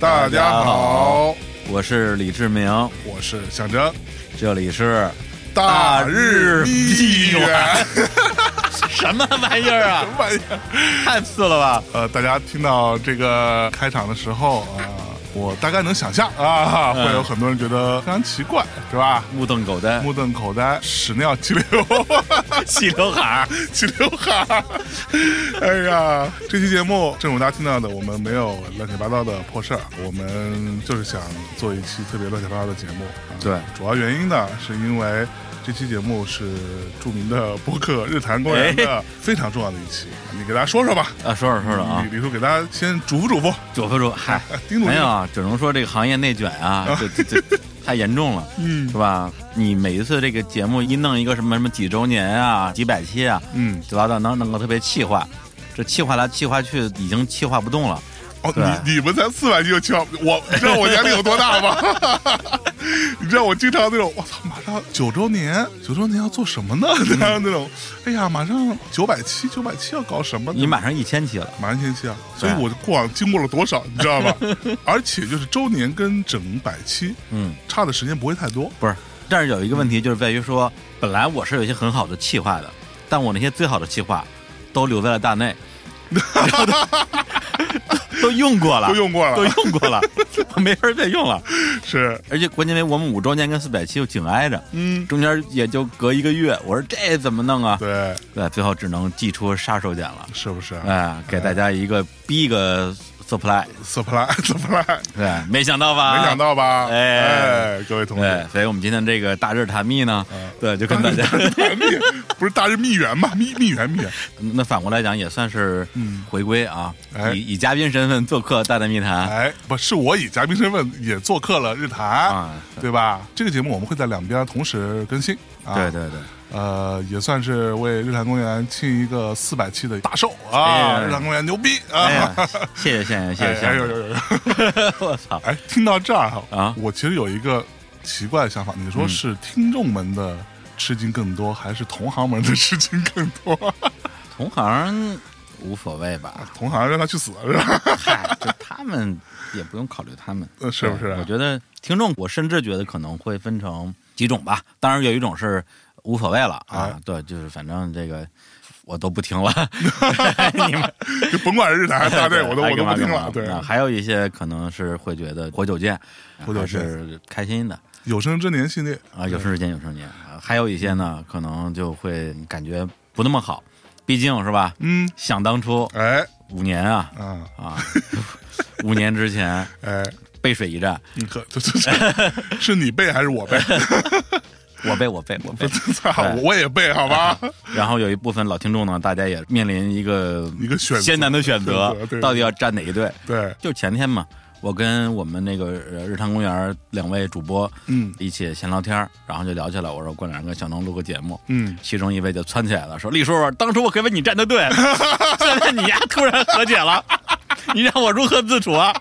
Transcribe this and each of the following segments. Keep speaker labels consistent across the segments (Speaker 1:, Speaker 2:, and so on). Speaker 1: 大家好，
Speaker 2: 我是李志明，
Speaker 1: 我是象征，
Speaker 2: 这里是
Speaker 1: 大
Speaker 2: 日
Speaker 1: 地缘
Speaker 2: 什么玩意儿啊
Speaker 1: 什么玩意儿？
Speaker 2: 太次了吧！
Speaker 1: 呃，大家听到这个开场的时候啊、我大概能想象啊，会有很多人觉得非常奇怪，是吧？
Speaker 2: 目瞪口呆，
Speaker 1: 目瞪口呆，屎尿齐流，
Speaker 2: 气流海儿，
Speaker 1: 齐刘海儿。哎呀，这期节目正如大家听到的，我们没有乱七八糟的破事儿，我们就是想做一期特别乱七八糟的节目。啊、
Speaker 2: 对
Speaker 1: 主要原因呢，是因为这期节目是著名的播客《日坛公园》的非常重要的一期，你给大家说说吧。
Speaker 2: 啊，说着说着哎啊
Speaker 1: 李，李叔给大家先嘱咐嘱咐，
Speaker 2: 嘱咐嘱咐，嗨，
Speaker 1: 叮嘱
Speaker 2: 没有啊，只能说这个行业内卷 啊，这这这太严重了，
Speaker 1: 嗯
Speaker 2: 是吧？你每一次这个节目一弄一个什么什么几周年啊、几百期啊，
Speaker 1: 嗯，
Speaker 2: 就老早能弄个特别气化，这气化来气化去，已经气化不动了。
Speaker 1: 哦，
Speaker 2: 对
Speaker 1: 你你们才四百集就七万，我你知道我压力有多大吗？ 你知道我经常那种，我操，马上九周年，九周年要做什么呢？
Speaker 2: 嗯
Speaker 1: 然 后那种，哎呀，马上九百七，九百七要搞什么呢？
Speaker 2: 你马上一千期了，
Speaker 1: 马上前期啊，所
Speaker 2: 对
Speaker 1: 以我过往经过了多少，你 知道吗？而且就是周年跟整百期
Speaker 2: 嗯，
Speaker 1: 差的时间不会太多，
Speaker 2: 不是，但是有一个问题就是在于说，本来我是有一些很好的气化的，但我那些最好的气化都留在了大内， 然后都都用过了，
Speaker 1: 都用过了
Speaker 2: 啊都用过了，我没法再用了。
Speaker 1: 是，
Speaker 2: 而且关键为我们五周年跟四百期又紧挨着，
Speaker 1: 嗯，
Speaker 2: 中间也就隔一个月，我说这怎么弄啊？
Speaker 1: 对，
Speaker 2: 对，最后只能祭出杀手锏了，
Speaker 1: 是啊不是
Speaker 2: 哎，给大家一个逼一个 supply，
Speaker 1: ？supply supply，
Speaker 2: 对，没想到吧？
Speaker 1: 没想。到吧？
Speaker 2: 啊哎
Speaker 1: 哎，各位同
Speaker 2: 对
Speaker 1: 学，，
Speaker 2: 所以我们今天这个大日谈密呢，
Speaker 1: 嗯
Speaker 2: 对，就跟大家
Speaker 1: 蜜不是大日蜜源嘛？蜜蜜源蜜源，
Speaker 2: 那反过来讲也算是回归啊，
Speaker 1: 嗯哎
Speaker 2: 以以嘉宾身份做客《大内密谈》
Speaker 1: 哎，不是我以嘉宾身份也做客了日坛，
Speaker 2: 啊
Speaker 1: 对吧？这个节目我们会在两边同时更新，啊、
Speaker 2: 对，对对，
Speaker 1: 呃，也算是为日坛公园庆一个四百期的大寿啊！
Speaker 2: 哎
Speaker 1: 日坛公园牛逼啊！
Speaker 2: 哎呀，谢谢谢谢谢谢
Speaker 1: 哎
Speaker 2: 谢
Speaker 1: 呦
Speaker 2: 谢，
Speaker 1: 呦呦！
Speaker 2: 我操，
Speaker 1: 哎，听到这儿哈
Speaker 2: 啊嗯
Speaker 1: 我其实有一个奇怪的想法，你说是听众们的吃惊更多，还是同行们的吃惊更多？
Speaker 2: 同行无所谓吧，
Speaker 1: 同行让他去死是吧？
Speaker 2: 嗨， 就他们也不用考虑他们，
Speaker 1: 呃是不是
Speaker 2: 对我觉得听众，我甚至觉得可能会分成几种吧，当然有一种是无所谓了啊
Speaker 1: 哎，
Speaker 2: 对，就是反正这个我都不 听了， 你们
Speaker 1: 就甭管是日坛还是大队，
Speaker 2: 对
Speaker 1: 我都我都不
Speaker 2: 还
Speaker 1: 听了。
Speaker 2: 干嘛干嘛
Speaker 1: 对，
Speaker 2: 啊还有一些可能是会觉得活久见，
Speaker 1: 活久见
Speaker 2: 还是开心的
Speaker 1: 有生之年系列
Speaker 2: 啊，有生之年有生之年。啊还有一些呢，可能就会感觉不那么好，毕竟是吧？
Speaker 1: 嗯，
Speaker 2: 想当初
Speaker 1: 哎
Speaker 2: 五年啊
Speaker 1: 啊
Speaker 2: 啊，五年之前
Speaker 1: 哎，
Speaker 2: 背水一战，
Speaker 1: 你可 这这这是你背还是我 背？
Speaker 2: 我背我背我背。
Speaker 1: 操，我也背好吧？
Speaker 2: 然后有一部分老听众呢，大家也面临一个
Speaker 1: 一个选择
Speaker 2: 艰难的选择
Speaker 1: 选择对，
Speaker 2: 到底要站哪一队？
Speaker 1: 对，
Speaker 2: 就前天嘛，我跟我们那个呃日常公园两位主播，
Speaker 1: 嗯
Speaker 2: 一起闲聊天儿，然后就聊起来。我说过两天跟小能录个节目，
Speaker 1: 嗯，
Speaker 2: 其中一位就窜起来了，说：“李叔叔，当初我可以为你站的队， 现在你丫突然和解了，你让我如何自处啊？”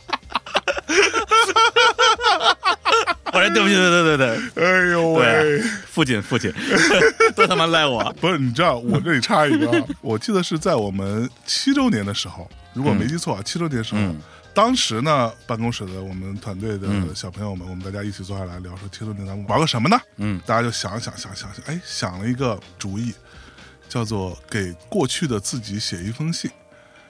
Speaker 2: 我说：“对不起，对对对对，
Speaker 1: 哎呦
Speaker 2: 对
Speaker 1: 喂！
Speaker 2: 啊，父亲父亲， 都他妈赖我。
Speaker 1: 不是，你知道我这里插一个 啊，我记得是在我们七周年的时候，如果没记错啊，七周年的时候，
Speaker 2: 嗯
Speaker 1: 当时呢，办公室的我们团队的小朋友们，我们大家一起坐下来聊，说七周年咱们玩个什么呢？
Speaker 2: 嗯，
Speaker 1: 大家就想想想想想，哎，想了一个主意，叫做给过去的自己写一封信。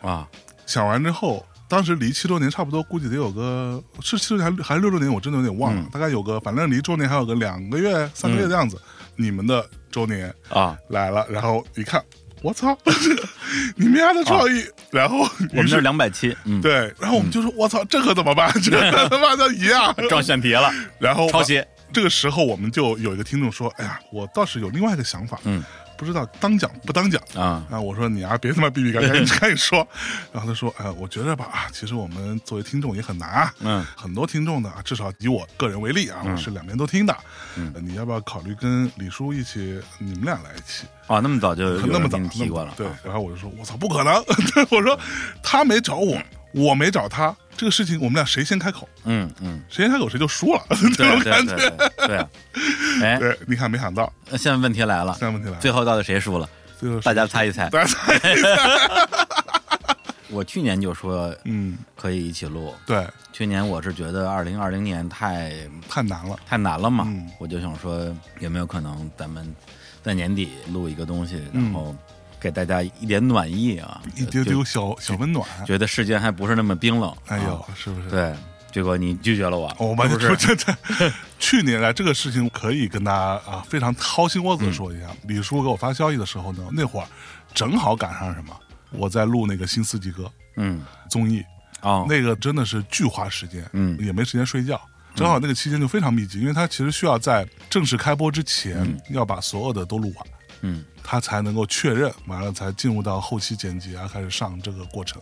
Speaker 2: 啊，
Speaker 1: 想完之后，当时离七周年差不多，估计得有个是七周年还是还是六周年，我真的有点忘了，
Speaker 2: 嗯
Speaker 1: 大概有个，反正离周年还有个两个月、三个月的样子。你们的周年
Speaker 2: 啊，
Speaker 1: 来了，然后一看，我操， 你们家的创
Speaker 2: 啊
Speaker 1: 意，然后
Speaker 2: 我们
Speaker 1: 于
Speaker 2: 这
Speaker 1: 是
Speaker 2: 两百七，嗯，
Speaker 1: 对，然后我们就说，我操，这可怎么 办？这可他妈的一样，
Speaker 2: 撞选题了，
Speaker 1: 然后
Speaker 2: 抄袭。
Speaker 1: 这个时候，我们就有一个听众说：“哎呀，我倒是有另外一个想法，
Speaker 2: 嗯，
Speaker 1: 不知道当讲不当讲
Speaker 2: 啊
Speaker 1: 啊，我说：“你啊，别他妈逼逼赶紧赶紧说。”
Speaker 2: 嗯
Speaker 1: 然后他说：“哎、我觉得吧，啊，其实我们作为听众也很难啊，
Speaker 2: 嗯
Speaker 1: 很多听众呢，啊至少以我个人为例啊，我是两边都听的，嗯、你要不要考虑跟李叔一起，你们俩来一起？”
Speaker 2: 哦，那么早就有
Speaker 1: 那么
Speaker 2: 人
Speaker 1: 早
Speaker 2: 给你
Speaker 1: 那
Speaker 2: 提
Speaker 1: 么
Speaker 2: 过
Speaker 1: 早
Speaker 2: 了，
Speaker 1: 对
Speaker 2: 啊，
Speaker 1: 然后我就说，我操，不可能！ 我说他没找我，我没找他，这个事情我们俩谁先开口，
Speaker 2: 嗯 嗯，
Speaker 1: 谁先开口谁就输了， 这
Speaker 2: 对啊
Speaker 1: 种
Speaker 2: 对
Speaker 1: 感
Speaker 2: 对
Speaker 1: 觉。
Speaker 2: 对对，哎，
Speaker 1: 对，你看没想到，
Speaker 2: 那现在问题来了，
Speaker 1: 现在问题来了
Speaker 2: 最后到底谁输了？
Speaker 1: 最后是
Speaker 2: 大家猜一猜。
Speaker 1: 大家猜一猜，
Speaker 2: 我去年就说
Speaker 1: 嗯，
Speaker 2: 可以一起录，
Speaker 1: 对，
Speaker 2: 去年我是觉得二零二零年太
Speaker 1: 太难了，
Speaker 2: 太难了嘛，
Speaker 1: 嗯
Speaker 2: 我就想说有没有可能咱们在年底录一个东西，然后给大家一点暖意啊，
Speaker 1: 嗯一丢丢小小温暖。
Speaker 2: 觉得世间还不是那么冰冷。
Speaker 1: 哎
Speaker 2: 啊
Speaker 1: 呦，哦是不是？
Speaker 2: 对，结果你拒绝了我，
Speaker 1: 我们
Speaker 2: 是不是
Speaker 1: 这这 去年来这个事情可以跟大家啊非常掏心窝
Speaker 2: 嗯
Speaker 1: 子地说一下。李叔给我发消息的时候呢，那会儿正好赶上什么，我在录那个《新四季歌
Speaker 2: 嗯》
Speaker 1: 综艺，
Speaker 2: 哦，
Speaker 1: 那个真的是巨花时间，
Speaker 2: 嗯
Speaker 1: 也没时间睡觉。正好那个期间就非常密集，因为他其实需要在正式开播之前要把所有的都录完，
Speaker 2: 嗯
Speaker 1: 他才能够确认，完了才进入到后期剪辑啊，开始上这个过程。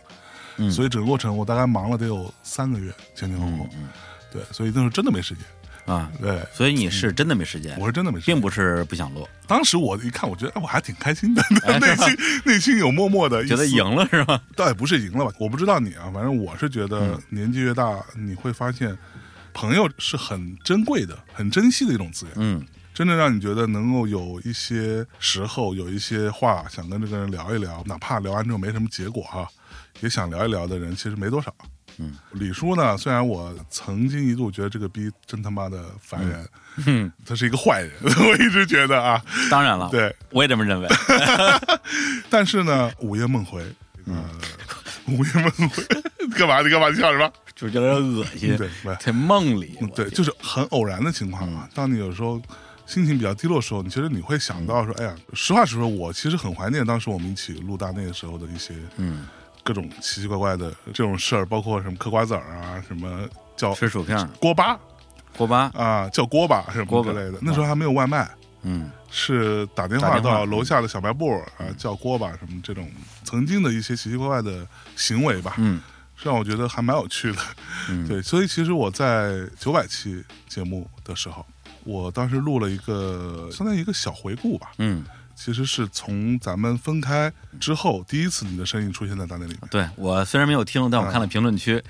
Speaker 2: 嗯
Speaker 1: 所以整个过程我大概忙了得有三个月，前前后后。
Speaker 2: 嗯
Speaker 1: 对，所以那时候嗯真的没时间。
Speaker 2: 啊，
Speaker 1: 对，
Speaker 2: 所以你是真的没时间，
Speaker 1: 我是真的没时间。
Speaker 2: 并不是不想录，
Speaker 1: 当时我一看，我觉得哎我还挺 开心的，
Speaker 2: 哎
Speaker 1: 内
Speaker 2: 是吧
Speaker 1: 心内心有默默的一
Speaker 2: 觉得
Speaker 1: 丝
Speaker 2: 赢了是 吧？
Speaker 1: 倒也不是赢了吧，我不知道你啊，反正我是觉
Speaker 2: 嗯
Speaker 1: 得年纪越大，你会发现朋友是很珍贵的、很珍惜的一种资源。
Speaker 2: 嗯
Speaker 1: 真正让你觉得能够有一些时候，有一些话想跟这个人聊一聊，哪怕聊完之后没什么结果哈、也想聊一聊的人其实没多少。
Speaker 2: 嗯，
Speaker 1: 李叔呢，虽然我曾经一度觉得这个逼真他妈的烦人，
Speaker 2: 嗯，
Speaker 1: 他是一个坏人， 我一直觉得啊，
Speaker 2: 当然了，
Speaker 1: 对，
Speaker 2: 我也这么认 为。
Speaker 1: 但是呢，午夜梦回，
Speaker 2: 嗯
Speaker 1: 呃，午夜梦回， 干嘛？你干嘛？你笑什么？
Speaker 2: 就是有点恶心，
Speaker 1: 对不
Speaker 2: 在梦里，我
Speaker 1: 对，
Speaker 2: 觉
Speaker 1: 就是很偶然的情况
Speaker 2: 嗯
Speaker 1: 嘛。当你有时候心情比较低落的时候，你其实你会想到说，哎呀，实话实说，我其实很怀念当时我们一起录大内的时候的一些，嗯，各种奇奇怪怪的这种事儿，包括什么嗑瓜子儿啊，什么叫
Speaker 2: 得吃薯片儿，
Speaker 1: 锅巴
Speaker 2: 锅巴，
Speaker 1: 啊，叫锅巴什么
Speaker 2: 锅
Speaker 1: 之
Speaker 2: 巴
Speaker 1: 类的。那时候还没有外卖。
Speaker 2: 嗯
Speaker 1: 是打电
Speaker 2: 打
Speaker 1: 话
Speaker 2: 电话嗯
Speaker 1: 到楼下的小卖部儿啊，叫锅巴什么这种曾经的一些奇奇怪怪的行为吧，
Speaker 2: 嗯
Speaker 1: 是让我觉得还蛮有趣的。
Speaker 2: 嗯
Speaker 1: 对，所以其实我在九百期节目的时候，我当时录了一个相当于一个小回顾吧，
Speaker 2: 嗯，
Speaker 1: 其实是从咱们分开之后第一次你的声音出现在大内里面。
Speaker 2: 对我虽然没有听，
Speaker 1: 嗯
Speaker 2: 但我看了评论 区，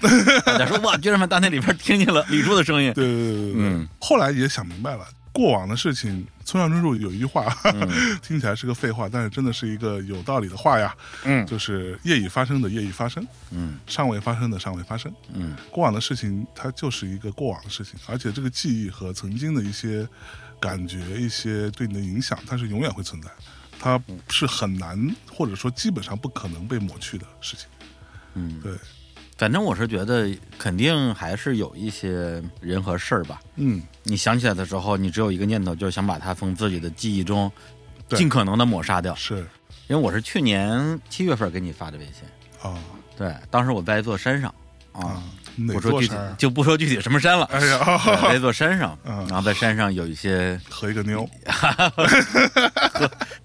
Speaker 2: 大家说哇，居然在大内里边听见了李叔的声音，
Speaker 1: 对对对对对，
Speaker 2: 嗯
Speaker 1: 后来也想明白了。过往的事情，村上春树有一句话， 听起来是个废话，但是真的是一个有道理的话呀。
Speaker 2: 嗯
Speaker 1: 就是业已发生的业已发生，
Speaker 2: 嗯
Speaker 1: 尚未发生的尚未发生。
Speaker 2: 嗯
Speaker 1: 过往的事情，它就是一个过往的事情，而且这个记忆和曾经的一些感觉、一些对你的影响，它是永远会存在，它是很难或者说基本上不可能被抹去的事情。
Speaker 2: 嗯，
Speaker 1: 对，
Speaker 2: 反正我是觉得肯定还是有一些人和事儿吧，
Speaker 1: 嗯，
Speaker 2: 你想起来的时候，你只有一个念头，就是想把它从自己的记忆中
Speaker 1: 对
Speaker 2: 尽可能的抹杀掉。
Speaker 1: 是
Speaker 2: 因为我是去年七月份给你发的微信，
Speaker 1: 啊
Speaker 2: 对，当时我在一座山上啊
Speaker 1: 啊，，哪
Speaker 2: 不说
Speaker 1: 座
Speaker 2: 具体
Speaker 1: 山 啊？
Speaker 2: 就不说具体什么山了，
Speaker 1: 哎呀，
Speaker 2: 在一座山上，
Speaker 1: 嗯
Speaker 2: 然后在山上有一些，
Speaker 1: 和一个妞，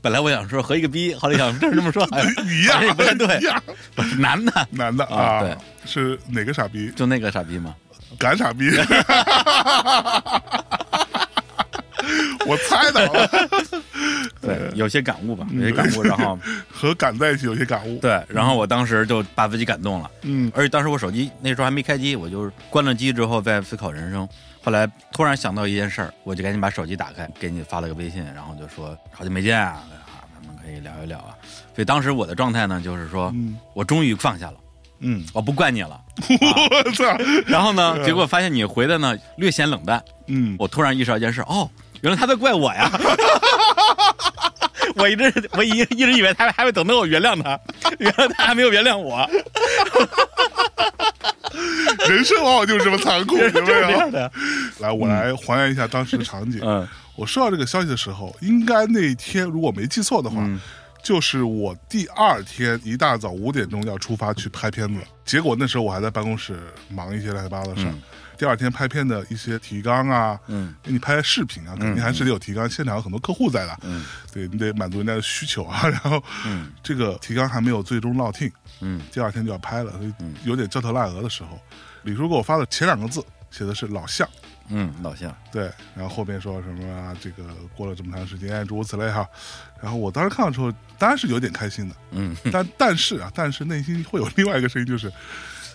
Speaker 2: 本来我想说和一个逼，后来想 这这么说， 哎
Speaker 1: 一样
Speaker 2: 好像也不太对
Speaker 1: 一样，
Speaker 2: 不是男的，
Speaker 1: 男的
Speaker 2: 啊
Speaker 1: 啊
Speaker 2: 对，
Speaker 1: 是哪个傻逼？
Speaker 2: 就那个傻逼嘛，
Speaker 1: 敢 傻逼，我猜到了，
Speaker 2: 对，有些感悟吧，
Speaker 1: 嗯
Speaker 2: 有些感悟，然 后
Speaker 1: 和敢在一起有些感悟。
Speaker 2: 对，然后我当时就把自己感动了，
Speaker 1: 嗯
Speaker 2: 而且当时我手机那时候还没开机，我就是关了机之后在思考人生。后来突然想到一件事儿，我就赶紧把手机打开，给你发了个微信，然后就说好久没见啊，啊咱们可以聊一聊啊。所以当时我的状态呢，就是说
Speaker 1: 嗯
Speaker 2: 我终于放下了，
Speaker 1: 嗯，
Speaker 2: 我不怪你了。
Speaker 1: 我操，
Speaker 2: 然后呢，结果发现你回的呢略显冷淡，
Speaker 1: 嗯，
Speaker 2: 我突然意识到一件事，哦，原来他在怪我呀。 我一直我一一直以为他还会等着我原谅他，原来他还没有原谅我，
Speaker 1: 人生往往就是这么残酷，
Speaker 2: 就是
Speaker 1: 明
Speaker 2: 这
Speaker 1: 白
Speaker 2: 样
Speaker 1: 吗？
Speaker 2: 的。
Speaker 1: 来，我来还原一下当时的场景。
Speaker 2: 嗯
Speaker 1: 我收到这个消息的时候，应该那天如果没记错的话，
Speaker 2: 嗯
Speaker 1: 就是我第二天一大早五点钟要出发去拍片子，结果那时候我还在办公室忙一些乱七八糟的事儿。第二天拍片的一些提纲啊，
Speaker 2: 嗯，
Speaker 1: 你拍视频啊，肯定还是得有提纲，现场有很多客户在的，嗯，对你得满足人家的需求 啊。然后，嗯，这个提纲还没有最终落定，
Speaker 2: 嗯，
Speaker 1: 第二天就要拍了，所以有点焦头烂额的时候，李叔给我发的前两个字写的是老向。
Speaker 2: 嗯，老乡，
Speaker 1: 对，然后后面说什么啊，这个过了这么长时间，诸如此类哈。然后我当时看到之后，当然是有点开心的，
Speaker 2: 嗯
Speaker 1: 但但是啊，但是内心会有另外一个声音，就是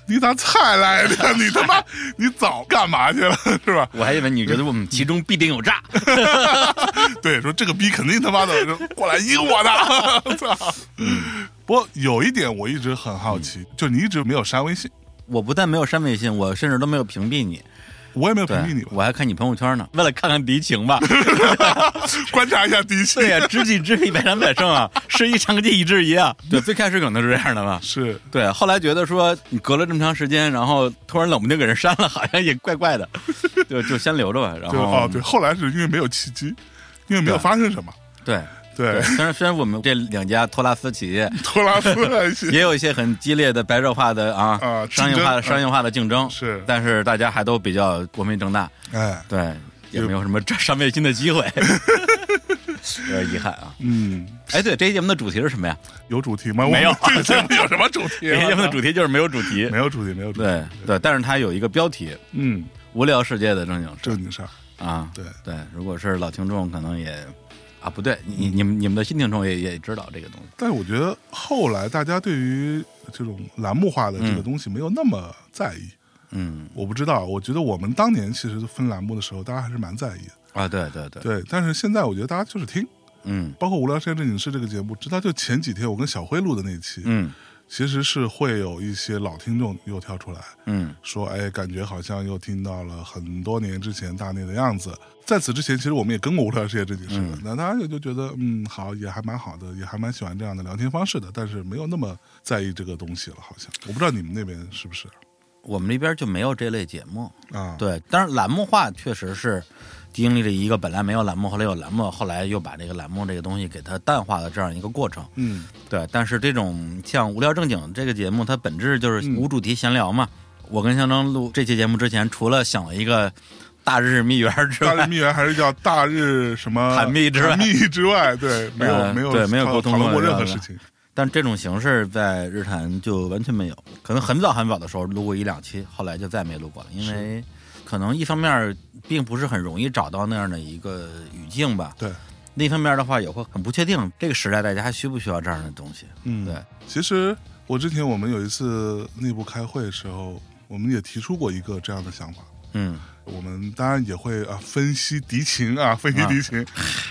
Speaker 1: 你咋才来的？你他妈 你早干嘛去了是吧？
Speaker 2: 我还以为你觉得我们其中必定有诈，
Speaker 1: 对，说这个逼肯定他妈的说过来阴我的， 操！嗯不过有一点我一直很好奇，就你一直没有删微信，
Speaker 2: 我不但没有删微信，我甚至都没有屏蔽你，
Speaker 1: 我也没有屏
Speaker 2: 对
Speaker 1: 蔽你吧？
Speaker 2: 我还看你朋友圈呢，为了看看敌情吧。
Speaker 1: 观察一下敌情
Speaker 2: 对呀、知己知彼，百战百胜 啊，是一长计，以制夷啊。对，最开始可能是这样的吧。
Speaker 1: 是
Speaker 2: 对，后来觉得说你隔了这么长时间，然后突然冷不丁给人删了，好像也怪怪 的，就就先留着吧。然
Speaker 1: 对
Speaker 2: 后
Speaker 1: 哦，对，后来是因为没有契机，因为没有
Speaker 2: 对
Speaker 1: 发生什么。
Speaker 2: 对
Speaker 1: 对，
Speaker 2: 虽然虽然我们这两家托拉斯企 业
Speaker 1: 托拉斯还行，
Speaker 2: 也有一些很激烈的白热化的啊
Speaker 1: 啊
Speaker 2: 商业化
Speaker 1: 竞争
Speaker 2: 的商业化的竞争，
Speaker 1: 是
Speaker 2: 但是大家还都比较光明正大，
Speaker 1: 哎，
Speaker 2: 对，也没有什么 这上卫星的机会， 有点遗憾啊。
Speaker 1: 嗯，
Speaker 2: 哎，对，这一节目的主题是什么呀？
Speaker 1: 有主题吗？
Speaker 2: 没有
Speaker 1: 我们这个节目有什么主题
Speaker 2: 这
Speaker 1: 啊？
Speaker 2: 一节目的主题就是没有主题
Speaker 1: 没，有主题，没有主题。
Speaker 2: 对对，但是它有一个标题
Speaker 1: 嗯，
Speaker 2: “无聊世界的正经
Speaker 1: 正
Speaker 2: 事
Speaker 1: 经事儿，”
Speaker 2: 啊。
Speaker 1: 对
Speaker 2: 对，如果是老听众，可能也啊不
Speaker 1: 嗯
Speaker 2: 对，你你们你们的新听众也也知道这个东西。
Speaker 1: 但是我觉得后来大家对于这种栏目化的这个东西没有那么在意。
Speaker 2: 嗯
Speaker 1: 我不知道，我觉得我们当年其实分栏目的时候，大家还是蛮在意的。
Speaker 2: 啊，对对对，
Speaker 1: 对，但是现在我觉得大家就是听，
Speaker 2: 嗯
Speaker 1: 包括《无聊时间正经事》这个节目，直到就前几天我跟小辉录的那一期，
Speaker 2: 嗯
Speaker 1: 其实是会有一些老听众又跳出来
Speaker 2: 嗯
Speaker 1: 说：“哎，感觉好像又听到了很多年之前大内的样子。”在此之前，其实我们也跟过《无聊世界》这件事
Speaker 2: 嗯
Speaker 1: 了，那大家也就觉得，嗯，好，也还蛮好的，也还蛮喜欢这样的聊天方式的，但是没有那么在意这个东西了，好像我不知道你们那边是不是
Speaker 2: 我们那边就没有这类节目。
Speaker 1: 啊？
Speaker 2: 对，但是栏目化确实是经历了一个本来没有栏目，后来有栏目，后来又把这个栏目这个东西给它淡化的这样一个过程。
Speaker 1: 嗯，
Speaker 2: 对，但是这种像《无聊正经》这个节目，它本质就是无主题闲聊嘛。我跟象征录这期节目之前，除了想了一个大日蜜园之
Speaker 1: 大日
Speaker 2: 外，
Speaker 1: 蜜园还是叫大日什么
Speaker 2: 坦密之外
Speaker 1: 坦密之外，对，没有、
Speaker 2: 呃
Speaker 1: 没有
Speaker 2: 对没有
Speaker 1: 讨
Speaker 2: 沟通
Speaker 1: 讨论过
Speaker 2: 过
Speaker 1: 任
Speaker 2: 这
Speaker 1: 何
Speaker 2: 样
Speaker 1: 事
Speaker 2: 的
Speaker 1: 情。
Speaker 2: 但这种形式在日坛就完全没有。可能很早很早的时候录过一两期，后来就再没录过了，因为可能一方面并不是很容易找到那样的一个语境吧。
Speaker 1: 对，
Speaker 2: 另一方面的话，也会很不确定这个时代大家还需不需要这样的东西。
Speaker 1: 嗯，
Speaker 2: 对，
Speaker 1: 其实我之前我们有一次内部开会的时候，我们也提出过一个这样的想法。
Speaker 2: 嗯
Speaker 1: 我们当然也会啊分析敌情啊，分析敌情，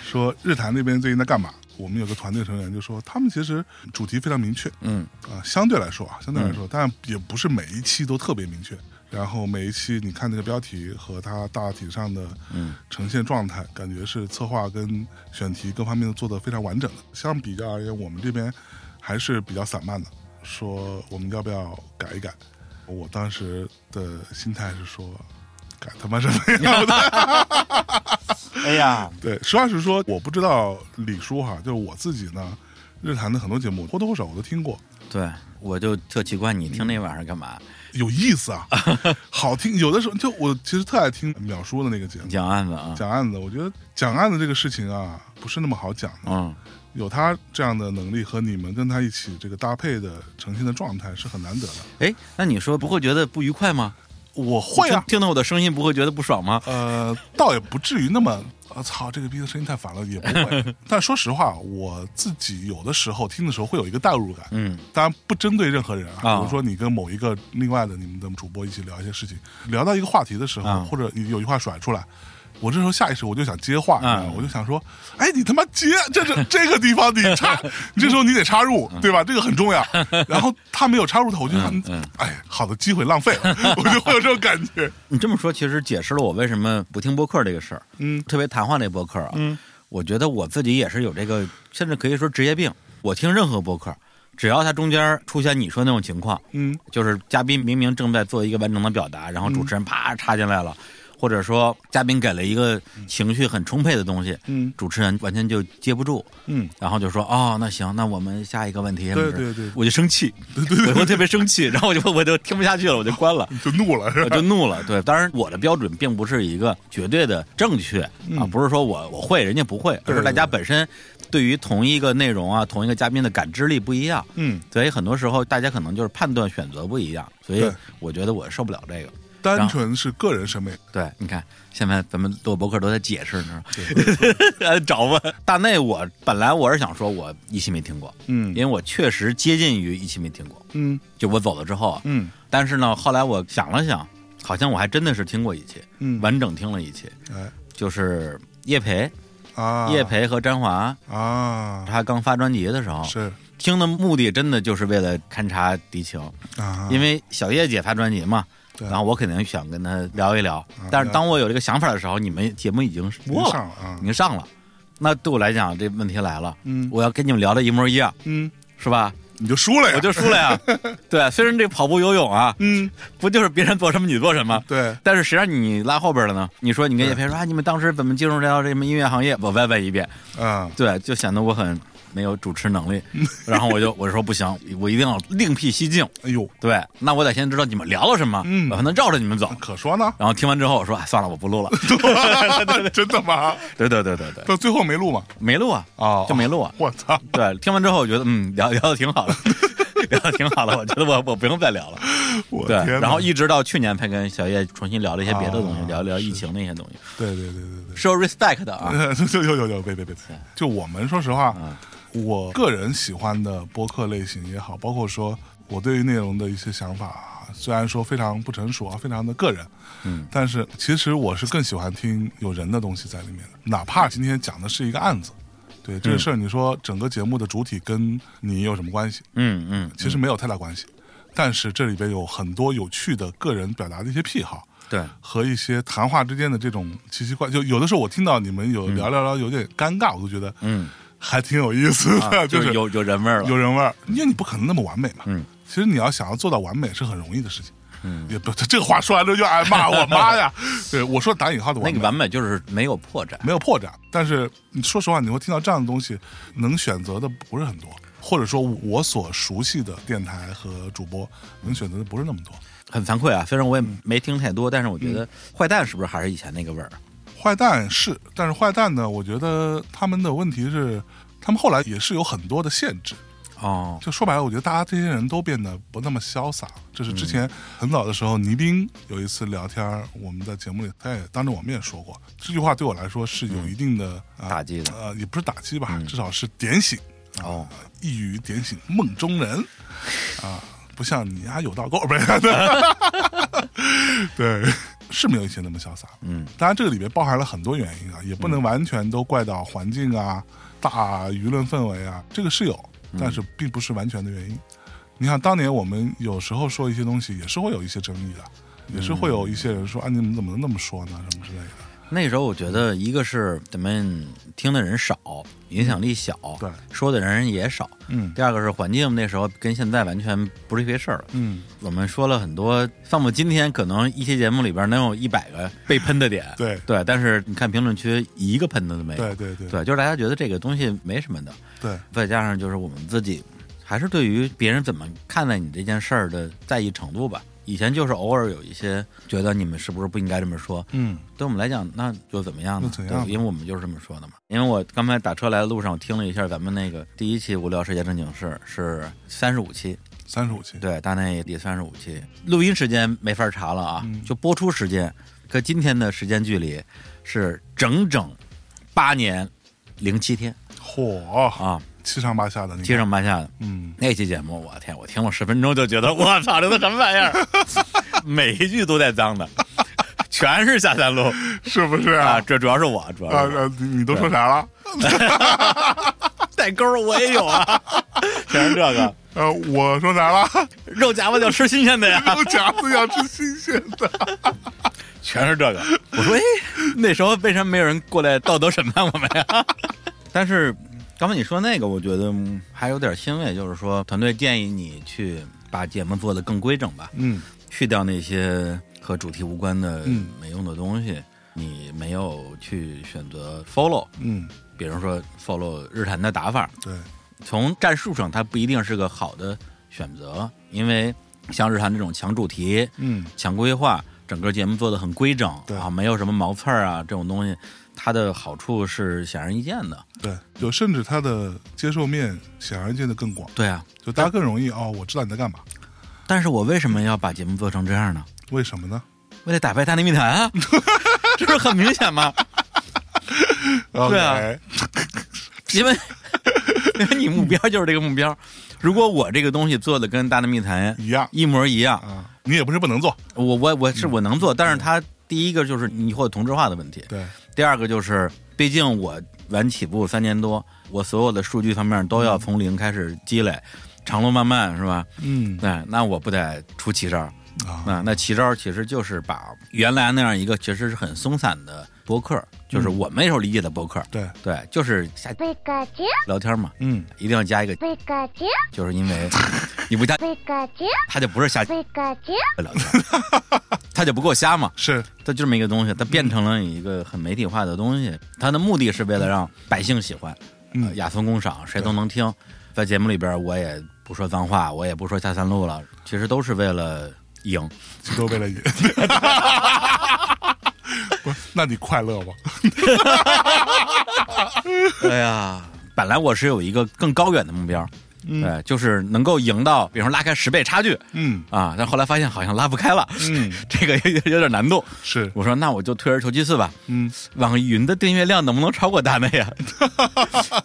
Speaker 1: 说日坛那边最近在干嘛。我们有个团队成员就说，他们其实主题非常明确
Speaker 2: 嗯
Speaker 1: 啊，相对来说啊，相对来说，但也不是每一期都特别明确。然后每一期你看那个标题和它大体上的
Speaker 2: 嗯
Speaker 1: 呈现状态，感觉是策划跟选题各方面都做得非常完整的。相比较而言，我们这边还是比较散漫的，说我们要不要改一改？我当时的心态是说，改他妈什么呀？
Speaker 2: 哎呀，
Speaker 1: 对，实话实说，我不知道李叔哈，就是我自己呢，日坛的很多节目或多或少我都听过，
Speaker 2: 对，我就特奇怪，你听那玩意儿干嘛？
Speaker 1: 有意思 啊，好听。有的时候就我其实特爱听淼叔的那个节目。
Speaker 2: 讲案子啊，
Speaker 1: 讲案子，我觉得讲案子这个事情啊，不是那么好讲的。
Speaker 2: 嗯
Speaker 1: 有他这样的能力和你们跟他一起这个搭配的呈现的状态是很难得的。
Speaker 2: 哎，那你说不会觉得不愉快吗？
Speaker 1: 我会啊
Speaker 2: 听，听到我的声音不会觉得不爽吗？
Speaker 1: 呃，倒也不至于那么。我、操，这个逼的声音太烦了，也不 会。但说实话，我自己有的时候听的时候会有一个代入感，
Speaker 2: 嗯
Speaker 1: 当然不针对任何人啊。
Speaker 2: 啊
Speaker 1: 比如说你跟某一个另外的你们的主播一起聊一些事情，聊到一个话题的时候，
Speaker 2: 啊
Speaker 1: 或者你有一句话甩出来，我这时候下意识我就想接话，
Speaker 2: 啊
Speaker 1: 你知道吗我就想说，哎，你他妈接，这这这个地方你 插，你这时候你得插入，对吧？这个很重要。然后他没有插入头，我就想，
Speaker 2: 嗯嗯
Speaker 1: 哎，好的机会浪费了， 我就会有这种感觉。
Speaker 2: 你这么说其实解释了我为什么不听播客这个事儿，
Speaker 1: 嗯
Speaker 2: 特别谈话那播客啊，
Speaker 1: 嗯
Speaker 2: 我觉得我自己也是有这个，甚至可以说职业病。我听任何播客，只要它中间出现你说那种情况，
Speaker 1: 嗯
Speaker 2: 就是嘉宾明明正在做一个完整的表达，然后主持人啪插进来了，或者说嘉宾给了一个情绪很充沛的东西，
Speaker 1: 嗯
Speaker 2: 主持人完全就接不住，
Speaker 1: 嗯，
Speaker 2: 然后就说哦，那行，那我们下一个问题什么
Speaker 1: 对
Speaker 2: 之类的，
Speaker 1: 对对
Speaker 2: 我就生气，我会特别生气，然后我就我就听不下去了，我就关了。
Speaker 1: 你 就怒了是
Speaker 2: 我
Speaker 1: 吧？
Speaker 2: 就怒了，对，当然我的标准并不是一个绝对的正确、啊，不是说我我会人家不会，
Speaker 1: 嗯对
Speaker 2: 而是大家本身对于同一个内容啊、同一个嘉宾的感知力不一样，
Speaker 1: 嗯，
Speaker 2: 所以很多时候大家可能就是判断选择不一样，所以
Speaker 1: 对
Speaker 2: 我觉得我受不了这个。
Speaker 1: 单纯是个人审美，
Speaker 2: 对，你看，现在咱们做博客都在解释呢，找吧。大内我本来我是想说，我一期没听过，
Speaker 1: 嗯
Speaker 2: 因为我确实接近于一期没听过，
Speaker 1: 嗯
Speaker 2: 就我走了之后啊，
Speaker 1: 嗯
Speaker 2: 但是呢，后来我想了想，好像我还真的是听过一期，
Speaker 1: 嗯，
Speaker 2: 完整听了一期，
Speaker 1: 哎
Speaker 2: 就是叶培、
Speaker 1: 啊，
Speaker 2: 叶培和詹华，
Speaker 1: 啊，
Speaker 2: 他刚发专辑的时候，
Speaker 1: 是
Speaker 2: 听的目的真的就是为了勘察敌情，
Speaker 1: 啊，
Speaker 2: 因为小叶姐发专辑嘛。
Speaker 1: 对啊
Speaker 2: 然后我肯定想跟她聊一聊，但是当我有这个想法的时候，你们节目已经
Speaker 1: 您
Speaker 2: 播了，
Speaker 1: 上了啊
Speaker 2: 已，经上了。那对我来讲，这问题来了，
Speaker 1: 嗯
Speaker 2: 我要跟你们聊的一模一样，
Speaker 1: 嗯，
Speaker 2: 是吧？
Speaker 1: 你就输了呀，
Speaker 2: 我就输了 呀。对，虽然这跑步、游泳啊，
Speaker 1: 嗯，
Speaker 2: 不就是别人做什么你做什么，
Speaker 1: 对，
Speaker 2: 但是谁让你拉后边了呢？你说你跟叶培说啊，你们当时怎么进入到这么音乐行业？我再问一遍，
Speaker 1: 啊，
Speaker 2: 对，就显得我很没有主持 能力。然后我就我说不行，我一定要另辟蹊径。
Speaker 1: 哎呦，
Speaker 2: 对，那我得先知道你们聊了什么，
Speaker 1: 嗯
Speaker 2: 我才能绕着你们走。
Speaker 1: 可 说呢，
Speaker 2: 然后听完之后，我说啊，算了，我不录了。
Speaker 1: 真的吗？
Speaker 2: 对对对对对，
Speaker 1: 到最后没录吗？
Speaker 2: 没录啊，
Speaker 1: 哦
Speaker 2: 就没录啊。
Speaker 1: 我操，
Speaker 2: 对，听完之后我觉得，嗯，聊聊的挺好的， 聊的挺好的，我觉得我我不用再聊了。
Speaker 1: 我
Speaker 2: 对
Speaker 1: 天，哪，
Speaker 2: 然后一直到去年才跟小叶重新聊了一些别的东西，
Speaker 1: 啊
Speaker 2: 聊聊疫情那些东西，
Speaker 1: 对对对对对。
Speaker 2: 是有 respect 的啊。
Speaker 1: 呃， 就就就就别别别！就我们说实话，
Speaker 2: 嗯
Speaker 1: 我个人喜欢的播客类型也好，包括说我对于内容的一些想法啊，虽然说非常不成熟啊，非常的个人，
Speaker 2: 嗯，
Speaker 1: 但是其实我是更喜欢听有人的东西在里面的，哪怕今天讲的是一个案子，对
Speaker 2: 嗯
Speaker 1: 这个事儿，你说整个节目的主体跟你有什么关系？
Speaker 2: 嗯嗯，
Speaker 1: 其实没有太大关系，但是这里边有很多有趣的个人表达的一些癖好，
Speaker 2: 对，
Speaker 1: 和一些谈话之间的这种奇奇怪，就有的时候我听到你们有聊聊聊有点尴尬，我都觉得
Speaker 2: 嗯，
Speaker 1: 还挺有意思的，
Speaker 2: 啊
Speaker 1: 就
Speaker 2: 就是
Speaker 1: 是
Speaker 2: 有有人味儿了
Speaker 1: 有。人味儿，因为你不可能那么完美嘛。
Speaker 2: 嗯，
Speaker 1: 其实你要想要做到完美是很容易的事情。嗯，也不这个话说完之后就挨骂，我妈 呀！对我说打引号的
Speaker 2: 那
Speaker 1: 完
Speaker 2: 个
Speaker 1: 美。
Speaker 2: 完美就是没有破绽。
Speaker 1: 没有破绽，但是你说实话，你会听到这样的东西，能选择的不是很多，或者说我所熟悉的电台和主播能选择的不是那么多。
Speaker 2: 很惭愧啊，虽然我也
Speaker 1: 嗯
Speaker 2: 没听太多，但是我觉得坏蛋是不是还是以前那个味儿？
Speaker 1: 坏蛋是，但是坏蛋呢，我觉得他们的问题是，他们后来也是有很多的限制。
Speaker 2: 哦，
Speaker 1: 就说白了，我觉得大家这些人都变得不那么潇洒。
Speaker 2: 嗯
Speaker 1: 这是之前很早的时候，倪斌有一次聊天，我们在节目里，他也当着我面说过这句话，对我来说是有一定的、啊
Speaker 2: 嗯打击的嗯
Speaker 1: 呃，也不是打击吧，至少是点醒，
Speaker 2: 哦，
Speaker 1: 一语点醒梦中人啊，不像你啊有倒 钩呗，对，是没有以前那么潇洒。
Speaker 2: 嗯，
Speaker 1: 当然这个里面包含了很多原因啊，也不能完全都怪到环境啊、大舆论氛围啊，这个是有，
Speaker 2: 嗯
Speaker 1: 但是并不是完全的原因。你看当年我们有时候说一些东西，也是会有一些争议的。
Speaker 2: 嗯
Speaker 1: 也是会有一些人说啊，你们怎么能那么说呢？什么之类的。
Speaker 2: 那时候我觉得一个是咱们听的人少，影响力小，
Speaker 1: 嗯对
Speaker 2: 说的人也少。
Speaker 1: 嗯
Speaker 2: 第二个是环境，那时候跟现在完全不是一回事儿了。
Speaker 1: 嗯，
Speaker 2: 我们说了很多，放到今天，可能一期节目里边能有一百 个被喷的点，
Speaker 1: 对
Speaker 2: 对。但是你看评论区，一个喷的都没有，
Speaker 1: 对对对
Speaker 2: 对，就是大家觉得这个东西没什么的，
Speaker 1: 对
Speaker 2: 再加上就是我们自己，还是对于别人怎么看待你这件事儿的在意程度吧。以前就是偶尔有一些觉得你们是不是不应该这么说，
Speaker 1: 嗯
Speaker 2: 对我们来讲，那又怎么样呢？
Speaker 1: 那怎样呢
Speaker 2: 对因为我们就是这么说的嘛。因为我刚才打车来的路上，我听了一下咱们那个第一期《无聊世界正经事》是三十五期，
Speaker 1: 三十五期，
Speaker 2: 对，大内第三十五期，录音时间没法查了啊，
Speaker 1: 嗯
Speaker 2: 就播出时间，和今天的时间距离是整整八年零七天
Speaker 1: 嚯，
Speaker 2: 啊，
Speaker 1: 七上八下的，你看
Speaker 2: 七上八下的。
Speaker 1: 嗯，
Speaker 2: 那期节目，我天，我听了十分钟就觉得，我操，这都什么玩意儿？ 每一句都带脏 的，全是下三路
Speaker 1: 是不是
Speaker 2: 啊！
Speaker 1: 啊？
Speaker 2: 这主要是我，主
Speaker 1: 啊
Speaker 2: 要是我
Speaker 1: 啊！你你都说啥了？
Speaker 2: 带钩儿我也有 啊，全是这个
Speaker 1: 呃，我说啥了？
Speaker 2: 肉夹子就吃新鲜的呀，
Speaker 1: 肉夹子要吃新鲜的。
Speaker 2: 全是这个。我说，哎，那时候为什么没有人过来道德审判我们呀？ 但是刚才你说那个，我觉得嗯还有点欣慰，就是说团队建议你去把节目做得更规整吧。
Speaker 1: 嗯
Speaker 2: 去掉那些和主题无关的
Speaker 1: 嗯
Speaker 2: 没用的东西，你没有去选择 follow，
Speaker 1: 嗯，
Speaker 2: 比如说 follow 日坛的打法，
Speaker 1: 对，
Speaker 2: 从战术上它不一定是个好的选择，因为像日坛这种强主题、
Speaker 1: 嗯
Speaker 2: 强规划，整个节目做的很规整
Speaker 1: 对
Speaker 2: 啊，没有什么毛刺儿啊这种东西，它的好处是显而易见的。
Speaker 1: 对，就甚至它的接受面显而易见的更广，
Speaker 2: 对啊，
Speaker 1: 就大家更容易哦，我知道你在干嘛。
Speaker 2: 但是我为什么要把节目做成这样呢？
Speaker 1: 为什么呢？
Speaker 2: 为了打败大内密谈啊， 这不是很明显吗？对啊
Speaker 1: OK，
Speaker 2: 因为因为你目标就是这个目标。如果我这个东西做的跟《大内密谈
Speaker 1: 一样》
Speaker 2: 一模一样，
Speaker 1: 啊，你也不是不能做，
Speaker 2: 我我我是我能做，但是它第一个就是你以后同质化的问题，
Speaker 1: 对，
Speaker 2: 第二个就是，毕竟我晚起步三年多，我所有的数据方面都要从零开始积累，长路漫漫是吧？
Speaker 1: 嗯
Speaker 2: 对，那我不得出奇招？
Speaker 1: 啊，
Speaker 2: 那那奇招其实就是把原来那样一个其实是很松散的博客，就是我们那时候理解的博客，
Speaker 1: 嗯对，
Speaker 2: 对，就是瞎
Speaker 3: Pikachu,
Speaker 2: 聊天嘛，
Speaker 1: 嗯，
Speaker 2: 一定要加一个，
Speaker 3: Pikachu,
Speaker 2: 就是因为你不加，
Speaker 3: Pikachu,
Speaker 2: 他就不是瞎
Speaker 3: Pikachu,
Speaker 2: 聊天，他就不够瞎嘛。
Speaker 1: 是
Speaker 2: 它就这么一个东西，它变成了一个很媒体化的东西。它的目的是为了让百姓喜欢，
Speaker 1: 嗯
Speaker 2: 呃雅俗共赏，谁都能听。在节目里边，我也不说脏话，我也不说下三路了，其实都是为了赢。
Speaker 1: 这都为了你。 不是，那你快乐吗？
Speaker 2: 哎呀，本来我是有一个更高远的目标，
Speaker 1: 嗯
Speaker 2: 对，就是能够赢到，比如说拉开十倍差距
Speaker 1: 嗯
Speaker 2: 啊，但后来发现好像拉不开了，
Speaker 1: 嗯，
Speaker 2: 这个有有点难度。
Speaker 1: 是，
Speaker 2: 我说那我就退而求其次吧，
Speaker 1: 嗯，
Speaker 2: 网易云的订阅量能不能超过大内 呀？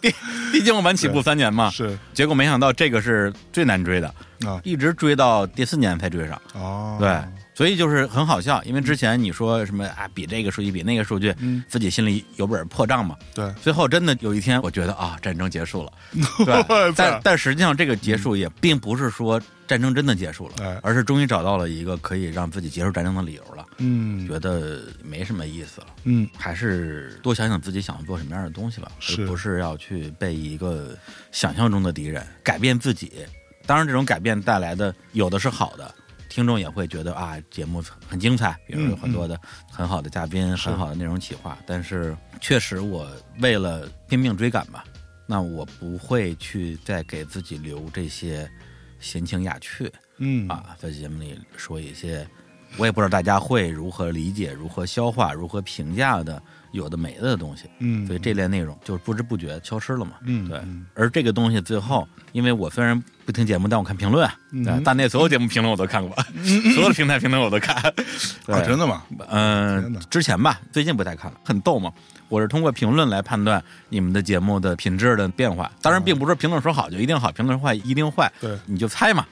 Speaker 2: 毕毕竟我晚起步三年嘛，
Speaker 1: 是
Speaker 2: 结果没想到这个是最难追的，
Speaker 1: 啊，
Speaker 2: 一直追到第四年才追上。
Speaker 1: 哦，
Speaker 2: 对，所以就是很好笑，因为之前你说什么啊，比这个数据，比那个数据，
Speaker 1: 嗯
Speaker 2: 自己心里有本破账嘛。
Speaker 1: 对，，
Speaker 2: 最后真的有一天，我觉得啊，战争结束了。对 但但实际上这个结束也并不是说战争真的结束
Speaker 1: 哎
Speaker 2: 了，而是终于找到了一个可以让自己结束战争的理由了，
Speaker 1: 嗯
Speaker 2: 觉得没什么意思了。
Speaker 1: 嗯，
Speaker 2: 还是多想想自己想做什么样的东西吧，
Speaker 1: 是
Speaker 2: 而不是要去被一个想象中的敌人改变自己。当然，这种改变带来的有的是好的，听众也会觉得啊，节目很精彩，比如
Speaker 1: 嗯
Speaker 2: 有很多的很好的嘉宾、很好的内容企划。但是，确实我为了拼命追赶吧，那我不会去再给自己留这些闲情雅趣。
Speaker 1: 嗯，
Speaker 2: 啊，在节目里说一些，我也不知道大家会如何理解、如何消化、如何评价的有的没的的东西，
Speaker 1: 嗯，
Speaker 2: 所以这类内容就不知不觉消失了嘛。
Speaker 1: 嗯，
Speaker 2: 对
Speaker 1: 嗯，
Speaker 2: 而这个东西最后，因为我虽然不听节目，但我看评论，啊对
Speaker 1: 嗯
Speaker 2: 大内所有节目评论我都看过，所有的平台评论我都看。对
Speaker 1: 啊，真的吗？天
Speaker 2: 嗯
Speaker 1: 哪，
Speaker 2: 之前吧，最近不太看了，很逗嘛。我是通过评论来判断你们的节目的品质的变化，当然并不是评论说好就一定好，评论说坏一定坏，
Speaker 1: 对
Speaker 2: 你就猜 嘛，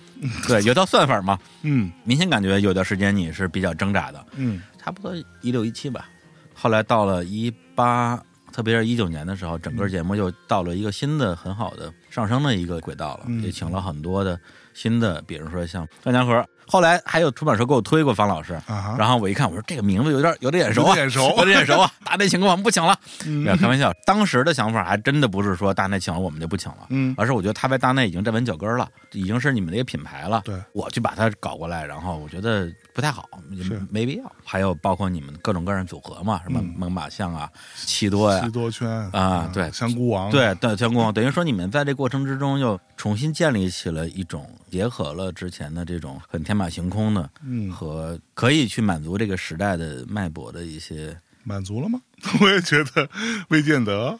Speaker 2: 对，有道算法嘛。
Speaker 1: 嗯
Speaker 2: 明显感觉有段时间你是比较挣扎的，
Speaker 1: 嗯
Speaker 2: 差不多一六一七吧。后来到了一八，特别是一九年的时候，整个节目又到了一个新的很好的上升的一个轨道了，
Speaker 1: 嗯
Speaker 2: 也请了很多的新的，比如说像张家河，后来还有出版社给我推过方老师。
Speaker 1: 啊哈，
Speaker 2: 然后我一看，我说这个名字有点有点眼熟
Speaker 1: 有
Speaker 2: 啊，
Speaker 1: 点眼熟
Speaker 2: 有点眼熟 啊！大内请客我们不请了，
Speaker 1: 嗯
Speaker 2: 没有开玩笑。当时的想法还真的不是说大内请了我们就不请了，
Speaker 1: 嗯
Speaker 2: 而是我觉得他在大内已经站稳脚跟了，已经是你们的一个品牌了。
Speaker 1: 对，
Speaker 2: 我去把它搞过来，然后我觉得不太好，也
Speaker 1: 是
Speaker 2: 没必要。还有包括你们各种各样的组合嘛，什么
Speaker 1: 嗯
Speaker 2: 猛犸象啊、奇多呀
Speaker 1: 西、多圈
Speaker 2: 啊对
Speaker 1: 香菇王，
Speaker 2: 对对，天宫等于说你们在这过程之中又重新建立起了一种结合了之前的这种很天马行空的
Speaker 1: 嗯，
Speaker 2: 和可以去满足这个时代的脉搏的一些。
Speaker 1: 满足了 吗？我也觉得未见得，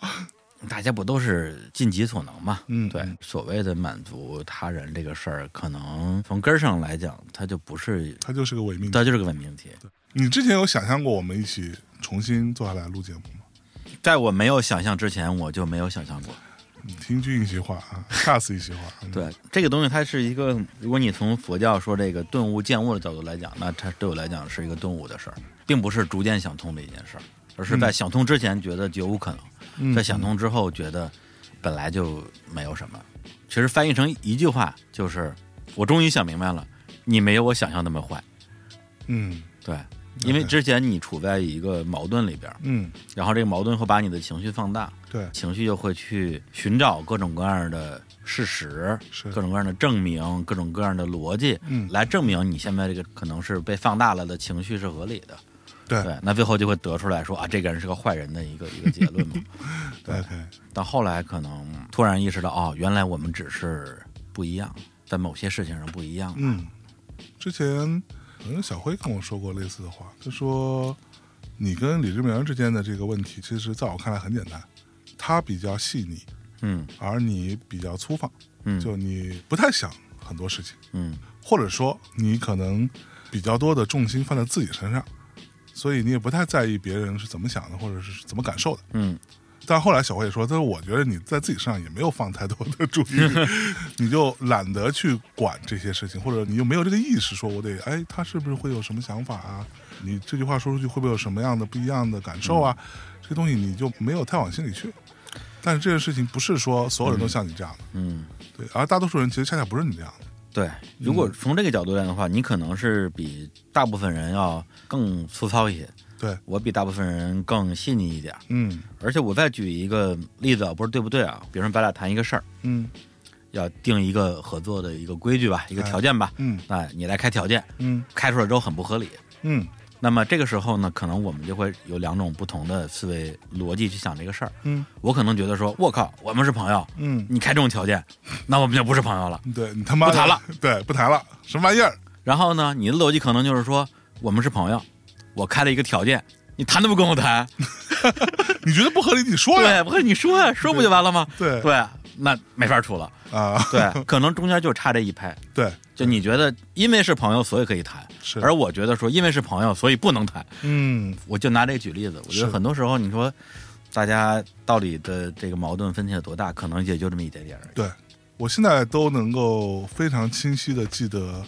Speaker 2: 大家不都是尽己所能嘛？
Speaker 1: 嗯
Speaker 2: 对
Speaker 1: 嗯，
Speaker 2: 所谓的满足他人这个事儿，可能从根儿上来讲，它就不是，
Speaker 1: 它就是个伪命题。
Speaker 2: 它就是个伪命题。
Speaker 1: 你之前有想象过我们一起重新坐下来录节目吗？
Speaker 2: 在我没有想象之前，我就没有想象过。
Speaker 1: 你听君一席话啊， 吓死一席话。嗯，
Speaker 2: 对这个东西，它是一个，如果你从佛教说这个顿悟见悟的角度来讲，那它对我来讲是一个顿悟的事儿，并不是逐渐想通的一件事儿，而是在想通之前觉得绝无可能，
Speaker 1: 嗯
Speaker 2: 在想通之后觉得本来就没有什么。其实翻译成一句话就是：我终于想明白了，你没有我想象那么坏。
Speaker 1: 嗯
Speaker 2: 对，因为
Speaker 1: OK
Speaker 2: 之前你处在一个矛盾里边儿，
Speaker 1: 嗯，
Speaker 2: 然后这个矛盾会把你的情绪放大，
Speaker 1: 对，
Speaker 2: 情绪就会去寻找各种各样的事实，
Speaker 1: 是
Speaker 2: 各种各样的证明，各种各样的逻辑，
Speaker 1: 嗯
Speaker 2: 来证明你现在这个可能是被放大了的情绪是合理的。
Speaker 1: 对
Speaker 2: 对，那最后就会得出来说啊，这个人是个坏人的一个一个结论嘛。对
Speaker 1: ，OK，
Speaker 2: 到后来可能突然意识到，哦，原来我们只是不一样，在某些事情上不一样。
Speaker 1: 嗯，之前好像小辉跟我说过类似的话，他说你跟李志明之间的这个问题，其实在我看来很简单，他比较细腻，
Speaker 2: 嗯
Speaker 1: 而你比较粗放，
Speaker 2: 嗯
Speaker 1: 就你不太想很多事情，
Speaker 2: 嗯
Speaker 1: 或者说你可能比较多的重心放在自己身上，所以你也不太在意别人是怎么想的，或者是怎么感受的。
Speaker 2: 嗯
Speaker 1: 但后来小慧也说，她说我觉得你在自己身上也没有放太多的注意力， 你就懒得去管这些事情，或者你就没有这个意识，说我得哎，他是不是会有什么想法啊？你这句话说出去会不会有什么样的不一样的感受啊？
Speaker 2: 嗯
Speaker 1: 这些东西你就没有太往心里去。但是这件事情不是说所有人都像你这样的，
Speaker 2: 嗯，
Speaker 1: 对，而大多数人其实恰恰不是你这样的。
Speaker 2: 对。如果从这个角度来的话，你可能是比大部分人要更粗糙一些，
Speaker 1: 对，
Speaker 2: 我比大部分人更细腻一点。
Speaker 1: 嗯
Speaker 2: 而且我再举一个例子啊，不是对不对啊？比如说咱俩谈一个事儿，
Speaker 1: 嗯
Speaker 2: 要定一个合作的一个规矩吧，一个条件吧，
Speaker 1: 嗯
Speaker 2: 那你来开条件，
Speaker 1: 嗯
Speaker 2: 开出来之后很不合理。
Speaker 1: 嗯
Speaker 2: 那么这个时候呢，可能我们就会有两种不同的思维逻辑去想这个事儿。
Speaker 1: 嗯
Speaker 2: 我可能觉得说，我靠，我们是朋友，
Speaker 1: 嗯，
Speaker 2: 你开这种条件，那我们就不是朋友了。
Speaker 1: 对你他妈的
Speaker 2: 不谈了，
Speaker 1: 对，不谈了，什么玩意儿？
Speaker 2: 然后呢，你的逻辑可能就是说，我们是朋友，我开了一个条件，你谈都不跟我谈，
Speaker 1: 你觉得不合理，你说呀。
Speaker 2: 对，不是你说呀，说不就完了吗？
Speaker 1: 对
Speaker 2: 对，那没法处了。
Speaker 1: 啊，
Speaker 2: 对， 可能中间就差这一拍。
Speaker 1: 对，
Speaker 2: 就你觉得因为是朋友，所以可以谈，
Speaker 1: 是
Speaker 2: 而我觉得说因为是朋友，所以不能谈。
Speaker 1: 嗯
Speaker 2: 我就拿这个举例子，我觉得
Speaker 1: 是
Speaker 2: 很多时候你说大家到底的这个矛盾分歧有多大，可能也就这么一点点而已。
Speaker 1: 对，我现在都能够非常清晰的记得，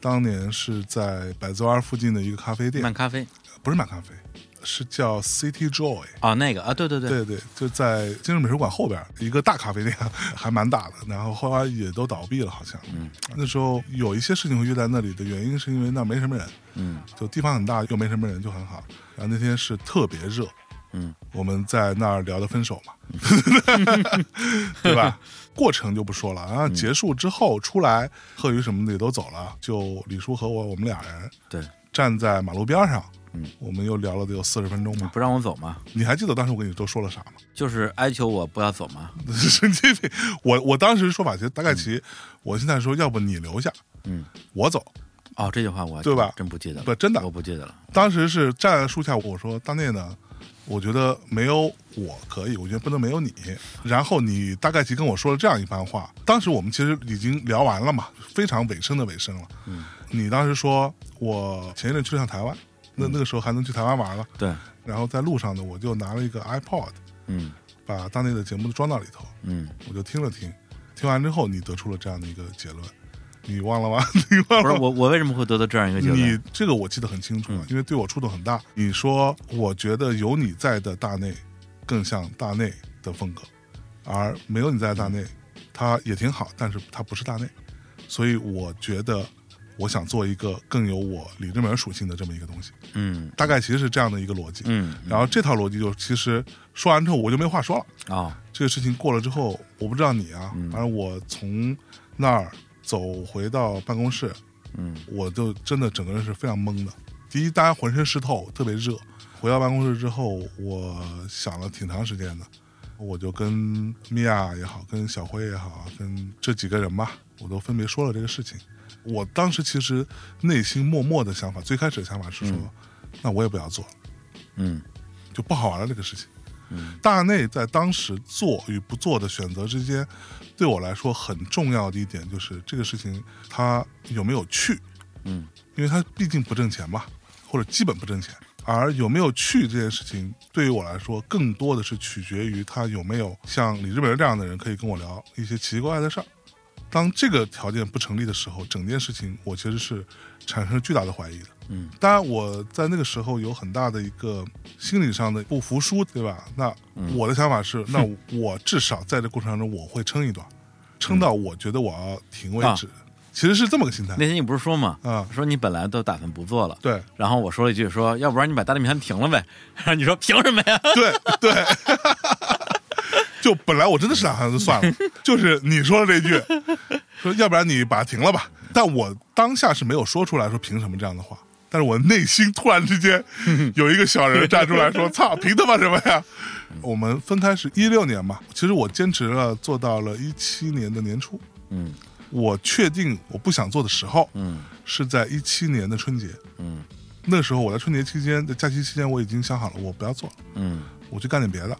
Speaker 1: 当年是在百子湾附近的一个咖啡店
Speaker 2: 漫，咖啡
Speaker 1: 不是买咖啡，是叫 City Joy。
Speaker 2: 啊、那个啊，对对对，
Speaker 1: 对对，就在精神美术馆后边一个大咖啡店，还蛮大的。然后后来也都倒闭了，好像。嗯，那时候有一些事情会约在那里的原因，是因为那没什么人，
Speaker 2: 嗯
Speaker 1: 就地方很大，又没什么人，就很好。然后那天是特别热，
Speaker 2: 嗯，
Speaker 1: 我们在那儿聊的 分手嘛，对吧？过程就不说了，
Speaker 2: 嗯
Speaker 1: 然后结束之后出来，贺宇什么的也都走了，就李叔和我，我们俩人
Speaker 2: 对，
Speaker 1: 站在马路边上，
Speaker 2: 嗯，
Speaker 1: 我们又聊了得有四十分钟吧。
Speaker 2: 不让我走嘛，
Speaker 1: 你还记得当时我跟你都说了啥吗？
Speaker 2: 就是哀求我不要走嘛。
Speaker 1: 神经病！我我当时说法其实大概其，我现在说要不你留下，
Speaker 2: 嗯，
Speaker 1: 我走。
Speaker 2: 哦，这句话我
Speaker 1: 对吧
Speaker 2: 真不记得了，
Speaker 1: 不真的
Speaker 2: 我不记得了。
Speaker 1: 当时是站在树下，我说大内呢，我觉得没有我可以，我觉得不能没有你。然后你大概其跟我说了这样一番话，当时我们其实已经聊完了嘛，非常尾声的尾声了。嗯，你当时说我前一阵去了趟台湾，那那个时候还能去台湾玩了，
Speaker 2: 对，
Speaker 1: 然后在路上呢，我就拿了一个 iPod，
Speaker 2: 嗯
Speaker 1: 把大内的节目装到里头，
Speaker 2: 嗯，
Speaker 1: 我就听了听，听完之后你得出了这样的一个结论，你忘了吗？ 你忘
Speaker 2: 不是
Speaker 1: 了吗？
Speaker 2: 我，我为什么会得嗯到这样一个结
Speaker 1: 你
Speaker 2: 论？
Speaker 1: 这个我记得很清楚啊，因为对我触动很大。你说，我觉得有你在的大内，更像大内的风格，而没有你在的大内，
Speaker 2: 嗯
Speaker 1: 它也挺好，但是它不是大内。所以我觉得，我想做一个更有我李志明属性的这么一个东西，
Speaker 2: 嗯
Speaker 1: 大概其实是这样的一个逻辑。
Speaker 2: 嗯
Speaker 1: 然后这套逻辑就其实说完之后我就没话说了。
Speaker 2: 哦，
Speaker 1: 这个事情过了之后，我不知道你啊，反正我从那儿走回到办公室，
Speaker 2: 嗯
Speaker 1: 我就真的整个人是非常懵的。第一，大家浑身湿透，特别热。回到办公室之后，我想了挺长时间的，我就跟米娅也好，跟小辉也好，跟这几个人吧，我都分别说了这个事情。我当时其实内心默默的想法，最开始的想法是说，那我也不要做了。
Speaker 2: 嗯
Speaker 1: 就不好玩了这个事情。大内在当时做与不做的选择之间，对我来说很重要的一点就是这个事情它有没有趣，
Speaker 2: 嗯，
Speaker 1: 因为它毕竟不挣钱嘛，或者基本不挣钱。而有没有趣这件事情，对于我来说，更多的是取决于他有没有像李志明这样的人可以跟我聊一些奇奇怪怪的事儿。当这个条件不成立的时候，整件事情我其实是产生了巨大的怀疑的。
Speaker 2: 嗯，
Speaker 1: 当然我在那个时候有很大的一个心理上的不服输，对吧？那
Speaker 2: 嗯
Speaker 1: 我的想法是，那我至少在这过程当中我会撑一段，撑到我觉得我要停为止，其实是这么个心态
Speaker 2: 啊那天你不是说嘛，
Speaker 1: 啊。
Speaker 2: 说你本来都打算不做了，
Speaker 1: 对
Speaker 2: 然后我说了一句说，要不然你把大力米饭停了呗。 然后你说凭什么呀？
Speaker 1: 对对，就本来我真的是打算就算了，就是你说了这句，说要不然你把它停了吧。但我当下是没有说出来说凭什么这样的话，但是我内心突然 之间有一个小人站出来说：“操，凭他妈什么呀？”我们分开是一六年嘛，其实我坚持了做到了一七年的年初。
Speaker 2: 嗯
Speaker 1: 我确定我不想做的时候
Speaker 2: 嗯
Speaker 1: 是在一七年的春节，
Speaker 2: 嗯
Speaker 1: 那时候我在春节期间在假期期间我已经想好了，我不要做了。
Speaker 2: 嗯
Speaker 1: 我去干点别的，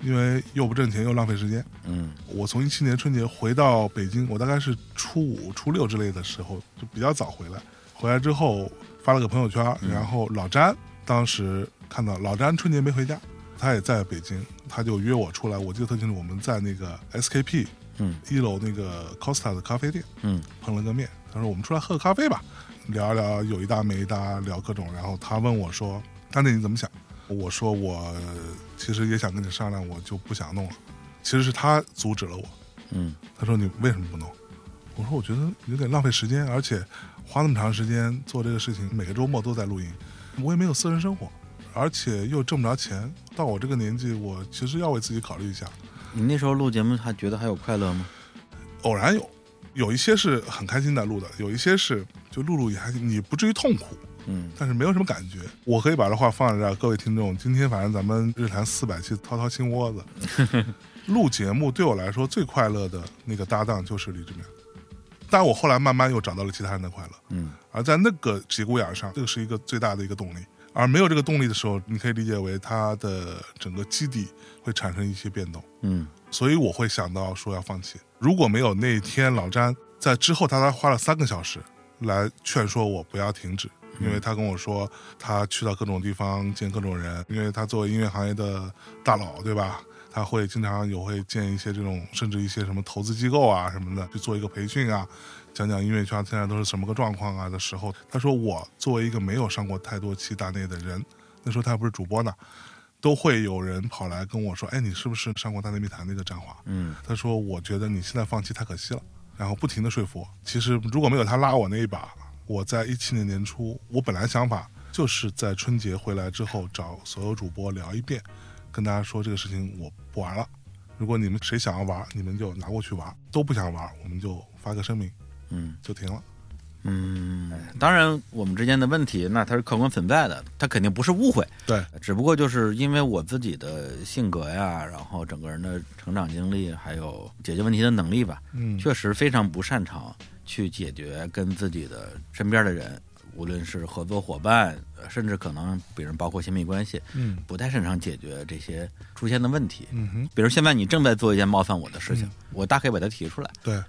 Speaker 1: 因为又不挣钱又浪费时间。
Speaker 2: 嗯
Speaker 1: 我从一七年春节回到北京，我大概是初五、初六之类的时候，就比较早回来。回来之
Speaker 2: 嗯
Speaker 1: 后发了个朋友圈，然后老詹当时看到老詹春节没回家，他也在北京，他就约我出来。我记得特清楚，我们在那个 SKP
Speaker 2: 嗯
Speaker 1: 一楼那个 Costa 的咖啡店
Speaker 2: 嗯
Speaker 1: 碰了个面。他说我们出来喝个咖啡吧，聊一聊有一搭没一搭，聊各种。然后他问我说：“丹姐你怎么想？”我说：“我其实也想跟你商量，我就不想弄了。”其实是他阻止了我。
Speaker 2: 嗯
Speaker 1: 他说你为什么不弄？我说我觉得有点浪费时间，而且花那么长时间做这个事情，每个周末都在录音，我也没有私人生活，而且又挣不着钱。到我这个年纪，我其实要为自己考虑一下。
Speaker 2: 你那时候录节目还觉得还有快乐吗？
Speaker 1: 偶然有，有一些是很开心的录的，有一些是就录录也还行，你不至于痛苦，
Speaker 2: 嗯
Speaker 1: 但是没有什么感觉。我可以把这话放在这儿，各位听众，今天反正咱们日坛四百期掏掏心窝子，录节目对我来说最快乐的那个搭档就是李志明，但我后来慢慢又找到了其他人的快乐，
Speaker 2: 嗯
Speaker 1: 而在那个节骨眼儿上，这个是一个最大的一个动力。而没有这个动力的时候，你可以理解为它的整个基底会产生一些变动。
Speaker 2: 嗯
Speaker 1: 所以我会想到说要放弃。如果没有那一天老詹在之后，他才花了三个小时来劝说我不要停止，因为他跟我说他去到各种地方见各种人，因为他作为音乐行业的大佬，对吧？他会经常有会见一些这种，甚至一些什么投资机构啊什么的去做一个培训啊，讲讲音乐圈现在都是什么个状况啊的时候，他说我作为一个没有上过太多期大内的人，那时候他还不是主播呢，都会有人跑来跟我说，哎，你是不是上过大内密谈那个站华？
Speaker 2: 嗯
Speaker 1: 他说：“我觉得你现在放弃太可惜了。”然后不停的说服我。其实如果没有他拉我那一把，我在一七年年初，我本来想法就是在春节回来之后找所有主播聊一遍，跟大家说这个事情我不玩了。如果你们谁想要玩，你们就拿过去玩；都不想玩，我们就发个声明
Speaker 2: 嗯
Speaker 1: 就停了。
Speaker 2: 嗯，当然我们之间的问题，那它是客观存在的，它肯定不是误会。
Speaker 1: 对，
Speaker 2: 只不过就是因为我自己的性格呀，然后整个人的成长经历，还有解决问题的能力吧，
Speaker 1: 嗯，
Speaker 2: 确实非常不擅长去解决跟自己的身边的人，无论是合作伙伴，呃甚至可能比如包括亲密关系，
Speaker 1: 嗯
Speaker 2: 不太擅长解决这些出现的问题。
Speaker 1: 嗯哼，
Speaker 2: 比如现在你正在做一件冒犯我的事
Speaker 1: 嗯
Speaker 2: 情，我大可以把它提出来，
Speaker 1: 对，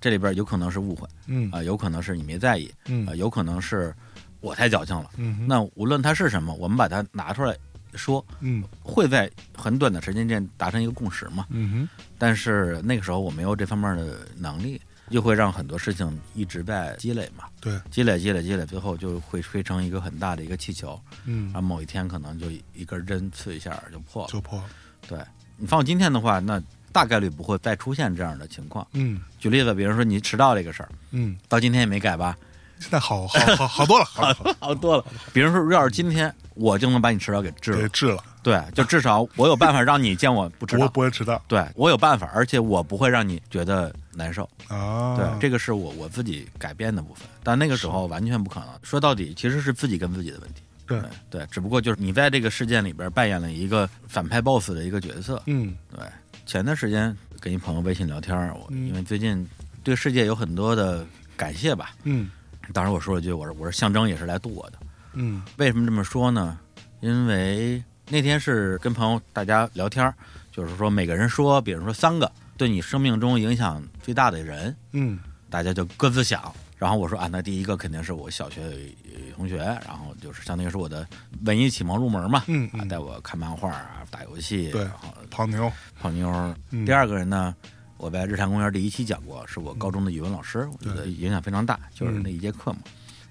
Speaker 2: 这里边有可能是误会
Speaker 1: 嗯
Speaker 2: 嗯啊、有可能是你没在意
Speaker 1: 嗯
Speaker 2: 啊、有可能是我太矫情了。
Speaker 1: 嗯哼，
Speaker 2: 那无论它是什么，我们把它拿出来说，
Speaker 1: 嗯
Speaker 2: 会在很短的时间内达成一个共识嘛？
Speaker 1: 嗯
Speaker 2: 但是那个时候我没有这方面的能力，就会让很多事情一直在积累嘛，
Speaker 1: 哼，对，
Speaker 2: 积累积累积累，最后就会吹成一个很大的一个气球，
Speaker 1: 嗯
Speaker 2: 然，后某一天可能就一根针刺一下就破了。
Speaker 1: 就破了，
Speaker 2: 对你放今天的话，那大概率不会再出现这样的情况。
Speaker 1: 嗯
Speaker 2: 举例子，比如说你迟到这个事儿，
Speaker 1: 嗯，
Speaker 2: 到今天也没改吧，
Speaker 1: 现在好好好好多了，好好
Speaker 2: 好多了。比如说，要是今天我就能把你迟到给治
Speaker 1: 给
Speaker 2: 了，
Speaker 1: 治了，
Speaker 2: 对，就至少我有办法让你见我不迟
Speaker 1: 不会
Speaker 2: 到。
Speaker 1: 不会迟到
Speaker 2: 对我有办法，而且我不会让你觉得难受。
Speaker 1: 啊？
Speaker 2: 对，这个是我我自己改变的部分，但那个时候完全不可能。说到底，其实是自己跟自己的问题。
Speaker 1: 对
Speaker 2: 对对，只不过就是你在这个事件里边扮演了一个反派 BOSS 的一个角色。
Speaker 1: 嗯
Speaker 2: 对，前段时间跟一朋友微信聊天儿，我
Speaker 1: 嗯
Speaker 2: 因为最近对世界有很多的感谢吧，
Speaker 1: 嗯
Speaker 2: 当时我说了一句，我说我说象征也是来度我的。
Speaker 1: 嗯
Speaker 2: 为什么这么说呢？因为那天是跟朋友大家聊天儿，就是说每个人说，比如说三个对你生命中影响最大的人，
Speaker 1: 嗯
Speaker 2: 大家就各自想。然后我说啊，那第一个肯定是我小学有一有一同学，然后就是相当于是我的文艺启蒙入门嘛，
Speaker 1: 嗯
Speaker 2: 啊，
Speaker 1: 嗯
Speaker 2: 带我看漫画啊，打游戏，
Speaker 1: 对
Speaker 2: 然后
Speaker 1: 泡妞，
Speaker 2: 泡妞儿。
Speaker 1: 嗯
Speaker 2: 第二个人呢，我在日坛公园第一期讲过，是我高中的语文老师，我觉得影响非常大，就是那一节课嘛。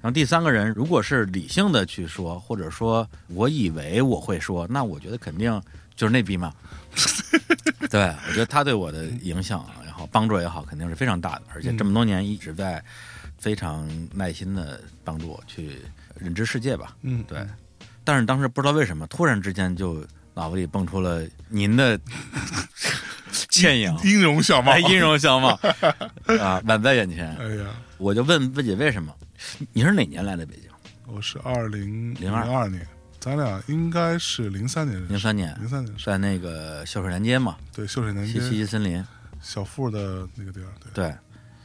Speaker 2: 然后第三个人，如果是理性的去说，或者说我以为我会说，那我觉得肯定就是那逼嘛。对，我觉得他对我的影响，然后帮助也好，肯定是非常大的，而且这么多年一直在非常耐心的帮助我去认知世界吧。
Speaker 1: 嗯
Speaker 2: 对，但是当时不知道为什么，突然之间就脑子里蹦出了您 的倩影，
Speaker 1: 音容笑貌
Speaker 2: 哎，，音容笑 貌啊，宛在眼前。
Speaker 1: 哎呀，
Speaker 2: 我就问自己为什么？你你是哪年来的北京？
Speaker 1: 我是二零
Speaker 2: 02
Speaker 1: 二年，咱俩应该是零三年认识，
Speaker 2: 零三年，
Speaker 1: 零三年是
Speaker 2: 在那个秀水南街嘛，
Speaker 1: 对秀水南
Speaker 2: 西
Speaker 1: 街
Speaker 2: 西森林。
Speaker 1: 小富的那个地方，对，
Speaker 2: 对，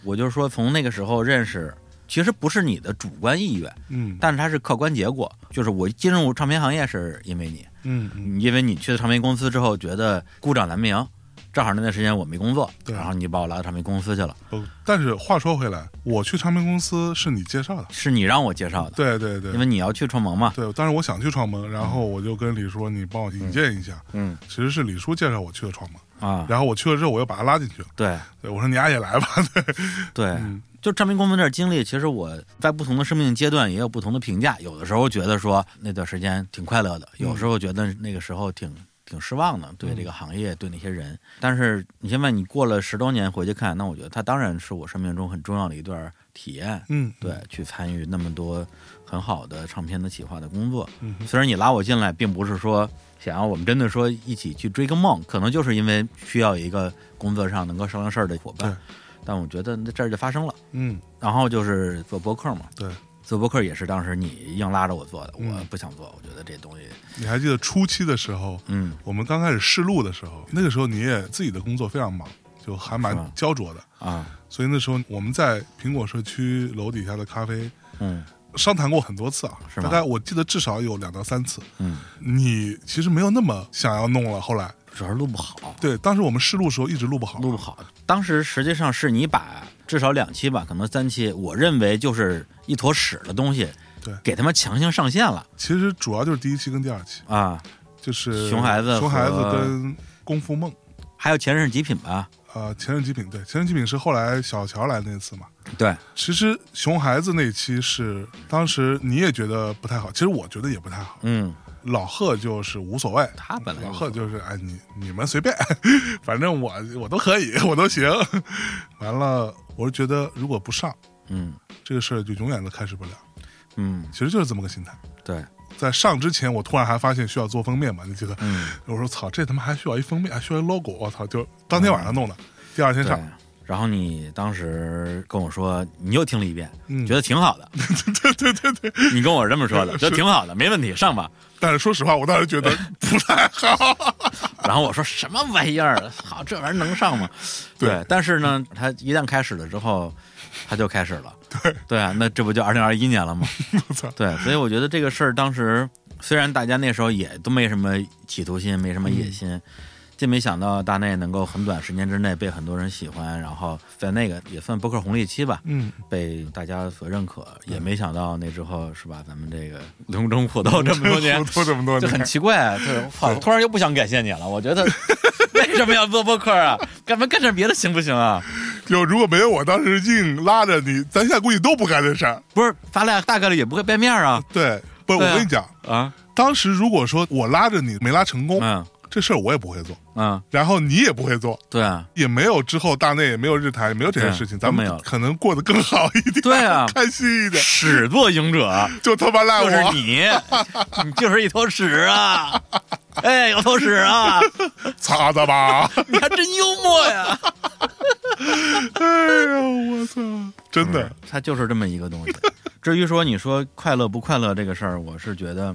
Speaker 2: 我就说从那个时候认识，其实不是你的主观意愿，
Speaker 1: 嗯
Speaker 2: 但是它是客观结果。就是我进入唱片行业是因为你，
Speaker 1: 嗯嗯
Speaker 2: 因为你去了唱片公司之后，觉得孤掌难鸣，正好那段时间我没工作，
Speaker 1: 对
Speaker 2: 然后你把我拉到唱片公司去了，
Speaker 1: 不但是话说回来，我去唱片公司是你介绍的，
Speaker 2: 是你让我介绍的，
Speaker 1: 对对对
Speaker 2: 因，为你要去创盟嘛，
Speaker 1: 对。但是我想去创盟，然后我就跟李叔，你帮我引荐一下。
Speaker 2: 嗯
Speaker 1: 其实是李叔介绍我去的创盟，
Speaker 2: 啊，
Speaker 1: 然后我去了之后，我又把他拉进去了。
Speaker 2: 对
Speaker 1: 对，我说你丫也来吧。对，
Speaker 2: 对。
Speaker 1: 嗯
Speaker 2: 就唱片公司这经历，其实我在不同的生命阶段也有不同的评价。有的时候觉得说那段时间挺快乐的，
Speaker 1: 嗯
Speaker 2: 有时候觉得那个时候挺挺失望的，对这个行
Speaker 1: 嗯
Speaker 2: 业，对那些人。但是你现在你过了十多年回去看，那我觉得它当然是我生命中很重要的一段体验。
Speaker 1: 嗯，
Speaker 2: 对，去参与那么多很好的唱片的企划的工作。
Speaker 1: 嗯哼
Speaker 2: 虽然你拉我进来，并不是说想要我们真的说一起去追个梦，可能就是因为需要一个工作上能够商量事儿的伙伴
Speaker 1: 对。
Speaker 2: 但我觉得那这儿就发生了。
Speaker 1: 嗯，
Speaker 2: 然后就是做播客嘛，
Speaker 1: 对。
Speaker 2: 做播客也是当时你硬拉着我做的，
Speaker 1: 嗯
Speaker 2: 我不想做，我觉得这东西，
Speaker 1: 你还记得初期的时候，
Speaker 2: 嗯
Speaker 1: 我们刚开始试录的时候，那个时候你也自己的工作非常忙，就还蛮
Speaker 2: 是吧
Speaker 1: 焦灼的。
Speaker 2: 啊，
Speaker 1: 所以那时候我们在苹果社区楼底下的咖啡
Speaker 2: 嗯
Speaker 1: 商谈过很多次啊，
Speaker 2: 是吗
Speaker 1: 大概我记得至少有两到三次。
Speaker 2: 嗯，
Speaker 1: 你其实没有那么想要弄了，后来
Speaker 2: 主要是录不好，
Speaker 1: 对，当时我们试录的时候一直录不好，
Speaker 2: 录不好。当时实际上是你把至少两期吧，可能三期，我认为就是一坨屎的东西，
Speaker 1: 对
Speaker 2: 给他们强行上线了
Speaker 1: 其实主要就是第一期跟第二期，
Speaker 2: 啊。
Speaker 1: 就是
Speaker 2: 熊孩子
Speaker 1: 熊孩子
Speaker 2: 和
Speaker 1: 跟功夫梦。
Speaker 2: 还有前任是极品吧？
Speaker 1: 啊，前任极品对，前任极品是后来小乔来那次嘛。
Speaker 2: 对，
Speaker 1: 其实熊孩子那期是当时你也觉得不太好，其实我觉得也不太好。
Speaker 2: 嗯，
Speaker 1: 老贺就是无所谓，
Speaker 2: 他本来
Speaker 1: 老
Speaker 2: 就
Speaker 1: 贺就是哎，你你们随便， 反正我我都可以，我都行。完了，我是觉得如果不上
Speaker 2: 嗯
Speaker 1: 这个事儿，就永远都开始不了。
Speaker 2: 嗯，
Speaker 1: 其实就是这么个心态。
Speaker 2: 对，
Speaker 1: 在上之前，我突然还发现需要做封面嘛，你记得？
Speaker 2: 嗯
Speaker 1: 我说操，这他妈还需要一封面，还需要一 logo，我操，就当天晚上弄的，
Speaker 2: 嗯
Speaker 1: 第二天
Speaker 2: 对
Speaker 1: 上，。
Speaker 2: 然后你当时跟我说，你又听了一遍，
Speaker 1: 嗯
Speaker 2: 觉得挺好的。
Speaker 1: 对 对对对。
Speaker 2: 你跟我这么 说的，
Speaker 1: 是
Speaker 2: 觉得挺好的，没问题，上吧。
Speaker 1: 但是说实话，我当时 觉得不太好。
Speaker 2: 然后我说什么玩意儿？好，这玩意儿能上吗？
Speaker 1: 对
Speaker 2: 但是呢，他一旦开始了之后，他就开始了。对对啊，那这不就二零二一年了吗？
Speaker 1: 我操，
Speaker 2: 对，所以我觉得这个事儿当时虽然大家那时候也都没什么企图心，没什么野心。真没想到大内能够很短时间之内被很多人喜欢，然后在那个也算播客红利期吧，
Speaker 1: 嗯，
Speaker 2: 被大家所认可。也没想到那之后是吧，咱们这个龙争虎斗这么多 年，
Speaker 1: 都嗯这么多
Speaker 2: 就很
Speaker 1: 年，
Speaker 2: 奇怪，啊 就是我突然又不想感谢你了。我觉得 为什么要做播客啊？ 干嘛干点别的行不行啊？
Speaker 1: 就如果没有我当时硬拉着你，咱现在估计都不干这事儿。
Speaker 2: 不是，咱俩大概率也不会变面啊
Speaker 1: 对，不是
Speaker 2: 对啊
Speaker 1: 我跟你讲，
Speaker 2: 啊
Speaker 1: 当时如果说我拉着你没拉成功，
Speaker 2: 嗯
Speaker 1: 这事儿我也不会做，
Speaker 2: 嗯，
Speaker 1: 然后你也不会做，
Speaker 2: 对啊
Speaker 1: 也没有之后大内也没有日坛，也没有这些
Speaker 2: 对
Speaker 1: 事情，
Speaker 2: 嗯都
Speaker 1: 咱
Speaker 2: 没有
Speaker 1: 们
Speaker 2: 了
Speaker 1: 可能过得更好一点，
Speaker 2: 对啊
Speaker 1: 开心一点，
Speaker 2: 始作俑者
Speaker 1: 就他妈 赖
Speaker 2: 就是
Speaker 1: 我，
Speaker 2: 你，你就是一坨屎 啊！哎，有坨屎啊！
Speaker 1: 擦的吧？
Speaker 2: 你还真幽默 呀！
Speaker 1: 哎呦，我操，真的，
Speaker 2: 它就是这么一个东西。至于说你说快乐不快乐这个事儿，我是觉得，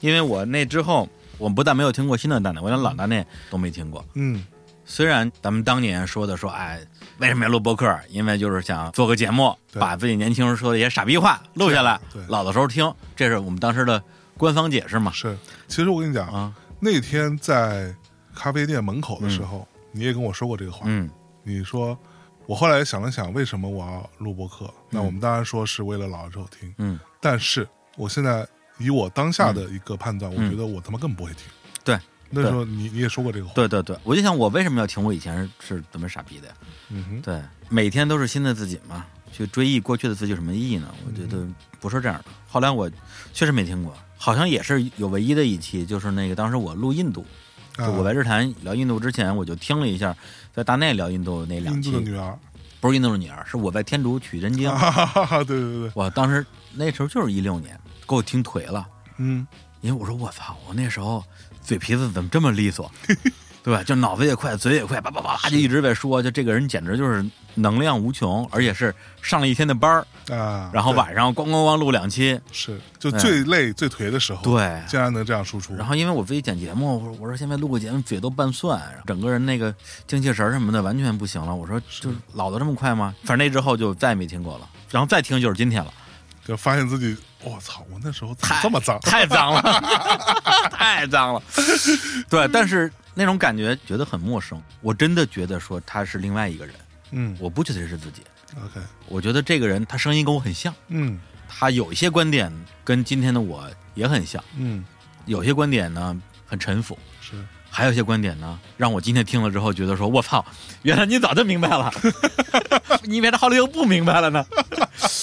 Speaker 2: 因为我那之后，我不但没有听过新的大内，我连老大内都没听过。
Speaker 1: 嗯，
Speaker 2: 虽然咱们当年说的说，哎，为什么要录播客？因为就是想做个节目，
Speaker 1: 对
Speaker 2: 把自己年轻时候说的一些傻逼话录下来
Speaker 1: 对，
Speaker 2: 老的时候听，这是我们当时的官方解释嘛？
Speaker 1: 是。其实我跟你讲，
Speaker 2: 啊，
Speaker 1: 那天在咖啡店门口的时候，你也跟我说过这个话。
Speaker 2: 嗯
Speaker 1: 你说，我后来想了想，为什么我要录播客？那我们当然说是为了老了之后听，
Speaker 2: 嗯，
Speaker 1: 但是我现在以我当下的一个判断，我觉得我他妈根本不会听。
Speaker 2: 嗯对，
Speaker 1: 那时候你你也说过这个话。，
Speaker 2: 对对对，我就想我为什么要听我以前是怎么傻逼的呀？
Speaker 1: 嗯哼，
Speaker 2: 对，每天都是新的自己嘛，去追忆过去的自己有什么意义呢？我觉得不是这样的。后来我确实没听过，好像也是有唯一的一期，就是那个当时我录印度，就我
Speaker 1: 啊
Speaker 2: 在日坛聊印度之前，我就听了一下，在大内聊印度那两嗯
Speaker 1: 印
Speaker 2: 期
Speaker 1: 度的，女儿，
Speaker 2: 不是印度的女儿，是我在天竺取真经。
Speaker 1: 哈哈哈！啊 对对对，
Speaker 2: 我当时那时候就是一六年，给我听颓了，
Speaker 1: 嗯，
Speaker 2: 因为我说我操，我那时候嘴皮子怎么这么利索，对吧？就脑子也快，嘴也快，叭叭叭叭就一直在说，就这个人简直就是能量无穷，而且是上了一天的班儿，
Speaker 1: 啊，
Speaker 2: 然后
Speaker 1: 对
Speaker 2: 晚上咣咣咣录两期，
Speaker 1: 是就最累最颓的时候，
Speaker 2: 对。
Speaker 1: 竟然能这样输出，
Speaker 2: 然后因为我自己剪节目，我说我说现在录个节目嘴都拌蒜，整个人那个精气神儿什么的完全不行了。我说就是老的这么快吗？反正那之后就再也没听过了，然后再听就是今天了。
Speaker 1: 就发现自己，我操，我那时候怎么
Speaker 2: 太
Speaker 1: 这么脏？
Speaker 2: 太脏了，太脏了。对，但是那种感觉觉得很陌生。我真的觉得说他是另外一个人，
Speaker 1: 嗯
Speaker 2: 我不觉得是自己。
Speaker 1: ，OK，
Speaker 2: 我觉得这个人他声音跟我很像，
Speaker 1: 嗯
Speaker 2: 他有一些观点跟今天的我也很像，
Speaker 1: 嗯，
Speaker 2: 有些观点呢很陈腐，
Speaker 1: 是，
Speaker 2: 还有一些观点呢，让我今天听了之后觉得说，我操，原来你早就明白了， 你以为他后来又不明白了呢？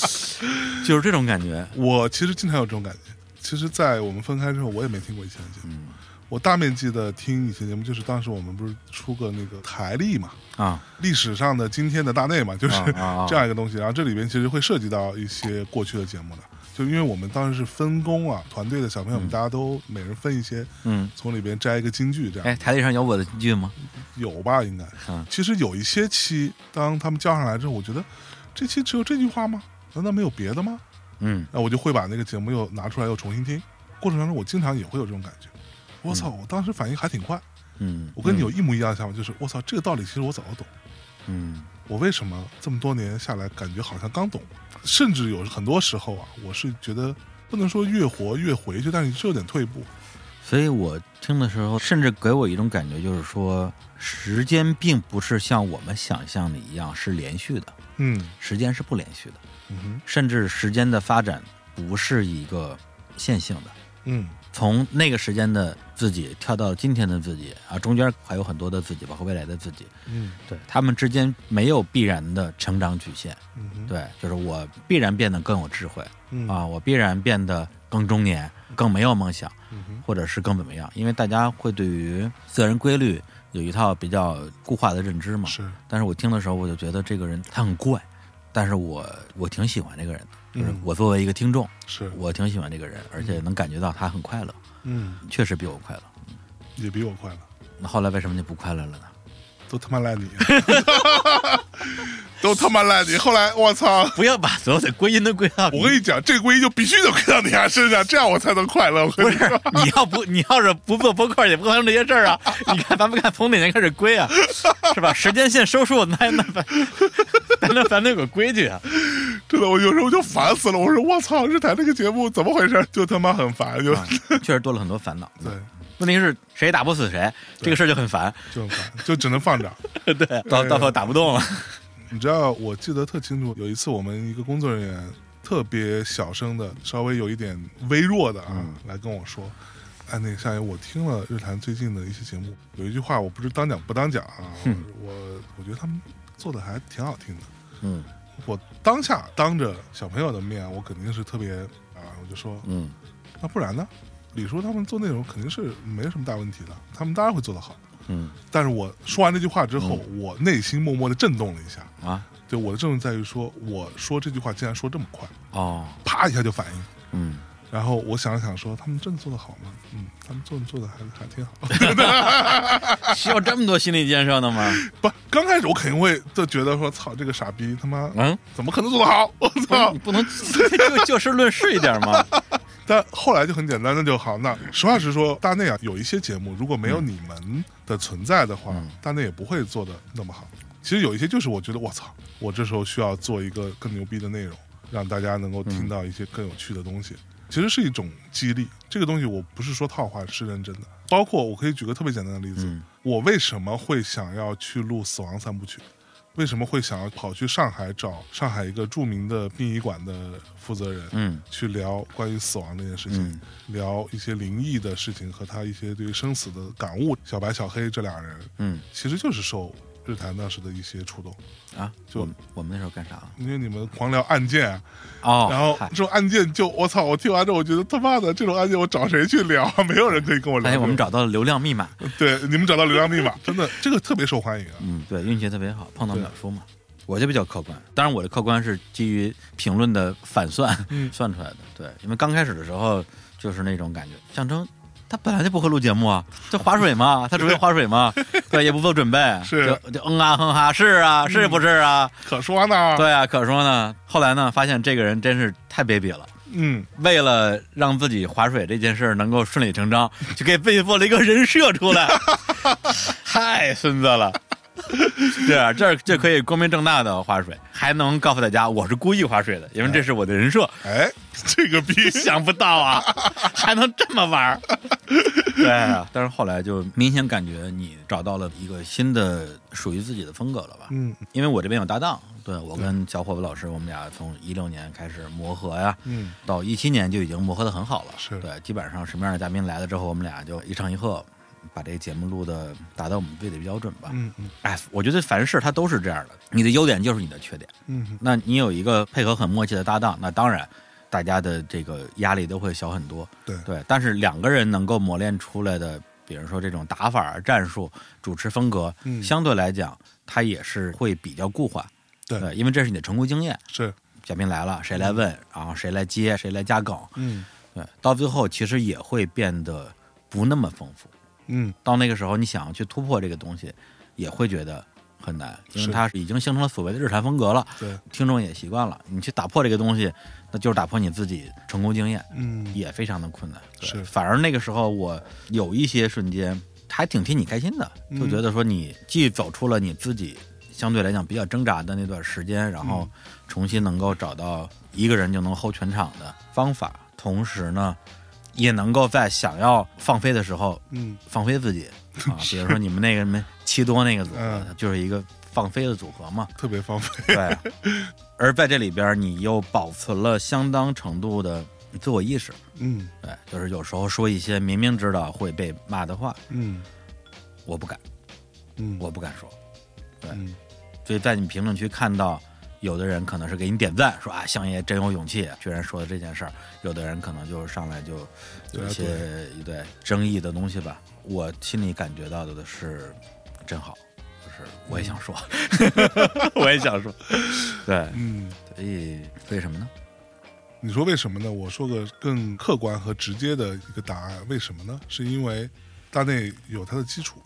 Speaker 2: 就是这种感觉，
Speaker 1: 我其实经常有这种感觉。其实，在我们分开之后，我也没听过以前的节目。
Speaker 2: 嗯
Speaker 1: 我大面积的听以前节目，就是当时我们不是出个那个台历嘛，
Speaker 2: 啊，
Speaker 1: 历史上的今天的大内嘛，就是
Speaker 2: 啊啊啊
Speaker 1: 这样一个东西。然后这里边其实会涉及到一些过去的节目的，就因为我们当时是分工啊，团队的小朋友们大家都每人分一些，
Speaker 2: 嗯，
Speaker 1: 从里边摘一个金句，这样
Speaker 2: 哎，台历上有我的剧吗？
Speaker 1: 有吧？应该
Speaker 2: 嗯，
Speaker 1: 其实有一些期，当他们交上来之后，我觉得这期只有这句话吗？难道没有别的吗？
Speaker 2: 嗯，
Speaker 1: 那我就会把那个节目又拿出来又重新听。过程当中，我经常也会有这种感觉。我操！我当时反应还挺快，
Speaker 2: 嗯，
Speaker 1: 我跟你有一模一样的想法，就是我操，这个道理其实我早就懂。
Speaker 2: 嗯，
Speaker 1: 我为什么这么多年下来，感觉好像刚懂，甚至有很多时候啊，我是觉得不能说越活越回去，但是是有点退步。
Speaker 2: 嗯，所以我听的时候，甚至给我一种感觉，就是说，时间并不是像我们想象的一样是连续的，
Speaker 1: 嗯
Speaker 2: 时间是不连续的，
Speaker 1: 嗯哼
Speaker 2: 甚至时间的发展不是一个线性的。
Speaker 1: 嗯
Speaker 2: 从那个时间的自己跳到今天的自己啊，中间还有很多的自己，包括未来的自己，
Speaker 1: 嗯
Speaker 2: 对他们之间没有必然的成长曲线。
Speaker 1: 嗯哼
Speaker 2: 对，就是我必然变得更有智慧
Speaker 1: 嗯
Speaker 2: 啊，我必然变得更中年，更没有梦想，
Speaker 1: 嗯哼
Speaker 2: 或者是更怎么样？因为大家会对于自然规律有一套比较固化的认知嘛。
Speaker 1: 是
Speaker 2: 但是我听的时候，我就觉得这个人他很怪，但是我我挺喜欢这个人的，就是
Speaker 1: 嗯
Speaker 2: 我作为一个听众，
Speaker 1: 是
Speaker 2: 我挺喜欢这个人，而且能感觉到他很快乐。
Speaker 1: 嗯
Speaker 2: 确实比我快乐。
Speaker 1: 也比我快了，
Speaker 2: 那后来为什么就不快乐了呢？
Speaker 1: 都他妈赖你， 都他妈赖你。后来我操，
Speaker 2: 不要把所有的归因都归到
Speaker 1: 我跟你讲，这归因就必须得归到你俩身上，这样我才能快乐。我跟
Speaker 2: 不
Speaker 1: 你说
Speaker 2: 是 你要不你要是不做播客也不发生这些事 儿啊！你看咱们看从哪年开始归啊，是吧？时间线收束，那那咱咱那咱得有个规矩啊！
Speaker 1: 真的，我有时候就烦死了。我说我操，日坛这个节目怎么回事？就他妈很烦，就、
Speaker 2: 啊确实多了很多烦恼。
Speaker 1: 对，
Speaker 2: 问题是谁也打不死谁，这个事儿就很烦。
Speaker 1: 就很烦，就只能放着。
Speaker 2: 对，到到时候打不动了。
Speaker 1: 你知道，我记得特清楚，有一次我们一个工作人员特别小声的，稍微有一点微弱的啊，来跟我说。哎，那个夏雨，我听了日坛最近的一些节目，有一句话我不知当讲不当讲啊，我我觉得他们做的还挺好听的。
Speaker 2: 嗯
Speaker 1: 我当下当着小朋友的面，我肯定是特别啊，我就说，
Speaker 2: 嗯
Speaker 1: 那不然呢？李叔他们做内容肯定是没什么大问题的，他们当然会做得好。
Speaker 2: 嗯
Speaker 1: 但是我说完这句话之后，我内心默默的震动了一下。
Speaker 2: 啊
Speaker 1: 对我的震动在于说，我说这句话竟然说这么快，
Speaker 2: 哦
Speaker 1: 啪一下就反应。
Speaker 2: 嗯
Speaker 1: 然后我想了想说，他们真的做得好吗？嗯，他们做做的还还挺好。
Speaker 2: 需要这么多心理建设的吗？
Speaker 1: 不，刚开始我肯定会就觉得说，操，这个傻逼他妈
Speaker 2: 嗯，哦
Speaker 1: 怎么可能做得好？我
Speaker 2: 不是
Speaker 1: 操
Speaker 2: 你！不能就就事论事一点吗？
Speaker 1: 但后来就很简单，那就好。那实话实说，大内啊，有一些节目如果没有你们的存在的话，
Speaker 2: 嗯
Speaker 1: 大内也不会做的那么好。其实有一些就是我觉得我操，我这时候需要做一个更牛逼的内容，让大家能够
Speaker 2: 嗯
Speaker 1: 听到一些更有趣的东西。其实是一种激励，这个东西我不是说套话，是认真的。包括我可以举个特别简单的例子，
Speaker 2: 嗯
Speaker 1: 我为什么会想要去录《死亡三部曲》？为什么会想要跑去上海找上海一个著名的殡仪馆的负责人？
Speaker 2: 嗯
Speaker 1: 去聊关于死亡这件事情，
Speaker 2: 嗯
Speaker 1: 聊一些灵异的事情和他一些对于生死的感悟。小白、小黑这俩人
Speaker 2: 嗯
Speaker 1: 其实就是受日坛当时的一些触动，
Speaker 2: 啊，
Speaker 1: 就
Speaker 2: 我们我们那时候干啥了？
Speaker 1: 因为你们狂聊案件，啊
Speaker 2: 哦，
Speaker 1: 然后
Speaker 2: 嗨
Speaker 1: 这种案件就我操，我听完之后我觉得他妈的这种案件我找谁去聊？没有人可以跟我聊
Speaker 2: 发
Speaker 1: 这
Speaker 2: 现
Speaker 1: 个。
Speaker 2: 哎我们找到了流量密码，
Speaker 1: 对你们找到流量密码， 真的这个特别受欢迎啊。
Speaker 2: 嗯，对，运气特别好，碰到秒叔嘛。我就比较客观，当然我的客观是基于评论的反算、
Speaker 1: 嗯
Speaker 2: 算出来的。对，因为刚开始的时候就是那种感觉，象征他本来就不会录节目啊，就划水嘛，他只会划水 嘛，对，也不做准 备，
Speaker 1: 是
Speaker 2: 就就嗯啊哼哈，是啊，是不是啊？
Speaker 1: 可说呢，
Speaker 2: 对啊，可说呢。后来呢，发现这个人真是太卑鄙了。
Speaker 1: 嗯，
Speaker 2: 为了让自己划水这件事儿能够顺理成章，就给自己做了一个人设出来，太孙子了。 对啊，这这可以光明正大的划水，还能告诉大家我是故意划水的，因为这是我的人设。
Speaker 1: 哎，这个逼
Speaker 2: 想不到啊，还能这么玩儿，对，但是后来就明显感觉你找到了一个新的属于自己的风格了吧？
Speaker 1: 嗯
Speaker 2: 因为我这边有搭档，对我跟小伙子老师，我们俩从一六年开始磨合呀，
Speaker 1: 嗯，
Speaker 2: 到一七年就已经磨合的很好了。
Speaker 1: 是
Speaker 2: 对，基本上什么样的嘉宾来了之后，我们俩就一唱一和，把这个节目录的达到我们自己的标准吧。
Speaker 1: 嗯嗯
Speaker 2: 哎，我觉得凡事它都是这样的，你的优点就是你的缺点。
Speaker 1: 嗯
Speaker 2: 那你有一个配合很默契的搭档，那当然大家的这个压力都会小很多。
Speaker 1: 对
Speaker 2: 对，但是两个人能够磨练出来的，比如说这种打法、战术、主持风格，
Speaker 1: 嗯
Speaker 2: 相对来讲，它也是会比较固化。
Speaker 1: 对
Speaker 2: 因为这是你的成功经验。
Speaker 1: 是，
Speaker 2: 嘉宾来了，谁来问，然后谁来接，谁来加梗，
Speaker 1: 嗯
Speaker 2: 对，到最后其实也会变得不那么丰富。
Speaker 1: 嗯
Speaker 2: 到那个时候，你想要去突破这个东西，也会觉得很难，因
Speaker 1: 是
Speaker 2: 为它已经形成了所谓的日常风格了。
Speaker 1: 对，
Speaker 2: 听众也习惯了，你去打破这个东西，那就是打破你自己成功经验，
Speaker 1: 嗯
Speaker 2: 也非常的困难。对
Speaker 1: 是
Speaker 2: 反而那个时候我有一些瞬间还挺替你开心的，
Speaker 1: 嗯
Speaker 2: 就觉得说你既走出了你自己相对来讲比较挣扎的那段时间，然
Speaker 1: 嗯
Speaker 2: 后重新能够找到一个人就能 hold 全场的方法，同时呢，也能够在想要放飞的时候
Speaker 1: 嗯
Speaker 2: 放飞自己 啊，比如说你们那个什么七多那个组合，
Speaker 1: 嗯
Speaker 2: 就是一个放飞的组合嘛。
Speaker 1: 特别方便，
Speaker 2: 对，啊而在这里边儿，你又保存了相当程度的自我意识，
Speaker 1: 嗯
Speaker 2: 对，哎就是有时候说一些明明知道会被骂的话，
Speaker 1: 嗯
Speaker 2: 我不敢，
Speaker 1: 嗯
Speaker 2: 我不敢说。
Speaker 1: 嗯
Speaker 2: 所以在你评论区看到，有的人可能是给你点赞，说啊，相爷真有勇气，居然说了这件事儿；有的人可能就是上来就有一些对争议的东西吧。我心里感觉到的是，真好，就是我也想说， 我也 想说，对，
Speaker 1: 嗯，
Speaker 2: 所以为什么呢？
Speaker 1: 你说为什么呢？我说个更客观和直接的一个答案，为什么呢？是因为大内有它的基础，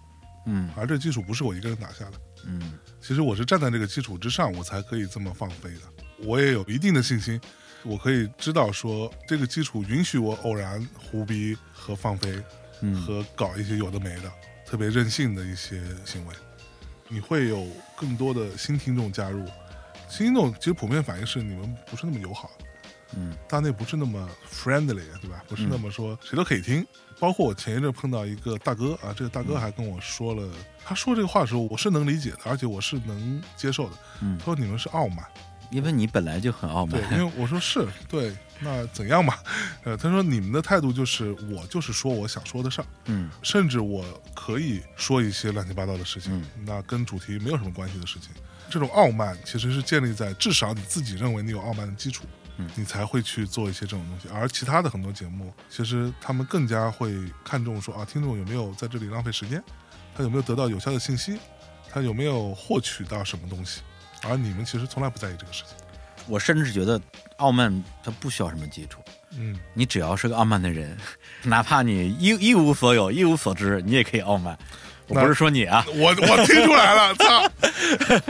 Speaker 2: 嗯
Speaker 1: 而这基础不是我一个人打下的。
Speaker 2: 嗯。
Speaker 1: 其实我是站在这个基础之上，我才可以这么放飞的。我也有一定的信心，我可以知道说这个基础允许我偶然胡逼和放飞，
Speaker 2: 嗯
Speaker 1: 和搞一些有的没的、特别任性的一些行为。你会有更多的新听众加入，新听众其实普遍反应是你们不是那么友好，
Speaker 2: 嗯，
Speaker 1: 大内不是那么 friendly，对吧？不是那么说谁都可以听。包括我前一阵碰到一个大哥啊，这个大哥还跟我说了，他说这个话的时候，我是能理解的，而且我是能接受的。
Speaker 2: 嗯
Speaker 1: 他说你们是傲慢，
Speaker 2: 因为你本来就很傲慢
Speaker 1: 对，，因为我说是对，那怎样嘛？呃，他说你们的态度就是我就是说我想说的事儿，
Speaker 2: 嗯
Speaker 1: 甚至我可以说一些乱七八糟的事情，那跟主题没有什么关系的事情。这种傲慢其实是建立在至少你自己认为你有傲慢的基础，
Speaker 2: 嗯
Speaker 1: 你才会去做一些这种东西。而其他的很多节目，其实他们更加会看重说啊，听众有没有在这里浪费时间，他有没有得到有效的信息，他有没有获取到什么东西。而你们其实从来不在意这个事情。
Speaker 2: 我甚至觉得傲慢它不需要什么基础，
Speaker 1: 嗯，
Speaker 2: 你只要是个傲慢的人，哪怕你一一无所有、一无所知，你也可以傲慢。我
Speaker 1: 那
Speaker 2: 不是说你 啊，
Speaker 1: 我我听出来了，操，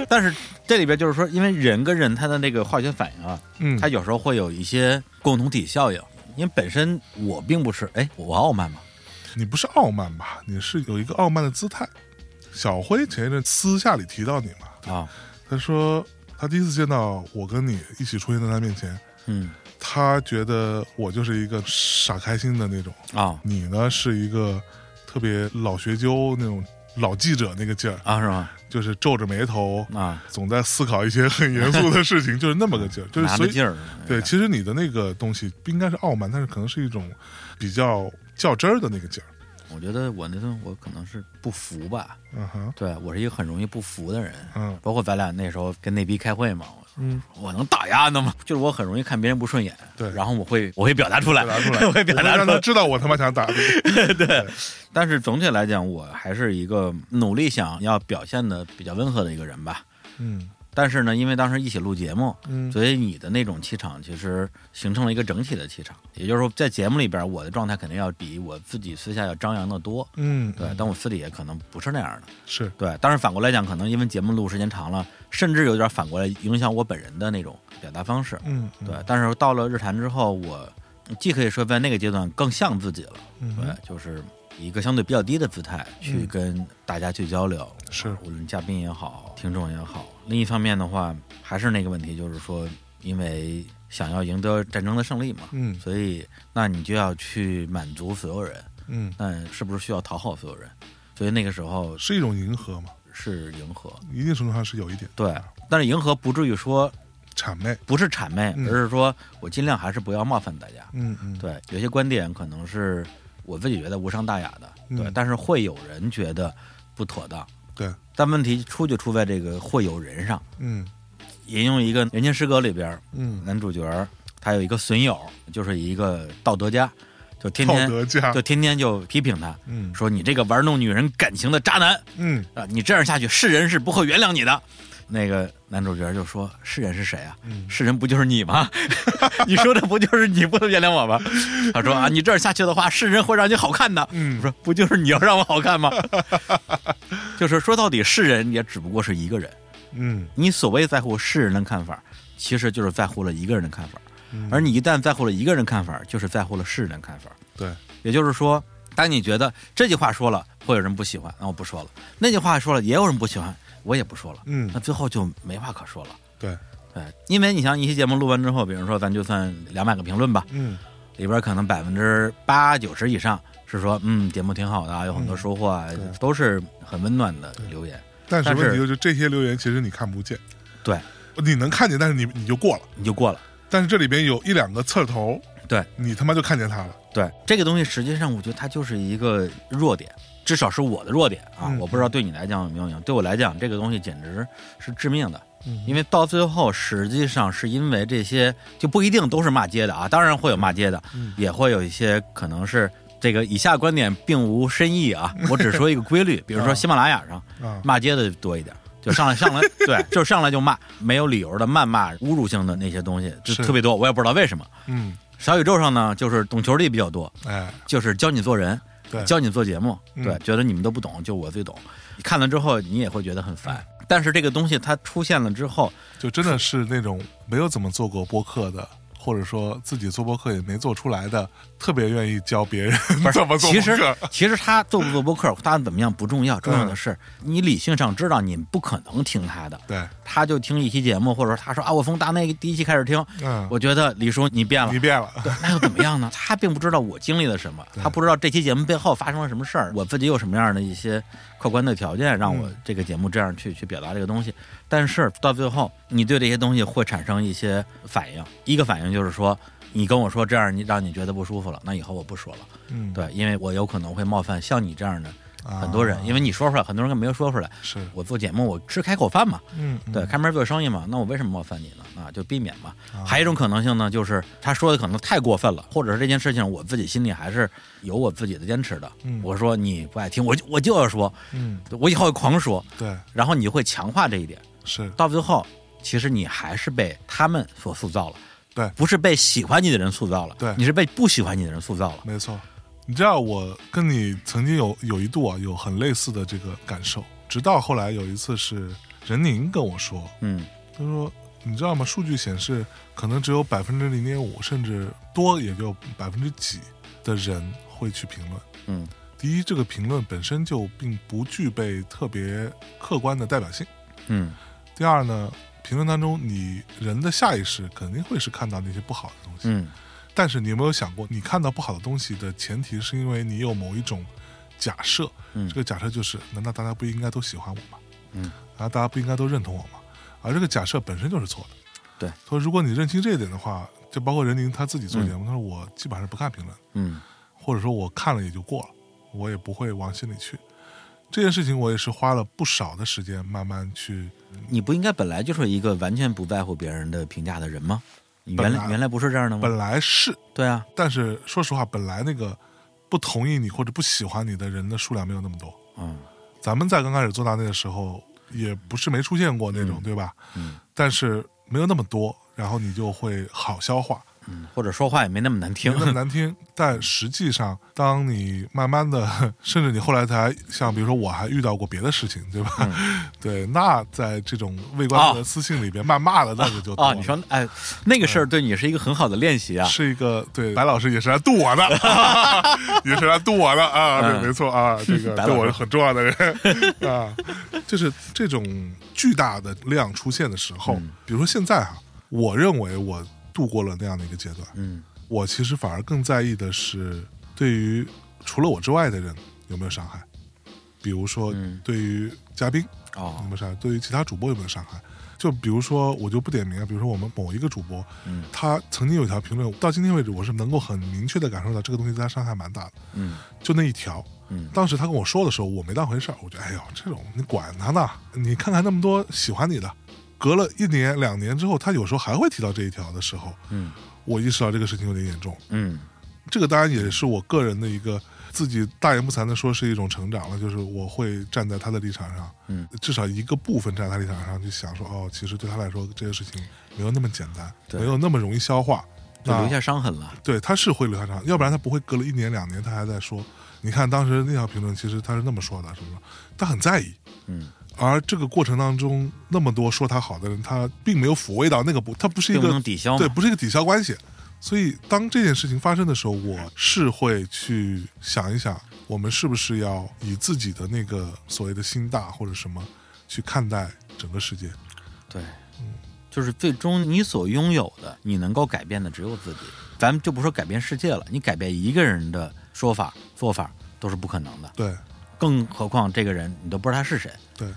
Speaker 2: 但是这里边就是说，因为人跟人他的那个化学反应啊，
Speaker 1: 嗯
Speaker 2: 他有时候会有一些共同体效应。因为本身我并不是，哎，我傲慢嘛，
Speaker 1: 你不是傲慢吧？你是有一个傲慢的姿态。小辉前一阵私下里提到你嘛，
Speaker 2: 啊，
Speaker 1: 他说他第一次见到我跟你一起出现在他面前，
Speaker 2: 嗯
Speaker 1: 他觉得我就是一个傻开心的那种，
Speaker 2: 啊
Speaker 1: 你呢是一个特别老学究那种老记者那个劲儿，
Speaker 2: 啊是吗？
Speaker 1: 就是皱着眉头，
Speaker 2: 啊，
Speaker 1: 总在思考一些很严肃的事情，就是那么个 劲儿，就是
Speaker 2: 拿
Speaker 1: 所
Speaker 2: 着
Speaker 1: 以
Speaker 2: 劲儿，
Speaker 1: 对，其实你的那个东西不应该是傲慢，但是可能是一种比较较真儿的那个劲儿。
Speaker 2: 我觉得我那顿我可能是不服吧，
Speaker 1: 嗯哼，
Speaker 2: 对我是一个很容易不服的人，
Speaker 1: 嗯
Speaker 2: 包括咱俩那时候跟那逼开会嘛，我
Speaker 1: 嗯，
Speaker 2: 我能打压他吗？ 就是我很容易看别人不顺眼，
Speaker 1: 对
Speaker 2: 然后我会我会表达出来，
Speaker 1: 表达出 来，
Speaker 2: 我会表达出
Speaker 1: 让他
Speaker 2: 来。
Speaker 1: 知道我他妈 想打你。
Speaker 2: 但是总体来讲，我还是一个努力想要表现的比较温和的一个人吧。
Speaker 1: 嗯
Speaker 2: 但是呢，因为当时一起录节目，
Speaker 1: 嗯
Speaker 2: 所以你的那种气场其实形成了一个整体的气场。也就是说，在节目里边，我的状态肯定要比我自己私下要张扬的多。
Speaker 1: 嗯，
Speaker 2: 对，但我私底下可能不是那样的。
Speaker 1: 是
Speaker 2: 对，当然反过来讲，可能因为节目录时间长了，甚至有点反过来影响我本人的那种表达方式。
Speaker 1: 嗯
Speaker 2: 对，但是到了日坛之后，我既可以说在那个阶段更像自己了，
Speaker 1: 嗯
Speaker 2: 对，就是一个相对比较低的姿态去跟大家去交流，
Speaker 1: 是
Speaker 2: 无论嘉宾也好，听众也好。另一方面的话，还是那个问题，就是说，因为想要赢得战争的胜利嘛，
Speaker 1: 嗯
Speaker 2: 所以那你就要去满足所有人，
Speaker 1: 嗯，
Speaker 2: 那是不是需要讨好所有人？所以那个时候
Speaker 1: 是一种迎合嘛，
Speaker 2: 是迎合，
Speaker 1: 一定程度上是有一点
Speaker 2: 对，但是迎合不至于说
Speaker 1: 谄媚。
Speaker 2: 不是谄媚，
Speaker 1: 嗯
Speaker 2: 而是说我尽量还是不要冒犯大家。
Speaker 1: 嗯嗯，
Speaker 2: 对，有些观点可能是我自己觉得无伤大雅的，对，
Speaker 1: 嗯
Speaker 2: 但是会有人觉得不妥当。
Speaker 1: 对，
Speaker 2: 但问题出就出在这个会有人上。
Speaker 1: 嗯
Speaker 2: 引用一个《人间失格》里边，
Speaker 1: 嗯，
Speaker 2: 男主角儿他有一个损友，就是一个道德家，就天
Speaker 1: 嗯道
Speaker 2: 天
Speaker 1: 德家
Speaker 2: 就，天天就批评他，
Speaker 1: 嗯
Speaker 2: 说你这个玩弄女人感情的渣男
Speaker 1: 嗯
Speaker 2: 啊、你这样下去世人是不会原谅你的。那个男主角就说：“世人是谁啊？
Speaker 1: 嗯
Speaker 2: 世人不就是你吗？ 你说的不就是你不能原谅我吗？”他说：“啊，你这样下去的话，世人会让你好看的。”我
Speaker 1: 嗯，
Speaker 2: 说：“不就是你要让我好看吗？” 就是说到底，世人也只不过是一个人。
Speaker 1: 嗯，
Speaker 2: 你所谓在乎世人的看法，其实就是在乎了一个人的看法。
Speaker 1: 嗯
Speaker 2: 而你一旦在乎了一个人看法，就是在乎了世人的看法。
Speaker 1: 对，
Speaker 2: 也就是说，当你觉得这句话说了会有人不喜欢，那我不说了；那句话说了也有人不喜欢，我也不说了。
Speaker 1: 嗯
Speaker 2: 那最后就没话可说了。
Speaker 1: 对，
Speaker 2: 对，因为你像一期节目录完之后，比如说咱就算两百个评论吧，
Speaker 1: 嗯
Speaker 2: 里边可能百分之八九十以上是说，嗯，节目挺好的啊，有很多收获啊，
Speaker 1: 对
Speaker 2: 都是很温暖的留言。
Speaker 1: 但是
Speaker 2: 但是
Speaker 1: 问题就是这些留言其实你看不见，
Speaker 2: 对，
Speaker 1: 你能看见，但是你你就过了。
Speaker 2: 你就过了。
Speaker 1: 但是这里边有一两个刺儿头，
Speaker 2: 对
Speaker 1: 你他妈就看见他了。
Speaker 2: 对，这个东西实际上我觉得它就是一个弱点，至少是我的弱点啊。
Speaker 1: 嗯
Speaker 2: 我不知道对你来讲有没有影响，对我来讲，这个东西简直是致命的。
Speaker 1: 嗯
Speaker 2: 因为到最后，实际上是因为这些就不一定都是骂街的啊，当然会有骂街的，
Speaker 1: 嗯
Speaker 2: 也会有一些可能是这个以下观点并无深意啊，我只说一个规律，比
Speaker 1: 嗯
Speaker 2: 如说喜马拉雅上
Speaker 1: 啊，
Speaker 2: 骂街的多一点。就上来上来，对，就上来就骂，没有理由的谩骂、侮辱性的那些东西，就是特别多，我也不知道为什么。
Speaker 1: 嗯，
Speaker 2: 小宇宙上呢，就是懂球的也比较多，
Speaker 1: 哎，
Speaker 2: 就是教你做人
Speaker 1: 对，
Speaker 2: 教你做节目，
Speaker 1: 嗯
Speaker 2: 对，觉得你们都不懂，就我最懂。你看了之后，你也会觉得很烦。
Speaker 1: 嗯
Speaker 2: 但是这个东西它出现了之后，
Speaker 1: 就真的是那种没有怎么做过播客的，或者说自己做播客也没做出来的，特别愿意教别人 怎么做
Speaker 2: 其
Speaker 1: 播
Speaker 2: 实
Speaker 1: 客。嗯
Speaker 2: 其实他做不做播客，他怎么样不重要，重要的是你理性上知道你不可能听他的，
Speaker 1: 对，
Speaker 2: 他就听一期节目，或者说他说啊，我从大内第一期开始听，
Speaker 1: 嗯，
Speaker 2: 我觉得李叔你变了
Speaker 1: 你。变了，
Speaker 2: 对，那又怎么样呢？他并不知道我经历了什么，
Speaker 1: 对
Speaker 2: 他不知道这期节目背后发生了什么事儿，我自己有什么样的一些客观的条件，让我
Speaker 1: 嗯
Speaker 2: 这个节目这样去去表达这个东西。但是到最后，你对这些东西会产生一些反应，一个反应就是说，你跟我说这样，你让你觉得不舒服了，那以后我不说了。
Speaker 1: 嗯，
Speaker 2: 对，因为我有可能会冒犯像你这样的
Speaker 1: 啊，
Speaker 2: 很多人，因为你说出来，很多人根本没有说出来。
Speaker 1: 是，
Speaker 2: 我做节目，我吃开口饭嘛，
Speaker 1: 嗯，嗯
Speaker 2: 对，，开门做生意嘛，那我为什么冒犯你呢？那就避免嘛。
Speaker 1: 啊
Speaker 2: 还有一种可能性呢，就是他说的可能太过分了，或者是这件事情我自己心里还是有我自己的坚持的。
Speaker 1: 嗯
Speaker 2: 我说你不爱听，我就我就要说，
Speaker 1: 嗯，
Speaker 2: 我以后会狂说，
Speaker 1: 对，
Speaker 2: 然后你就会强化这一点，
Speaker 1: 是，
Speaker 2: 到最后其实你还是被他们所塑造了。
Speaker 1: 对
Speaker 2: 不是被喜欢你的人塑造了，
Speaker 1: 对
Speaker 2: 你是被不喜欢你的人塑造了。
Speaker 1: 没错。你知道我跟你曾经有有一度啊有很类似的这个感受，直到后来有一次是任宁跟我说，
Speaker 2: 嗯，
Speaker 1: 他说：“你知道吗？数据显示，可能只有百分之零点五，甚至多也就百分之几的人会去评论。
Speaker 2: 嗯，
Speaker 1: 第一，这个评论本身就并不具备特别客观的代表性；
Speaker 2: 嗯，
Speaker 1: 第二呢，评论当中你人的下意识肯定会是看到那些不好的东西，
Speaker 2: 嗯，
Speaker 1: 但是你有没有想过，你看到不好的东西的前提是因为你有某一种假设，
Speaker 2: 嗯
Speaker 1: 这个假设就是：难道大家不应该都喜欢我吗？
Speaker 2: 嗯，
Speaker 1: 难道大家不应该都认同我吗？而这个假设本身就是错的。
Speaker 2: 对，
Speaker 1: 所以如果你认清这一点的话，就包括任宁他自己做节目，他说我基本上是不看评论，
Speaker 2: 嗯，
Speaker 1: 或者说我看了也就过了，我也不会往心里去。这件事情我也是花了不少的时间慢慢去，
Speaker 2: 你不应该本来就是一个完全不在乎别人的评价的人吗？你原
Speaker 1: 本
Speaker 2: 来
Speaker 1: 来
Speaker 2: 原来不是这样的吗？
Speaker 1: 本来是，
Speaker 2: 对啊，
Speaker 1: 但是说实话，本来那个不同意你或者不喜欢你的人的数量没有那么多。
Speaker 2: 嗯
Speaker 1: 咱们在刚开始做大内的时候，也不是没出现过那种，对吧？
Speaker 2: 嗯，
Speaker 1: 但是没有那么多，然后你就会好消化，
Speaker 2: 嗯，或者说话也没那么难听
Speaker 1: 没。那 么难听。但实际上，当你慢慢的， 甚至你后来才像，比如说我还遇到过别的事情，对吧？
Speaker 2: 嗯
Speaker 1: 对，那在这种未关注
Speaker 2: 啊
Speaker 1: 的私信里边谩骂的那个就多了
Speaker 2: 哦，你说哎，那个事儿对你是一个很好的练习啊。
Speaker 1: 是一个对白老师也是来度我 的， 也是来度我的啊，
Speaker 2: 嗯
Speaker 1: 对，没错啊，这个
Speaker 2: 白老师
Speaker 1: 对我是很重要的人 啊，就是这种巨大的量出现的时候，
Speaker 2: 嗯
Speaker 1: 比如说现在哈、我认为我度过了那样的一个阶段，
Speaker 2: 嗯
Speaker 1: 我其实反而更在意的是对于除了我之外的人有没有伤害？比如说
Speaker 2: 嗯
Speaker 1: 对于嘉宾有
Speaker 2: 哦
Speaker 1: 没，有伤害，对于其他主播有没有伤害？就比如说，我就不点名啊，比如说我们某一个主播，
Speaker 2: 嗯
Speaker 1: 他曾经有一条评论，到今天为止，我是能够很明确的感受到这个东西对他伤害蛮大的，
Speaker 2: 嗯
Speaker 1: 就那一条。
Speaker 2: 嗯
Speaker 1: 当时他跟我说的时候，我没当回事儿，我觉得哎呦，这种你管他呢？你看看那么多喜欢你的，隔了一年两年之后，他有时候还会提到这一条的时候，
Speaker 2: 嗯
Speaker 1: 我意识到这个事情有点严重。
Speaker 2: 嗯
Speaker 1: 这个当然也是我个人的一个自己大言不惭的说是一种成长了，就是我会站在他的立场上，
Speaker 2: 嗯，
Speaker 1: 至少一个部分站在他立场上去想说，哦，其实对他来说这个事情没有那么简单，
Speaker 2: 对
Speaker 1: 没有那么容易消化，
Speaker 2: 就
Speaker 1: 那
Speaker 2: 留下伤痕了。
Speaker 1: 对，他是会留下伤，要不然他不会隔了一年两年他还在说，你看当时那条评论其实他是那么说的，什么什么，他很在意。
Speaker 2: 嗯，
Speaker 1: 而这个过程当中，那么多说他好的人，他并没有抚慰到那个不，他不是一
Speaker 2: 并不
Speaker 1: 个
Speaker 2: 能抵消嘛。
Speaker 1: 对，不是一个抵消关系。所以当这件事情发生的时候，我是会去想一想，我们是不是要以自己的那个所谓的心大或者什么去看待整个世界。
Speaker 2: 对，就是最终你所拥有的，你能够改变的只有自己。咱们就不说改变世界了，你改变一个人的说法、做法都是不可能的，
Speaker 1: 对
Speaker 2: 更何况这个人你都不知道他是谁。
Speaker 1: 对，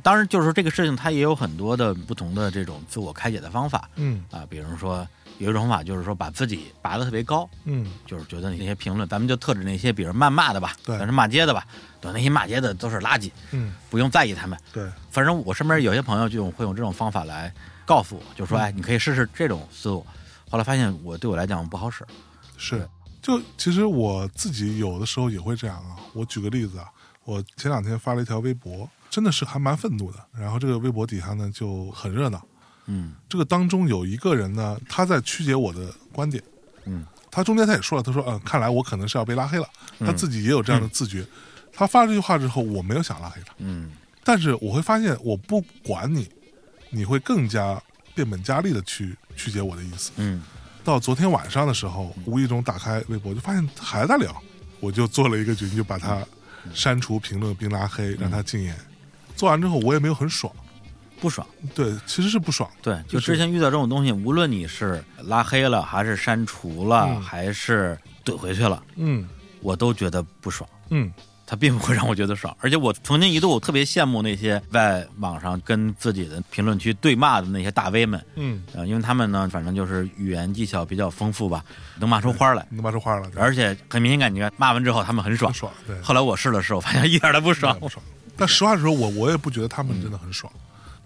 Speaker 2: 当然，就是说这个事情它也有很多的不同的这种自我开解的方法
Speaker 1: 嗯
Speaker 2: 啊，比如说有一种方法就是说把自己拔得特别高，
Speaker 1: 嗯
Speaker 2: 就是觉得你那些评论，咱们就特指那些比如谩骂的吧，
Speaker 1: 对
Speaker 2: 咱是骂街的吧，对，那些骂街的都是垃圾，
Speaker 1: 嗯，
Speaker 2: 不用在意他们。
Speaker 1: 对
Speaker 2: 反正我身边有些朋友就会用这种方法来告诉我，就说哎，你可以试试这种思路。后来发现我对我来讲不好使，
Speaker 1: 是
Speaker 2: 对。
Speaker 1: 就其实我自己有的时候也会这样啊。我举个例子啊，我前两天发了一条微博，真的是还蛮愤怒的。然后这个微博底下呢就很热闹，
Speaker 2: 嗯
Speaker 1: 这个当中有一个人呢，他在曲解我的观点。
Speaker 2: 嗯，
Speaker 1: 他中间他也说了，他说，嗯、看来我可能是要被拉黑了。他自己也有这样的自觉。他发了这句话之后，我没有想拉黑他，
Speaker 2: 嗯
Speaker 1: 但是我会发现，我不管你，你会更加变本加厉的去曲解我的意思。
Speaker 2: 嗯
Speaker 1: 到昨天晚上的时候，无意中打开微博，就发现还在聊，我就做了一个决定，就把他删除评论并拉
Speaker 2: 嗯
Speaker 1: 黑，让他禁言。做完之后，我也没有很爽，
Speaker 2: 不爽。
Speaker 1: 对，其实是不爽的。
Speaker 2: 对，
Speaker 1: 就
Speaker 2: 就是之前遇到这种东西，无论你是拉黑了，还是删除了，
Speaker 1: 嗯
Speaker 2: 还是怼回去了，
Speaker 1: 嗯
Speaker 2: 我都觉得不爽。
Speaker 1: 嗯
Speaker 2: 它并不会让我觉得爽，而且我曾经一度我特别羡慕那些在网上跟自己的评论区对骂的那些大 V 们，
Speaker 1: 嗯，
Speaker 2: 呃，因为他们呢，反正就是语言技巧比较丰富吧，能骂出花来，
Speaker 1: 你他妈说话了，
Speaker 2: 而且很明显感觉骂完之后他们很爽
Speaker 1: 不。爽，对，
Speaker 2: 后来我试了试，我发现一点儿都不爽
Speaker 1: 对。不爽。但实话实说，我我也不觉得他们真的很爽，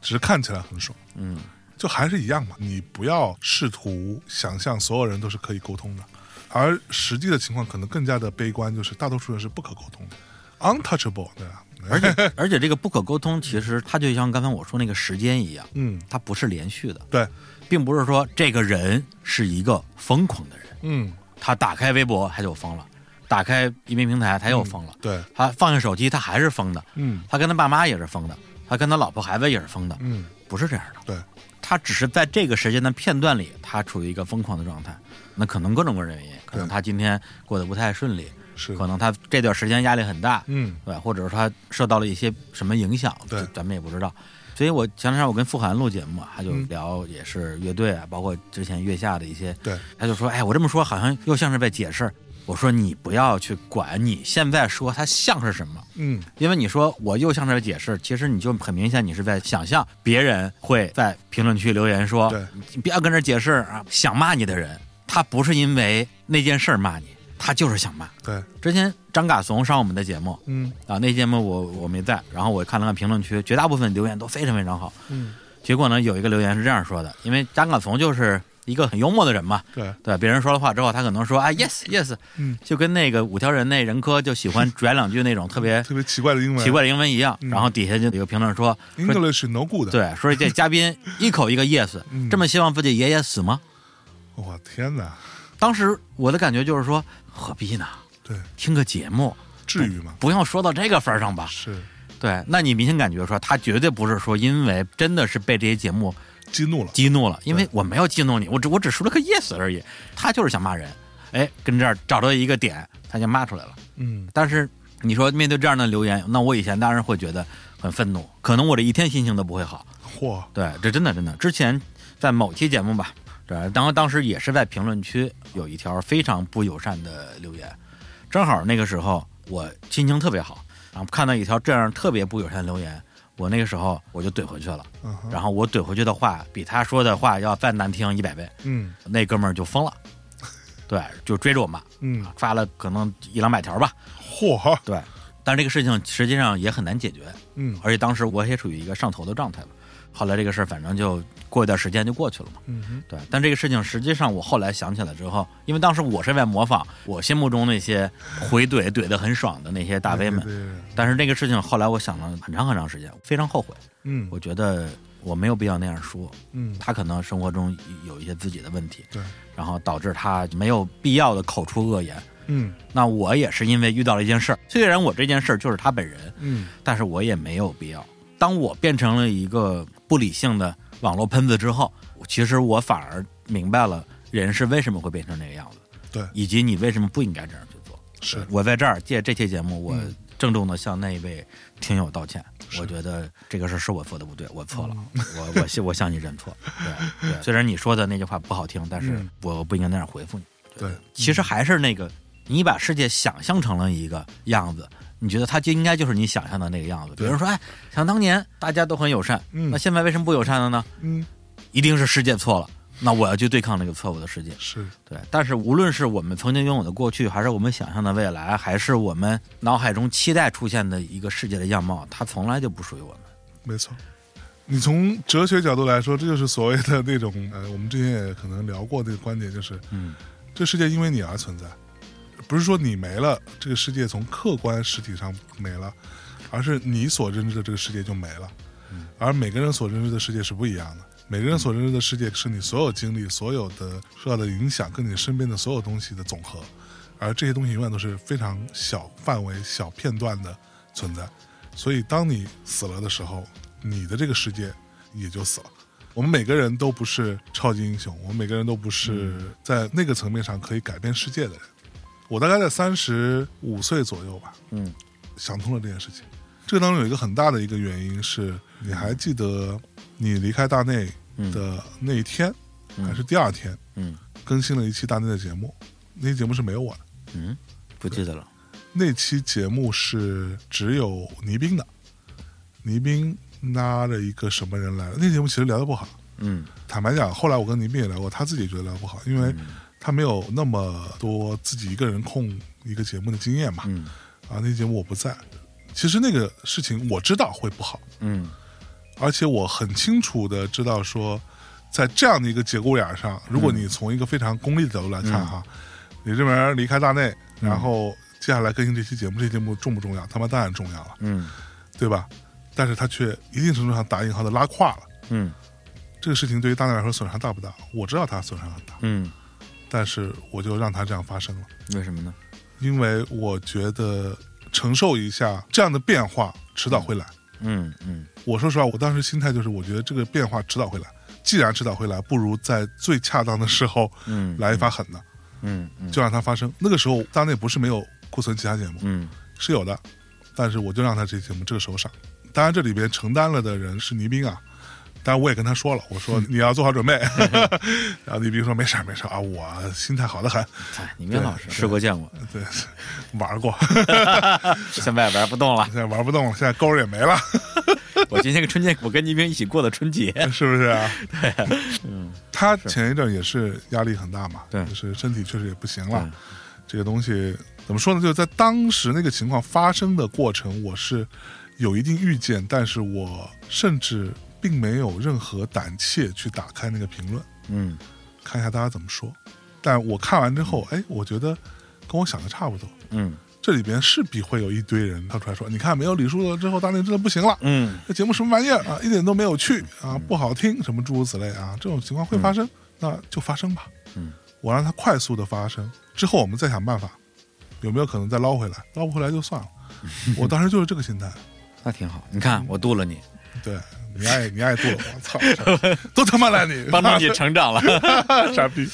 Speaker 1: 只是看起来很爽。
Speaker 2: 嗯，
Speaker 1: 就还是一样嘛，你不要试图想象所有人都是可以沟通的，而实际的情况可能更加的悲观，就是大多数人是不可沟通的，untouchable，对吧？
Speaker 2: 哎
Speaker 1: 而且，
Speaker 2: 而且这个 不可沟通，其实它就像刚才我说那个时间一样，
Speaker 1: 嗯，
Speaker 2: 它不是连续的，
Speaker 1: 对，
Speaker 2: 并不是说这个人是一个疯狂的人，
Speaker 1: 嗯，
Speaker 2: 他打开微博他就疯了，打开移民平台他又疯了，
Speaker 1: 嗯对，
Speaker 2: 他放下手机他还是疯的，
Speaker 1: 嗯
Speaker 2: 他跟他爸妈也是疯的，他跟他老婆孩子也是疯的，
Speaker 1: 嗯，
Speaker 2: 不是这样的。
Speaker 1: 对，
Speaker 2: 他只是在这个时间的片段里，他处于一个疯狂的状态。那可能各种各样的原因，可能
Speaker 1: 对
Speaker 2: 他今天过得不太顺利，
Speaker 1: 是，
Speaker 2: 可能他这段时间压力很大，
Speaker 1: 嗯
Speaker 2: 对，或者是他受到了一些什么影响，
Speaker 1: 对
Speaker 2: 这咱们也不知道。所以我前两天我跟傅涵录节目啊，他就
Speaker 1: 嗯
Speaker 2: 聊也是乐队啊，包括之前月下的一些，
Speaker 1: 对，
Speaker 2: 他就说，哎，我这么说好像又像是在解释。我说你不要去管你现在说它像是什么，
Speaker 1: 嗯，
Speaker 2: 因为你说我又向这儿解释，其实你就很明显你是在想象别人会在评论区留言说
Speaker 1: 对，
Speaker 2: 你不要跟这儿解释啊，想骂你的人，他不是因为那件事儿骂你，他就是想骂。
Speaker 1: 对，
Speaker 2: 之前张嘎怂上我们的节目
Speaker 1: 嗯
Speaker 2: 啊，那节目我我没在，然后我看了看评论区，绝大部分留言都非常非常好。
Speaker 1: 嗯，
Speaker 2: 结果呢，有一个留言是这样说的，因为张嘎怂就是一个很幽默的人嘛，
Speaker 1: 对，
Speaker 2: 对别人说了话之后，他可能说啊 yes yes，
Speaker 1: 嗯，
Speaker 2: 就跟那个五条人那人科就喜 欢转两句那种特别
Speaker 1: 特别奇怪的英文，
Speaker 2: 奇怪的英文一样。
Speaker 1: 嗯
Speaker 2: 然后底下就有一个评论说，说
Speaker 1: ，English no good，，
Speaker 2: 对，说这嘉宾一口一个 yes，
Speaker 1: 嗯
Speaker 2: 这么希望自己爷爷死吗？
Speaker 1: 我天哪，
Speaker 2: 当时我的感觉就是说，何必呢？
Speaker 1: 对，
Speaker 2: 听个节目，
Speaker 1: 至于吗？
Speaker 2: 不要说到这个份儿上吧。
Speaker 1: 是
Speaker 2: 对，那你明显感觉说，他绝对不是说因为真的是被这些节目
Speaker 1: 激怒了，
Speaker 2: 激怒了，因为我没有激怒你，我只我只说了个 yes 而已，他就是想骂人。哎，跟这儿找到一个点，他就骂出来了。
Speaker 1: 嗯
Speaker 2: 但是你说面对这样的留言，那我以前当然会觉得很愤怒，可能我这一天心情都不会好。
Speaker 1: 嚯，
Speaker 2: 对，这真的真的，之前在某期节目吧，对，然后当时也是在评论区有一条非常不友善的留言，正好那个时候我心情特别好，然后看到一条这样特别不友善的留言，我那个时候我就怼回去了。
Speaker 1: 嗯哼
Speaker 2: 然后我怼回去的话比他说的话要再难听一百倍，
Speaker 1: 嗯
Speaker 2: 那哥们儿就疯了，对，就追着我骂，
Speaker 1: 嗯，
Speaker 2: 发了可能一两百条吧，
Speaker 1: 嚯，
Speaker 2: 对。但是这个事情实际上也很难解决，
Speaker 1: 嗯
Speaker 2: 而且当时我也处于一个上头的状态嘛。后来这个事儿反正就过一段时间就过去了嘛，
Speaker 1: 嗯哼
Speaker 2: 对。但这个事情实际上我后来想起来之后，因为当时我是在模仿我心目中那些回怼怼得很爽的那些大 V 们，
Speaker 1: 对，对对对
Speaker 2: 但是这个事情后来我想了很长很长时间，非常后悔，
Speaker 1: 嗯
Speaker 2: 我觉得我没有必要那样说，
Speaker 1: 嗯，
Speaker 2: 他可能生活中有一些自己的问题，
Speaker 1: 对，
Speaker 2: 然后导致他没有必要的口出恶言。
Speaker 1: 嗯
Speaker 2: 那我也是因为遇到了一件事儿，虽然我这件事儿就是他本人，
Speaker 1: 嗯
Speaker 2: 但是我也没有必要。当我变成了一个不理性的网络喷子之后，其实我反而明白了人是为什么会变成那个样子，
Speaker 1: 对，
Speaker 2: 以及你为什么不应该这样去做。
Speaker 1: 是
Speaker 2: 我在这儿借这期节目，我
Speaker 1: 嗯
Speaker 2: 郑重的向那一位听友道歉。我觉得这个事儿是我做的不对，我错了，
Speaker 1: 哦
Speaker 2: 我我向我向你认 错。对对，虽然你说的那句话不好听，但是
Speaker 1: 嗯
Speaker 2: 我不应该那样回复你。
Speaker 1: 对，
Speaker 2: 其实还是那个，你把世界想象成了一个样子，你觉得它就应该就是你想象的那个样子。比
Speaker 1: 对
Speaker 2: 如说，哎，想当年大家都很友善，
Speaker 1: 嗯
Speaker 2: 那现在为什么不友善了呢？
Speaker 1: 嗯
Speaker 2: 一定是世界错了。那我要去对抗那个错误的世界。
Speaker 1: 是
Speaker 2: 对，但是无论是我们曾经拥有的过去，还是我们想象的未来，还是我们脑海中期待出现的一个世界的样貌，它从来就不属于我们。
Speaker 1: 没错。你从哲学角度来说，这就是所谓的那种 呃，我们之前也可能聊过这个观点，就是
Speaker 2: 嗯，
Speaker 1: 这世界因为你而存在，不是说你没了，这个世界从客观实体上没了，而是你所认知的这个世界就没了。而每个人所认知的世界是不一样的，每个人所认知的世界是你所有经历、所有的受到的影响跟你身边的所有东西的总和，而这些东西永远都是非常小范围、小片段的存在。所以，当你死了的时候，你的这个世界也就死了。我们每个人都不是超级英雄，我们每个人都不是
Speaker 2: 嗯
Speaker 1: 在那个层面上可以改变世界的人。我大概在三十五岁左右吧，
Speaker 2: 嗯，
Speaker 1: 想通了这件事情。这个当中有一个很大的一个原因是，你还记得你离开大内的那一天，
Speaker 2: 嗯
Speaker 1: 还是第二天，
Speaker 2: 嗯
Speaker 1: 更新了一期大内的节目，那期节目是没有我的，
Speaker 2: 嗯，不记得了。
Speaker 1: 那期节目是只有倪斌的，倪斌拉着一个什么人来了，那节目其实聊得不好，
Speaker 2: 嗯
Speaker 1: 坦白讲，后来我跟倪斌也聊过，他自己也觉得聊得不好，因为他没有那么多自己一个人控一个节目的经验嘛，
Speaker 2: 嗯
Speaker 1: 啊，那节目我不在，其实那个事情我知道会不好。
Speaker 2: 嗯
Speaker 1: 而且我很清楚的知道说，在这样的一个节骨眼儿上，如果你从一个非常功利的角度来看哈，你这边离开大内，然后接下来更新这期节目，这期节目重不重要？他妈当然重要了，
Speaker 2: 嗯
Speaker 1: 对吧？但是他却一定程度上打引号的拉胯了。
Speaker 2: 嗯
Speaker 1: 这个事情对于大内来说损伤大不大？我知道他损伤很大，
Speaker 2: 嗯，
Speaker 1: 但是我就让他这样发生了，
Speaker 2: 为什么呢？
Speaker 1: 因为我觉得承受一下这样的变化，迟早会来。
Speaker 2: 嗯嗯
Speaker 1: 我说实话，我当时心态就是，我觉得这个变化迟早会来。既然迟早会来，不如在最恰当的时候
Speaker 2: 嗯，
Speaker 1: 来一发狠的，
Speaker 2: 嗯嗯
Speaker 1: 就让它发生。那个时候，大内不是没有库存其他节目，
Speaker 2: 嗯
Speaker 1: 是有的，但是我就让他这节目这个时候上。当然，这里边承担了的人是倪斌啊，当然我也跟他说了，我
Speaker 2: 嗯
Speaker 1: 说你要做好准备。 然后倪斌说没事儿没事儿啊，我心态好的很，
Speaker 2: 哎，你们老师吃过见过，
Speaker 1: 对，玩过，
Speaker 2: 现在玩不动 了。
Speaker 1: 现在玩不动了，现在钩儿也没了，
Speaker 2: 我今天个春节，我跟倪兵一起过的春 节。
Speaker 1: 是不是 啊？他前一阵也是压力很大嘛，
Speaker 2: 对
Speaker 1: 就是身体确实也不行了
Speaker 2: 嗯。
Speaker 1: 这个东西怎么说呢？就是在当时那个情况发生的过程，我是有一定预见，但是我甚至并没有任何胆怯去打开那个评论，
Speaker 2: 嗯
Speaker 1: 看一下大家怎么说。但我看完之后，哎，我觉得跟我想的差不多。
Speaker 2: 嗯
Speaker 1: 这里边势必会有一堆人跳出来说：“你看，没有李叔了之后，大内真的不行了。”
Speaker 2: 嗯
Speaker 1: 这节目什么玩意儿啊，一点都没有趣啊，不好听，什么诸如此类啊，这种情况会发生，那就发生吧。
Speaker 2: 嗯，
Speaker 1: 我让它快速的发生，之后我们再想办法，有没有可能再捞回来？捞不回来就算了。 我当时就是这个心态，
Speaker 2: 那挺好。你看，我渡 了你，
Speaker 1: 对你爱你爱做，我操，都他妈赖你，
Speaker 2: 帮助你成 长了。
Speaker 1: 傻逼。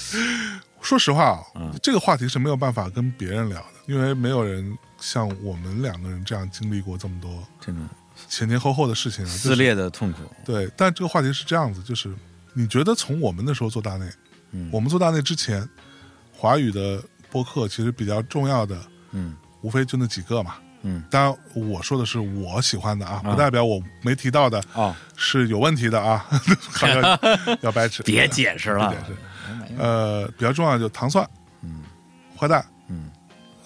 Speaker 1: 说实话啊、
Speaker 2: 嗯
Speaker 1: 这个话题是没有办法跟别人聊的，因为没有人像我们两个人这样经历过这么多
Speaker 2: 这种
Speaker 1: 前前后后的事情啊，就是
Speaker 2: 撕裂的痛苦，
Speaker 1: 对，但这个话题是这样子，就是你觉得从我们那时候做大内，
Speaker 2: 嗯
Speaker 1: 我们做大内之前，华语的播客其实比较重要的
Speaker 2: 嗯
Speaker 1: 无非就那几个嘛。
Speaker 2: 嗯，
Speaker 1: 当然，我说的是我喜欢的啊，
Speaker 2: 啊
Speaker 1: 不代表我没提到的
Speaker 2: 哦，
Speaker 1: 是有问题的啊， 好像要白吃。
Speaker 2: 别解释了
Speaker 1: 别解释。呃，比较重要的就糖蒜，
Speaker 2: 嗯
Speaker 1: 花旦，
Speaker 2: 嗯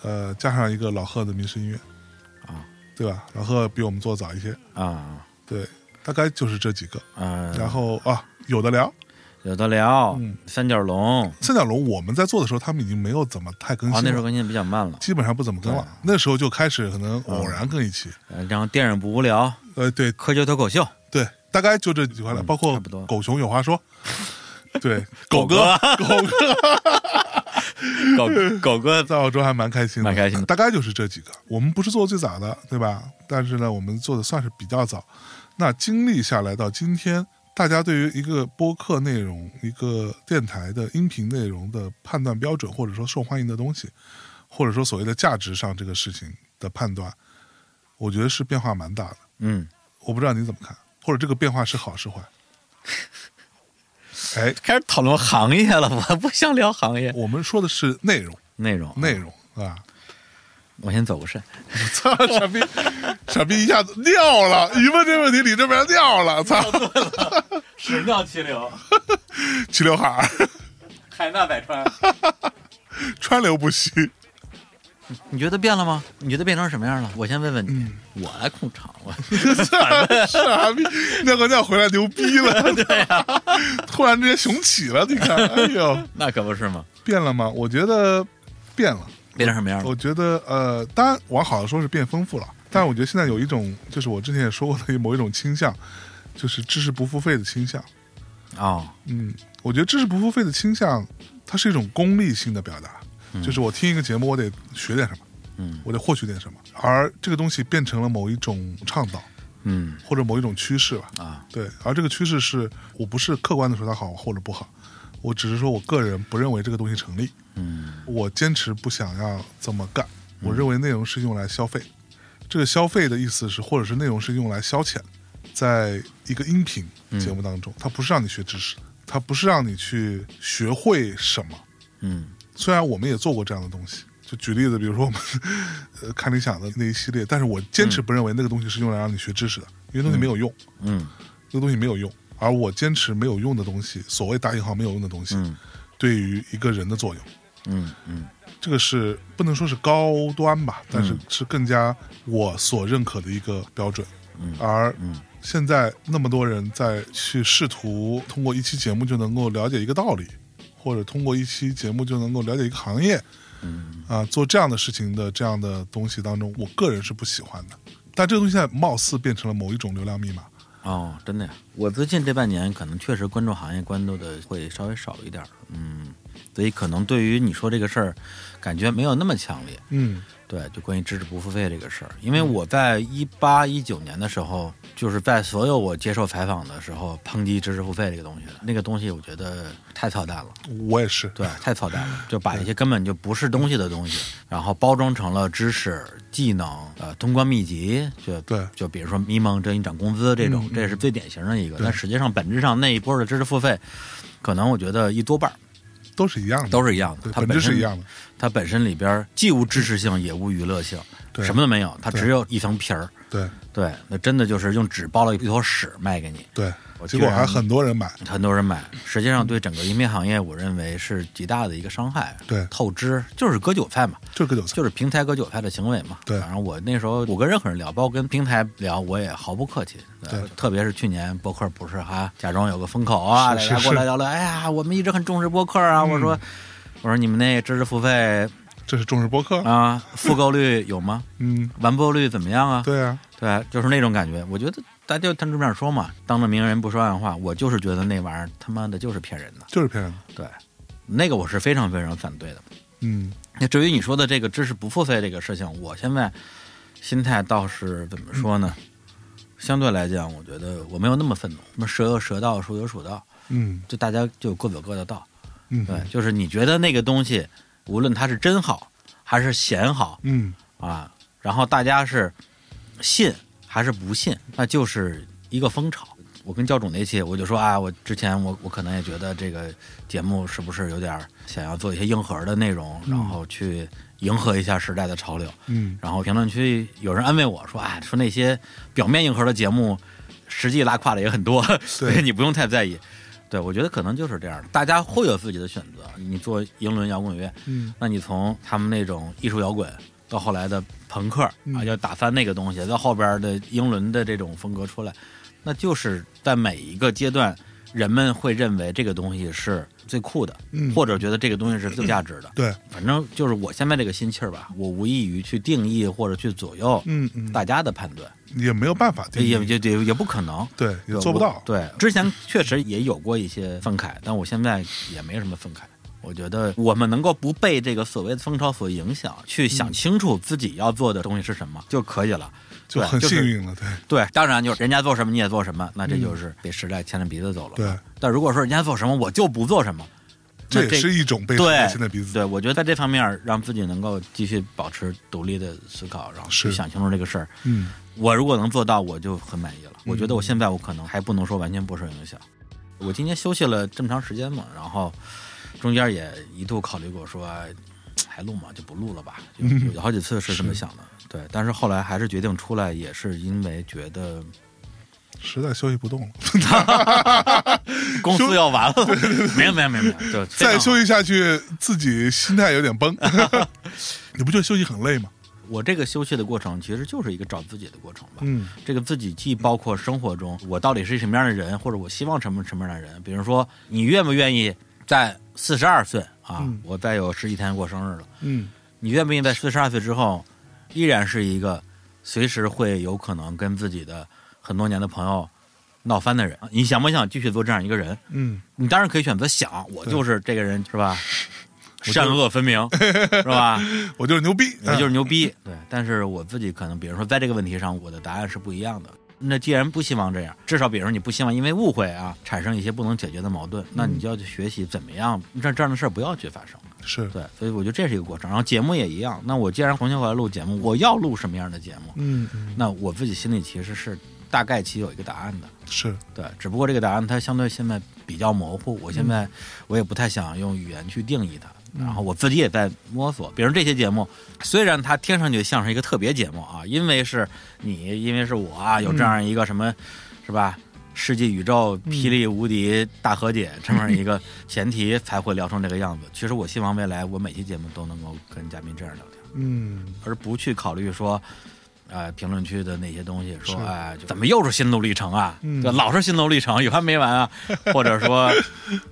Speaker 1: 呃，加上一个老贺的民生音乐，
Speaker 2: 啊
Speaker 1: 对吧？老贺比我们做早一些，
Speaker 2: 啊
Speaker 1: 对，大概就是这几个。
Speaker 2: 嗯，
Speaker 1: 然后啊，有的聊。
Speaker 2: 有的聊
Speaker 1: 嗯，
Speaker 2: 三角龙，
Speaker 1: 三角龙我们在做的时候，他们已经没有怎么太更
Speaker 2: 啊，
Speaker 1: 新
Speaker 2: 那时
Speaker 1: 了，
Speaker 2: 候更新得比较慢了，
Speaker 1: 基本上不怎么更了。那时候就开始可能偶然更一期，
Speaker 2: 呃然后电影不无聊，
Speaker 1: 呃，对
Speaker 2: 科学脱口秀，
Speaker 1: 对，大概就这几块了，
Speaker 2: 嗯
Speaker 1: 包括
Speaker 2: 差不多
Speaker 1: 狗熊有话说， 对，
Speaker 2: 狗
Speaker 1: 哥
Speaker 2: 哥，
Speaker 1: 狗哥嗯
Speaker 2: 狗狗哥
Speaker 1: 在澳洲还蛮开心的，
Speaker 2: 蛮开心的
Speaker 1: 大概就是这几个，我们不是做的最早的，对吧？但是呢，我们做的算是比较早。那经历下来到今天，大家对于一个播客内容、一个电台的音频内容的判断标准，或者说受欢迎的东西，或者说所谓的价值上这个事情的判断，我觉得是变化蛮大的。
Speaker 2: 嗯，
Speaker 1: 我不知道你怎么看，或者这个变化是好是 坏？哎，
Speaker 2: 开始讨论行业了，我 不想聊行业
Speaker 1: 我们说的是内容，
Speaker 2: 内容。
Speaker 1: 内容啊！
Speaker 2: 我先走个肾，
Speaker 1: 我操，傻逼，傻逼一下子尿了，一问这问题，你这边尿了，操，
Speaker 2: 屎尿齐流，
Speaker 1: 齐刘海儿
Speaker 2: 海纳百川。
Speaker 1: 川流不息，
Speaker 2: 你觉得变了吗？你觉得变成什么样了？我先问问你，
Speaker 1: 嗯
Speaker 2: 我来控场了。
Speaker 1: 傻逼尿个尿回来牛逼了，对呀、突然之间雄起了，你看，哎呦，
Speaker 2: 那可不是吗？
Speaker 1: 变了吗？我觉得变了。
Speaker 2: 变成什么样了？
Speaker 1: 我觉得呃，当然往好了说是变丰富了，但是我觉得现在有一种，就是我之前也说过的某一种倾向，就是知识不付费的倾向。
Speaker 2: 哦，
Speaker 1: 嗯，我觉得知识不付费的倾向，它是一种功利性的表达，就是我听一个节目，我得学点什么，
Speaker 2: 嗯
Speaker 1: 我得获取点什么，而这个东西变成了某一种倡导
Speaker 2: 嗯
Speaker 1: 或者某一种趋势吧。
Speaker 2: 啊，
Speaker 1: 对，而这个趋势是我不是客观的说它好或者不好，我只是说我个人不认为这个东西成立，
Speaker 2: 嗯
Speaker 1: 我坚持不想要这么干。我认为内容是用来消费，这个消费的意思是，或者是内容是用来消遣，在一个音频
Speaker 2: 嗯
Speaker 1: 节目当中，它不是让你学知识，它不是让你去学会什么。
Speaker 2: 嗯
Speaker 1: 虽然我们也做过这样的东西，就举例子，比如说我们呃看理想的那一系列，但是我坚持不认为那个东西是用来让你学知识的，因为东西没有用，
Speaker 2: 嗯
Speaker 1: 那个东西没有用。而我坚持没有用的东西，所谓打引号没有用的东西，
Speaker 2: 嗯
Speaker 1: 对于一个人的作用。
Speaker 2: 嗯嗯
Speaker 1: 这个是不能说是高端吧，但是是更加我所认可的一个标准。
Speaker 2: 嗯
Speaker 1: 而
Speaker 2: 嗯
Speaker 1: 现在那么多人在去试图通过一期节目就能够了解一个道理，或者通过一期节目就能够了解一个行业，
Speaker 2: 嗯
Speaker 1: 啊、做这样的事情的这样的东西当中，我个人是不喜欢的。但这个东西现在貌似变成了某一种流量密码。
Speaker 2: 哦，真的呀！我最近这半年可能确实关注行业关注的会稍微少一点儿，嗯，所以可能对于你说这个事儿，感觉没有那么强烈。
Speaker 1: 嗯
Speaker 2: 对，就关于知识不付费这个事儿，因为我在一八一九年的时候，就是在所有我接受采访的时候抨击知识付费这个东西的，那个东西我觉得太操蛋了，
Speaker 1: 我也是。
Speaker 2: 对，太操蛋了，就把一些根本就不是东西的东西，然后包装成了知识、技能、呃通关秘籍，就
Speaker 1: 对
Speaker 2: 就比如说迷蒙着你涨工资这种，
Speaker 1: 嗯嗯
Speaker 2: 这是最典型的一个，但实际上本质上那一波的知识付费，可能我觉得一多半儿
Speaker 1: 都是一样的，
Speaker 2: 都是一样的，
Speaker 1: 对，
Speaker 2: 它
Speaker 1: 本质是
Speaker 2: 身
Speaker 1: 一样的。
Speaker 2: 它本身里边儿既无知识性也无娱乐性，
Speaker 1: 对
Speaker 2: 什么都没有，它
Speaker 1: 对
Speaker 2: 只有一层皮儿。
Speaker 1: 对
Speaker 2: 对，那真的就是用纸包了一坨屎卖给你，
Speaker 1: 对，
Speaker 2: 我
Speaker 1: 结
Speaker 2: 居
Speaker 1: 果
Speaker 2: 然
Speaker 1: 还很多人买。
Speaker 2: 很多人买。实际上对整个音频行业，我认为是极大的一个伤害。
Speaker 1: 对
Speaker 2: 透支就是割韭菜嘛，
Speaker 1: 这个韭菜，
Speaker 2: 就是平台割韭菜的行为嘛。
Speaker 1: 对
Speaker 2: 反正我那时候我跟任何人聊，包括跟平台聊，我也毫不客气。呃
Speaker 1: 对
Speaker 2: 特别是去年博客不是还假装有个风口啊，
Speaker 1: 是是嗯
Speaker 2: 大家过来
Speaker 1: 是
Speaker 2: 聊聊，哎呀，我们一直很重视博客啊。我说，我说你们那知识付费
Speaker 1: 这是重视播客。
Speaker 2: 啊，复购率有吗？
Speaker 1: 嗯，
Speaker 2: 完播率怎么样 啊？
Speaker 1: 对啊，
Speaker 2: 对，就是那种感觉。我觉得大家就摊这面说嘛，当着名人不说暗话。我就是觉得那玩意儿他妈的就是骗人的。
Speaker 1: 就是骗人的。
Speaker 2: 对，那个我是非常非常反对的。
Speaker 1: 嗯，
Speaker 2: 那至于你说的这个知识不付费这个事情，我现在心态倒是怎么说呢？相对来讲，我觉得我没有那么愤怒。什么蛇有蛇道，鼠有鼠道，
Speaker 1: 嗯
Speaker 2: 就大家就各走各的道。
Speaker 1: 嗯，
Speaker 2: 对，就是你觉得那个东西，无论它是真好还是闲好，
Speaker 1: 嗯，
Speaker 2: 啊，然后大家是信还是不信，那就是一个风潮。我跟教主那期，我就说啊，我之前我我可能也觉得这个节目是不是有点儿想要做一些硬核的内容，然后去迎合一下时代的潮流。
Speaker 1: 嗯，
Speaker 2: 然后评论区有人安慰我说：“哎，说那些表面硬核的节目，实际拉胯的也很多， 所以你不用太在意。”对，我觉得可能就是这样，大家会有自己的选择。你做英伦摇滚乐，
Speaker 1: 嗯，
Speaker 2: 那你从他们那种艺术摇滚，到后来的朋克
Speaker 1: 嗯
Speaker 2: 啊，要打翻那个东西，到后边的英伦的这种风格出来，那就是在每一个阶段，人们会认为这个东西是最酷的，
Speaker 1: 嗯
Speaker 2: 或者觉得这个东西是最有价值的。
Speaker 1: 对，
Speaker 2: 反正就是我现在这个心气儿吧，我无异于去定义或者去左右
Speaker 1: 嗯嗯，
Speaker 2: 大家的判断，
Speaker 1: 也没有办法定义，
Speaker 2: 也也也也不可能。呃
Speaker 1: 对，也做不到
Speaker 2: 我。对，之前确实也有过一些愤慨，但我现在也没什么愤慨。我觉得我们能够不被这个所谓的风潮所影响，去
Speaker 1: 嗯
Speaker 2: 想清楚自己要做的东西是什么、就可以了，
Speaker 1: 就
Speaker 2: 对
Speaker 1: 很幸。
Speaker 2: 是
Speaker 1: 运了，对
Speaker 2: 对，当然就是人家做什么你也做什么，那这就是被时代牵着鼻子走了。
Speaker 1: 对，
Speaker 2: 但如果说人家做什么我就不做什么，那
Speaker 1: 这也是一种被
Speaker 2: 对
Speaker 1: 现在鼻子
Speaker 2: 对，我觉得在这方面儿让自己能够继续保持独立的思考，然后去
Speaker 1: 是
Speaker 2: 想清楚这个事儿。
Speaker 1: 嗯，
Speaker 2: 我如果能做到，我就很满意了。我觉得我现在我可能还不能说完全不受影响。我今年休息了这么长时间嘛，然后中间也一度考虑过说，哎还录吗？就不录了吧。有
Speaker 1: 嗯
Speaker 2: 有好几次是这么想的，对。但是后来还是决定出来，也是因为觉得
Speaker 1: 实在休息不动 了，
Speaker 2: 公司要完了。没有没有没有没有，就非常
Speaker 1: 再
Speaker 2: 好
Speaker 1: 休息下去，自己心态有 点崩。你不觉得休息很累吗？
Speaker 2: 我这个休息的过程其实就是一个找自己的过程吧。
Speaker 1: 嗯
Speaker 2: 这个自己既包括生活中我到底是什么样的人，或者我希望什么什么样的人。比如说，你愿不愿意在四十二岁啊，
Speaker 1: 嗯
Speaker 2: 我再有十几天过生日了，
Speaker 1: 嗯，
Speaker 2: 你愿不愿意在四十二岁之后，依然是一个随时会有可能跟自己的很多年的朋友闹翻的人？你想不想继续做这样一个人？
Speaker 1: 嗯，
Speaker 2: 你当然可以选择想，我
Speaker 1: 对
Speaker 2: 就是这个人，是吧？善恶分 明，是吧？
Speaker 1: 我就是牛逼，啊
Speaker 2: 我就是牛逼。对，但是我自己可能，比如说在这个问题上，我的答案是不一样的。那既然不希望这样，至少比如说你不希望因为误会啊产生一些不能解决的矛盾，那你就要去学习怎么样让这样的事儿不要去发生。
Speaker 1: 嗯是，
Speaker 2: 对，所以我觉得这是一个过程。然后节目也一样，那我既然重新回来录节目，我要录什么样的节目？
Speaker 1: 嗯嗯
Speaker 2: 那我自己心里其实是大概其有一个答案的。
Speaker 1: 是，
Speaker 2: 对，只不过这个答案它相对现在比较模糊，我现在我也不太想用语言去定义它。然后我自己也在摸索，比如这些节目，虽然它听上去像是一个特别节目啊，因为是你，因为是我啊，有这样一个什么，是吧？世纪宇宙霹雳无敌大和解这么一个前提才会聊成这个样子。其实我希望未来我每期节目都能够跟嘉宾这样聊天，
Speaker 1: 嗯
Speaker 2: 而不去考虑说，呃，评论区的那些东西说，
Speaker 1: 是
Speaker 2: 哎，就怎么又是心路历程啊？
Speaker 1: 嗯
Speaker 2: 对，老是心路历程，有完没完啊？或者说，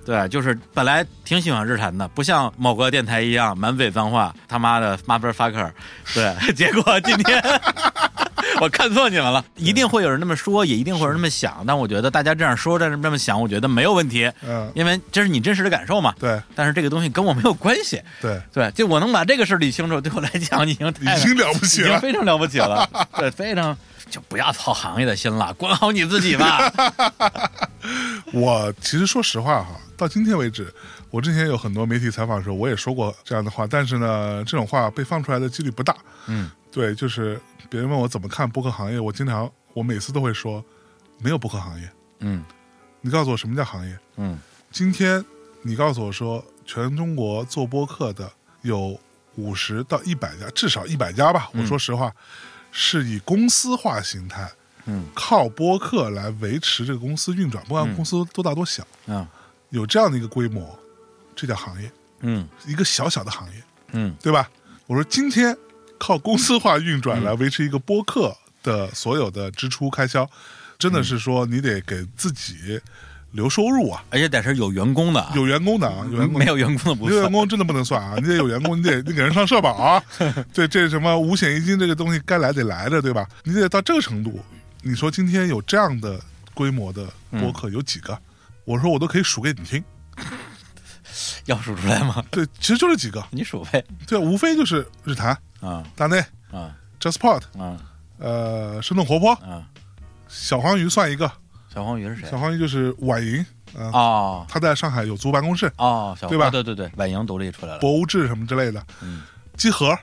Speaker 2: 对，就是本来挺喜欢日坛的，不像某个电台一样满嘴脏话，他妈的 motherfucker，对， 结果今天。 我看错你们了，一定会有人那么说，也一定会有人那么想。但我觉得大家这样说，但是这么想，我觉得没有问题，
Speaker 1: 嗯，
Speaker 2: 因为这是你真实的感受嘛。
Speaker 1: 对
Speaker 2: 但是这个东西跟我没有关系，
Speaker 1: 对，
Speaker 2: 对，就我能把这个事儿理清楚，对我来讲已经太
Speaker 1: 已经了不起
Speaker 2: 哎已经
Speaker 1: 了，
Speaker 2: 非常了不起了，对，非常就不要操行业的心了，管好你自己 吧。
Speaker 1: 我其实说实话哈，到今天为止，我之前有很多媒体采访的时候，我也说过这样的话，但是呢，这种话被放出来的几率不大。
Speaker 2: 嗯，
Speaker 1: 对，就是别人问我怎么看播客行业，我经常我每次都会说，没有播客行业。
Speaker 2: 嗯
Speaker 1: 你告诉我什么叫行业？
Speaker 2: 嗯
Speaker 1: 今天你告诉我说，全中国做播客的有五十到一百家，至少一百家吧。我说实话，是以公司化形态，
Speaker 2: 嗯，
Speaker 1: 靠播客来维持这个公司运转，不管公司多大多小。
Speaker 2: 嗯
Speaker 1: 有这样的一个规模，这叫行业，
Speaker 2: 嗯
Speaker 1: 一个小小的行业，
Speaker 2: 嗯
Speaker 1: 对吧？我说今天靠公司化运转来维持一个播客的所有的支出开销，真的是说你得给自己留收入啊，
Speaker 2: 而且得是有员工的啊，
Speaker 1: 有员工的啊，有员工
Speaker 2: 没
Speaker 1: 的。
Speaker 2: 有员工的不
Speaker 1: 有员
Speaker 2: 算。
Speaker 1: 工真的不能算啊！你得有员工，你得你 给人上社保啊！对，这什么五险一金这个东西该来得来的，对吧？你得到这个程度。你说今天有这样的规模的播
Speaker 2: 嗯
Speaker 1: 客有几个？我说我都可以数给你听。
Speaker 2: 要数出来吗？
Speaker 1: 对，其实就这几个。
Speaker 2: 你数呗。
Speaker 1: 对，无非就是日坛、
Speaker 2: 啊
Speaker 1: 大内、
Speaker 2: 啊
Speaker 1: JustPod，
Speaker 2: 啊
Speaker 1: 呃，生动活泼，
Speaker 2: 啊！
Speaker 1: 小黄鱼算一个，
Speaker 2: 小黄鱼是谁
Speaker 1: 小？黄鱼就是婉莹，呃，
Speaker 2: 哦
Speaker 1: 他在上海有租办公室，
Speaker 2: 哦，小
Speaker 1: 对吧
Speaker 2: 哦对对对，婉莹独立出来了，
Speaker 1: 博物志什么之类的，
Speaker 2: 嗯
Speaker 1: 集合，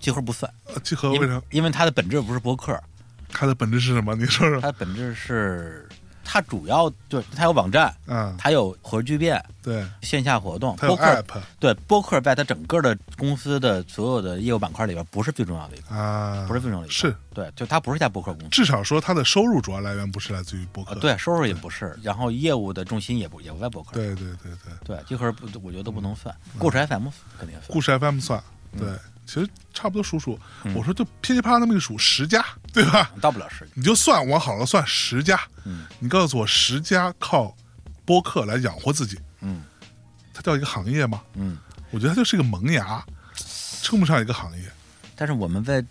Speaker 2: 几乎不算，
Speaker 1: 呃，集合
Speaker 2: 因
Speaker 1: 为什
Speaker 2: 为
Speaker 1: 么？
Speaker 2: 因为它的本质不是博客，
Speaker 1: 它的本质是什么？你说说，
Speaker 2: 它的本质是它主要就是它有网站，
Speaker 1: 嗯，
Speaker 2: 它有核聚变、
Speaker 1: 对，
Speaker 2: 线下活动，
Speaker 1: 它有
Speaker 2: 播客
Speaker 1: app
Speaker 2: 对播客在它整个的公司的所有的业务板块里边不是最重要的一个，
Speaker 1: 啊，
Speaker 2: 不是最重要的一个，
Speaker 1: 是
Speaker 2: 对，就它不是一家播客公司。
Speaker 1: 至少说它的收入主要来源不是来自于播
Speaker 2: 啊，
Speaker 1: 客，
Speaker 2: 对，收入也不是，然后业务的重心也不也不在博客，
Speaker 1: 对嗯对对对，
Speaker 2: 对，这块儿不，我觉得都不能算，故事 FM 肯定算，
Speaker 1: 故事 FM 算
Speaker 2: 嗯
Speaker 1: 对，其实差不多数数，我说就噼里啪啦那么一数十家，对吧？
Speaker 2: 到不了十，
Speaker 1: 你就算我好了，算十家，
Speaker 2: 嗯
Speaker 1: 你告诉我十家靠播客来养活自己，
Speaker 2: 嗯
Speaker 1: 它叫一个行业吗？
Speaker 2: 嗯。
Speaker 1: 我觉得它就是一个萌芽，称不上一个行业。
Speaker 2: 但是我们在，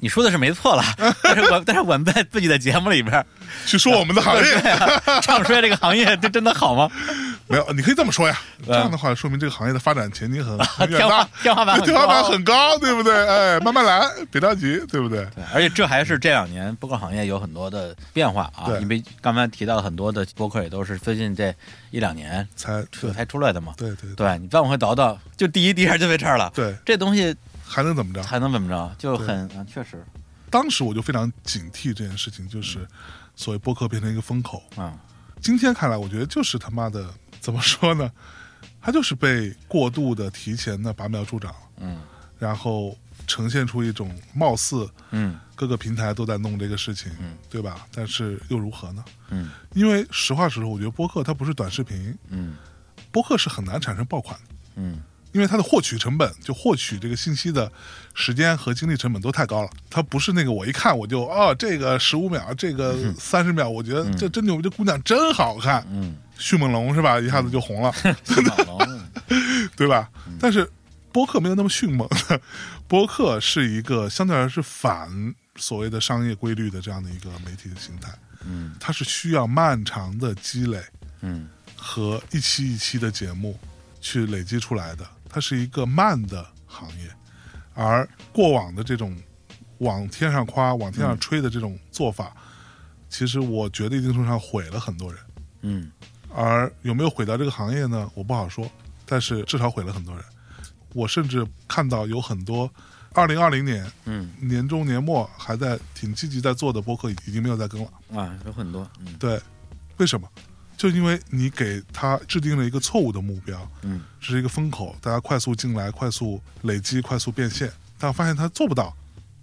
Speaker 2: 你说的是没错了，但是我但是我们在自己的节目里边儿，
Speaker 1: 去说我们的行 业，
Speaker 2: 对啊，唱衰这个行业，这真的好吗？
Speaker 1: 没有，你可以这么说呀。这样的话，说明这个行业的发展前 景很很远
Speaker 2: 天花
Speaker 1: 大，
Speaker 2: 嗯天花板
Speaker 1: 对
Speaker 2: 很
Speaker 1: 天花板
Speaker 2: 高。
Speaker 1: 很高，对不对？哎，慢慢来，别着急，对不对？
Speaker 2: 对，而且这还是这两年播客行业有很多的变化啊
Speaker 1: 对！
Speaker 2: 因为刚才提到很多的播客也都是最近这一两年
Speaker 1: 才对，
Speaker 2: 才出来的嘛。
Speaker 1: 对对
Speaker 2: 对你再往回倒倒，就第一、第二就被这儿了。
Speaker 1: 对，
Speaker 2: 这东西
Speaker 1: 还能怎么着？
Speaker 2: 还能怎么着？就很啊确实，
Speaker 1: 当时我就非常警惕这件事情，就是所谓播客变成一个风口。
Speaker 2: 嗯，
Speaker 1: 今天看来，我觉得就是他妈的怎么说呢？它就是被过度的、提前的拔苗助长，
Speaker 2: 嗯，
Speaker 1: 然后呈现出一种貌似
Speaker 2: 嗯
Speaker 1: 各个平台都在弄这个事情，
Speaker 2: 嗯
Speaker 1: 对吧？但是又如何呢？
Speaker 2: 嗯
Speaker 1: 因为实话实说，我觉得播客它不是短视频，
Speaker 2: 嗯
Speaker 1: 播客是很难产生爆款的，
Speaker 2: 嗯
Speaker 1: 因为它的获取成本，就获取这个信息的时间和精力成本都太高了。它不是那个我一看我就哦，这个十五秒，这个三十秒，我觉得这真牛逼，这姑娘真好看，
Speaker 2: 嗯，
Speaker 1: 迅猛龙是吧？一下子就 红了，
Speaker 2: 老龙，
Speaker 1: 对吧？但是播客没有那么迅猛，播客是一个相对来说是反所谓的商业规律的这样的一个媒体的形态，
Speaker 2: 嗯
Speaker 1: 它是需要漫长的积累。
Speaker 2: 嗯
Speaker 1: 和一期一期的节目去累积出来的，它是一个慢的行业，而过往的这种往天上夸、往
Speaker 2: 嗯
Speaker 1: 天上吹的这种做法，其实我觉得一定程度上毁了很多人。
Speaker 2: 嗯
Speaker 1: 而有没有毁掉这个行业呢？我不好说，但是至少毁了很多人。我甚至看到有很多二零二零年
Speaker 2: 嗯
Speaker 1: 年中年末还在挺积极在做的播客，已经没有在更了。
Speaker 2: 啊，有很多，嗯
Speaker 1: 对，为什么？就因为你给他制定了一个错误的目标，
Speaker 2: 嗯
Speaker 1: 这是一个风口，大家快速进来、快速累积、快速变现，但发现他做不到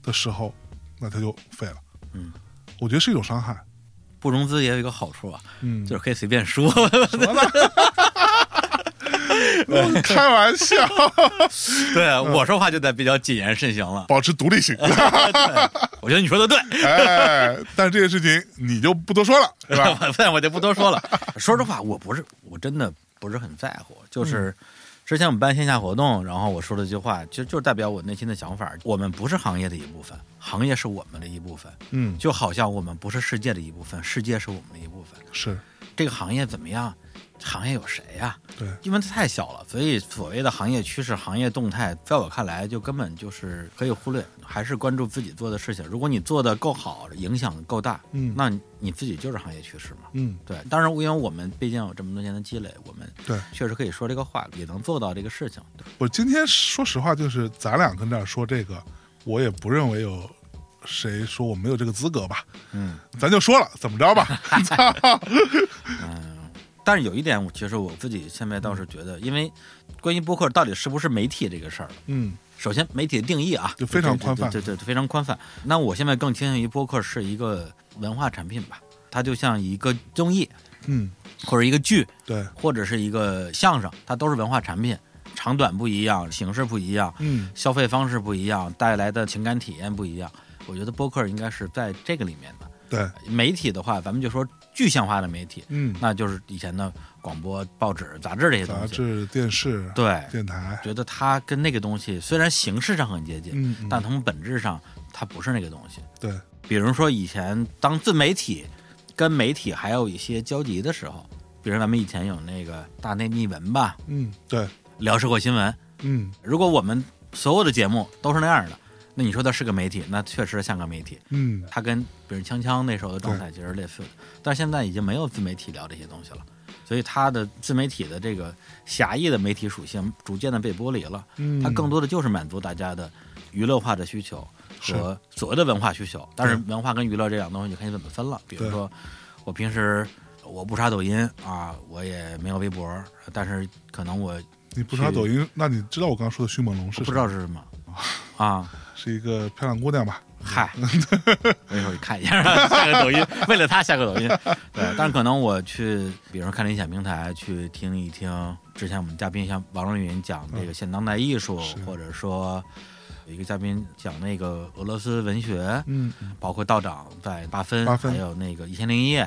Speaker 1: 的时候，那他就废了。
Speaker 2: 嗯，
Speaker 1: 我觉得是一种伤害。
Speaker 2: 不融资也有一个好处啊，
Speaker 1: 嗯，
Speaker 2: 就是可以随便说，
Speaker 1: 什么呢？我开玩笑，
Speaker 2: 对啊
Speaker 1: 嗯
Speaker 2: 我说话就得比较谨言慎行了。
Speaker 1: 保持独 立性。
Speaker 2: 我觉得你说的对，
Speaker 1: 哎，但是这件事情你就不多说了，是吧？
Speaker 2: 我我就不多说 了。说实话，我不是，我真的不是很在乎。就是
Speaker 1: 嗯
Speaker 2: 之前我们办线下活动，然后我说了一句话，其实就是代表我内心的想法。我们不是行业的一部分，行业是我们的一部分，
Speaker 1: 嗯，
Speaker 2: 就好像我们不是世界的一部分，世界是我们的一部分。
Speaker 1: 是
Speaker 2: 这个行业怎么样？行业有谁呀、
Speaker 1: 对，
Speaker 2: 因为它太小了，所以所谓的行业趋势、行业动态，在我看来就根本就是可以忽略，还是关注自己做的事情。如果你做的够好，影响够大，
Speaker 1: 嗯
Speaker 2: 那你你自己就是行业趋势嘛。
Speaker 1: 嗯，
Speaker 2: 对，当然，因为我们毕竟有这么多年的积累，我们
Speaker 1: 对。
Speaker 2: 确实可以说这个话，也能做到这个事情。
Speaker 1: 我今天说实话，就是咱俩跟这儿说这个，我也不认为有谁说我没有这个资格吧。
Speaker 2: 嗯，
Speaker 1: 咱就说了，怎么 着吧？操
Speaker 2: 但是有一点，我其实我自己现在倒是觉得，因为关于播客到底是不是媒体这个事儿，
Speaker 1: 嗯，
Speaker 2: 首先媒体的定义啊，
Speaker 1: 就非常宽泛
Speaker 2: 对对对对非常宽泛。那我现在更倾向于播客是一个文化产品吧，它就像一个综艺
Speaker 1: 嗯，
Speaker 2: 或者一个剧
Speaker 1: 对，
Speaker 2: 或者是一个相声，它都是文化产品，长短不一样，形式不一样，
Speaker 1: 嗯，
Speaker 2: 消费方式不一样，带来的情感体验不一样。我觉得播客应该是在这个里面的。
Speaker 1: 对，
Speaker 2: 媒体的话，咱们就说具象化的媒体，
Speaker 1: 嗯，
Speaker 2: 那就是以前的广播、报纸、杂志这些
Speaker 1: 杂
Speaker 2: 东西。
Speaker 1: 志、电视、
Speaker 2: 对，
Speaker 1: 电台，
Speaker 2: 觉得它跟那个东西虽然形式上很接近，
Speaker 1: 嗯，嗯
Speaker 2: 但他们本质上它不是那个东西。
Speaker 1: 对，
Speaker 2: 比如说以前当自媒体跟媒体还有一些交集的时候，比如咱们以前有那个大内密闻吧，
Speaker 1: 嗯，对，
Speaker 2: 聊社会新闻。
Speaker 1: 嗯
Speaker 2: 如果我们所有的节目都是那样的，那你说它是个媒体，那确实像个媒体。
Speaker 1: 嗯，
Speaker 2: 它跟比如锵锵那时候的状态其实类似的，但是现在已经没有自媒体聊这些东西了，所以它的自媒体的这个狭义的媒体属性逐渐的被剥离了。
Speaker 1: 嗯，
Speaker 2: 它更多的就是满足大家的娱乐化的需求
Speaker 1: 是
Speaker 2: 和所谓的文化需求。但是
Speaker 1: 对
Speaker 2: 文化跟娱乐这两个东西，你看你怎么分了。比如
Speaker 1: 对
Speaker 2: 说，我平时我不刷抖音啊，我也没有微博，但是可能我
Speaker 1: 你不刷抖音，那你知道我刚刚说的迅猛龙
Speaker 2: 我
Speaker 1: 是
Speaker 2: 不
Speaker 1: 谁
Speaker 2: 知道是什么啊。
Speaker 1: 是一个漂亮姑娘吧？
Speaker 2: 嗨， 我一会儿看一下，下个抖音，为了他下个抖 音。对，但是可能我去，比如说看理想平台，去听一听之前我们嘉宾像王若云讲这个现当代艺术，
Speaker 1: 嗯是
Speaker 2: 或者说有一个嘉宾讲那个俄罗斯文学，
Speaker 1: 嗯，
Speaker 2: 包括道长在八分，
Speaker 1: 八分
Speaker 2: 还有那个《一千零一夜》。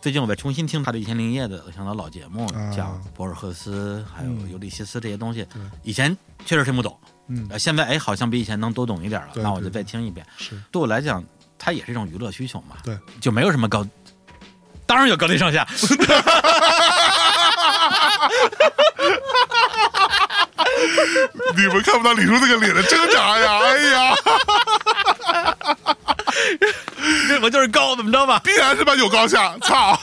Speaker 2: 最近我在重新听他的《一千零一夜》的，想到老节目，
Speaker 1: 啊
Speaker 2: 讲博尔赫斯还有
Speaker 1: 嗯
Speaker 2: 尤利西斯这些东西，
Speaker 1: 对
Speaker 2: 以前确实听不懂，
Speaker 1: 嗯
Speaker 2: 呃，现在哎好像比以前能多懂一点了，
Speaker 1: 对
Speaker 2: 那我就
Speaker 1: 对
Speaker 2: 再听一遍。
Speaker 1: 是
Speaker 2: 对我来讲，它也是一种娱乐需求嘛。
Speaker 1: 对，
Speaker 2: 就没有什么高，当然有高低上下。
Speaker 1: 你们看不到李叔那个脸的挣扎呀！哎 呀，
Speaker 2: 我就是高，怎么着吧？
Speaker 1: 必然是吧？有高下，操！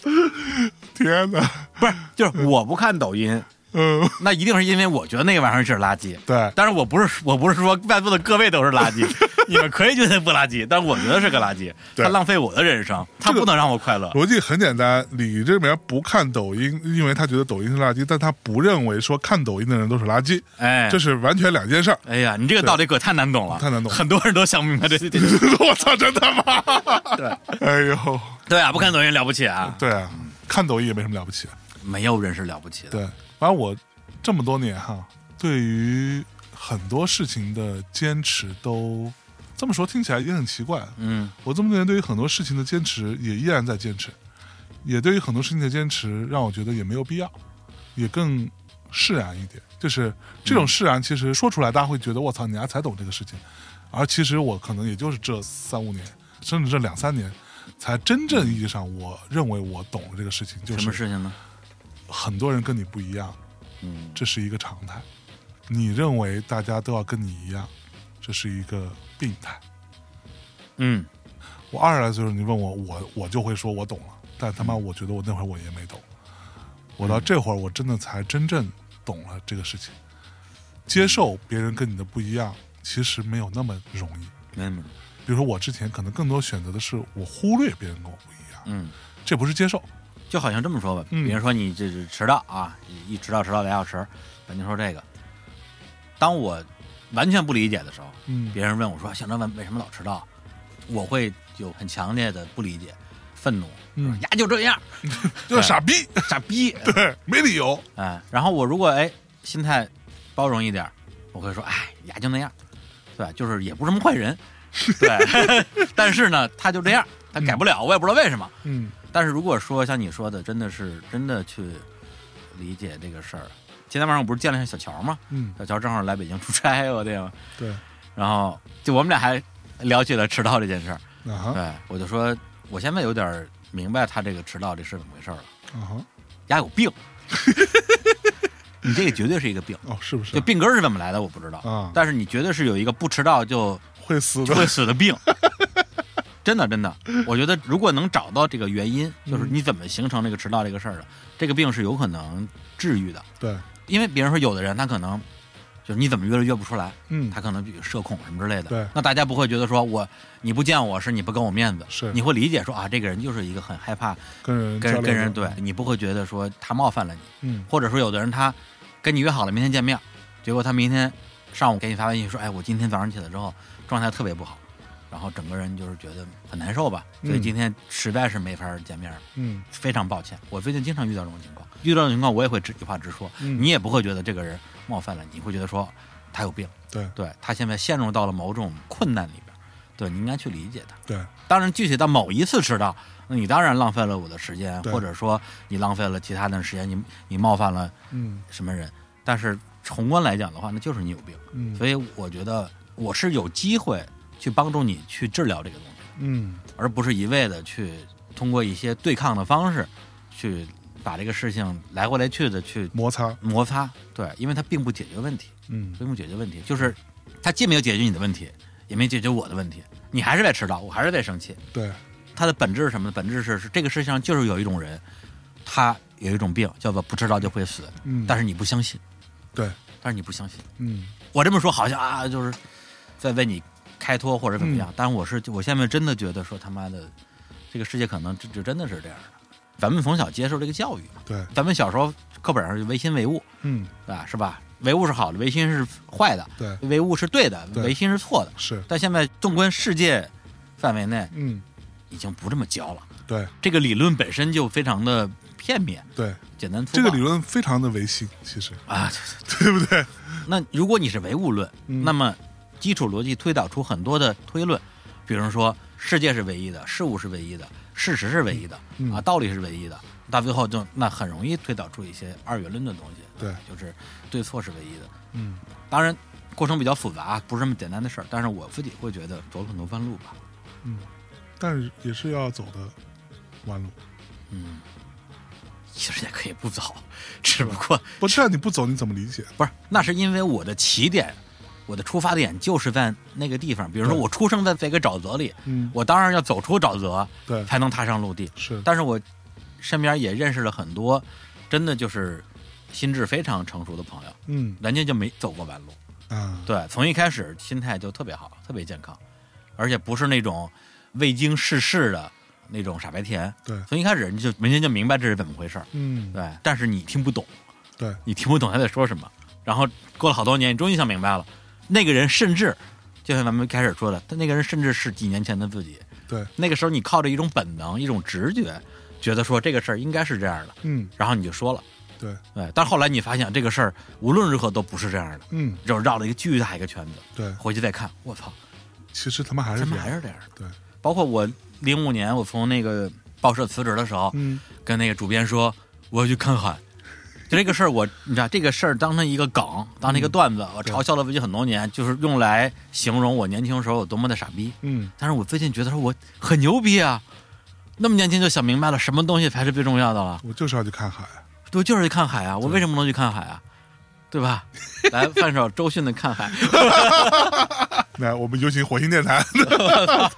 Speaker 1: 天哪，
Speaker 2: 不是，就是我不看抖音，
Speaker 1: 嗯，
Speaker 2: 那一定是因为我觉得那个玩意儿是垃圾。
Speaker 1: 对，
Speaker 2: 当然，我不是我不是说在座的各位都是垃圾，你们可以觉得不垃圾，但是我觉得是个垃圾，
Speaker 1: 对
Speaker 2: 它浪费我的人生，它不能让我快乐。
Speaker 1: 逻辑很简单，李这边不看抖音，因为他觉得抖音是垃圾，但他不认为说看抖音的人都是垃圾，
Speaker 2: 哎，
Speaker 1: 这是完全两件事儿。
Speaker 2: 哎呀，你这个道理可太难懂了，
Speaker 1: 太难懂了
Speaker 2: 很多人都想不明白 这这。这
Speaker 1: 我操，真的吗？
Speaker 2: 对
Speaker 1: 哎呦，
Speaker 2: 对啊，不看抖音了不起啊，
Speaker 1: 对啊，看抖音也没什么了不起。啊
Speaker 2: 没有人是了不起的。
Speaker 1: 对，反正我这么多年哈，对于很多事情的坚持都这么说听起来也很奇怪。
Speaker 2: 嗯，
Speaker 1: 我这么多年对于很多事情的坚持也依然在坚持，也对于很多事情的坚持让我觉得也没有必要，也更释然一点。就是这种释然，其实说出来大家会觉得我操，你还才懂这个事情，而其实我可能也就是这三五年，甚至这两三年。才真正意义上，我认为我懂了这个事情，就
Speaker 2: 什么
Speaker 1: 是
Speaker 2: 事情呢？
Speaker 1: 很多人跟你不一样，
Speaker 2: 嗯，
Speaker 1: 这是一个常态。你认为大家都要跟你一样，这是一个病态。
Speaker 2: 嗯，
Speaker 1: 我二十来岁的时候，你问我，我我就会说我懂了，但他妈我觉得我那会儿我也没懂。我到这会儿，我真的才真正懂了这个事情。接受别人跟你的不一样，其实没有那么容易。
Speaker 2: 没什么。
Speaker 1: 比如说我之前可能更多选择的是我忽略别人跟我不一样，
Speaker 2: 嗯，
Speaker 1: 这不是接受。
Speaker 2: 就好像这么说吧，
Speaker 1: 嗯
Speaker 2: 比如说你这是迟到啊，一迟到迟到俩小时，咱就说这个。当我完全不理解的时候，
Speaker 1: 嗯，
Speaker 2: 别人问我说：“向哲文为什么老迟到？”我会有很强烈的不理解、愤怒，
Speaker 1: 嗯
Speaker 2: 说呀就这样，
Speaker 1: 就是傻逼，
Speaker 2: 傻 逼，
Speaker 1: 对， 没理由。
Speaker 2: 哎。然后我如果哎心态包容一点儿，我会说：“哎，呀就那样，对吧，就是也不是什么坏人，对。但是呢，他就这样，他改不了，我也不知道为什么。”
Speaker 1: 嗯
Speaker 2: 但是如果说像你说的，真的是真的去理解这个事儿，前天晚上我不是见了一下小乔吗？
Speaker 1: 嗯，
Speaker 2: 小乔正好来北京出差，我天啊，
Speaker 1: 对，
Speaker 2: 然后就我们俩还聊起了迟到这件事儿。
Speaker 1: 啊哈
Speaker 2: 对，我就说我现在有点明白他这个迟到这是怎么回事儿了，
Speaker 1: 啊哈，
Speaker 2: 丫有病，你这个绝对是一个病，
Speaker 1: 哦，是不是
Speaker 2: 就？病根儿是怎么来的我不知道，
Speaker 1: 啊
Speaker 2: 但是你绝对是有一个不迟到就
Speaker 1: 会死
Speaker 2: 就
Speaker 1: 的
Speaker 2: 会死的病。 真的，真的，我觉得如果能找到这个原因，就是
Speaker 1: 嗯
Speaker 2: 你怎么形成这个迟到这个事儿的，这个病是有可能治愈的。
Speaker 1: 对，
Speaker 2: 因为比如说有的人他可能就是你怎么约都约不出来，
Speaker 1: 嗯，
Speaker 2: 他可能比如社恐什么之类的。
Speaker 1: 对
Speaker 2: 那大家不会觉得说我你不见我是你不给我面子，
Speaker 1: 是
Speaker 2: 你会理解说啊，这个人就是一个很害怕
Speaker 1: 跟人嗯
Speaker 2: 跟
Speaker 1: 交流
Speaker 2: 跟人
Speaker 1: 的，
Speaker 2: 对你不会觉得说他冒犯了你，
Speaker 1: 嗯
Speaker 2: 或者说有的人他跟你约好了明天见面，结果他明天上午给你发微信说，哎，我今天早上起来之后状态特别不好，然后整个人就是觉得很难受吧，所以
Speaker 1: 嗯
Speaker 2: 今天实在是没法见面了，
Speaker 1: 嗯
Speaker 2: 非常抱歉。我最近经常遇到这种情况，遇到这种情况我也会直一话直说，
Speaker 1: 嗯
Speaker 2: 你也不会觉得这个人冒犯了你，会觉得说他有病，
Speaker 1: 对
Speaker 2: 对他现在陷入到了某种困难里边，对你应该去理解他。
Speaker 1: 对
Speaker 2: 当然，具体到某一次迟到，那你当然浪费了我的时间，
Speaker 1: 对
Speaker 2: 或者说你浪费了其他的时间，你你冒犯了
Speaker 1: 嗯
Speaker 2: 什么人。但是宏观来讲的话，那就是你有病。
Speaker 1: 嗯
Speaker 2: 所以我觉得我是有机会去帮助你去治疗这个东西，
Speaker 1: 嗯
Speaker 2: 而不是一味的去通过一些对抗的方式去把这个事情来回来去的去
Speaker 1: 摩擦
Speaker 2: 摩擦。对，因为它并不解决问题，
Speaker 1: 嗯
Speaker 2: 并不解决问题，就是它既没有解决你的问题，也没解决我的问题。你还是在迟到，我还是在生气。
Speaker 1: 对
Speaker 2: 它的本质是什么呢？本质是是这个世界上就是有一种人，他有一种病叫做不迟到就会死，
Speaker 1: 嗯
Speaker 2: 但是你不相信，
Speaker 1: 对
Speaker 2: 但是你不相信。
Speaker 1: 嗯
Speaker 2: 我这么说好像啊，就是
Speaker 1: 嗯
Speaker 2: 在为你开脱或者怎么样，但是我是我现在真的觉得说他妈的这个世界可能就就真的是这样的。咱们从小接受这个教育嘛，
Speaker 1: 对，
Speaker 2: 咱们小时候课本上是唯心唯物，
Speaker 1: 嗯，
Speaker 2: 对吧？是吧？唯物是好的，唯心是坏的，
Speaker 1: 对，
Speaker 2: 唯物是对的，
Speaker 1: 对
Speaker 2: 唯心是错的。
Speaker 1: 是，
Speaker 2: 但现在纵观世界范围内，
Speaker 1: 嗯，
Speaker 2: 已经不这么教了。
Speaker 1: 对
Speaker 2: 这个理论本身就非常的片面、
Speaker 1: 对，
Speaker 2: 简单粗
Speaker 1: 这
Speaker 2: 暴。
Speaker 1: 个理论非常的唯心，其实
Speaker 2: 啊，
Speaker 1: 对不对？
Speaker 2: 那如果你是唯物论，
Speaker 1: 嗯
Speaker 2: 那么基础逻辑推导出很多的推论，比如说世界是唯一的，事物是唯一的，事实是唯一的，
Speaker 1: 嗯
Speaker 2: 啊，道理是唯一的。到最后就那很容易推导出一些二元论的东西，
Speaker 1: 对，
Speaker 2: 就是对错是唯一的。
Speaker 1: 嗯，
Speaker 2: 当然，过程比较复杂，啊不是那么简单的事儿。但是我自己会觉得走了很多弯路吧。
Speaker 1: 但是也是要走的弯路。
Speaker 2: 嗯，其实也可以不走， 只不过
Speaker 1: 不是你不走，你怎么理解？
Speaker 2: 不是，那是因为我的起点，我的出发点就是在那个地方。比如说，
Speaker 1: 对
Speaker 2: 我出生在这个沼泽里，
Speaker 1: 嗯，
Speaker 2: 我当然要走出沼泽，
Speaker 1: 对，
Speaker 2: 才能踏上陆地。
Speaker 1: 是，
Speaker 2: 但是我身边也认识了很多，真的就是心智非常成熟的朋友，
Speaker 1: 嗯
Speaker 2: 人家就没走过弯路。
Speaker 1: 啊，
Speaker 2: 对，从一开始心态就特别好，特别健康，而且不是那种未经世事的那种傻白甜。
Speaker 1: 对，
Speaker 2: 从一开始人就人家就明白这是怎么回事儿，
Speaker 1: 嗯，
Speaker 2: 对，但是你听不懂。
Speaker 1: 对，
Speaker 2: 你听不懂他在说什么。然后过了好多年，你终于想明白了，那个人甚至就像咱们开始说的，他那个人甚至是几年前的自己。
Speaker 1: 对，
Speaker 2: 那个时候你靠着一种本能、一种直觉，觉得说这个事儿应该是这样的，
Speaker 1: 嗯，
Speaker 2: 然后你就说了。
Speaker 1: 对，
Speaker 2: 对，但后来你发现这个事儿无论如何都不是这样的，
Speaker 1: 嗯，
Speaker 2: 就绕了一个巨大一个圈子。
Speaker 1: 对，
Speaker 2: 回去再看，我操，
Speaker 1: 其实他们还是
Speaker 2: 咱
Speaker 1: 这
Speaker 2: 们还
Speaker 1: 样，
Speaker 2: 是这样的。
Speaker 1: 对，
Speaker 2: 包括我零五年我从那个报社辞职的时候，
Speaker 1: 嗯，
Speaker 2: 跟那个主编说，我要去看海。就这个事儿，我你知道，这个事儿当成一个梗，当成一个段子，我嘲笑了自己很多年，就是用来形容我年轻时候有多么的傻逼。
Speaker 1: 嗯，
Speaker 2: 但是我最近觉得说我很牛逼啊，那么年轻就想明白了什么东西才是最重要的了。
Speaker 1: 我就是要去看海，
Speaker 2: 我就是去看海啊，我为什么不能去看海啊？对吧？ 来，放首周迅的《看海》。
Speaker 1: 来，我们有请火星电台，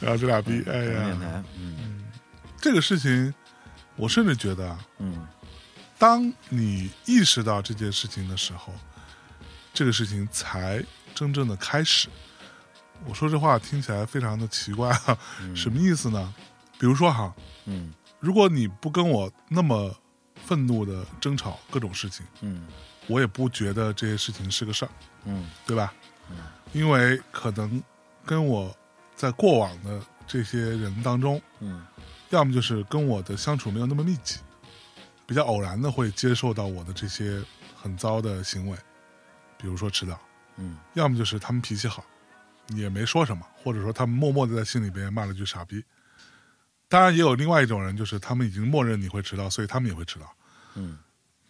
Speaker 1: 然后这俩逼，哎
Speaker 2: 电
Speaker 1: 呀，
Speaker 2: 台，嗯
Speaker 1: 这个事情，我甚至觉得啊，
Speaker 2: 嗯，
Speaker 1: 当你意识到这件事情的时候，这个事情才真正的开始。我说这话听起来非常的奇怪啊，
Speaker 2: 嗯
Speaker 1: 什么意思呢？比如说哈，
Speaker 2: 嗯
Speaker 1: 如果你不跟我那么愤怒的争吵各种事情，
Speaker 2: 嗯
Speaker 1: 我也不觉得这些事情是个事儿，
Speaker 2: 嗯
Speaker 1: 对吧？因为可能跟我在过往的这些人当中，
Speaker 2: 嗯
Speaker 1: 要么就是跟我的相处没有那么密集，比较偶然的会接受到我的这些很糟的行为，比如说迟到；
Speaker 2: 嗯
Speaker 1: 要么就是他们脾气好，你也没说什么，或者说他们默默的在心里边骂了句傻逼。当然，也有另外一种人，就是他们已经默认你会迟到，所以他们也会迟到。
Speaker 2: 嗯，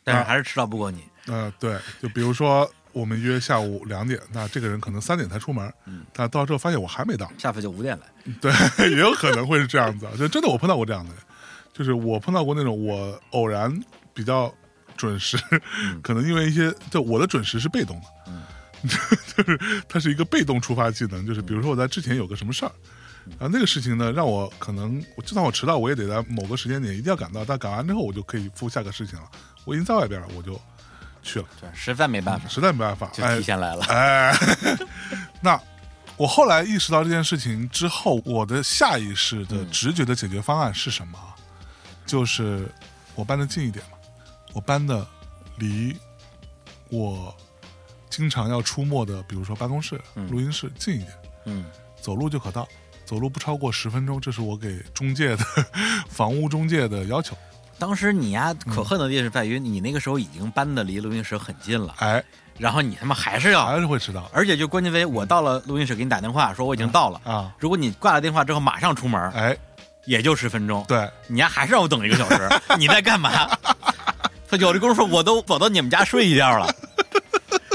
Speaker 2: 但是还是迟到不过你。
Speaker 1: 呃，对，就比如说我们约下午两点，那这个人可能三点才出门，但到之后发现我还没到，
Speaker 2: 下次就五点来。
Speaker 1: 对，也有可能会是这样子啊。就真的我碰到过这样的人，就是我碰到过那种我偶然比较准时，可能因为一些就我的准时是被动的，
Speaker 2: 嗯
Speaker 1: 就是它是一个被动触发技能，就是比如说我在之前有个什么事儿。然后那个事情呢，让我可能我就算我迟到，我也得在某个时间点一定要赶到。但赶完之后，我就可以赴下个事情了。我已经在外边了，我就去了，
Speaker 2: 对，实在没办法，
Speaker 1: 实在没办法，
Speaker 2: 就
Speaker 1: 哎
Speaker 2: 提，前来了。
Speaker 1: 哎，那我后来意识到这件事情之后，我的下意识
Speaker 2: 嗯
Speaker 1: 的直觉的解决方案是什么啊？就是我搬的近一点嘛，我搬的离我经常要出没的，比如说办公室、
Speaker 2: 嗯
Speaker 1: 录音室近一点，
Speaker 2: 嗯
Speaker 1: 走路就可到。走路不超过十分钟，这是我给中介的 房屋中介的要求。，
Speaker 2: 当时你呀可
Speaker 1: 嗯
Speaker 2: 恨的地方是在于，你那个时候已经搬的离录音室很近了，
Speaker 1: 哎，
Speaker 2: 然后你他妈还是要，
Speaker 1: 还是会迟到
Speaker 2: 而且就关键为我到了录音室给你打电话说我已经到了，
Speaker 1: 啊！
Speaker 2: 如果你挂了电话之后马上出门，
Speaker 1: 哎，
Speaker 2: 也就十分钟，
Speaker 1: 对，
Speaker 2: 你呀还是让我等一个小 时，你在干嘛？他有这功夫我都走到你们家睡一觉 了，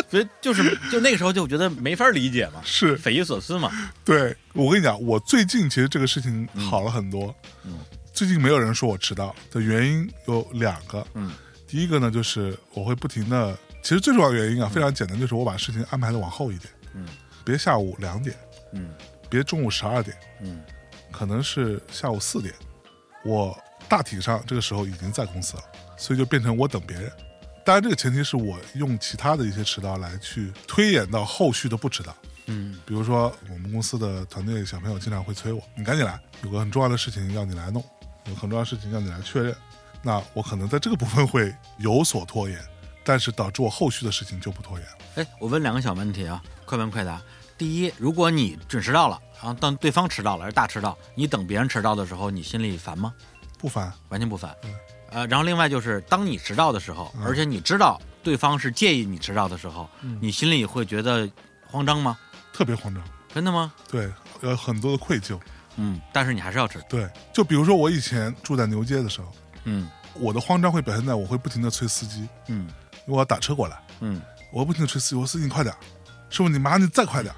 Speaker 2: 所以就是就那个时候就觉得没法理解嘛，
Speaker 1: 是
Speaker 2: 匪夷所思嘛，
Speaker 1: 对我跟你讲，我最近其实这个事情好了很多。
Speaker 2: 嗯
Speaker 1: 最近没有人说我迟到的原因有两个。
Speaker 2: 嗯
Speaker 1: 第一个呢，就是我会不停的，其实最重要的原因啊，非常简单，就是我把事情安排的往后一点，
Speaker 2: 嗯
Speaker 1: 别下午两点，
Speaker 2: 嗯
Speaker 1: 别中午十二点，
Speaker 2: 嗯
Speaker 1: 可能是下午四点。我大体上这个时候已经在公司了，所以就变成我等别人。当然，这个前提是我用其他的一些迟到来去推演到后续的不迟到。
Speaker 2: 嗯
Speaker 1: 比如说我们公司的团队小朋友经常会催我，你赶紧来，有个很重要的事情要你来弄，有很重要的事情要你来确认。那我可能在这个部分会有所拖延，但是导致我后续的事情就不拖延了。
Speaker 2: 哎，我问两个小问题啊，快问快答。第一，如果你准时到了，然后但对方迟到了，是大迟到，你等别人迟到的时候，你心里烦吗？
Speaker 1: 不烦，
Speaker 2: 完全不烦
Speaker 1: 嗯。
Speaker 2: 呃，然后另外就是，当你迟到的时候，
Speaker 1: 嗯
Speaker 2: 而且你知道对方是介意你迟到的时候，
Speaker 1: 嗯
Speaker 2: 你心里会觉得慌张吗？
Speaker 1: 特别慌张，
Speaker 2: 真的吗？
Speaker 1: 对，有很多的愧疚。
Speaker 2: 嗯，但是你还是要迟。
Speaker 1: 对，就比如说我以前住在牛街的时候，
Speaker 2: 嗯
Speaker 1: 我的慌张会表现在我会不停的催司机，
Speaker 2: 嗯
Speaker 1: 因为我要打车过来，
Speaker 2: 嗯
Speaker 1: 我不停的催司机，我说司机你快点儿，师傅你麻烦你再快点儿，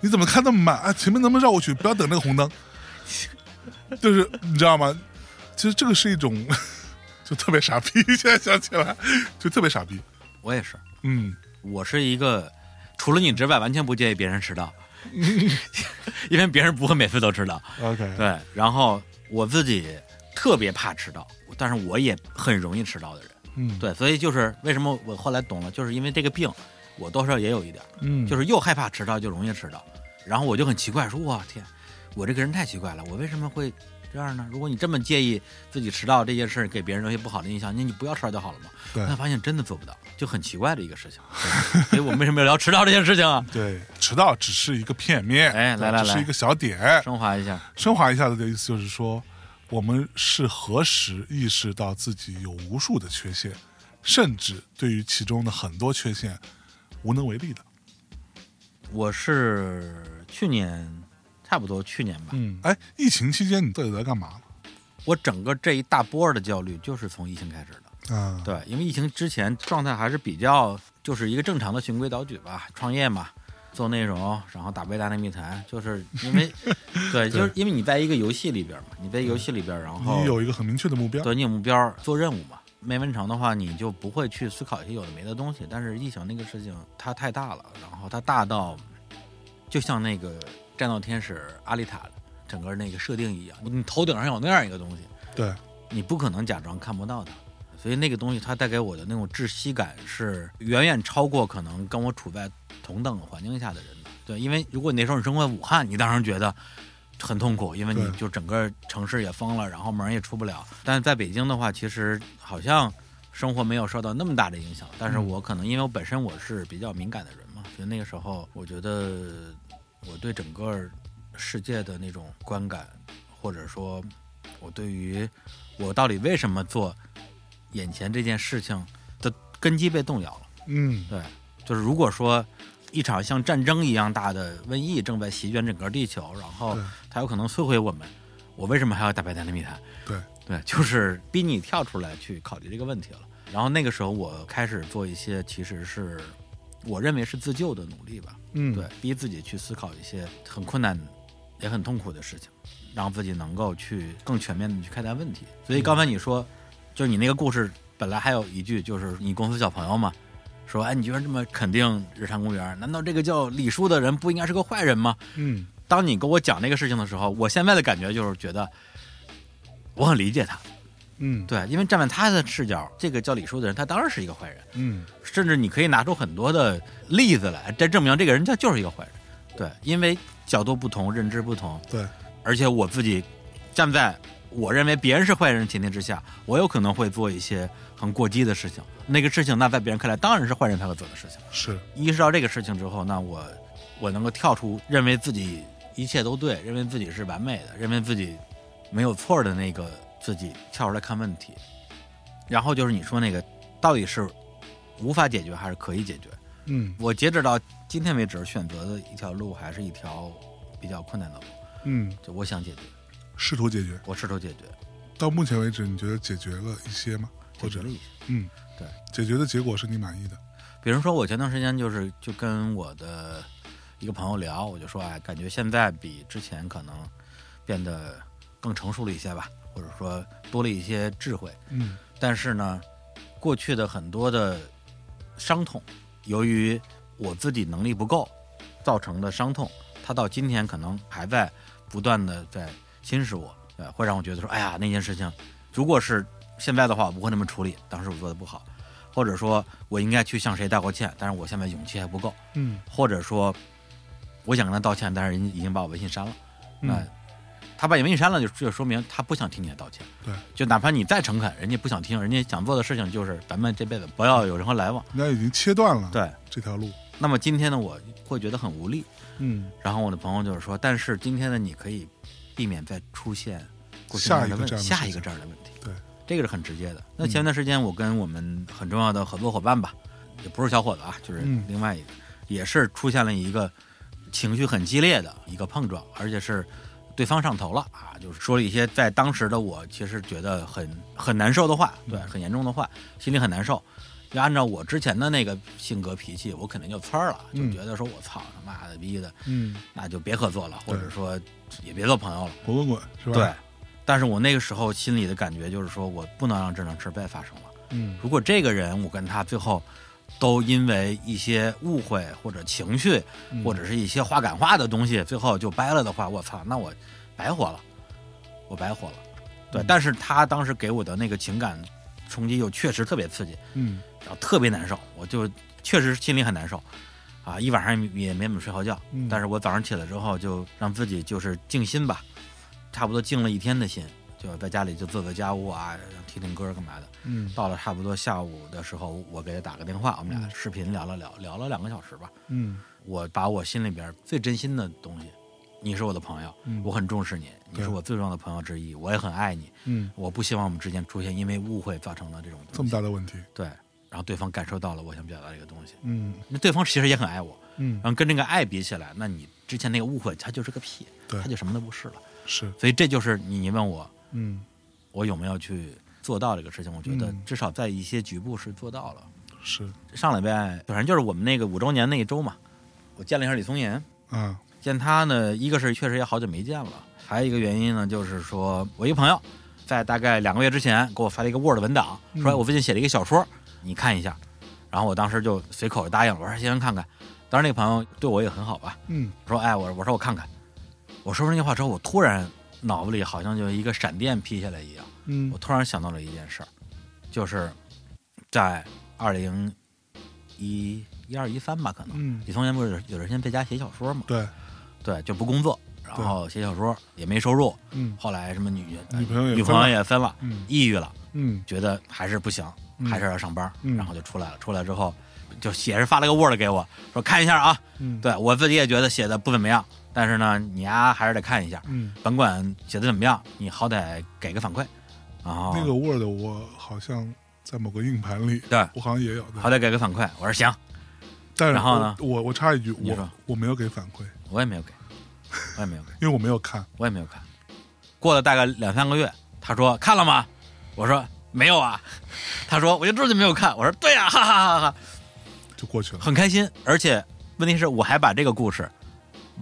Speaker 1: 你怎么开那么慢？哎，前面能不能绕过去？不要等那个红灯， 就是你知道吗？其实这个是一种 就特别傻逼，现在想起来就特别傻逼。
Speaker 2: 我也是，
Speaker 1: 嗯，
Speaker 2: 我是一个除了你之外完全不介意别人迟到， 因为别人不会每次都迟到。
Speaker 1: OK，
Speaker 2: 对，然后我自己特别怕迟到，但是我也很容易迟到的人。
Speaker 1: 嗯，，
Speaker 2: 对，所以就是为什么我后来懂了，就是因为这个病，我多少也有一点儿，
Speaker 1: 嗯，
Speaker 2: 就是又害怕迟到，就容易迟到。然后我就很奇怪，说哇天，我这个人太奇怪了，我为什么会这样呢？如果你这么介意自己迟到这件事儿给别人留下不好的印象，那你不要迟到就好了嘛。
Speaker 1: 对
Speaker 2: 但发现真的做不到，就很奇怪的一个事情。对所以我们为什么要聊迟到这件事情啊？
Speaker 1: 对，迟到只是一个片面，
Speaker 2: 哎来来
Speaker 1: 只是
Speaker 2: 来
Speaker 1: 一个小点，
Speaker 2: 升华一下，
Speaker 1: 升华一下的意思就是说，我们是何时意识到自己有无数的缺陷，甚至对于其中的很多缺陷无能为力的。
Speaker 2: 我是去年差不多去年吧，
Speaker 1: 嗯，哎，疫情期间你到底在干嘛
Speaker 2: 我整个这一大波儿的焦虑就是从疫情开始的。
Speaker 1: 啊，
Speaker 2: 对，因为疫情之前状态还是比较就是一个正常的循规蹈矩吧， 创业嘛，做内容，然后打败大内密谈，就是因为 对，就是因为你在一个游戏里边嘛，你在一个游戏里边，然后
Speaker 1: 你有一个很明确的目标。
Speaker 2: 对你有目标做任务嘛。没完成的话，你就不会去思考一些有的没的东西。但是疫情那个事情，它太大了，然后它大到就像那个战斗天使阿丽塔整个那个设定一样，你头顶上有那样一个东西，
Speaker 1: 对，
Speaker 2: 你不可能假装看不到它。所以那个东西它带给我的那种窒息感是远远超过可能跟我处在同等环境下的人的。对，因为如果你那时候你生活在武汉，你当然觉得很痛苦，因为你
Speaker 1: 对
Speaker 2: 就整个城市也封了，然后门儿也出不了。但是在北京的话，其实好像生活没有受到那么大的影响。但是我可能因为我本身我是比较敏感的人嘛，所以那个时候我觉得我对整个世界的那种观感，或者说我对于我到底为什么做眼前这件事情的根基被动摇了。
Speaker 1: 嗯，
Speaker 2: 对，就是如果说一场像战争一样大的瘟疫正在席卷整个地球，然后
Speaker 1: 对
Speaker 2: 它有可能摧毁我们，我为什么还要打败丹尼密谈？
Speaker 1: 对
Speaker 2: 对，就是逼你跳出来去考虑这个问题了。然后那个时候，我开始做一些其实是我认为是自救的努力吧。
Speaker 1: 嗯，
Speaker 2: 对，，逼自己去思考一些很困难、也很痛苦的事情，让自己能够去更全面的去看待问题。所以刚才你说，就是你那个故事本来还有一句，就是你公司小朋友嘛，说哎，你居然这么肯定日坛公园，难道这个叫李叔的人不应该是个坏人吗？
Speaker 1: 嗯，
Speaker 2: 当你跟我讲那个事情的时候，我现在的感觉就是觉得我很理解他，
Speaker 1: 嗯，
Speaker 2: 对，因为站在他的视角，这个叫李叔的人，他当然是一个坏人。
Speaker 1: 嗯，
Speaker 2: 甚至你可以拿出很多的例子来，这证明这个人他就是一个坏人。对，因为角度不同，认知不同，
Speaker 1: 对，
Speaker 2: 而且我自己站在我认为别人是坏人的前提之下，我有可能会做一些很过激的事情。那个事情，那在别人看来当然是坏人才会做的事情。
Speaker 1: 是，
Speaker 2: 意识到这个事情之后，那我我能够跳出认为自己一切都对，认为自己是完美的，认为自己没有错的那个自己跳出来看问题。然后就是你说那个到底是无法解决还是可以解决？
Speaker 1: 嗯，
Speaker 2: 我截止到今天为止，选择的一条路还是一条比较困难的路，
Speaker 1: 嗯，
Speaker 2: 就我想解决，
Speaker 1: 试图解决。
Speaker 2: 我试图解决，
Speaker 1: 到目前为止，你觉得解决了一些吗？
Speaker 2: 解
Speaker 1: 或
Speaker 2: 决
Speaker 1: 者
Speaker 2: 了，一些。
Speaker 1: 嗯，
Speaker 2: 对，
Speaker 1: 解决的结果是你满意的。
Speaker 2: 比如说，我前段时间就是就跟我的一个朋友聊，我就说，哎，感觉现在比之前可能变得更成熟了一些吧，或者说多了一些智慧。
Speaker 1: 嗯，
Speaker 2: 但是呢，过去的很多的伤痛，由于我自己能力不够造成的伤痛，它到今天可能还在不断的在侵蚀我，呃，会让我觉得说，哎呀，那件事情，如果是现在的话，我不会那么处理，当时我做的不好，或者说我应该去向谁道过歉，但是我现在勇气还不够，
Speaker 1: 嗯，
Speaker 2: 或者说我想跟他道歉，但是人家已经把我微信删了。
Speaker 1: 嗯
Speaker 2: 那他把你微信删了，就就说明他不想听你的道歉。
Speaker 1: 对，
Speaker 2: 就哪怕你再诚恳，人家不想听，人家想做的事情就是咱们这辈子不要有任何来往。
Speaker 1: 人家已经切断了
Speaker 2: 对，
Speaker 1: 这条路。
Speaker 2: 那么今天呢，我会觉得很无力。
Speaker 1: 嗯，
Speaker 2: 然后我的朋友就是说，但是今天呢，你可以避免再出现过去那
Speaker 1: 下
Speaker 2: 样
Speaker 1: 一
Speaker 2: 的
Speaker 1: 个
Speaker 2: 问
Speaker 1: 这样的
Speaker 2: 下
Speaker 1: 事
Speaker 2: 一个
Speaker 1: 情
Speaker 2: 这样的问题。
Speaker 1: 对，嗯
Speaker 2: 这个是很直接的。那前段时间我跟我们很重要的合作伙伴吧，也不是小伙子啊，就是
Speaker 1: 嗯
Speaker 2: 另外一个，也是出现了一个情绪很激烈的一个碰撞，而且是对方上头了啊，就是说了一些在当时的我其实觉得很很难受的话，
Speaker 1: 嗯
Speaker 2: 对，很严重的话，心里很难受。要按照我之前的那个性格脾气，我肯定就呲儿了，就
Speaker 1: 嗯
Speaker 2: 觉得说我操他妈的逼的，
Speaker 1: 嗯，
Speaker 2: 那就别合作了，或者
Speaker 1: 对
Speaker 2: 说也别做朋友了。
Speaker 1: 滚滚滚，是吧？
Speaker 2: 对，，但是我那个时候心里的感觉就是说，我不能让这种事儿再发生了。
Speaker 1: 嗯
Speaker 2: 如果这个人我跟他最后都因为一些误会或者情绪，
Speaker 1: 嗯
Speaker 2: 或者是一些话赶话的东西，最后就掰了的话，我操，那我白活了，我白活了。对，
Speaker 1: 嗯
Speaker 2: 但是他当时给我的那个情感冲击又确实特别刺激，
Speaker 1: 嗯
Speaker 2: 然后特别难受，我就确实心里很难受，啊，一晚上也也没怎么睡好觉。
Speaker 1: 嗯
Speaker 2: 但是我早上起来之后，就让自己就是静心吧，差不多静了一天的心，就在家里就做做家务啊，然后听听歌干嘛的。
Speaker 1: 嗯
Speaker 2: 到了差不多下午的时候，我给他打个电话，我们俩视频聊了聊，聊了两个小时吧。
Speaker 1: 嗯
Speaker 2: 我把我心里边最真心的东西，你是我的朋友，
Speaker 1: 嗯
Speaker 2: 我很重视你，你是
Speaker 1: 对
Speaker 2: 我最重要的朋友之一，我也很爱你，
Speaker 1: 嗯，
Speaker 2: 我不希望我们之间出现因为误会造成的这种
Speaker 1: 这
Speaker 2: 东
Speaker 1: 么
Speaker 2: 西。
Speaker 1: 大的问题，
Speaker 2: 对，然后对方感受到了我想表达这个东西，
Speaker 1: 嗯
Speaker 2: 那对方其实也很爱我，
Speaker 1: 嗯
Speaker 2: 然，后跟这个爱比起来，那你之前那个误会，它就是个屁，
Speaker 1: 对
Speaker 2: 它就什么都不是了。
Speaker 1: 是，
Speaker 2: 所以这就是你你问我，
Speaker 1: 嗯
Speaker 2: 我有没有去做到这个事情？我觉得
Speaker 1: 嗯
Speaker 2: 至少在一些局部是做到了。
Speaker 1: 是
Speaker 2: 上礼拜反正就是我们那个五周年那一周嘛，我见了一下李松岩，
Speaker 1: 啊，
Speaker 2: 见他呢，一个是确实也好久没见了，还有一个原因呢，就是说我一朋友在大概两个月之前给我发了一个 Word 文档，
Speaker 1: 嗯
Speaker 2: 说我最近写了一个小说，你看一下。然后我当时就随口答应了，我说行，看看。当时那个朋友对我也很好吧，
Speaker 1: 嗯
Speaker 2: 说哎，我我说我看看。我说出那句话之后，我突然脑子里好像就一个闪电劈下来一样，
Speaker 1: 嗯
Speaker 2: 我突然想到了一件事儿，就是在二零一一二一三吧，可能
Speaker 1: 嗯，
Speaker 2: 李松岩不是有有段时间在家写小说嘛，
Speaker 1: 对，
Speaker 2: 对，就不工作，然后写小说也没收入，
Speaker 1: 嗯
Speaker 2: 后来什么女呃
Speaker 1: 女朋友也
Speaker 2: 女
Speaker 1: 分
Speaker 2: 朋友
Speaker 1: 了
Speaker 2: 也分了，
Speaker 1: 嗯
Speaker 2: 抑郁了，
Speaker 1: 嗯
Speaker 2: 觉得还是不行，
Speaker 1: 嗯
Speaker 2: 还是要上班，
Speaker 1: 嗯
Speaker 2: 然后就出来了。出来之后就写着发了个 Word 给我，说看一下啊，
Speaker 1: 嗯，，
Speaker 2: 对我自己也觉得写的不怎么样，但是呢，你呀、还是得看一下，
Speaker 1: 嗯。
Speaker 2: 甭管写的怎么样，你好歹给个反馈，然后
Speaker 1: 那个 Word 我好像在某个硬盘里，
Speaker 2: 对
Speaker 1: 我好像也有
Speaker 2: 好
Speaker 1: 的。
Speaker 2: 歹给个反馈。我说行，
Speaker 1: 但是
Speaker 2: 然后呢
Speaker 1: 我我我插一句，
Speaker 2: 你说
Speaker 1: 我我没有给反馈，
Speaker 2: 我也没有给，我也没有给，
Speaker 1: 因为我没有看。
Speaker 2: 我也没有看。过了大概两三个月，他说看了吗？我说没有啊。 他说我就知道你没有看。我说对呀、哈哈哈哈哈，
Speaker 1: 就过去了。
Speaker 2: 很开心。而且问题是，我还把这个故事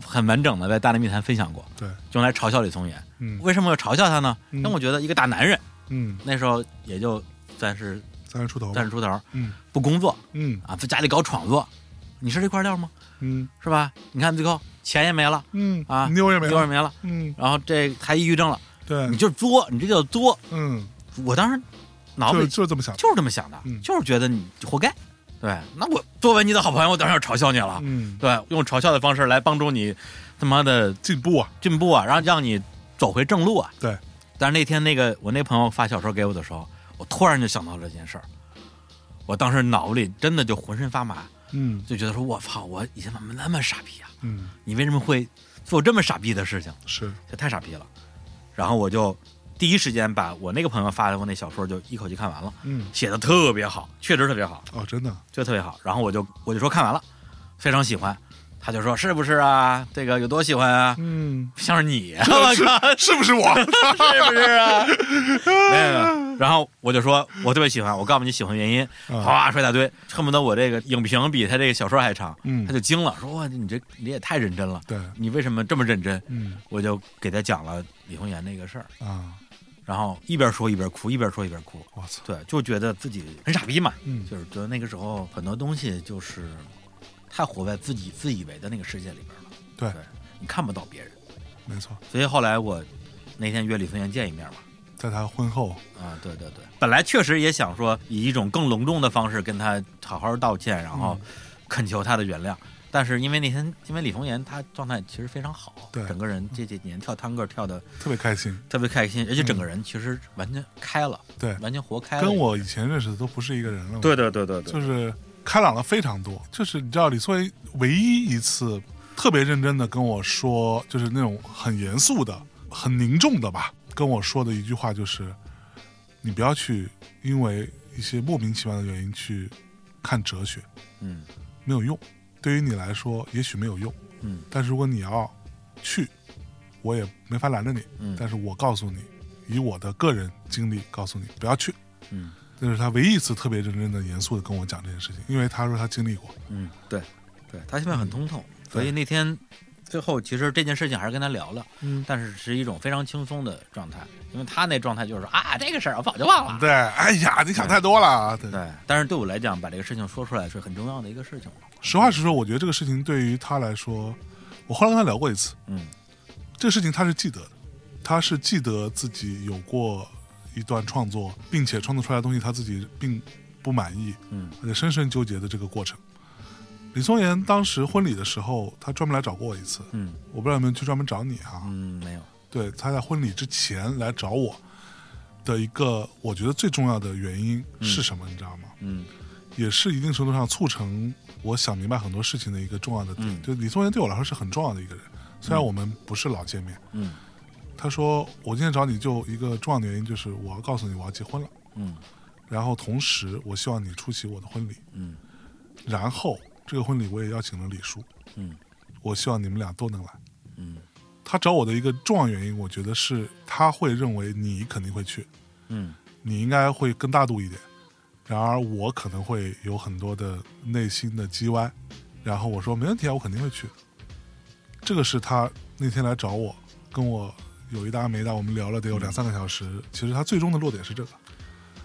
Speaker 2: 很完整的在《大内密谈》分享过，
Speaker 1: 对，
Speaker 2: 用来嘲笑李松岩。
Speaker 1: 嗯
Speaker 2: 为什么要嘲笑他呢？因
Speaker 1: 嗯
Speaker 2: 为我觉得一个大男人
Speaker 1: 嗯，
Speaker 2: 那时候也就三十
Speaker 1: 三十出头吧。
Speaker 2: 三十出头，
Speaker 1: 嗯
Speaker 2: 不工作
Speaker 1: 嗯
Speaker 2: 啊，在家里搞创作，你是这块料吗？
Speaker 1: 嗯
Speaker 2: 是吧？你看最后钱也没了，
Speaker 1: 嗯
Speaker 2: 啊
Speaker 1: 妞也没
Speaker 2: 丢
Speaker 1: 了
Speaker 2: 人。没了，
Speaker 1: 嗯，
Speaker 2: 然后这还抑郁症了，
Speaker 1: 对
Speaker 2: 你，就作，你这叫作。
Speaker 1: 嗯，
Speaker 2: 我当时脑子
Speaker 1: 就
Speaker 2: 里
Speaker 1: 就这么想。
Speaker 2: 就是这么想的，
Speaker 1: 嗯
Speaker 2: 就是觉得你活该。对，那我作为你的好朋友，我当然要嘲笑你了。
Speaker 1: 嗯，
Speaker 2: 对，用嘲笑的方式来帮助你他妈的
Speaker 1: 进步啊，
Speaker 2: 进步啊，然后让你走回正路啊。
Speaker 1: 对，
Speaker 2: 但是那天那个我那朋友发小说给我的时候，我突然就想到了这件事儿，我当时脑子里真的就浑身发麻，
Speaker 1: 嗯
Speaker 2: 就觉得说我操，我以前怎么那么傻逼啊？
Speaker 1: 嗯，
Speaker 2: 你为什么会做这么傻逼的事情？
Speaker 1: 是，
Speaker 2: 这太傻逼了。然后我就第一时间把我那个朋友发的我那小说就一口气看完了，
Speaker 1: 嗯，
Speaker 2: 写的特别好，确实特别好。
Speaker 1: 哦，真的，
Speaker 2: 就特别好。然后我就我就说看完了，非常喜欢。他就说是不是啊？这个有多喜欢啊？
Speaker 1: 嗯，
Speaker 2: 像是你啊，我靠，
Speaker 1: 哎是不是我？
Speaker 2: 是不是啊？没有没有。然后我就说我特别喜欢，我告诉你喜欢原因，
Speaker 1: 嗯
Speaker 2: 哗说一大堆，恨不得我这个影评比他这个小说还长。
Speaker 1: 嗯
Speaker 2: 他就惊了，说哇你这你也太认真了，
Speaker 1: 对，
Speaker 2: 你为什么这么认真？
Speaker 1: 嗯
Speaker 2: 我就给他讲了李红岩那个事儿，
Speaker 1: 啊，
Speaker 2: 然后一边说一边哭，一边说一边哭。
Speaker 1: 我操，
Speaker 2: 对，就觉得自己很傻逼嘛，
Speaker 1: 嗯
Speaker 2: 就是觉得那个时候很多东西就是太活在自己自以为的那个世界里边了，
Speaker 1: 对
Speaker 2: 对，你看不到别人。
Speaker 1: 没错，
Speaker 2: 所以后来我那天约李松岩见一面嘛，
Speaker 1: 在他婚后，
Speaker 2: 啊，对对对，本来确实也想
Speaker 1: 嗯
Speaker 2: 说以一种更隆重的方式跟他好好道歉，然后恳求他的原谅，但是因为那天，因为李红岩他状态其实非常好，
Speaker 1: 对嗯
Speaker 2: 整个人这几年跳探戈跳的
Speaker 1: 特别开心。
Speaker 2: 特别开心，而且整个人其实完全开了，
Speaker 1: 嗯对，
Speaker 2: 完全活开了。
Speaker 1: 跟我以前认识的都不是一个人了。
Speaker 2: 对对对对对，
Speaker 1: 就是开朗了非常多。就是你知道，李素薇唯一一次特别认真的跟我说，就是那种很严肃的、很凝重的吧，跟我说的一句话就是：“你不要去因为一些莫名其妙的原因去看哲学，
Speaker 2: 嗯
Speaker 1: 没有用。对于你来说，也许没有用，
Speaker 2: 嗯
Speaker 1: 但是如果你要去，我也没法拦着你。
Speaker 2: 嗯
Speaker 1: 但是我告诉你，以我的个人经历告诉你，不要去。”
Speaker 2: 嗯
Speaker 1: 这是他唯一一次特别认真的、严肃的跟我讲这件事情，因为他说他经历过。
Speaker 2: 嗯，对对，他现在
Speaker 1: 嗯
Speaker 2: 很通透，所以那天最后其实这件事情还是跟他聊了，
Speaker 1: 嗯，
Speaker 2: 但是是一种非常轻松的状态，因为他那状态就是说啊这个事儿我早就忘了。
Speaker 1: 对，哎呀，你想太多了。啊对，
Speaker 2: 对，但是对我来讲，把这个事情说出来是很重要的一个事情。
Speaker 1: 实话实说，我觉得这个事情对于他来说，我后来跟他聊过一次，
Speaker 2: 嗯
Speaker 1: 这个事情他是记得的，他是记得自己有过一段创作，并且创作出来的东西他自己并不满意，
Speaker 2: 嗯
Speaker 1: 而且深深纠结的这个过程。李松岩当时婚礼的时候，他专门来找过我一次，
Speaker 2: 嗯
Speaker 1: 我不知道有没有去专门找你啊？
Speaker 2: 嗯，没有。
Speaker 1: 对，他在婚礼之前来找我的一个，我觉得最重要的原因是什么，你知道吗？
Speaker 2: 嗯
Speaker 1: 也是一定程度上促成我想明白很多事情的一个重要的点。
Speaker 2: 嗯
Speaker 1: 就李松岩对我来说是很重要的一个人，虽然我们不是老见面。
Speaker 2: 嗯
Speaker 1: 他说我今天找你就一个重要的原因就是我要告诉你我要结婚了，
Speaker 2: 嗯
Speaker 1: 然后同时我希望你出席我的婚礼，
Speaker 2: 嗯
Speaker 1: 然后这个婚礼我也邀请了李叔，
Speaker 2: 嗯
Speaker 1: 我希望你们俩都能来。
Speaker 2: 嗯
Speaker 1: 他找我的一个重要原因，我觉得是他会认为你肯定会去，
Speaker 2: 嗯
Speaker 1: 你应该会更大度一点。然而我可能会有很多的内心的叽歪，然后我说没问题啊，我肯定会去。这个是他那天来找我，跟我有一搭没一搭，我们聊了得有两三个小时。其实他最终的落点是这个。
Speaker 2: 嗯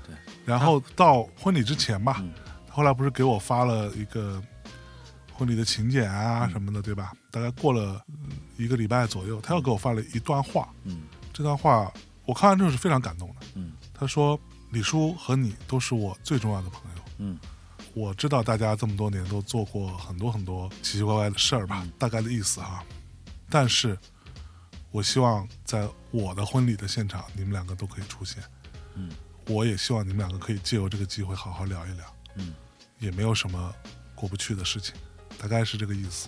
Speaker 2: 对。
Speaker 1: 然后到婚礼之前吧，
Speaker 2: 嗯
Speaker 1: 他后来不是给我发了一个婚礼的请柬啊
Speaker 2: 嗯
Speaker 1: 什么的，对吧？大概过了嗯一个礼拜左右，他又给我发了一段话，
Speaker 2: 嗯
Speaker 1: 这段话我看完之后是非常感动的。
Speaker 2: 嗯
Speaker 1: 他说：“李叔和你都是我最重要的朋友。
Speaker 2: 嗯
Speaker 1: 我知道大家这么多年都做过很多很多奇奇怪怪的事儿
Speaker 2: 嗯
Speaker 1: 吧，大概的意思哈。但是，我希望在我的婚礼的现场，你们两个都可以出现。
Speaker 2: 嗯，
Speaker 1: 我也希望你们两个可以借由这个机会好好聊一聊。
Speaker 2: 嗯
Speaker 1: 也没有什么过不去的事情，大概是这个意思。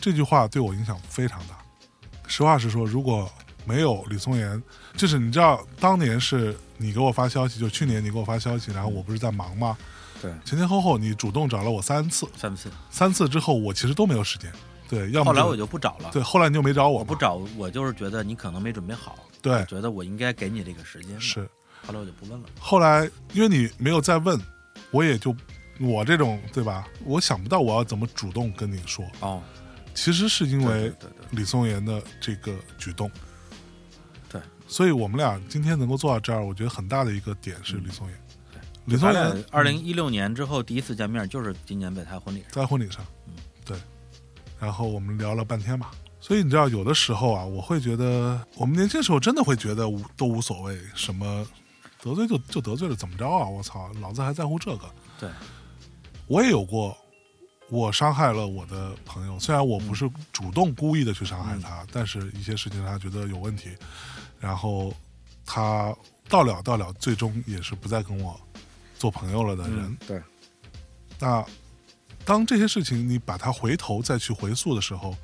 Speaker 1: 这句话对我影响非常大。实话实说，如果没有李松岩，就是你知道，当年是你给我发消息，就去年你给我发消息，然后我不是在忙吗？
Speaker 2: 对，
Speaker 1: 前前后后你主动找了我三次，
Speaker 2: 三次。
Speaker 1: 三次之后我其实都没有时间。对，要么
Speaker 2: 后来
Speaker 1: 就
Speaker 2: 我就不找了。
Speaker 1: 对，后来你就没找我
Speaker 2: 我
Speaker 1: 嘛，
Speaker 2: 不找，我就是觉得你可能没准备好，我
Speaker 1: 对，
Speaker 2: 觉得我应该给你这个时间。，
Speaker 1: 是
Speaker 2: 后来我就不问了。
Speaker 1: 后来因为你没有再问，我也就我这种对吧？我想不到我要怎么主动跟你说，
Speaker 2: 哦，
Speaker 1: 其实是因
Speaker 2: 对
Speaker 1: 为
Speaker 2: 对对
Speaker 1: 李松岩的这个举动。
Speaker 2: 对，
Speaker 1: 所以我们俩今天能够做到这儿，我觉得很大的一个点是李松岩。
Speaker 2: 嗯对
Speaker 1: 李松
Speaker 2: 咱
Speaker 1: 岩
Speaker 2: 俩二零一六年之后第一次见面就是今年在他婚礼上。
Speaker 1: 在婚礼上
Speaker 2: 嗯，
Speaker 1: 对，然后我们聊了半天吧。所以你知道，有的时候啊，我会觉得，我们年轻时候真的会觉得无都无所谓，什么得罪就就得罪了，怎么着啊？我操，老子还在乎这个。
Speaker 2: 对，
Speaker 1: 我也有过，我伤害了我的朋友，虽然我不是主动故意的去伤害他，但是一些事情他觉得有问题，然后他到了到了，最终也是不再跟我做朋友了的人。
Speaker 2: 对，
Speaker 1: 那当这些事情你把它回头再去回溯的时候，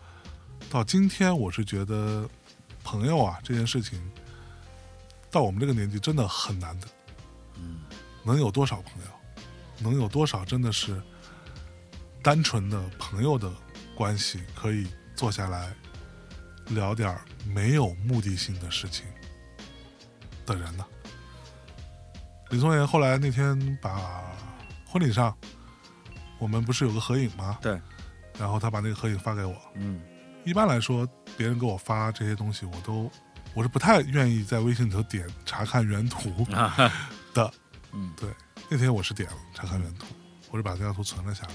Speaker 1: 到今天我是觉得朋友啊这件事情，到我们这个年纪真的很难的。能有多少朋友？能有多少真的是单纯的朋友的关系，可以坐下来聊点儿没有目的性的事情的人呢？李松岩后来那天把婚礼上，我们不是有个合影吗？
Speaker 2: 对，
Speaker 1: 然后他把那个合影发给我。
Speaker 2: 嗯
Speaker 1: 一般来说，别人给我发这些东西，我都我是不太愿意在微信里头点查看原图
Speaker 2: 啊，
Speaker 1: 的。
Speaker 2: 嗯
Speaker 1: 对，那天我是点了查看原图，我是把这张图存了下来。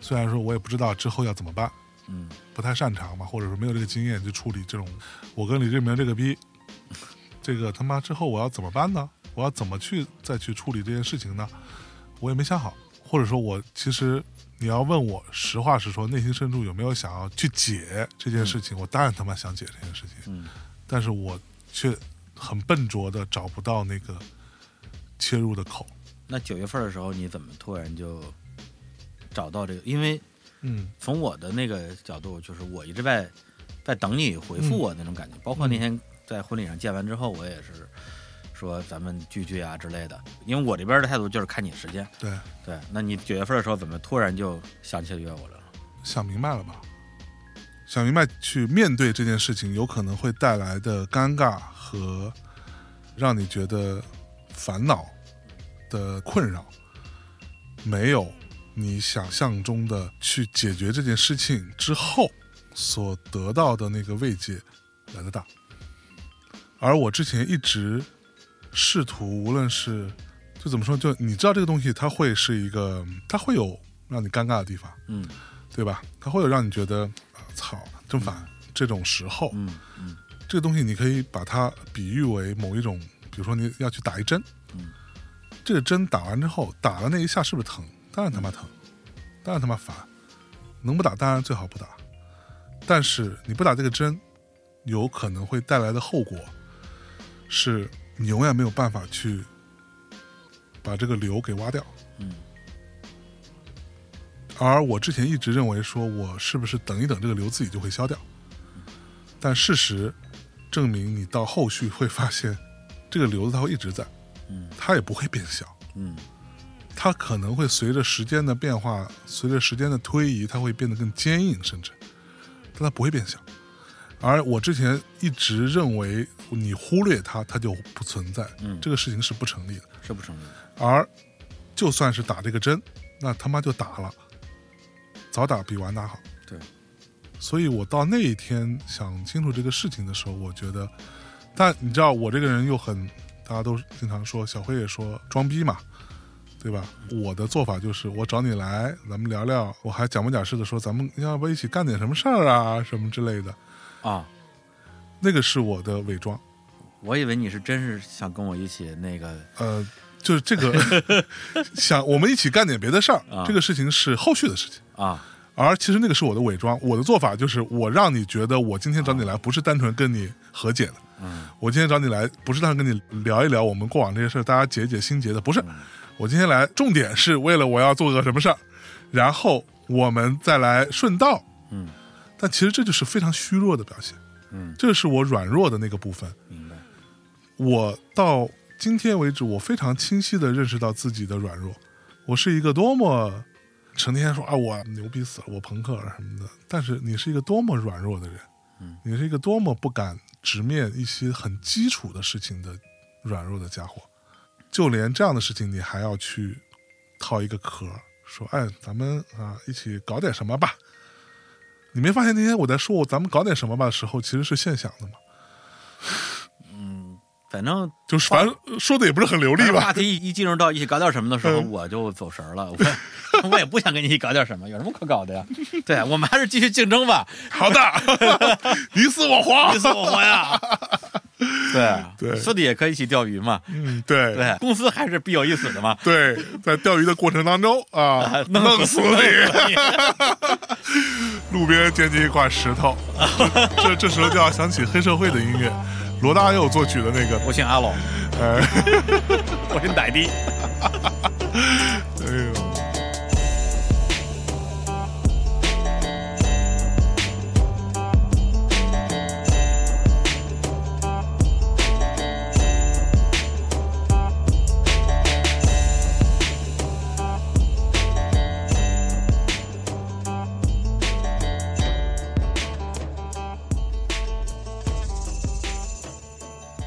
Speaker 1: 虽然说我也不知道之后要怎么办，
Speaker 2: 嗯
Speaker 1: 不太擅长嘛，或者说没有这个经验去处理这种我跟李志明这个逼，这个他妈之后我要怎么办呢？我要怎么去再去处理这件事情呢？我也没想好，或者说我其实你要问我实话实说，内心深处有没有想要去解这件事情，我当然他妈想解这件事情，
Speaker 2: 嗯
Speaker 1: 但是我却很笨拙的找不到那个切入的口。
Speaker 2: 那九月份的时候，你怎么突然就找到这个？因为
Speaker 1: 嗯
Speaker 2: 从我的那个角度，就是我一直在在等你回复我那种感觉。包括那天在婚礼上见完之后，我也是说咱们聚聚啊之类的。因为我这边的态度就是看你时间。，
Speaker 1: 对，
Speaker 2: 对，那你九月份的时候怎么突然就想起来约我了？
Speaker 1: 想明白了吧？想明白去面对这件事情有可能会带来的尴尬和让你觉得烦恼的困扰，没有你想象中的去解决这件事情之后所得到的那个慰藉来的大。而我之前一直试图，无论是就怎么说，就你知道这个东西，它会是一个，它会有让你尴尬的地方。
Speaker 2: 嗯
Speaker 1: 对吧？它会有让你觉得，啊操，真烦。这种时候，
Speaker 2: 嗯嗯
Speaker 1: 这个东西你可以把它比喻为某一种，比如说你要去打一针，
Speaker 2: 嗯
Speaker 1: 这个针打完之后，打了那一下是不是疼？当然他妈疼，当然他妈烦，能不打当然最好不打。但是你不打这个针，有可能会带来的后果是你永远没有办法去把这个瘤给挖掉。
Speaker 2: 嗯
Speaker 1: 而我之前一直认为说我是不是等一等这个瘤自己就会消掉，但事实证明你到后续会发现，这个瘤子它会一直在，
Speaker 2: 嗯
Speaker 1: 它也不会变小，
Speaker 2: 嗯
Speaker 1: 它可能会随着时间的变化，随着时间的推移，它会变得更坚硬，甚至，但它不会变小。而我之前一直认为你忽略它，它就不存在，
Speaker 2: 嗯
Speaker 1: 这个事情是不成立的。
Speaker 2: 是不成立。
Speaker 1: 而就算是打这个针，那他妈就打了，早打比晚打好。
Speaker 2: 对，
Speaker 1: 所以我到那一天想清楚这个事情的时候，我觉得，但你知道我这个人又很，大家都经常说，小辉也说装逼嘛，对吧？我的做法就是，我找你来，咱们聊聊，我还假模假式的说，咱们要不要一起干点什么事儿啊，什么之类的，
Speaker 2: 啊，
Speaker 1: 那个是我的伪装。
Speaker 2: 我以为你是真是想跟我一起那个
Speaker 1: 呃，就是这个 想我们一起干点别的事儿，
Speaker 2: 啊
Speaker 1: 这个事情是后续的事情。
Speaker 2: 啊，
Speaker 1: 而其实那个是我的伪装，我的做法就是我让你觉得我今天找你来不是单纯跟你和解的，
Speaker 2: 啊嗯
Speaker 1: 我今天找你来不是单纯跟你聊一聊我们过往这些事儿，大家解解心结的，不是。
Speaker 2: 嗯
Speaker 1: 我今天来重点是为了我要做个什么事儿，然后我们再来顺道。
Speaker 2: 嗯，
Speaker 1: 但其实这就是非常虚弱的表现，
Speaker 2: 嗯，
Speaker 1: 这是我软弱的那个部分。
Speaker 2: 明白。
Speaker 1: 我到今天为止，我非常清晰的认识到自己的软弱。我是一个多么成天说啊，我牛逼死了，我朋克了什么的，但是你是一个多么软弱的人，
Speaker 2: 嗯，
Speaker 1: 你是一个多么不敢直面一些很基础的事情的软弱的家伙。就连这样的事情，你还要去套一个壳儿，说哎，咱们啊一起搞点什么吧。你没发现那天我在说我咱们搞点什么吧的时候，其实是现想的吗？
Speaker 2: 嗯，反正
Speaker 1: 就是反正说的也不是很流利
Speaker 2: 反正
Speaker 1: 吧
Speaker 2: 话。题一进入到一起搞点什么的时候，
Speaker 1: 嗯
Speaker 2: 我就走神儿了。我 我也不想跟你一起搞点什么，有什么可搞的呀？对我们还是继续竞争 吧，
Speaker 1: 好的， 你死我活
Speaker 2: 你。死我活呀！对
Speaker 1: 对
Speaker 2: 私底也可以一起钓鱼嘛。
Speaker 1: 嗯，对
Speaker 2: 对，公司还是必有一死的嘛。
Speaker 1: 对在钓鱼的过程当中 啊，
Speaker 2: 弄
Speaker 1: 弄死
Speaker 2: 死
Speaker 1: 你！ 路边捡起一块石头，这这这时候就要响起黑社会的音乐，罗大佑作曲的那个，
Speaker 2: 我姓阿 龙，
Speaker 1: 哎，
Speaker 2: 我姓歹迪。
Speaker 1: 哎呦。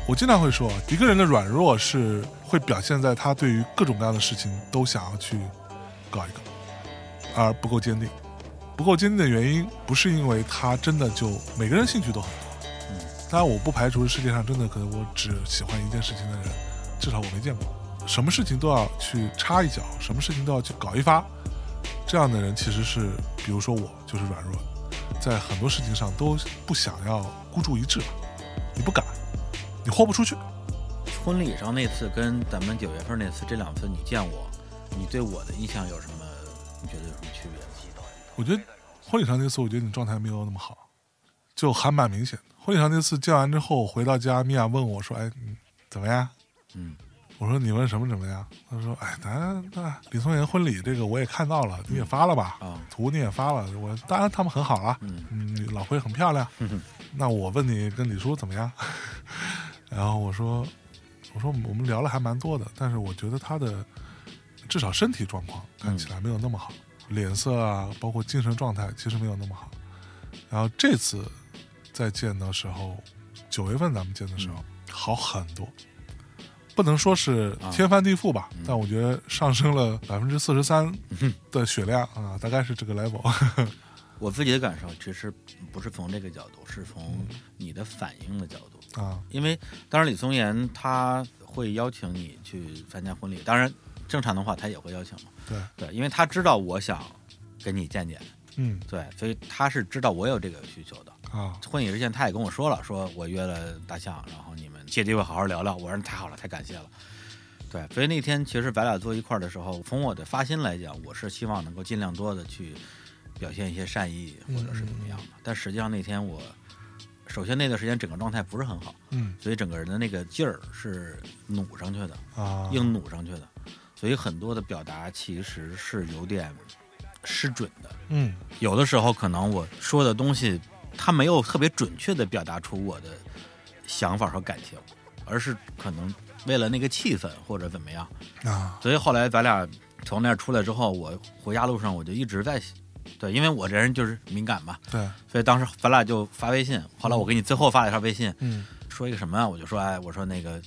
Speaker 1: 我经常会说，一个人的软弱是会表现在他对于各种各样的事情都想要去搞一搞，而不够坚定。不够坚定的原因，不是因为他真的就每个人兴趣都很多。嗯，当然我不排除世界上真的可能我只喜欢一件事情的人，至少我没见过。什么事情都要去插一脚，什么事情都要去搞一发，这样的人其实是，比如说我就是软弱的，在很多事情上都不想要孤注一掷吧，你不敢，你豁不出去。
Speaker 2: 婚礼上那次跟咱们九月份那次，这两次你见我，你对我的印象有什么你觉得有什么区别吗？
Speaker 1: 我觉得婚礼上那次，我觉得你状态没有那么好，就还蛮明显的。婚礼上那次见完之后，回到家，米娅问我说：“哎，你怎么样？”
Speaker 2: 嗯，
Speaker 1: 我说：“你问什么怎么样？”她说：“哎，咱那李松岩婚礼这个我也看到了，你也发了吧？
Speaker 2: 啊
Speaker 1: 图你也发了，我当然他们很好了，
Speaker 2: 嗯
Speaker 1: 嗯，老辉很漂亮。那我问你跟李叔怎么样？ 然后我说，我说我们聊了还蛮多的，但是我觉得他的至少身体状况看起来没有那么好，脸色啊，包括精神状态其实没有那么好。然后这次再见的时候，九月份咱们见的时候、好很多，不能说是天翻地覆吧，但我觉得上升了百分之四十三的血量啊，大概是这个 level。
Speaker 2: 我自己的感受其实不是从这个角度，是从你的反应的角度。
Speaker 1: 啊，
Speaker 2: 因为当然李松岩他会邀请你去参加婚礼，当然正常的话他也会邀请嘛。
Speaker 1: 对，
Speaker 2: 对，因为他知道我想跟你见见，
Speaker 1: 嗯
Speaker 2: 对，所以他是知道我有这个需求的。
Speaker 1: 啊，
Speaker 2: 婚礼之前他也跟我说了，说我约了大象，然后你们借机会好好聊聊。我说太好了，太感谢了。对，所以那天其实咱俩坐一块儿的时候，从我的发心来讲，我是希望能够尽量多的去表现一些善意，或者是怎么样的。但实际上那天我，首先那段时间整个状态不是很好，
Speaker 1: 嗯
Speaker 2: 所以整个人的那个劲儿是努上去的，
Speaker 1: 啊，
Speaker 2: 硬努上去的，所以很多的表达其实是有点失准的。
Speaker 1: 嗯
Speaker 2: 有的时候可能我说的东西，它没有特别准确的表达出我的想法和感情，而是可能为了那个气氛或者怎么样。
Speaker 1: 啊，
Speaker 2: 所以后来咱俩从那儿出来之后，我回家路上我就一直在，对，因为我这人就是敏感嘛，
Speaker 1: 对，
Speaker 2: 所以当时咱俩就发微信。后来我给你最后发了一条微信，
Speaker 1: 嗯。
Speaker 2: 说一个什么啊？我就说，哎，我说那个。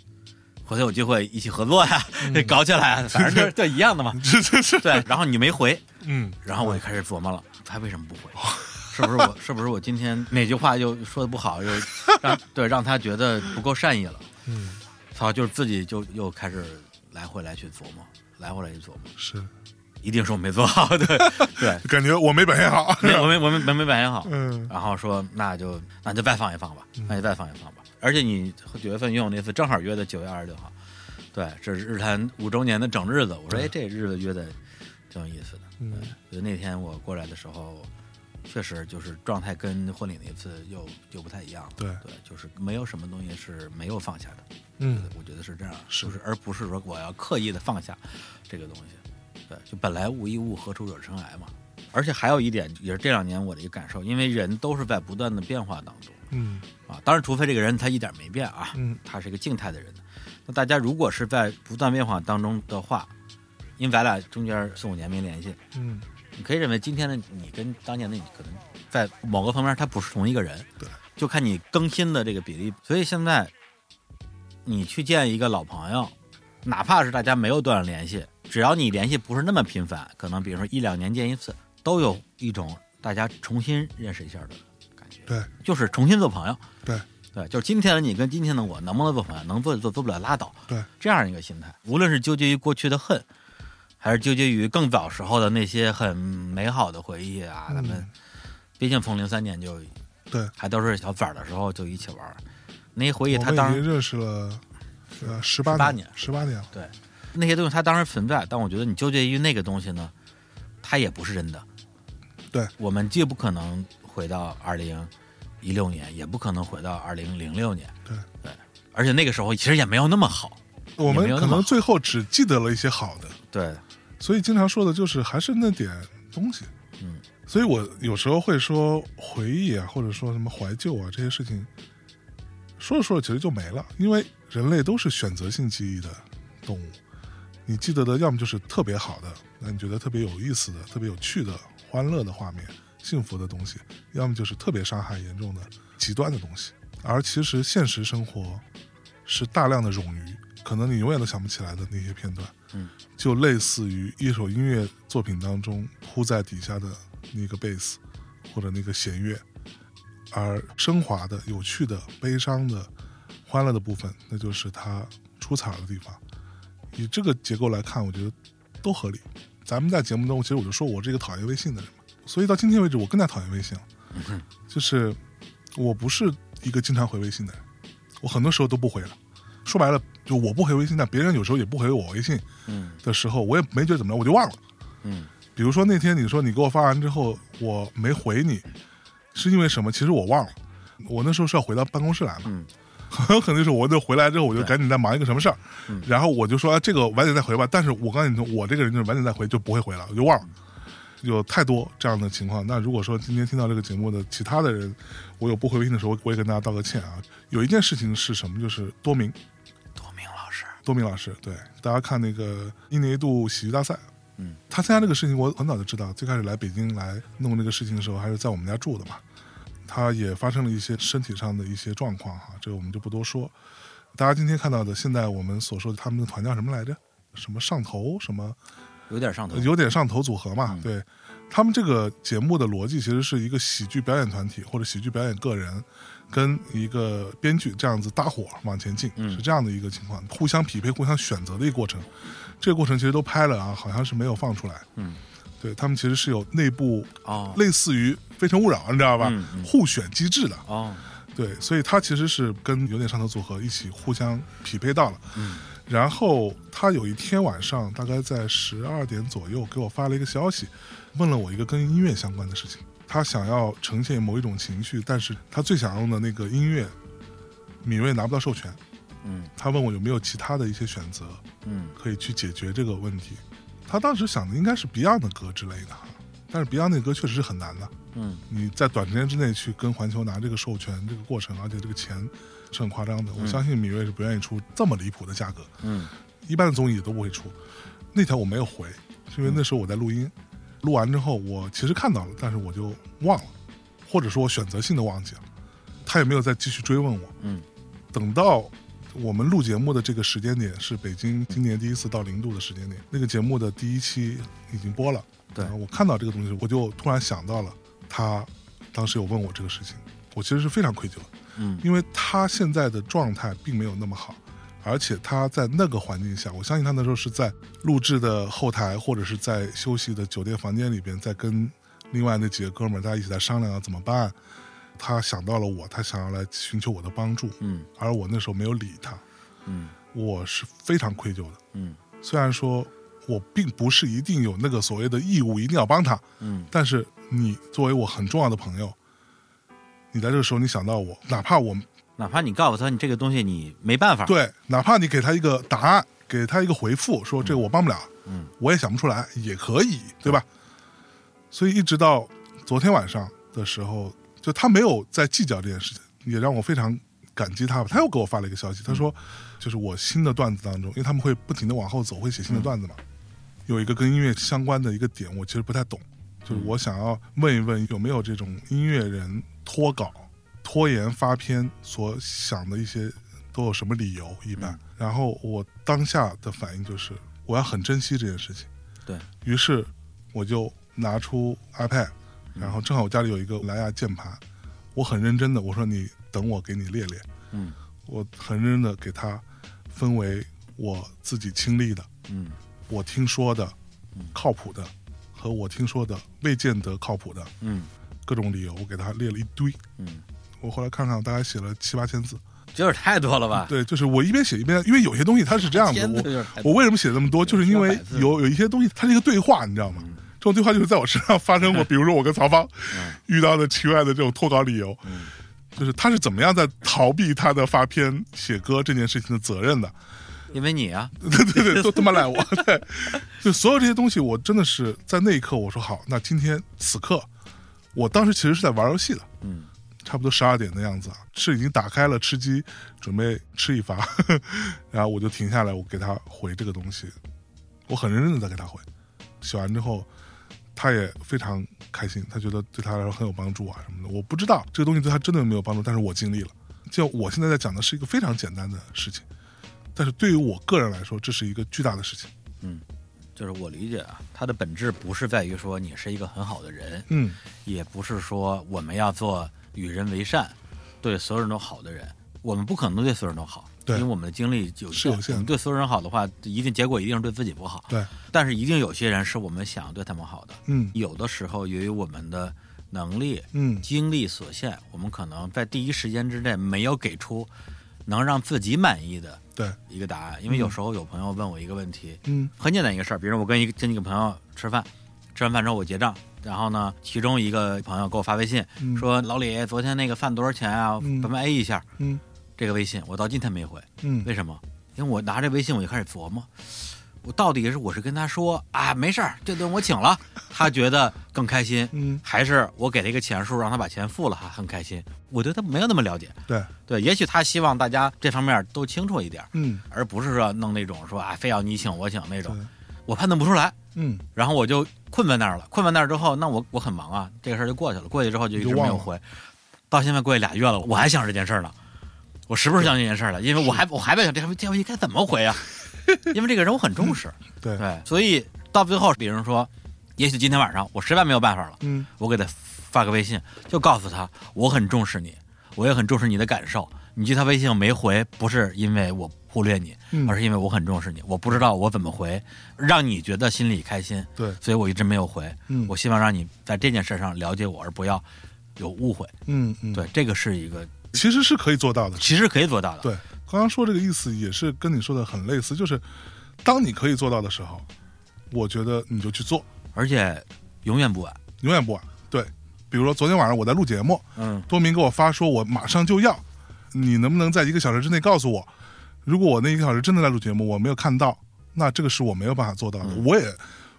Speaker 2: 回头有机会一起合作呀， 搞起来，啊反正就是就一样的嘛
Speaker 1: 这这这，
Speaker 2: 对，然后你没回，
Speaker 1: 嗯，
Speaker 2: 然后我就开始琢磨了，他为什么不回？是不是我？是不是我今天哪句话又说的不好，又让对让他觉得不够善意了？
Speaker 1: 嗯
Speaker 2: 操，就是自己就又开始来回来去琢磨，来回来去琢磨，
Speaker 1: 是，
Speaker 2: 一定是我没做好，对对，
Speaker 1: 感觉我没表现好，
Speaker 2: 没我没我没没没反应好，
Speaker 1: 嗯
Speaker 2: 然后说那就那就再放一放吧，那就再放一放吧。而且你九月份约我那次正好约的九月二十六号，对，这是日坛五周年的整日子。我说哎，这日子约的挺有意思的。
Speaker 1: 嗯
Speaker 2: 就那天我过来的时候，确实就是状态跟婚礼那次又又不太一样了。
Speaker 1: 对
Speaker 2: 对，就是没有什么东西是没有放下的。
Speaker 1: 嗯
Speaker 2: 我觉得是这样，
Speaker 1: 是
Speaker 2: 就是而不是说我要刻意的放下这个东西。对，就本来无一物，何处惹尘埃嘛。而且还有一点，也是这两年我的一个感受，因为人都是在不断的变化当中
Speaker 1: 嗯
Speaker 2: 啊。当然，除非这个人他一点没变啊，
Speaker 1: 嗯
Speaker 2: 他是一个静态的人。那大家如果是在不断变化当中的话，因为咱俩中间四五年没联系，
Speaker 1: 嗯，
Speaker 2: 你可以认为今天的你跟当年的你可能在某个方面他不是同一个人，
Speaker 1: 对，
Speaker 2: 就看你更新的这个比例。所以现在你去见一个老朋友，哪怕是大家没有多少联系，只要你联系不是那么频繁，可能比如说一两年见一次，都有一种大家重新认识一下的感觉，
Speaker 1: 对
Speaker 2: 就是重新做朋友，
Speaker 1: 对
Speaker 2: 对，就是今天的你跟今天的我能不能做朋友，能做就做，做不了拉倒，
Speaker 1: 对，
Speaker 2: 这样一个心态。无论是纠结于过去的恨，还是纠结于更早时候的那些很美好的回忆啊，咱
Speaker 1: 嗯
Speaker 2: 们毕竟从零三年就
Speaker 1: 对，
Speaker 2: 还都是小崽儿的时候就一起玩儿，那些回忆
Speaker 1: 我
Speaker 2: 他
Speaker 1: 们
Speaker 2: 当
Speaker 1: 已
Speaker 2: 然
Speaker 1: 经认识了呃十八十八年了，
Speaker 2: 对那些东西它当然存在，但我觉得你纠结于那个东西呢，它也不是真的。
Speaker 1: 对，
Speaker 2: 我们既不可能回到二零一六年，也不可能回到二零零六年。
Speaker 1: 对
Speaker 2: 对，而且那个时候其实也没有那么好。
Speaker 1: 我们可能最后只记得了一些好的，
Speaker 2: 对，
Speaker 1: 所以经常说的就是还是那点东西，
Speaker 2: 嗯，
Speaker 1: 所以我有时候会说回忆啊，或者说什么怀旧啊这些事情，说着说着其实就没了，因为人类都是选择性记忆的动物。你记得的，要么就是特别好的，那你觉得特别有意思的、特别有趣的、欢乐的画面、幸福的东西；要么就是特别伤害严重的、极端的东西。而其实现实生活是大量的冗余，可能你永远都想不起来的那些片段。就类似于一首音乐作品当中铺在底下的那个贝斯或者那个弦乐，而升华的、有趣的、悲伤的、欢乐的部分，那就是它出彩的地方。以这个结构来看，我觉得都合理。咱们在节目中，其实我就说我这个讨厌微信的人嘛，所以到今天为止，我更加讨厌微信了。就是我不是一个经常回微信的人，我很多时候都不回了。说白了，就我不回微信，但别人有时候也不回我微信。
Speaker 2: 嗯
Speaker 1: 的时候，我也没觉得怎么着，我就忘了。
Speaker 2: 嗯，
Speaker 1: 比如说那天你说你给我发完之后，我没回你，是因为什么？其实我忘了，我那时候是要回到办公室来嘛。
Speaker 2: 嗯
Speaker 1: 很 有可能是我就回来之后，我就赶紧在忙一个什么事儿，
Speaker 2: 嗯
Speaker 1: 然后我就说、啊、这个晚点再回吧。但是我告诉你说，我这个人就是晚点再回就不会回了，我就忘了。有太多这样的情况。那如果说今天听到这个节目的其他的人，我有不回微信的时候，我也跟大家道个歉啊。有一件事情是什么？就是多明，
Speaker 2: 多明老师，
Speaker 1: 多明老师，对大家看那个一年一度喜剧大赛，
Speaker 2: 嗯，
Speaker 1: 他参加这个事情，我很早就知道。最开始来北京来弄这个事情的时候，还是在我们家住的嘛。他也发生了一些身体上的一些状况哈，这个我们就不多说。大家今天看到的，现在我们所说的他们的团叫什么来着？什么上头？什么
Speaker 2: 有点上头，
Speaker 1: 有点上头组合嘛？
Speaker 2: 嗯
Speaker 1: 对他们这个节目的逻辑，其实是一个喜剧表演团体或者喜剧表演个人跟一个编剧这样子搭伙往前进，
Speaker 2: 嗯
Speaker 1: 是这样的一个情况，互相匹配、互相选择的一个过程。这个过程其实都拍了啊，好像是没有放出来。
Speaker 2: 嗯，
Speaker 1: 对他们其实是有内部
Speaker 2: 哦
Speaker 1: 类似于《非诚勿扰》，你知道吧？
Speaker 2: 嗯嗯
Speaker 1: 互选机制的。
Speaker 2: 哦，
Speaker 1: 对，所以他其实是跟有点上头组合一起互相匹配到了。
Speaker 2: 嗯，
Speaker 1: 然后他有一天晚上大概在十二点左右给我发了一个消息，问了我一个跟音乐相关的事情。他想要呈现某一种情绪，但是他最想用的那个音乐，敏锐拿不到授权。
Speaker 2: 嗯
Speaker 1: 他问我有没有其他的一些选择
Speaker 2: 嗯
Speaker 1: 可以去解决这个问题。他当时想的应该是 Beyond 的歌之类的哈，但是 Beyond 那歌确实是很难的。
Speaker 2: 嗯
Speaker 1: 你在短时间之内去跟环球拿这个授权，这个过程，而且这个钱是很夸张的。我相信米未是不愿意出这么离谱的价格，
Speaker 2: 嗯
Speaker 1: 一般的综艺也都不会出。那条我没有回，是因为那时候我在录音，录完之后我其实看到了，但是我就忘了，或者说我选择性的忘记了。他也没有再继续追问我。
Speaker 2: 嗯，
Speaker 1: 等到我们录节目的这个时间点是北京今年第一次到零度的时间点，那个节目的第一期已经播了。
Speaker 2: 对
Speaker 1: 然后我看到这个东西，我就突然想到了他当时有问我这个事情，我其实是非常愧疚的，
Speaker 2: 嗯
Speaker 1: 因为他现在的状态并没有那么好。而且他在那个环境下，我相信他那时候是在录制的后台，或者是在休息的酒店房间里边，在跟另外那几个哥们儿大家一起在商量要怎么办。他想到了我，他想要来寻求我的帮助，
Speaker 2: 嗯
Speaker 1: 而我那时候没有理他，
Speaker 2: 嗯
Speaker 1: 我是非常愧疚的。
Speaker 2: 嗯
Speaker 1: 虽然说我并不是一定有那个所谓的义务一定要帮他，
Speaker 2: 嗯，
Speaker 1: 但是你作为我很重要的朋友，你在这个时候你想到我，哪怕我
Speaker 2: 哪怕你告诉他你这个东西你没办法，
Speaker 1: 对，哪怕你给他一个答案，给他一个回复，说这个我帮不了，
Speaker 2: 嗯，
Speaker 1: 我也想不出来，也可以，对吧？所以一直到昨天晚上的时候，就他没有再计较这件事情，也让我非常感激他。他又给我发了一个消
Speaker 2: 嗯
Speaker 1: 息，他说，就是我新的段子当中，因为他们会不停的往后走，会写新的段子嘛，有一个跟音乐相关的一个点，我其实不太懂，
Speaker 2: 嗯
Speaker 1: 就是我想要问一问有没有这种音乐人脱稿、拖延发片所想的一些都有什么理由一
Speaker 2: 嗯
Speaker 1: 般。然后我当下的反应就是我要很珍惜这件事情，
Speaker 2: 对
Speaker 1: 于是我就拿出 iPad，然
Speaker 2: 嗯
Speaker 1: 后正好我家里有一个蓝牙键盘，我很认真的我说你等我给你列列，
Speaker 2: 嗯
Speaker 1: 我很认真的给它分为我自己亲历的。
Speaker 2: 嗯
Speaker 1: 我听说的靠谱的和我听说的未见得靠谱的
Speaker 2: 嗯
Speaker 1: 各种理由，我给他列了一堆。
Speaker 2: 嗯，
Speaker 1: 我后来看看，大概写了七八千字。
Speaker 2: 这有点太多了吧？
Speaker 1: 对，就是我一边写一边，因为有些东西它是这样子，
Speaker 2: 天呐有
Speaker 1: 我
Speaker 2: 点太多
Speaker 1: 我为什么写这么多，就是因为
Speaker 2: 千百字嗯
Speaker 1: 有有一些东西它是一个对话，你知道吗？这种对话就是在我身上 发生过，比如说我跟曹芳
Speaker 2: 嗯
Speaker 1: 遇到的奇怪的这种脱稿理由，就是他是怎么样在逃避他的发片写歌这件事情的责任的。
Speaker 2: 因为你啊，
Speaker 1: 对对对，都他妈赖我。对，就所有这些东西，我真的是在那一刻，我说好，那今天此刻，我当时其实是在玩游戏的，
Speaker 2: 嗯，
Speaker 1: 差不多十二点的样子啊，是已经打开了吃鸡，准备吃一发， 然后我就停下来，我给他回这个东西，我很认真的在给他回，写完之后。他也非常开心，他觉得对他来说很有帮助啊什么的。我不知道这个东西对他真的有没有帮助，但是我尽力了。就我现在在讲的是一个非常简单的事情，但是对于我个人来说，这是一个巨大的事情。
Speaker 2: 就是我理解啊，它的本质不是在于说你是一个很好的人，
Speaker 1: 嗯，
Speaker 2: 也不是说我们要做与人为善，对所有人都好的人。我们不可能对所有人都好，
Speaker 1: 对
Speaker 2: 因为我们的精力有
Speaker 1: 是有限的
Speaker 2: 我们对所有人好的话，一定结果一定是对自己不好。
Speaker 1: 对，
Speaker 2: 但是一定有些人是我们想对他们好的。
Speaker 1: 嗯
Speaker 2: 有的时候由于我们的能力、
Speaker 1: 嗯
Speaker 2: 精力所限，我们可能在第一时间之内没有给出能让自己满意的
Speaker 1: 对，
Speaker 2: 一个答案。因为有时候有朋友问我一个问题，
Speaker 1: 嗯
Speaker 2: 很简单一个事儿，比如说我跟一个跟一个朋友吃饭，吃完饭之后我结账，然后呢，其中一个朋友给我发微信、
Speaker 1: 嗯
Speaker 2: 说：“老李，昨天那个饭多少钱啊？
Speaker 1: 嗯
Speaker 2: 咱们 A 一下。
Speaker 1: 嗯”
Speaker 2: 这个微信我到今天没回，
Speaker 1: 嗯
Speaker 2: 为什么？因为我拿着微信我就开始琢磨，我到底是我是跟他说啊没事儿，这顿我请了，他觉得更开心，
Speaker 1: 嗯，
Speaker 2: 还是我给了一个钱数让他把钱付了，还很开心。我对他没有那么了解，
Speaker 1: 对，
Speaker 2: 对，也许他希望大家这方面都清楚一点，
Speaker 1: 嗯
Speaker 2: 而不是说弄那种说啊非要你请我请那
Speaker 1: 对
Speaker 2: 种，我判断不出来。
Speaker 1: 嗯，
Speaker 2: 然后我就困在那儿了，困在那儿之后，那我我很忙啊，这个事儿就过去了。过去之后就一直
Speaker 1: 你就忘
Speaker 2: 没有
Speaker 1: 了
Speaker 2: 回，到现在过去俩月了，我还想这件事儿呢，我时不时想这件事儿了，因为我还我还在想这这应该怎么回啊， 因为这个人我很重视，
Speaker 1: 对，
Speaker 2: 对，所以到最后，比如说，也许今天晚上我实在没有办法了，
Speaker 1: 嗯
Speaker 2: 我给他发个微信，就告诉他我很重视你，我也很重视你的感受。你去他微信我没回，不是因为我忽略你，
Speaker 1: 嗯
Speaker 2: 而是因为我很重视你，我不知道我怎么回，让你觉得心里开心，
Speaker 1: 对，
Speaker 2: 所以我一直没有回。
Speaker 1: 嗯
Speaker 2: 我希望让你在这件事上了解我，而不要有误会。
Speaker 1: 嗯嗯，
Speaker 2: 对，，这个是一个
Speaker 1: 其实是可以做到的。
Speaker 2: 其实可以做到的。
Speaker 1: 对，刚刚说这个意思也是跟你说的很类似，就是当你可以做到的时候，我觉得你就去做，
Speaker 2: 而且永远不晚。
Speaker 1: 永远不晚。对，比如说昨天晚上我在录节目，
Speaker 2: 嗯，
Speaker 1: 多明给我发说我马上就要，你能不能在一个小时之内告诉我？如果我那一个小时真的在录节目，我没有看到，那这个是我没有办法做到的，我也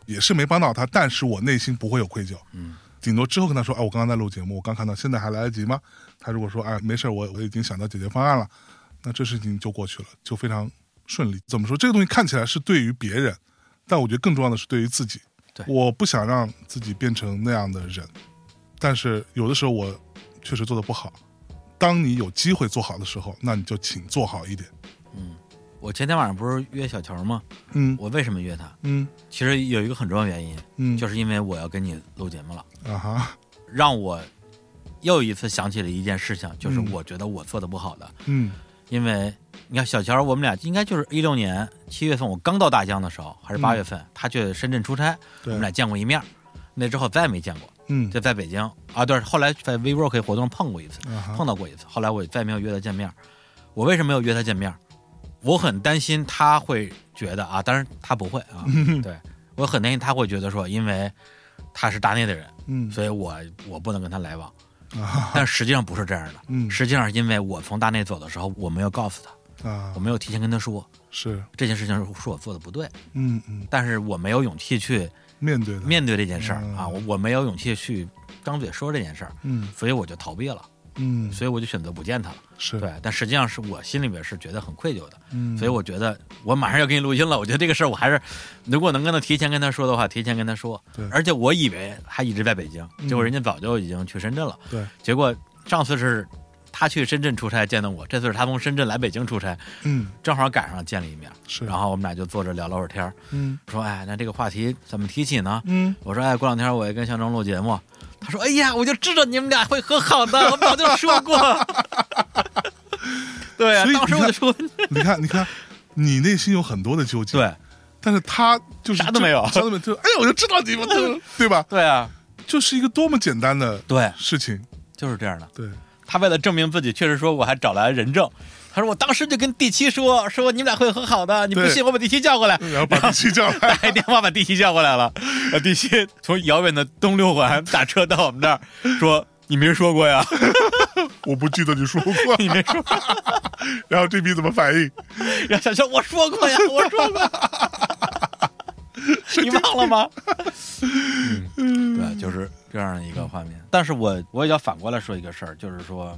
Speaker 1: 也是没帮到他，但是我内心不会有愧疚。
Speaker 2: 嗯，
Speaker 1: 顶多之后跟他说，啊，我刚刚在录节目，我刚看到，现在还来得及吗？他如果说，啊，没事儿，我我已经想到解决方案了，那这事情就过去了，就非常顺利。怎么说？这个东西看起来是对于别人，但我觉得更重要的是对于自己。
Speaker 2: 对
Speaker 1: 我不想让自己变成那样的人，但是有的时候我确实做的不好。当你有机会做好的时候，那你就请做好一点。
Speaker 2: 我前天晚上不是约小乔吗？
Speaker 1: 嗯
Speaker 2: 我为什么约他？
Speaker 1: 嗯
Speaker 2: 其实有一个很重要原因，
Speaker 1: 嗯，
Speaker 2: 就是是因为我要跟你录节目了，
Speaker 1: 啊哈，
Speaker 2: 让我又一次想起了一件事情，就是
Speaker 1: 嗯
Speaker 2: 我觉得我做的不好的，
Speaker 1: 嗯
Speaker 2: 因为你看小乔，我们俩应该就是一六年七月份我刚到大疆的时候，还是八
Speaker 1: 嗯
Speaker 2: 月份，他去深圳出差，我
Speaker 1: 对
Speaker 2: 们俩见过一面，那之后再也没见过，
Speaker 1: 嗯
Speaker 2: 就在北京啊，对，后来在 WeWork 活动碰过一次，
Speaker 1: 啊哈，
Speaker 2: 碰到过一次，后来我再也没有约他见面。我为什么没有约他见面？我很担心他会觉得啊，当然他不会 啊，对我很担心他会觉得说，因为他是大内的人，
Speaker 1: 嗯
Speaker 2: 所以我我不能跟他来往。
Speaker 1: 啊哈，
Speaker 2: 但实际上不是这样的，
Speaker 1: 嗯
Speaker 2: 实际上是因为我从大内走的时候，我没有告诉他，
Speaker 1: 啊
Speaker 2: 我没有提前跟他说
Speaker 1: 是
Speaker 2: 这件事情是是我做的不对，
Speaker 1: 嗯嗯，
Speaker 2: 但是我没有勇气去
Speaker 1: 面对的
Speaker 2: 面对这件事儿
Speaker 1: 嗯
Speaker 2: 啊，我我没有勇气去张嘴说这件事儿，
Speaker 1: 嗯
Speaker 2: 所以我就逃避了，
Speaker 1: 嗯
Speaker 2: 所以我就选择不见他了。
Speaker 1: 是
Speaker 2: 对，但实际上是我心里边是觉得很愧疚的，
Speaker 1: 嗯
Speaker 2: 所以我觉得我马上要给你录音了，我觉得这个事儿我还是如果能跟他提前跟他说的话，提前跟他说
Speaker 1: 对。
Speaker 2: 而且我以为他一直在北京，结果
Speaker 1: 嗯
Speaker 2: 人家早就已经去深圳了。
Speaker 1: 对，
Speaker 2: 结果上次是他去深圳出差见到我，这次是他从深圳来北京出差，
Speaker 1: 嗯
Speaker 2: 正好赶上见了一面，
Speaker 1: 是
Speaker 2: 然后我们俩就坐着聊了会儿天儿，
Speaker 1: 嗯
Speaker 2: 说哎，那这个话题怎么提起呢？
Speaker 1: 嗯
Speaker 2: 我说哎，过两天我也跟向征录节目。他说：“哎呀，我就知道你们俩会和好 的，我早就说过。对呀、
Speaker 1: 所以
Speaker 2: 当时我
Speaker 1: 你
Speaker 2: 就说，
Speaker 1: 你看你看，你内心有很多的纠结，，
Speaker 2: 对
Speaker 1: 但是他就是
Speaker 2: 啥都没有
Speaker 1: 啥都没有，就哎呀，我就知道你 们都对吧？
Speaker 2: 对啊，
Speaker 1: 就是一个多么简单的
Speaker 2: 对，
Speaker 1: 事情，
Speaker 2: 就是这样的。
Speaker 1: 对，
Speaker 2: 他为了证明自己，确实说我还找来人证。他说我当时就跟第七说，说你们俩会和好的，你不
Speaker 1: 对
Speaker 2: 信我把第七叫过来，
Speaker 1: 然后把你气 叫来，
Speaker 2: 打哎一电话把第七叫过来了。呃第七从遥远的东六环打车到我们这儿，说你没说过呀，
Speaker 1: 我不记得你说过，
Speaker 2: 你没说。
Speaker 1: 然后这逼怎么反应？
Speaker 2: 然后小乔我说 过呀，我说过，你忘了吗？嗯，对，就是这样一个画面。但是我我也要反过来说一个事儿，就是说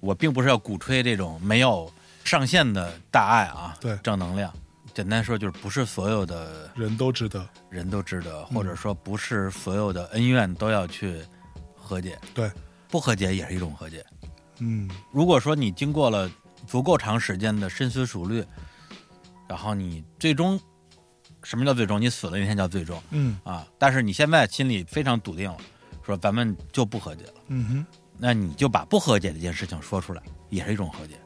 Speaker 2: 我并不是要鼓吹这种没有上限的大爱啊，
Speaker 1: 对
Speaker 2: 正能量。简单说就是不是所有的
Speaker 1: 人都值得，
Speaker 2: 人都值得，或者说不是所有的恩怨都要去和解，
Speaker 1: 对，
Speaker 2: 不和解也是一种和解。
Speaker 1: 嗯
Speaker 2: 如果说你经过了足够长时间的深思熟虑，然后你最终，什么叫最终？你死了那天叫最终
Speaker 1: 嗯
Speaker 2: 啊！但是你现在心里非常笃定了，说咱们就不和解了，
Speaker 1: 嗯哼
Speaker 2: 那你就把不和解这件事情说出来，也是一种和解。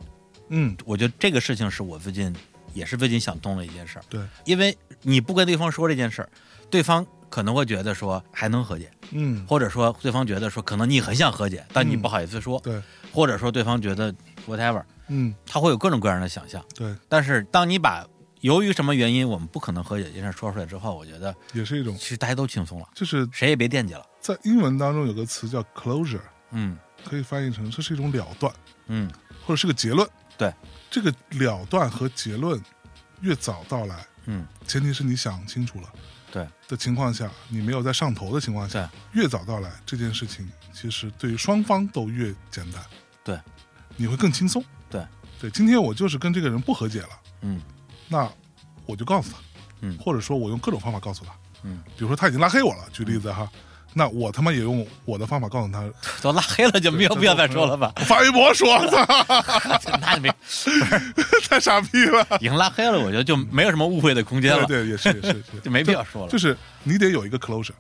Speaker 1: 嗯，
Speaker 2: 我觉得这个事情是我最近也是最近想通了一件事儿，
Speaker 1: 对，
Speaker 2: 因为你不跟对方说这件事儿，对方可能会觉得说还能和解，
Speaker 1: 嗯
Speaker 2: 或者说对方觉得说可能你很想和解，但你
Speaker 1: 嗯
Speaker 2: 不好意思说，
Speaker 1: 对，
Speaker 2: 或者说对方觉得 whatever。
Speaker 1: 嗯
Speaker 2: 他会有各种各样的想象。
Speaker 1: 对，
Speaker 2: 但是当你把由于什么原因，我们不可能和这件事说出来之后，我觉得
Speaker 1: 也是一种
Speaker 2: 其，实大家都轻松了，
Speaker 1: 就是
Speaker 2: 谁也别惦记了。
Speaker 1: 在英文当中有个词叫 closure，
Speaker 2: 嗯
Speaker 1: 可以翻译成这是一种了断，
Speaker 2: 嗯，
Speaker 1: 或者是个结论。
Speaker 2: 对，
Speaker 1: 这个了断和结论越早到来，
Speaker 2: 嗯，
Speaker 1: 前提是你想清楚了
Speaker 2: 对
Speaker 1: 的情况下，你没有在上头的情况下，
Speaker 2: 对
Speaker 1: 越早到来这件事情，其实对于双方都越简单，
Speaker 2: 对，
Speaker 1: 你会更轻松。
Speaker 2: 对
Speaker 1: 对，今天我就是跟这个人不和解了，
Speaker 2: 嗯
Speaker 1: 那我就告诉他，
Speaker 2: 嗯
Speaker 1: 或者说我用各种方法告诉他，
Speaker 2: 嗯，
Speaker 1: 比如说他已经拉黑我了，举例子哈，那我他妈也用我的方法告诉他，
Speaker 2: 都拉黑了就没有必要再说了吧？
Speaker 1: 我发微博说，
Speaker 2: 那你没
Speaker 1: 太傻逼了，
Speaker 2: 已经拉黑了，我觉得就没有什么误会的空间
Speaker 1: 对
Speaker 2: 了，
Speaker 1: 对，也是也是，也是
Speaker 2: 就没必要说了。
Speaker 1: 就是你得有一个 closure，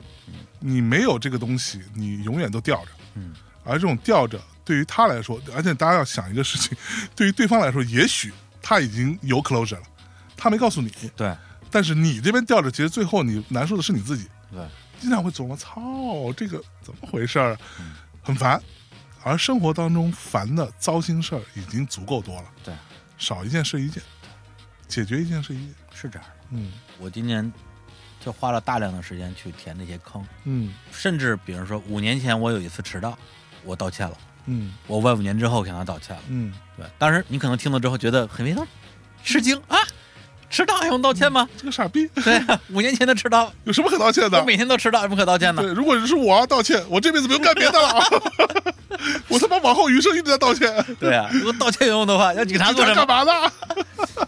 Speaker 1: 你没有这个东西，你永远都吊着。
Speaker 2: 嗯，
Speaker 1: 而这种吊着对于他来说，而且大家要想一个事情，对于对方来说，也许他已经有 closure 了，他没告诉你，
Speaker 2: 对
Speaker 1: 但是你这边吊着，其实最后你难受的是你自己，
Speaker 2: 对，
Speaker 1: 经常会琢磨，操，这个怎么回事儿啊，
Speaker 2: 嗯
Speaker 1: 很烦。而生活当中烦的糟心事儿已经足够多了，
Speaker 2: 对，
Speaker 1: 少一件是一件，解决一件是一件。
Speaker 2: 是这样的。
Speaker 1: 嗯
Speaker 2: 我今年就花了大量的时间去填这些坑，
Speaker 1: 嗯
Speaker 2: 甚至比如说五年前我有一次迟到，我道歉了，
Speaker 1: 嗯
Speaker 2: 我在五年之后向他道歉了。
Speaker 1: 嗯，
Speaker 2: 对，当时你可能听了之后觉得很没道理，吃惊啊，迟到还用道歉吗？
Speaker 1: 这个傻逼
Speaker 2: 对啊，五年前的迟到，
Speaker 1: 有什么可道歉的
Speaker 2: 我？每天都迟到，有什么可道歉的？
Speaker 1: 对，如果是我要道歉，我这辈子不用干别的了啊。 我他妈往后余生一直在道歉，
Speaker 2: 对啊，如果道歉有用的话，要警察做什
Speaker 1: 干
Speaker 2: 么？
Speaker 1: 嘛呢？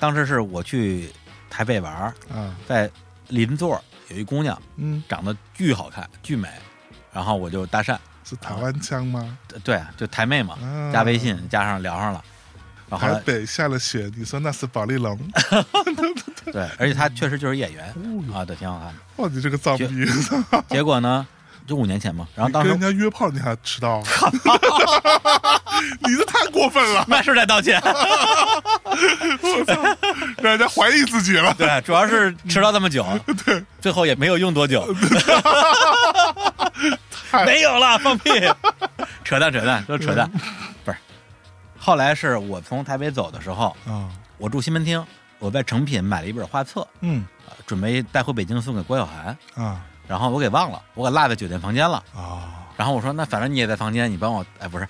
Speaker 2: 当时是我去台北玩儿，
Speaker 1: 啊，
Speaker 2: 在邻座有一姑娘，
Speaker 1: 嗯，
Speaker 2: 长得巨好看，巨美，然后我就搭讪，
Speaker 1: 是台湾腔吗？
Speaker 2: 呃对啊，就台妹嘛
Speaker 1: 啊，
Speaker 2: 加微信，加上聊上了，然后
Speaker 1: 台
Speaker 2: 呢
Speaker 1: 北下了雪，你说那是保利 龙？
Speaker 2: 对，而且她确实就是演员
Speaker 1: 哦哟
Speaker 2: 啊，对，挺好看的。
Speaker 1: 哇，你这个脏逼！
Speaker 2: 结果呢，就五年前嘛，然后
Speaker 1: 你
Speaker 2: 当
Speaker 1: 跟
Speaker 2: 时
Speaker 1: 人家约炮你还迟 到？啊 你这太过分了，
Speaker 2: 那是在道 歉，
Speaker 1: 让人家怀疑自己 了。
Speaker 2: 对，主要是迟到这么久，对，最后也没有用多久，没有了，放屁，扯淡扯淡，都是扯淡，不是。后来是我从台北走的时候，
Speaker 1: 啊，
Speaker 2: 我住西门町，我在诚品买了一本画册，
Speaker 1: 嗯
Speaker 2: 呃准备带回北京送给郭晓涵，
Speaker 1: 啊
Speaker 2: 然后我给忘了，我给落在酒店房间了。
Speaker 1: 啊！
Speaker 2: 然后我说，那反正你也在房间，你帮我，哎，不是。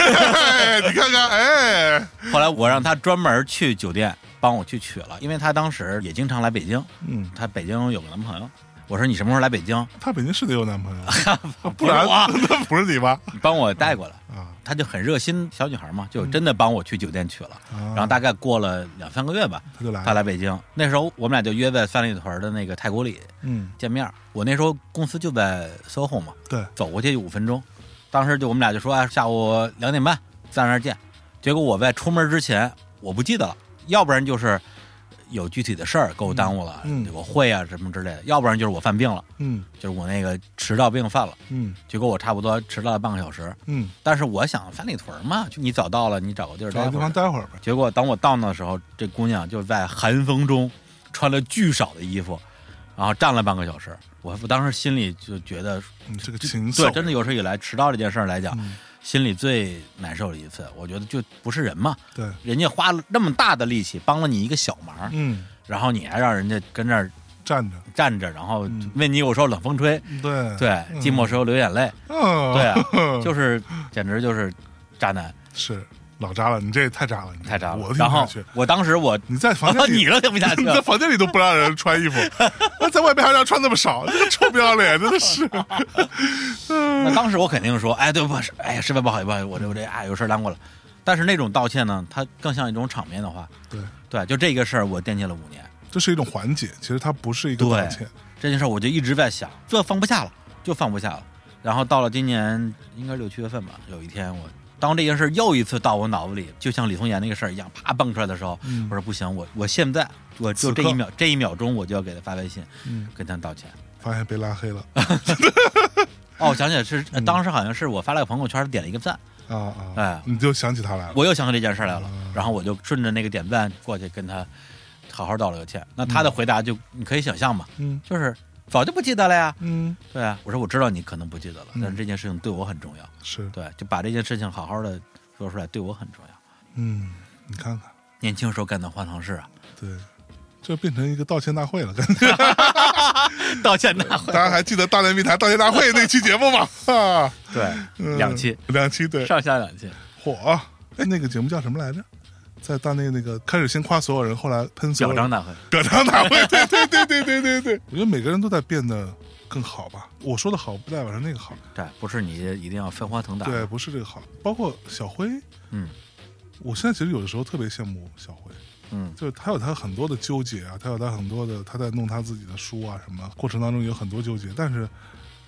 Speaker 1: 哎，你看看，哎，
Speaker 2: 后来我让他专门去酒店帮我去取了，因为他当时也经常来北京，
Speaker 1: 嗯，
Speaker 2: 他北京有个男朋友。我说你什么时候来北京？
Speaker 1: 她北京是得有男朋友，不
Speaker 2: 不是
Speaker 1: 然
Speaker 2: 我，
Speaker 1: 那不是你吧？
Speaker 2: 你帮我带过来。
Speaker 1: 啊，
Speaker 2: 他就很热心，小女孩
Speaker 1: 嗯
Speaker 2: 嘛，就真的帮我去酒店取了。然
Speaker 1: 啊
Speaker 2: 后大概过了两三个月吧，
Speaker 1: 她就来
Speaker 2: 她
Speaker 1: 了，
Speaker 2: 来北京。那时候我们俩就约在三里屯的那个太古里
Speaker 1: 嗯，
Speaker 2: 见面。我那时候公司就在 SOHO 嘛，
Speaker 1: 对，
Speaker 2: 走过去就五分钟。当时就我们俩就说，哎，下午两点半在那儿见。结果我在出门之前我不记得了，要不然就是有具体的事儿给我耽误了，
Speaker 1: 嗯嗯
Speaker 2: 有个会啊什么之类的；要不然就是我犯病了，
Speaker 1: 嗯
Speaker 2: 就是我那个迟到病犯了。
Speaker 1: 嗯
Speaker 2: 结果我差不多迟到了半个小时，
Speaker 1: 嗯，
Speaker 2: 但是我想三里屯嘛，就你早到了，你找个地儿
Speaker 1: 找
Speaker 2: 待
Speaker 1: 个地
Speaker 2: 会
Speaker 1: 方
Speaker 2: 儿。
Speaker 1: 待会儿呗。
Speaker 2: 结果等我到那的时候，这姑娘就在寒风中穿了巨少的衣服，然后站了半个小时。我我当时心里就觉得，
Speaker 1: 你嗯这个禽兽
Speaker 2: 对，，真的有史以来迟到这件事儿来讲，
Speaker 1: 嗯
Speaker 2: 心里最难受的一次。我觉得就不是人嘛，
Speaker 1: 对，
Speaker 2: 人家花了那么大的力气帮了你一个小忙，
Speaker 1: 嗯，
Speaker 2: 然后你还让人家跟这儿
Speaker 1: 站着，
Speaker 2: 站着，然后
Speaker 1: 嗯
Speaker 2: 为你有时候冷风吹，
Speaker 1: 对
Speaker 2: 对，寂寞时候流眼泪，
Speaker 1: 嗯，
Speaker 2: 对 啊，就是简直就是渣男。
Speaker 1: 是老渣了，你这也太渣了，你
Speaker 2: 太渣了。
Speaker 1: 我都听
Speaker 2: 然
Speaker 1: 不下
Speaker 2: 后
Speaker 1: 去。
Speaker 2: 我当时我
Speaker 1: 你在房 间里，
Speaker 2: 你都听不下去
Speaker 1: 你在
Speaker 2: 了，
Speaker 1: 房间里都不让人穿 衣服，那在外边还让穿那么少，这个臭不要脸，真的是。
Speaker 2: 那当时我肯定说，哎，对不起，哎呀，实在不好意思，不好意思，我这我这啊有事儿耽误了。但是那种道歉呢，它更像一种场面的话，
Speaker 1: 对，
Speaker 2: 对，就这个事儿我惦记了五年，
Speaker 1: 这是一种缓解，其实它不是一个
Speaker 2: 对
Speaker 1: 道歉。
Speaker 2: 这件事儿我就一直在想，这放不下了，就放不下了。然后到了今年应该六七月份吧，有一天我当这件事儿又一次到我脑子里，就像李松岩那个事儿一样，啪蹦出来的时候，
Speaker 1: 嗯
Speaker 2: 我说不行，我我现在我就这
Speaker 1: 此刻
Speaker 2: 一秒这一秒钟我就要给他发微信
Speaker 1: 嗯，
Speaker 2: 跟他道歉。
Speaker 1: 发现被拉 黑了
Speaker 2: 哦，我想起来是、呃
Speaker 1: 嗯
Speaker 2: 当时好像是我发了个朋友圈，点了一个赞，
Speaker 1: 啊啊！
Speaker 2: 哎
Speaker 1: 你就想起他来了。
Speaker 2: 我又想起这件事来了
Speaker 1: 嗯，
Speaker 2: 然后我就顺着那个点赞过去跟他好好道了个歉。那他的回答就你可以想象嘛，
Speaker 1: 嗯
Speaker 2: 就是早就不记得了呀，
Speaker 1: 嗯，
Speaker 2: 对啊，我说我知道你可能不记得了，
Speaker 1: 嗯
Speaker 2: 但是这件事情对我很重要，
Speaker 1: 是
Speaker 2: 对，就把这件事情好好的说出来，对我很重要。
Speaker 1: 嗯，你看看，
Speaker 2: 年轻时候干的荒唐事啊，
Speaker 1: 对，这变成一个道歉大会了，感觉。
Speaker 2: 道歉大
Speaker 1: 大
Speaker 2: 会，
Speaker 1: 家还记得《大内密谈》道歉大会那期节目吗？ 啊，
Speaker 2: 对，
Speaker 1: 嗯
Speaker 2: 两期，，
Speaker 1: 两期，对，
Speaker 2: 上下两期，
Speaker 1: 火。哎，那个节目叫什么来着？在大内那个开始先夸所有人，后来喷所有
Speaker 2: 表彰
Speaker 1: 人
Speaker 2: 大会，
Speaker 1: 表彰大会，对对对对对对对，我觉得每个人都在变得更好吧。我说的好不代表着那个好，
Speaker 2: 对，不是你一定要飞黄腾达，
Speaker 1: 对，不是这个好。包括小辉，
Speaker 2: 嗯
Speaker 1: 我现在其实有的时候特别羡慕小辉，
Speaker 2: 嗯，
Speaker 1: 就是他有他很多的纠结啊，他有他很多的他在弄他自己的书啊什么，过程当中有很多纠结，但是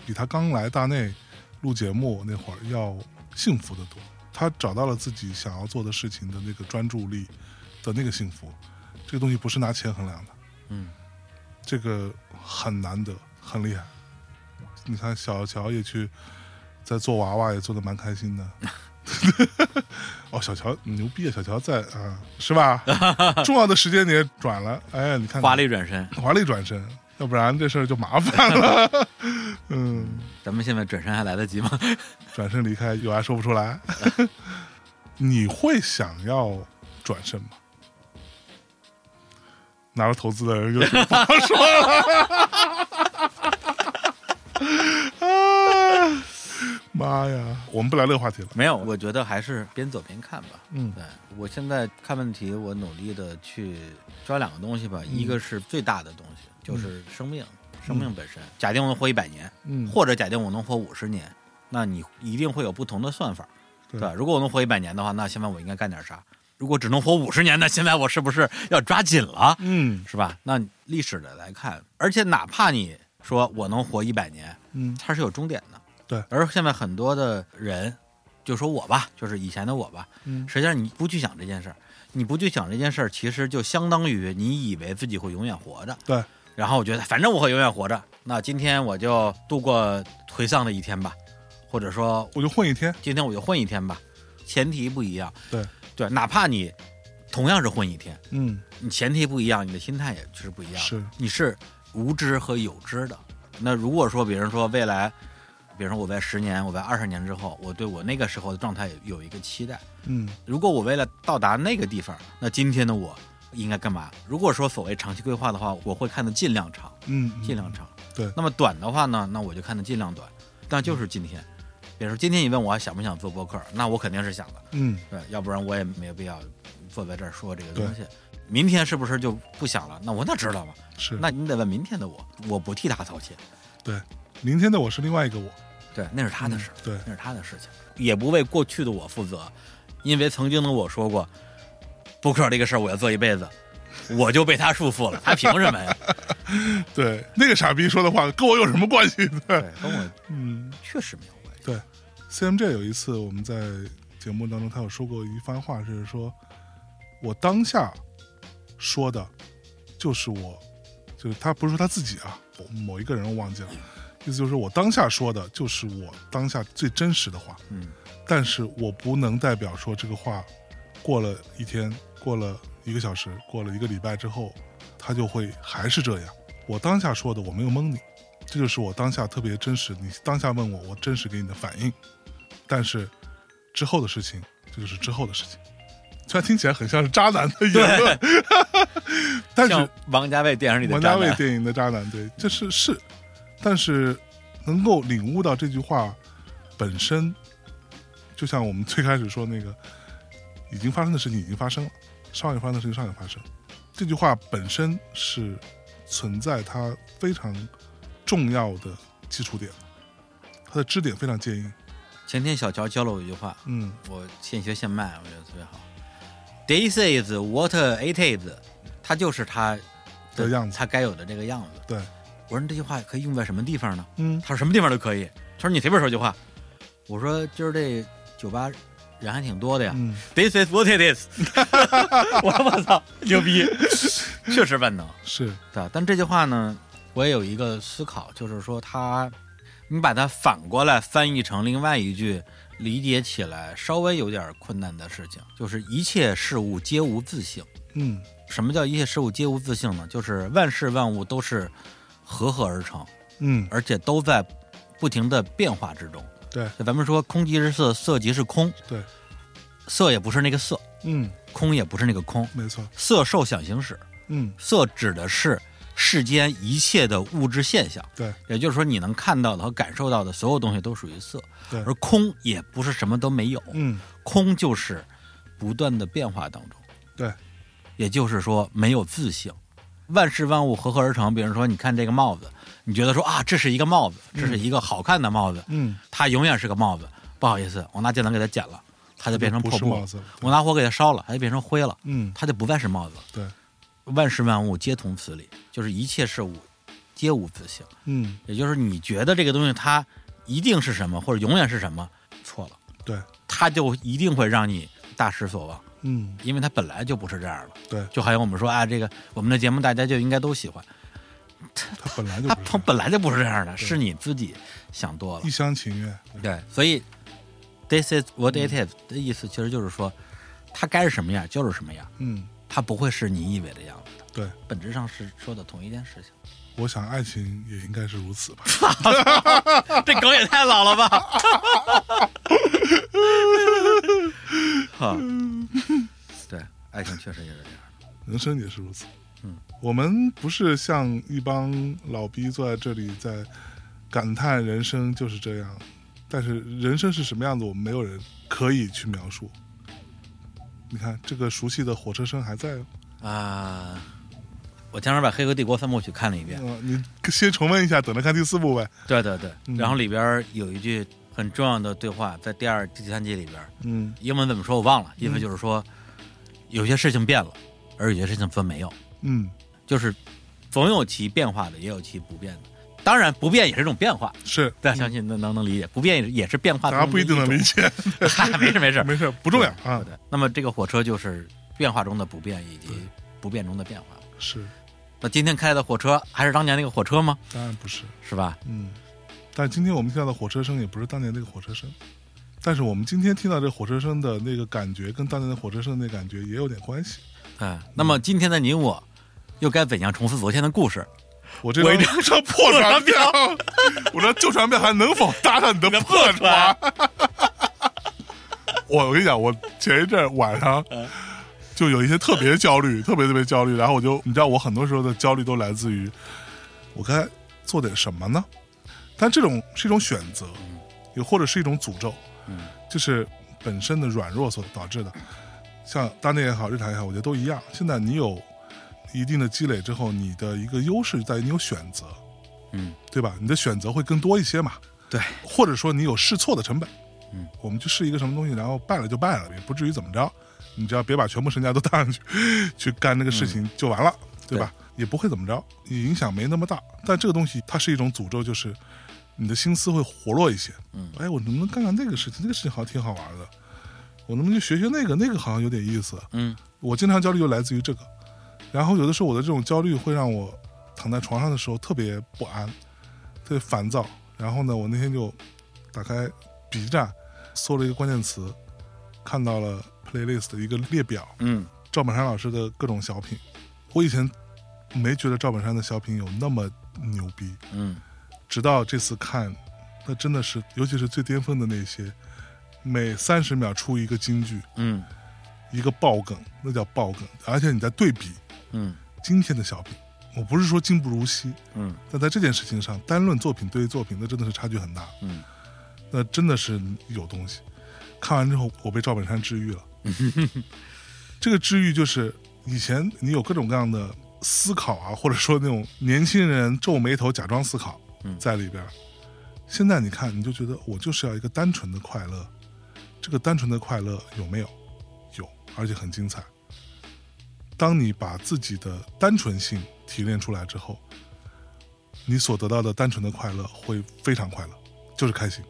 Speaker 1: 比他刚来大内录节目那会儿要幸福的多。他找到了自己想要做的事情的那个专注力的那个幸福，这个东西不是拿钱衡量的，
Speaker 2: 嗯，
Speaker 1: 这个很难得，很厉害。你看小乔也去在做娃娃，也做的蛮开心的。 哦，小乔牛逼啊！小乔在啊，是 吧？重要的时间点转了，哎，你看看
Speaker 2: 华丽转身，
Speaker 1: 华丽转身，要不然这事儿就麻烦了。嗯，
Speaker 2: 咱们现在转身还来得及吗？
Speaker 1: 转身离开，有爱说不出来。 你会想要转身吗？拿着投资的人就觉得不好说 了。啊妈呀！我们不聊这个话题了。
Speaker 2: 没有，我觉得还是边走边看吧。
Speaker 1: 嗯
Speaker 2: 对我现在看问题，我努力的去抓两个东西吧，一个是最大的东西，就是生命，生命本身。假定我能活一百年，
Speaker 1: 嗯
Speaker 2: 或者假定我能活五十年，那你一定会有不同的算法，
Speaker 1: 对
Speaker 2: 吧？如果我能活一百年的话，那现在我应该干点啥？如果只能活五十年，那现在我是不是要抓紧了？
Speaker 1: 嗯
Speaker 2: 是吧？那历史的来看，而且哪怕你说我能活一百年，
Speaker 1: 嗯
Speaker 2: 它是有终点的。
Speaker 1: 对
Speaker 2: 而现在很多的人，就说我吧，就是以前的我吧，
Speaker 1: 嗯
Speaker 2: 实际上你不去想这件事儿，你不去想这件事儿，其实就相当于你以为自己会永远活着。
Speaker 1: 对，
Speaker 2: 然后我觉得反正我会永远活着，那今天我就度过颓丧的一天吧，或者说
Speaker 1: 我就混一天。
Speaker 2: 今天我就混一天吧，前提不一样。
Speaker 1: 对
Speaker 2: 对，哪怕你同样是混一天，
Speaker 1: 嗯
Speaker 2: 你前提不一样，你的心态也是不一样的。
Speaker 1: 是
Speaker 2: 你是无知和有知的。那如果说，比如说未来，比如说我在十年，我在二十年之后，我对我那个时候的状态有一个期待。
Speaker 1: 嗯
Speaker 2: 如果我为了到达那个地方，那今天的我应该干嘛？如果说所谓长期规划的话，我会看得尽量长，
Speaker 1: 嗯，嗯
Speaker 2: 尽量长。
Speaker 1: 对
Speaker 2: 那么短的话呢，那我就看得尽量短。但就是今天，比如说今天你问我还想不想做播客，那我肯定是想的。
Speaker 1: 嗯
Speaker 2: 对，要不然我也没有必要坐在这儿说这个
Speaker 1: 对
Speaker 2: 东西。明天是不是就不想了？那我哪知道嘛？
Speaker 1: 是。
Speaker 2: 那你得问明天的我，我不替他操心，
Speaker 1: 明天的我是另外一个我。
Speaker 2: 对，那是他的事儿，
Speaker 1: 嗯对
Speaker 2: 那是他的事情，也不为过去的我负责，因为曾经的我说过，播客这个事儿我要做一辈子，我就被他束缚了，他凭什么 呀？
Speaker 1: 对，那个傻逼说的话跟我有什么关系？
Speaker 2: 对，跟我
Speaker 1: 嗯。
Speaker 2: 确实没有关系。
Speaker 1: CMJ 有一次我们在节目当中，他有说过一番话，是说我当下说的，就是我，就是他不是说他自己啊，某一个人我忘记了，意思就是我当下说的，就是我当下最真实的话，
Speaker 2: 嗯，
Speaker 1: 但是我不能代表说这个话过了一天，过了一个小时，过了一个礼拜之后，他就会还是这样。我当下说的，我没有蒙你，这就是我当下特别真实。你当下问我，我真实给你的反应。但是之后的事情，这就是之后的事情。虽然听起来很像是渣男的言论， 但是
Speaker 2: 像王家卫电影里的
Speaker 1: 王
Speaker 2: 渣
Speaker 1: 家卫
Speaker 2: 男，
Speaker 1: 电影的渣男，对，这是是，但是能够领悟到这句话本身，就像我们最开始说那个，已经发生的事情已经发生了，上一发生的事情上一发生，这句话本身是存在它非常重要的基础点，它的支点非常坚硬，
Speaker 2: 前天小乔教了我一句话，
Speaker 1: 嗯
Speaker 2: 我现学现卖，我觉得特别好。This is what it is，它就是它
Speaker 1: 的样子
Speaker 2: 它该有的这个样子。
Speaker 1: 对，
Speaker 2: 我说这句话可以用在什么地方呢？
Speaker 1: 嗯
Speaker 2: 他说什么地方都可以。他说你随便说一句话。我说今儿这酒吧人还挺多的呀。
Speaker 1: 嗯，
Speaker 2: This is what it is 。 我说我操，牛逼，确实万能。
Speaker 1: 是，
Speaker 2: 对，但这句话呢，我也有一个思考，就是说它，你把它反过来翻译成另外一句，理解起来稍微有点困难的事情，就是一切事物皆无自性。
Speaker 1: 嗯
Speaker 2: 什么叫一切事物皆无自性呢？就是万事万物都是合合而成，
Speaker 1: 嗯，
Speaker 2: 而且都在不停的变化之中。
Speaker 1: 对
Speaker 2: 咱们说空即是色，色即是空，
Speaker 1: 对，
Speaker 2: 色也不是那个色，
Speaker 1: 嗯，
Speaker 2: 空也不是那个空，
Speaker 1: 没错，
Speaker 2: 色受想行识，
Speaker 1: 嗯，
Speaker 2: 色指的是世间一切的物质现象，
Speaker 1: 对，
Speaker 2: 也就是说你能看到的和感受到的所有东西都属于色，
Speaker 1: 对
Speaker 2: 而空也不是什么都没有，
Speaker 1: 嗯，
Speaker 2: 空就是不断的变化当中，
Speaker 1: 对，
Speaker 2: 也就是说没有自性，万事万物合合而成。比如说，你看这个帽子，你觉得说啊，这是一个帽子，这是一个好看的帽子，
Speaker 1: 嗯，
Speaker 2: 它永远是个帽子。不好意思，我拿电缆给它剪了，它就变成
Speaker 1: 不
Speaker 2: 破
Speaker 1: 是
Speaker 2: 布
Speaker 1: 帽；子了，对
Speaker 2: 我拿火给它烧了，它就变成灰了，
Speaker 1: 嗯，
Speaker 2: 它就不再是帽子了。
Speaker 1: 对，
Speaker 2: 万事万物皆同此理，就是一切事物皆无自性。
Speaker 1: 嗯，
Speaker 2: 也就是你觉得这个东西它一定是什么，或者永远是什么，错了，
Speaker 1: 对，
Speaker 2: 它就一定会让你大失所望，
Speaker 1: 嗯，
Speaker 2: 因为它本来就不是这样的。
Speaker 1: 对，
Speaker 2: 就好像我们说啊，这个我们的节目大家就应该都喜欢，
Speaker 1: 他本来就
Speaker 2: 它
Speaker 1: 不
Speaker 2: 它
Speaker 1: 是
Speaker 2: 本来就不是这样的，是你自己想多了
Speaker 1: 一。厢情愿，
Speaker 2: 对，所以 this is what it is 的意思，其实就是说，它该是什么样就是什么样，
Speaker 1: 嗯，
Speaker 2: 它不会是你以为的样子的。
Speaker 1: 对，
Speaker 2: 本质上是说的同一件事情。
Speaker 1: 我想爱情也应该是如此吧。
Speaker 2: 这梗也太老了吧！哈， 对，爱情确实也是这样。
Speaker 1: 人生也是如此。
Speaker 2: 嗯，
Speaker 1: 我们不是像一帮老逼坐在这里在感叹人生就是这样，但是人生是什么样子，我们没有人可以去描述。你看这个熟悉的火车声还在，
Speaker 2: 啊、我前面把《黑客帝国》三部曲看了一遍，
Speaker 1: 呃，你先重温一下，等着看第四部呗。
Speaker 2: 对对对，
Speaker 1: 嗯
Speaker 2: 然后里边有一句很重要的对话，在第二、第三季里边，
Speaker 1: 嗯
Speaker 2: 英文怎么说我忘了，意思就是说，有些事情变了，而有些事情则没有，
Speaker 1: 嗯，
Speaker 2: 就是总有其变化的，也有其不变的。当然，不变也是一种变化，
Speaker 1: 是，
Speaker 2: 大家相信能能能理解，不变也是也是变化
Speaker 1: 大
Speaker 2: 中的种。
Speaker 1: 家不一定能理解，
Speaker 2: 嗨，没事没事，
Speaker 1: 没事，不重要啊
Speaker 2: 对。对。那么这个火车就是变化中的不变，以及不变中的变化。
Speaker 1: 是，
Speaker 2: 那今天开的火车还是当年那个火车吗？
Speaker 1: 当然不是，
Speaker 2: 是吧？
Speaker 1: 嗯。但今天我们听到的火车声也不是当年那个火车声，但是我们今天听到这火车声的那个感觉，跟当年的火车声的那感觉也有点关系。
Speaker 2: 嗯。那么今天的你我，又该怎样重复昨天的故事？
Speaker 1: 我这
Speaker 2: 我一
Speaker 1: 张张 破船票，我这旧船票还能否搭上你的破船？ 我我跟你讲，我前一阵儿晚上就有一些特别焦虑，特别特别焦虑，然后我就你知道，我很多时候的焦虑都来自于我该做点什么呢？但这种是一种选择，也或者是一种诅咒，就是本身的软弱所导致的。像当年也好，日常也好，我觉得都一样。现在你有一定的积累之后，你的一个优势在于你有选择，
Speaker 2: 嗯，
Speaker 1: 对吧？你的选择会更多一些嘛，
Speaker 2: 对，
Speaker 1: 或者说你有试错的成本。
Speaker 2: 嗯，
Speaker 1: 我们去试一个什么东西，然后败了就败了，也不至于怎么着。你只要别把全部身家都搭上去， 去干那个事情就完了，
Speaker 2: 嗯
Speaker 1: 对吧？也不会怎么着，影响没那么大。但这个东西它是一种诅咒，就是你的心思会活络一些。
Speaker 2: 嗯，
Speaker 1: 哎，我能不能干干那个事情？那个事情好像挺好玩的，我能不能去学学那个？那个好像有点意思。
Speaker 2: 嗯，
Speaker 1: 我经常焦虑就来自于这个，然后有的时候我的这种焦虑会让我躺在床上的时候特别不安，特别烦躁。然后呢，我那天就打开 B 站，搜了一个关键词，看到了 playlist 的一个列表，
Speaker 2: 嗯
Speaker 1: 赵本山老师的各种小品。我以前没觉得赵本山的小品有那么牛逼，
Speaker 2: 嗯
Speaker 1: 直到这次看，那真的是，尤其是最巅峰的那些，每三十秒出一个金句，
Speaker 2: 嗯
Speaker 1: 一个爆梗，那叫爆梗。而且你在对比
Speaker 2: 嗯
Speaker 1: 今天的小品，我不是说今不如昔，
Speaker 2: 嗯
Speaker 1: 但在这件事情上，单论作品对于作品，那真的是差距很大，
Speaker 2: 嗯，
Speaker 1: 那真的是有东西。看完之后，我被赵本山 治愈了。这个治愈就是以前你有各种各样的思考啊，或者说那种年轻人皱眉头假装思考
Speaker 2: 嗯
Speaker 1: 在里边儿，现在你看你就觉得我就是要一个单纯的快乐，这个单纯的快乐有没有？有，而且很精彩。当你把自己的单纯性提炼出来之后，你所得到的单纯的快乐会非常快乐，就是开心。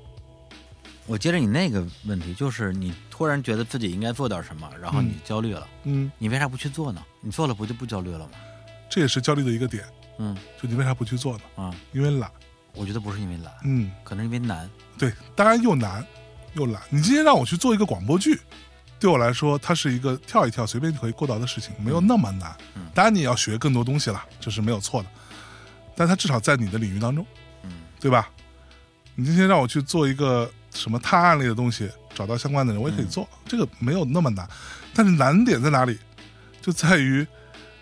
Speaker 2: 我接着你那个问题，就是你突然觉得自己应该做点什么，然后你焦虑了，
Speaker 1: 嗯，
Speaker 2: 你为啥不去做呢？你做了不就不焦虑了吗？
Speaker 1: 这也是焦虑的一个点，
Speaker 2: 嗯
Speaker 1: 就你为啥不去做呢？
Speaker 2: 啊，
Speaker 1: 因为懒。
Speaker 2: 我觉得不是因为懒，
Speaker 1: 嗯，
Speaker 2: 可能是因为难。
Speaker 1: 对，当然又难又懒。你今天让我去做一个广播剧，对我来说，它是一个跳一跳随便就可以过到的事情，没有那么难。
Speaker 2: 嗯
Speaker 1: 当然你也要学更多东西啦，这是没有错的。但它至少在你的领域当中，
Speaker 2: 嗯
Speaker 1: 对吧？你今天让我去做一个什么探案类的东西，找到相关
Speaker 2: 嗯
Speaker 1: 的人，我也可以做，这个没有那么难。但是难点在哪里？就在于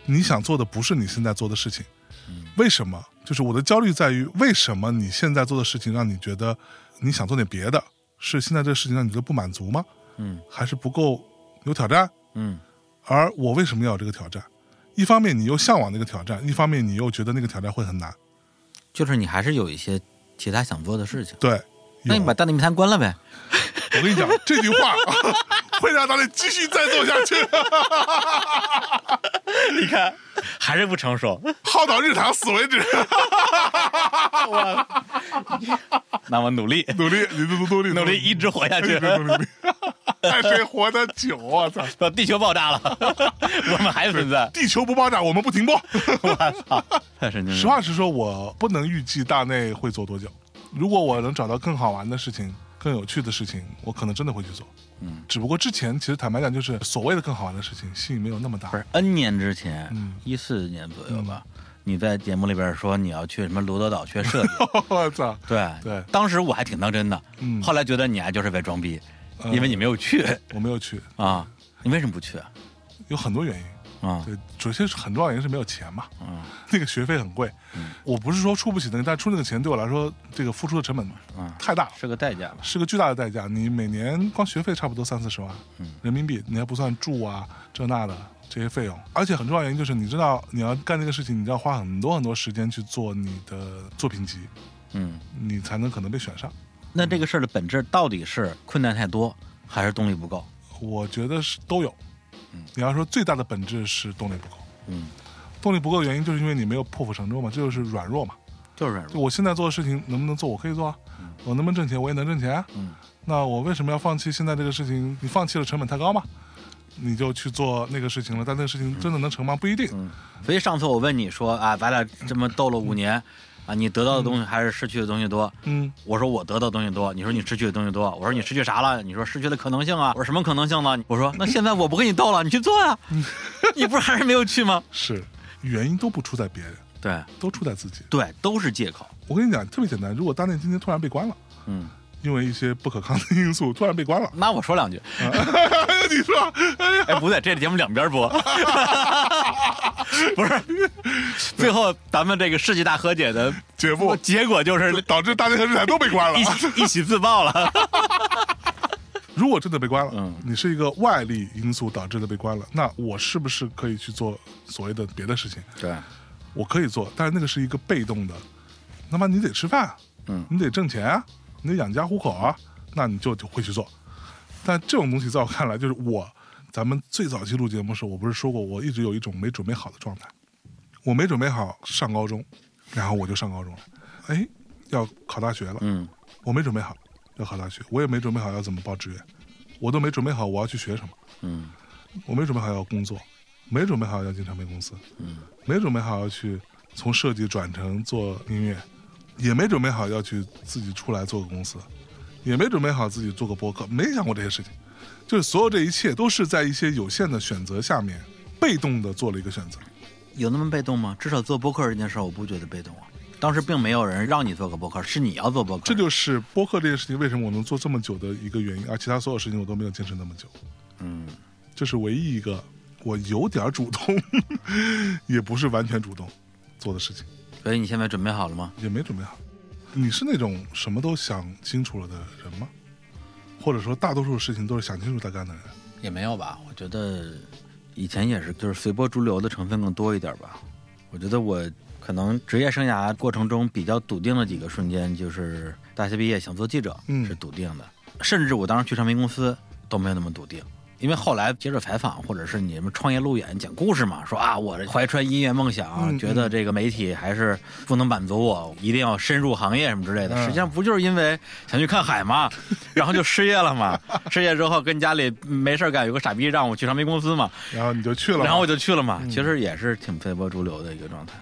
Speaker 1: 你想做的不是你现在做的事情
Speaker 2: 嗯，
Speaker 1: 为什么？就是我的焦虑在于，为什么你现在做的事情让你觉得你想做点别的？是现在这个事情让你觉得不满足吗？
Speaker 2: 嗯
Speaker 1: 还是不够有挑战？
Speaker 2: 嗯
Speaker 1: 而我为什么要有这个挑战？一方面你又向往那个挑战，一方面你又觉得那个挑战会很难。
Speaker 2: 就是你还是有一些其他想做的事情，
Speaker 1: 对，
Speaker 2: 那你
Speaker 1: 有
Speaker 2: 把大内密探关了呗。
Speaker 1: 我跟 你讲，这句话 会让咱俩继续再做下去。
Speaker 2: 你看，还是不成熟。
Speaker 1: 浩导日常死为止，
Speaker 2: 那我努力，
Speaker 1: 努力，你努努力，
Speaker 2: 努力一直活下 去
Speaker 1: 努力，努力努力，看谁活得久啊！操，
Speaker 2: 到地球爆炸 了，我们还存在。
Speaker 1: 地球不爆炸，我们不停播。
Speaker 2: 我操，太神经了。
Speaker 1: 实话实说，我不能预计大内会做多久。如果我能找到更好玩的事情、更有趣的事情，我可能真的会去做。
Speaker 2: 嗯，
Speaker 1: 只不过之前其实坦白讲，就是所谓的更好玩的事情，吸引没有那么大
Speaker 2: 不。 是 N 年之前
Speaker 1: 嗯，
Speaker 2: 一四年左右吧，你在节目里边说你要去什么罗德岛学设 计，
Speaker 1: 我操，
Speaker 2: 对
Speaker 1: 对
Speaker 2: 当时我还挺当真的，
Speaker 1: 嗯
Speaker 2: 后来觉得你啊就是在装逼，
Speaker 1: 嗯
Speaker 2: 因为你没有去
Speaker 1: 我没有去，
Speaker 2: 啊，你为什么不去啊？
Speaker 1: 有很多原因。
Speaker 2: 啊，
Speaker 1: 对，首先是很重要的原因是没有钱嘛，
Speaker 2: 嗯，
Speaker 1: 那个学费很贵。我不是说出不起那个，但出那个钱对我来说，这个付出的成本
Speaker 2: 嗯
Speaker 1: 太大了。
Speaker 2: 是个代价吧？
Speaker 1: 是个巨大的代价。你每年光学费差不多三四十万、人民币，你还不算住啊这那的这些费用。而且很重要的原因就是，你知道你要干这个事情，你要花很多很多时间去做你的作品集，
Speaker 2: 嗯，
Speaker 1: 你才能可能被选上。
Speaker 2: 那这个事儿的本质到底是困难太多，还是动力不够？
Speaker 1: 我觉得是都有。你要说最大的本质是动力不够，
Speaker 2: 嗯，
Speaker 1: 动力不够的原因就是因为你没有破釜沉舟嘛，这就是软弱嘛。
Speaker 2: 就是软
Speaker 1: 就
Speaker 2: 弱。
Speaker 1: 我现在做的事情能不能做，我可以做啊，我能不能挣钱，我也能挣钱啊。
Speaker 2: 嗯
Speaker 1: 那我为什么要放弃现在这个事情？你放弃了成本太高嘛？你就去做那个事情了，但那个事情真的能成吗？不一定。
Speaker 2: 嗯，所以上次我问你说啊，咱俩这么斗了五年，啊，你得到的东西还是失去的东西多？
Speaker 1: 嗯，
Speaker 2: 我说我得到的东西多，你说你失去的东西多。我说你失去啥了？你说失去的可能性啊。我说什么可能性呢？我说那现在我不跟你斗了，你去做 呀、你不是还是没有去吗？
Speaker 1: 是，原因都不出在别人，
Speaker 2: 对
Speaker 1: 都出在自己。
Speaker 2: 对，都是借口。
Speaker 1: 我跟你讲，特别简单，如果大内今天突然被关了，
Speaker 2: 嗯，，
Speaker 1: 因为一些不可抗的因 素突然被关了
Speaker 2: 那我说两句。
Speaker 1: 你说，哎呀，
Speaker 2: 哎，不对，这节目两边 播，不是。最后咱们这个世纪大和解的
Speaker 1: 节目
Speaker 2: 结果就是
Speaker 1: 导致大内和日产都被关了
Speaker 2: 一。起一起自爆了。
Speaker 1: 如果真的被关了，
Speaker 2: 嗯
Speaker 1: 你是一个外力因素导致的被关了，那我是不是可以去做所谓的别的事情？
Speaker 2: 对，
Speaker 1: 我可以做，但是那个是一个被动的，那么你得吃饭啊，
Speaker 2: 嗯
Speaker 1: 你得挣钱啊，你得养家糊口啊，那你就就会去做。但这种东西在我看来，就是我，咱们最早期录节目的时候，我不是说过，我一直有一种没准备好的状态，我没准备好上高中，然后我就上高中了，哎，要考大学了，
Speaker 2: 嗯
Speaker 1: 我没准备好要考大学，我也没准备好要怎么报志愿，我都没准备好我要去学什么。
Speaker 2: 嗯
Speaker 1: 我没准备好要工作，没准备好要进唱片公司，
Speaker 2: 嗯，
Speaker 1: 没准备好要去从设计转成做音乐，也没准备好要去自己出来做个公司，也没准备好自己做个播客，没想过这些事情，就是所有这一切都是在一些有限的选择下面，被动的做了一个选择。
Speaker 2: 有那么被动吗？至少做播客这件事儿，我不觉得被动啊。当时并没有人让你做个播客，是你要做播客。
Speaker 1: 这就是播客这件事情为什么我能做这么久的一个原因，而其他所有事情我都没有坚持那么久。
Speaker 2: 嗯，
Speaker 1: 这是唯一一个我有点主动， 也不是完全主动做的事情。
Speaker 2: 所以你现在准备好了吗？
Speaker 1: 也没准备好。你是那种什么都想清楚了的人吗？或者说，大多数事情都是想清楚再干的人？
Speaker 2: 也没有吧，我觉得以前也是，就是随波逐流的成分更多一点吧。我觉得我可能职业生涯过程中比较笃定的几个瞬间，就是大学毕业想做记者，
Speaker 1: 嗯
Speaker 2: 是笃定的。甚至我当时去唱片公司都没有那么笃定，因为后来接受采访或者是你们创业路演讲故事嘛，说啊，我这怀揣音乐梦想，
Speaker 1: 嗯
Speaker 2: 啊觉得这个媒体还是不能满足我，一定要深入行业什么之
Speaker 1: 嗯
Speaker 2: 类的。实际上不就是因为想去看海嘛，然后就失业了嘛。失业之后跟家里没事儿干，有个傻逼让我去唱片公司嘛，
Speaker 1: 然后你就去了吗，嗯
Speaker 2: 然后我就去了嘛。其实也是挺随波逐流的一个状态。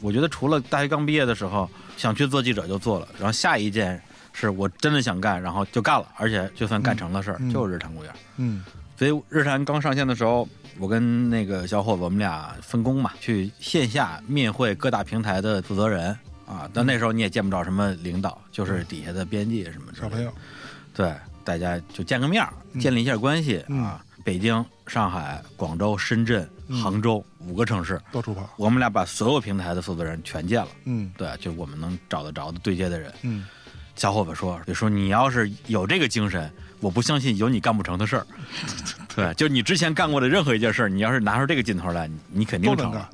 Speaker 2: 我觉得除了大学刚毕业的时候想去做记者就做了，然后下一件是我真的想干，然后就干了，而且就算干成了事儿，
Speaker 1: 嗯嗯
Speaker 2: 就是日常公园。
Speaker 1: 嗯
Speaker 2: 所以日坛刚上线的时候，我跟那个小伙子，我们俩分工嘛，去线下面会各大平台的负责人啊。但那时候你也见不着什么领导，就是底下的编辑什么之类
Speaker 1: 小
Speaker 2: 的
Speaker 1: 朋友，
Speaker 2: 对，大家就见个面儿，建立一下关系、
Speaker 1: 嗯
Speaker 2: 啊。北京、上海、广州、深圳、杭州、五个城市，
Speaker 1: 到处跑，
Speaker 2: 我们俩把所有平台的负责人全见了。
Speaker 1: 嗯
Speaker 2: 对，就是我们能找得着的对接的人。
Speaker 1: 嗯，
Speaker 2: 小伙子说：“就说你要是有这个精神，我不相信有你干不成的 事儿。对，就你之前干过的任何一件事儿，你要是拿出这个劲头来，你你肯定
Speaker 1: 都
Speaker 2: 成
Speaker 1: 能干
Speaker 2: 了。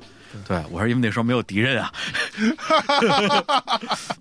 Speaker 2: 对，我说因为那时候没有敌人 啊，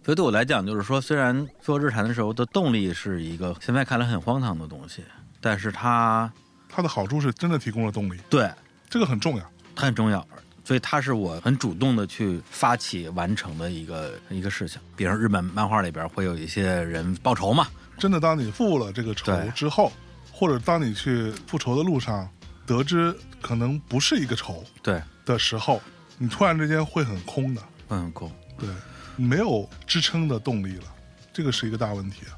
Speaker 2: 所以对我来讲，就是说，虽然做日坛的时候的动力是一个现在看来很荒唐的东西，但是它
Speaker 1: 它的好处是真的提供了动力，
Speaker 2: 对
Speaker 1: 这个很重要。
Speaker 2: 它很重要，所以它是我很主动的去发起完成的一个一个事情。比如日本漫画里边会有一些人报仇嘛，
Speaker 1: 真的，当你付了这个仇
Speaker 2: 对
Speaker 1: 之后，或者当你去复仇的路上得知可能不是一个仇
Speaker 2: 对，
Speaker 1: 的时候，你突然之间会很空的，
Speaker 2: 会很空，
Speaker 1: 对，没有支撑的动力了，这个是一个大问题啊。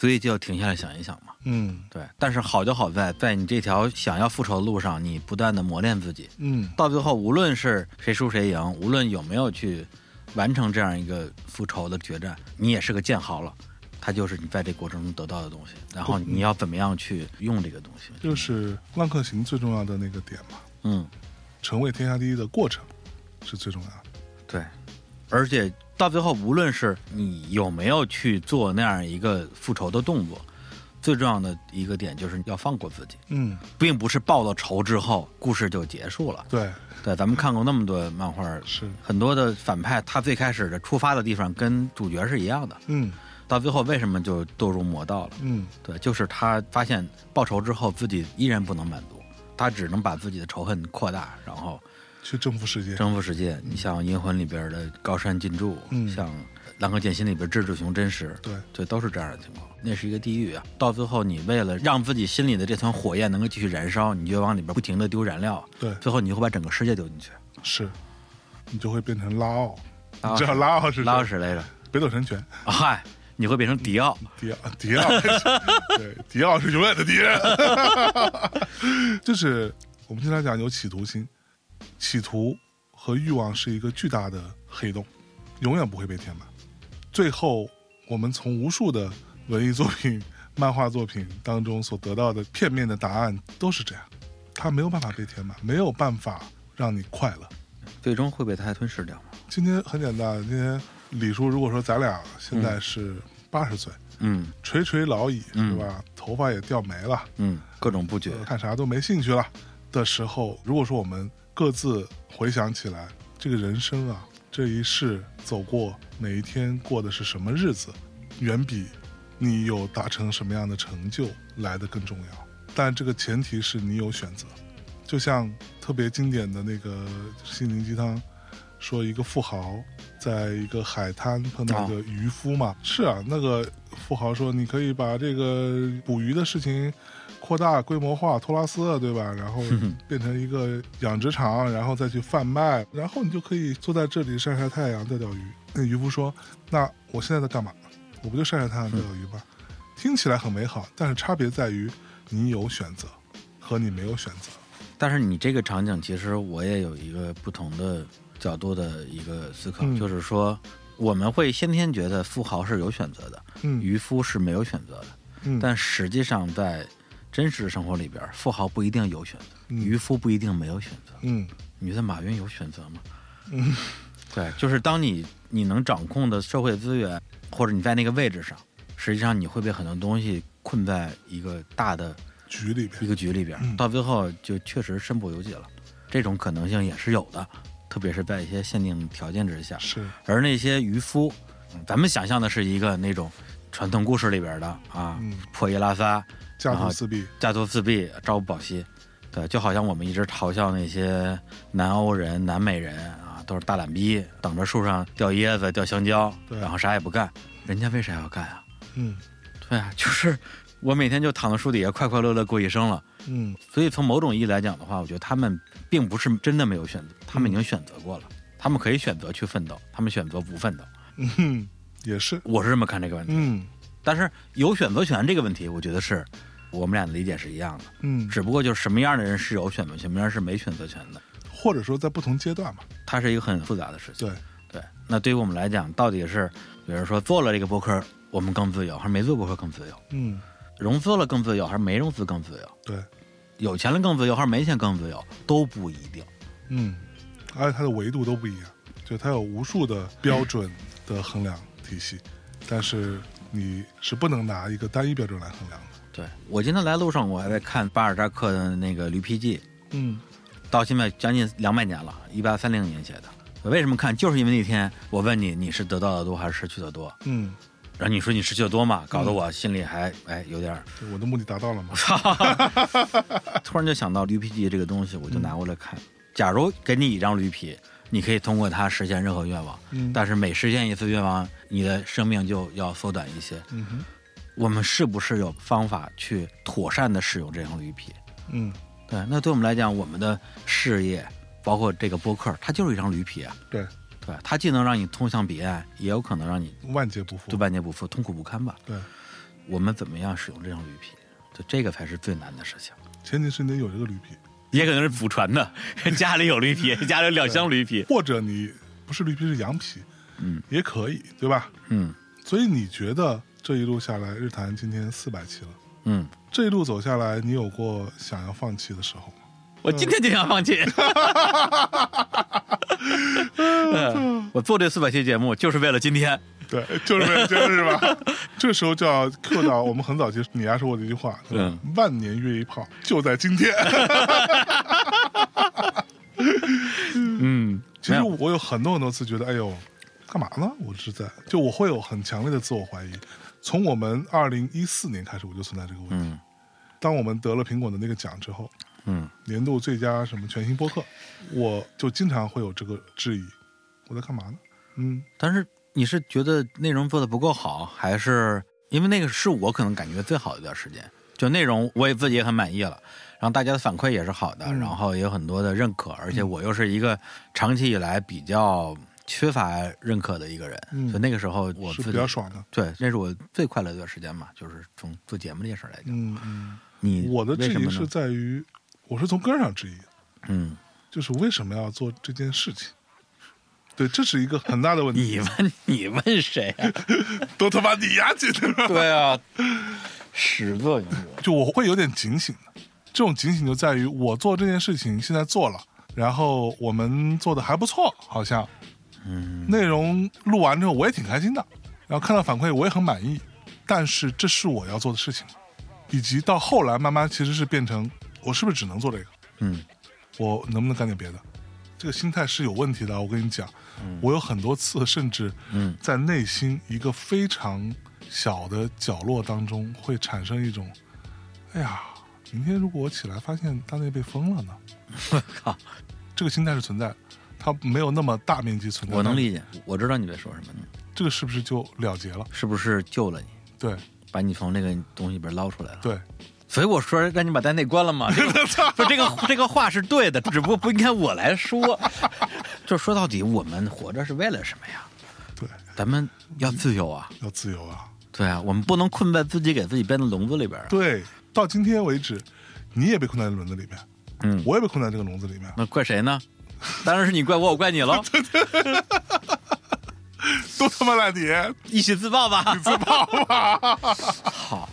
Speaker 2: 所以就要停下来想一想嘛。
Speaker 1: 嗯
Speaker 2: 对，但是好就好在，在你这条想要复仇的路上，你不断的磨练自己，
Speaker 1: 嗯，
Speaker 2: 到最后无论是谁输谁赢，无论有没有去完成这样一个复仇的决战，你也是个剑豪了。它就是你在这过程中得到的东西，然后你要怎么样去用这个东西？
Speaker 1: 这就是《浪客行》最重要的那个点嘛，
Speaker 2: 嗯，
Speaker 1: 成为天下第一的过程是最重要的。
Speaker 2: 对，而且到最后，无论是你有没有去做那样一个复仇的动作，最重要的一个点就是要放过自己，
Speaker 1: 嗯，
Speaker 2: 并不是报了仇之后故事就结束了。
Speaker 1: 对，
Speaker 2: 对，咱们看过那么多漫画，
Speaker 1: 是，
Speaker 2: 很多的反派他最开始的出发的地方跟主角是一样的，
Speaker 1: 嗯
Speaker 2: 到最后为什么就堕入魔道了？
Speaker 1: 嗯，
Speaker 2: 对，就是他发现报仇之后自己依然不能满足，他只能把自己的仇恨扩大，然后
Speaker 1: 去征服世界。
Speaker 2: 征服世界。你像《银魂》里边的高山进驻，
Speaker 1: 嗯
Speaker 2: 像《浪客剑心》里边智志雄真实，
Speaker 1: 对，
Speaker 2: 对，都是这样的情况。那是一个地狱啊！到最后，你为了让自己心里的这团火焰能够继续燃烧，你就往里边不停的丢燃料，
Speaker 1: 对，
Speaker 2: 最后你会把整个世界丢进去。
Speaker 1: 是，你就会变成拉奥，
Speaker 2: 拉奥
Speaker 1: 你知道拉奥是嗯
Speaker 2: 拉奥
Speaker 1: 谁
Speaker 2: 什来着？
Speaker 1: 北斗神拳，
Speaker 2: 啊嗨，你会变成迪奥。
Speaker 1: 迪奥，迪奥， 对，迪奥是永远的敌人。 就是我们经常讲有企图心，企图和欲望是一个巨大的黑洞，永远不会被填满。最后，我们从无数的文艺作品、漫画作品当中所得到的片面的答案都是这样，它没有办法被填满，没有办法让你快乐。
Speaker 2: 最终会被它吞噬掉吗？
Speaker 1: 今天很简单，今天李叔，如果说咱俩现在是八十岁，
Speaker 2: 嗯
Speaker 1: 垂垂老矣，
Speaker 2: 嗯
Speaker 1: 是吧？头发也掉没了，
Speaker 2: 嗯，各种不觉，
Speaker 1: 看啥都没兴趣了的时候，如果说我们各自回想起来，这个人生啊，这一世走过哪一天过的是什么日子，远比你有达成什么样的成就来的更重要。但这个前提是你有选择，就像特别经典的那个心灵鸡汤，说一个富豪在一个海滩碰到一个渔夫嘛，是啊，那个富豪说你可以把这个捕鱼的事情扩大规模化，托拉斯啊对吧？然后变成一个养殖场，然后再去贩卖，然后你就可以坐在这里晒晒太阳、钓钓鱼。那渔夫说：“那我现在在干嘛？我不就晒晒太阳、钓钓鱼吗？”听起来很美好，但是差别在于你有选择和你没有选择。
Speaker 2: 但是你这个场景，其实我也有一个不同的角度的一个思考，
Speaker 1: 嗯
Speaker 2: 就是说，我们会先天觉得富豪是有选择的，
Speaker 1: 嗯
Speaker 2: 渔夫是没有选择的，
Speaker 1: 嗯，
Speaker 2: 但实际上在真实生活里边，富豪不一定有选择，
Speaker 1: 嗯
Speaker 2: 渔夫不一定没有选择。
Speaker 1: 嗯
Speaker 2: 你觉得马云有选择吗？
Speaker 1: 嗯，
Speaker 2: 对，就是当你你能掌控的社会资源，或者你在那个位置上，实际上你会被很多东西困在一个大的
Speaker 1: 局里边
Speaker 2: 一，个局里边儿，
Speaker 1: 嗯
Speaker 2: 到最后就确实身不由己了。这种可能性也是有的，特别是在一些限定条件之下。
Speaker 1: 是
Speaker 2: 而那些渔夫，嗯咱们想象的是一个那种传统故事里边儿的啊，
Speaker 1: 嗯
Speaker 2: 破衣拉撒、
Speaker 1: 家
Speaker 2: 然
Speaker 1: 徒
Speaker 2: 后
Speaker 1: 四壁，
Speaker 2: 家徒四壁、朝不保夕。对，就好像我们一直嘲笑那些南欧人、南美人啊，都是大懒逼，等着树上掉椰子、掉香蕉，
Speaker 1: 对
Speaker 2: 然后啥也不干。人家为啥要干啊？
Speaker 1: 嗯
Speaker 2: 对啊， 就是我每天就躺在树底下快快乐乐过一生了。
Speaker 1: 嗯
Speaker 2: 所以从某种意义来讲的话，我觉得他们并不是真的没有选择，他
Speaker 1: 嗯
Speaker 2: 们已经选择过了，他们可以选择去奋斗，他们选择不奋斗。
Speaker 1: 嗯哼，也是，
Speaker 2: 我是这么看这个问题。
Speaker 1: 嗯
Speaker 2: 但是有选择权这个问题，我觉得是我们俩的理解是一样的，
Speaker 1: 嗯，
Speaker 2: 只不过就是什么样的人是有选择权，什么样是没选择权的，
Speaker 1: 或者说在不同阶段嘛，
Speaker 2: 它是一个很复杂的事情。
Speaker 1: 对，
Speaker 2: 对，那对于我们来讲，到底是比如说做了这个博客，我们更自由，还是没做博客更自由？
Speaker 1: 嗯
Speaker 2: 融资了更自由，还是没融资更自由？
Speaker 1: 对，
Speaker 2: 有钱了更自由，还是没钱更自由，都不一定。
Speaker 1: 嗯，而且它的维度都不一样，就它有无数的标准的衡量体系，但是你是不能拿一个单一标准来衡量的。
Speaker 2: 对我今天来路上，我还在看巴尔扎克的那个《驴皮记
Speaker 1: 嗯》，
Speaker 2: 到现在将近两百年了，一八三零年写的。我为什么看？就是因为那天我问你，你是得到的多还是失去的多？
Speaker 1: 嗯，
Speaker 2: 然后你说你失去的多嘛，搞得我心里还哎有点儿
Speaker 1: 对我的目的达到了吗？
Speaker 2: 突然就想到驴皮记这个东西，我就拿过来看。假如给你一张驴皮，你可以通过它实现任何愿望，
Speaker 1: 嗯
Speaker 2: 但是每实现一次愿望，你的生命就要缩短一些。
Speaker 1: 嗯哼，
Speaker 2: 我们是不是有方法去妥善的使用这张驴皮？
Speaker 1: 嗯，
Speaker 2: 对，那对我们来讲，我们的事业，包括这个播客，它就是一张驴皮啊。
Speaker 1: 对，
Speaker 2: 对，它既能让你通向彼岸，也有可能让你
Speaker 1: 万劫不复。
Speaker 2: 对万劫不复、痛苦不堪吧。
Speaker 1: 对，
Speaker 2: 我们怎么样使用这张驴皮？就这个才是最难的事情。
Speaker 1: 前提是你得有这个驴皮，
Speaker 2: 也可能是祖传的，家里有驴皮，家里有两箱驴皮。
Speaker 1: 或者你不是驴皮是羊皮，
Speaker 2: 嗯，
Speaker 1: 也可以，对吧？
Speaker 2: 嗯
Speaker 1: 所以你觉得这一路下来，日坛今天四百期了，
Speaker 2: 嗯，
Speaker 1: 这一路走下来，你有过想要放弃的时候吗？
Speaker 2: 我今天就想放弃。 嗯我做这四百期节目就是为了今天。
Speaker 1: 对，就是为了这个是吧？ 这时候就要 Q 到我们很早就你丫说过的一句话，对吧万年约一炮就在今天。
Speaker 2: 嗯，
Speaker 1: 其实我有很多很多次觉得，哎呦，干嘛呢？我是在就我会有很强烈的自我怀疑。从我们二零一四年开始，我就存在这个问题。
Speaker 2: 嗯
Speaker 1: 当我们得了苹果的那个奖之后，
Speaker 2: 嗯
Speaker 1: 年度最佳什么全新播客，我就经常会有这个质疑，我在干嘛呢？嗯，
Speaker 2: 但是你是觉得内容做的不够好，还是因为那个是我可能感觉最好的一段时间？就内容我也自己也很满意了，然后大家的反馈也是好的，
Speaker 1: 嗯
Speaker 2: 然后也有很多的认可，而且我又是一个长期以来比较缺乏认可的一个人，
Speaker 1: 嗯
Speaker 2: 所以那个时候我
Speaker 1: 是
Speaker 2: 自
Speaker 1: 比
Speaker 2: 己
Speaker 1: 较爽的。
Speaker 2: 对，那是我最快乐的一段时间嘛，就是从做节目这件事儿来讲，
Speaker 1: 嗯嗯，
Speaker 2: 你
Speaker 1: 我的
Speaker 2: 为
Speaker 1: 质
Speaker 2: 什
Speaker 1: 疑
Speaker 2: 么
Speaker 1: 是
Speaker 2: 呢
Speaker 1: 在于，我是从根儿上质疑的。
Speaker 2: 嗯，
Speaker 1: 就是为什么要做这件事情？对，这是一个很大的问题。
Speaker 2: 你问你问谁 啊？
Speaker 1: 都他妈你呀，姐的！
Speaker 2: 对啊，始作俑者，
Speaker 1: 就我会有点警醒的，这种警醒就在于我做这件事情现在做了，然后我们做的还不错，好像
Speaker 2: 嗯
Speaker 1: 内容录完之后我也挺开心的，然后看到反馈我也很满意，但是这是我要做的事情，以及到后来慢慢其实是变成我是不是只能做这个？
Speaker 2: 嗯
Speaker 1: 我能不能干点别的？这个心态是有问题的，我跟你讲，我有很多次甚至
Speaker 2: 嗯
Speaker 1: 在内心一个非常小的角落当中，会产生一种，哎呀，明天如果我起来发现大内被封了呢？
Speaker 2: 靠，
Speaker 1: 这个心态是存在的，它没有那么大面积存在。
Speaker 2: 我能理解，我知道你在说什么呢，
Speaker 1: 这个是不是就了结了？
Speaker 2: 是不是救了你，
Speaker 1: 对
Speaker 2: 把你从那个东西里边捞出来了？
Speaker 1: 对，
Speaker 2: 所以我说让你把单内关了嘛，这个就这个这个话是对的，只不过不应该我来说。就说到底，我们活着是为了什么呀？
Speaker 1: 对，
Speaker 2: 咱们要自由啊，
Speaker 1: 要自由啊！
Speaker 2: 对啊，我们不能困在自己给自己编的笼子里边啊。
Speaker 1: 对，到今天为止，你也被困在轮子里面，
Speaker 2: 嗯，
Speaker 1: 我也被困在这个笼子里 面，
Speaker 2: 那怪谁呢？当然是你怪我，我怪你喽，
Speaker 1: 都他妈赖你，
Speaker 2: 一起自爆吧。
Speaker 1: 自爆吧！
Speaker 2: 好，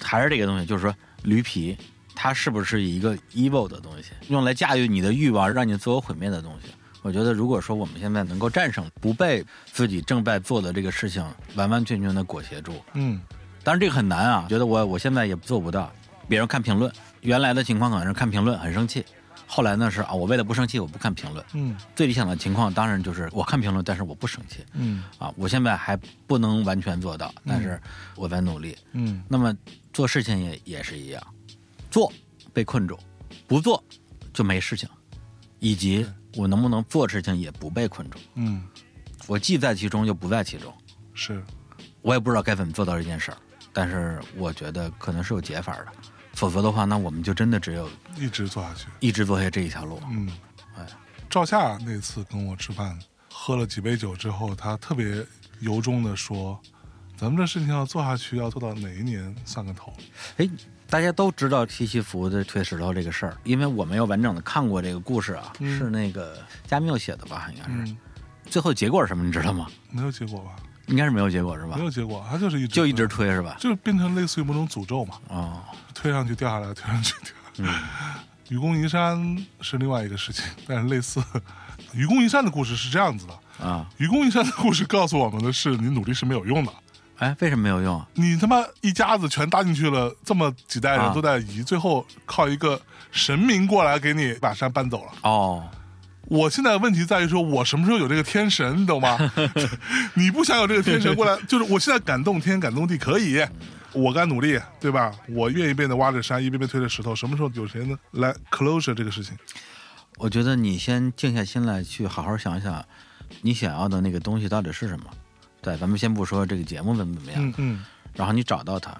Speaker 2: 还是这个东西，就是说驴皮，它是不是一个 evil 的东西，用来驾驭你的欲望，让你自我毁灭的东西？我觉得，如果说我们现在能够战胜，不被自己正在做的这个事情完完全全的裹挟住，
Speaker 1: 嗯
Speaker 2: 当然这个很难啊，觉得我我现在也做不到。别人看评论，原来的情况可能是看评论很生气，后来呢是啊，我为了不生气，我不看评论。
Speaker 1: 嗯
Speaker 2: 最理想的情况当然就是我看评论，但是我不生气。
Speaker 1: 嗯
Speaker 2: 啊，我现在还不能完全做到，但是我在努力。
Speaker 1: 嗯
Speaker 2: 那么做事情也也是一样，做被困住，不做就没事情，以及我能不能做事情也不被困住，
Speaker 1: 嗯，
Speaker 2: 我既在其中又不在其中，
Speaker 1: 是，
Speaker 2: 我也不知道该怎么做到这件事儿，但是我觉得可能是有解法的，否则的话，那我们就真的只有
Speaker 1: 一直做下去。
Speaker 2: 一直做下这一条路。
Speaker 1: 嗯，
Speaker 2: 哎，
Speaker 1: 赵夏那次跟我吃饭，喝了几杯酒之后，他特别由衷的说：“咱们这事情要做下去，要做到哪一年算个头
Speaker 2: 哎，大家都知道西西弗的推石头这个事儿，因为我没有完整的看过这个故事啊，
Speaker 1: 嗯
Speaker 2: 是那个加缪写的吧？应该？”是。
Speaker 1: 嗯，
Speaker 2: 最后结果是什么？你知道吗？
Speaker 1: 没有结果吧？
Speaker 2: 应该是没有结果是吧
Speaker 1: 没？有结果，它就是一直
Speaker 2: 就一直推是吧？
Speaker 1: 就是变成类似于某种诅咒嘛，
Speaker 2: 哦，
Speaker 1: 推上去掉下来， 推上去掉下来。
Speaker 2: 嗯
Speaker 1: 愚公移山是另外一个事情， 但是类似愚公移山的故事是这样子的：
Speaker 2: 啊，
Speaker 1: 愚公移山的故事告诉我们的是，你努力是没有用的。
Speaker 2: 哎，为什么没有用啊？
Speaker 1: 你他妈一家子全搭进去了，这么几代
Speaker 2: 啊
Speaker 1: 人都在移，最后靠一个神明过来给你把山搬走了。
Speaker 2: 哦，
Speaker 1: 我现在的问题在于说，我什么时候有这个天神，你懂 吗？你不想有这个天神过 来，就是我现在感动天感动地可以，我该努力，对吧？我愿意变得挖着山，一遍遍推着石头，什么时候有谁能来 closure 这个事情？
Speaker 2: 我觉得你先静下心来，去好好想想，你想要的那个东西到底是什么。对，咱们先不说这个节目怎么怎么样，
Speaker 1: 嗯嗯
Speaker 2: 然后你找到它，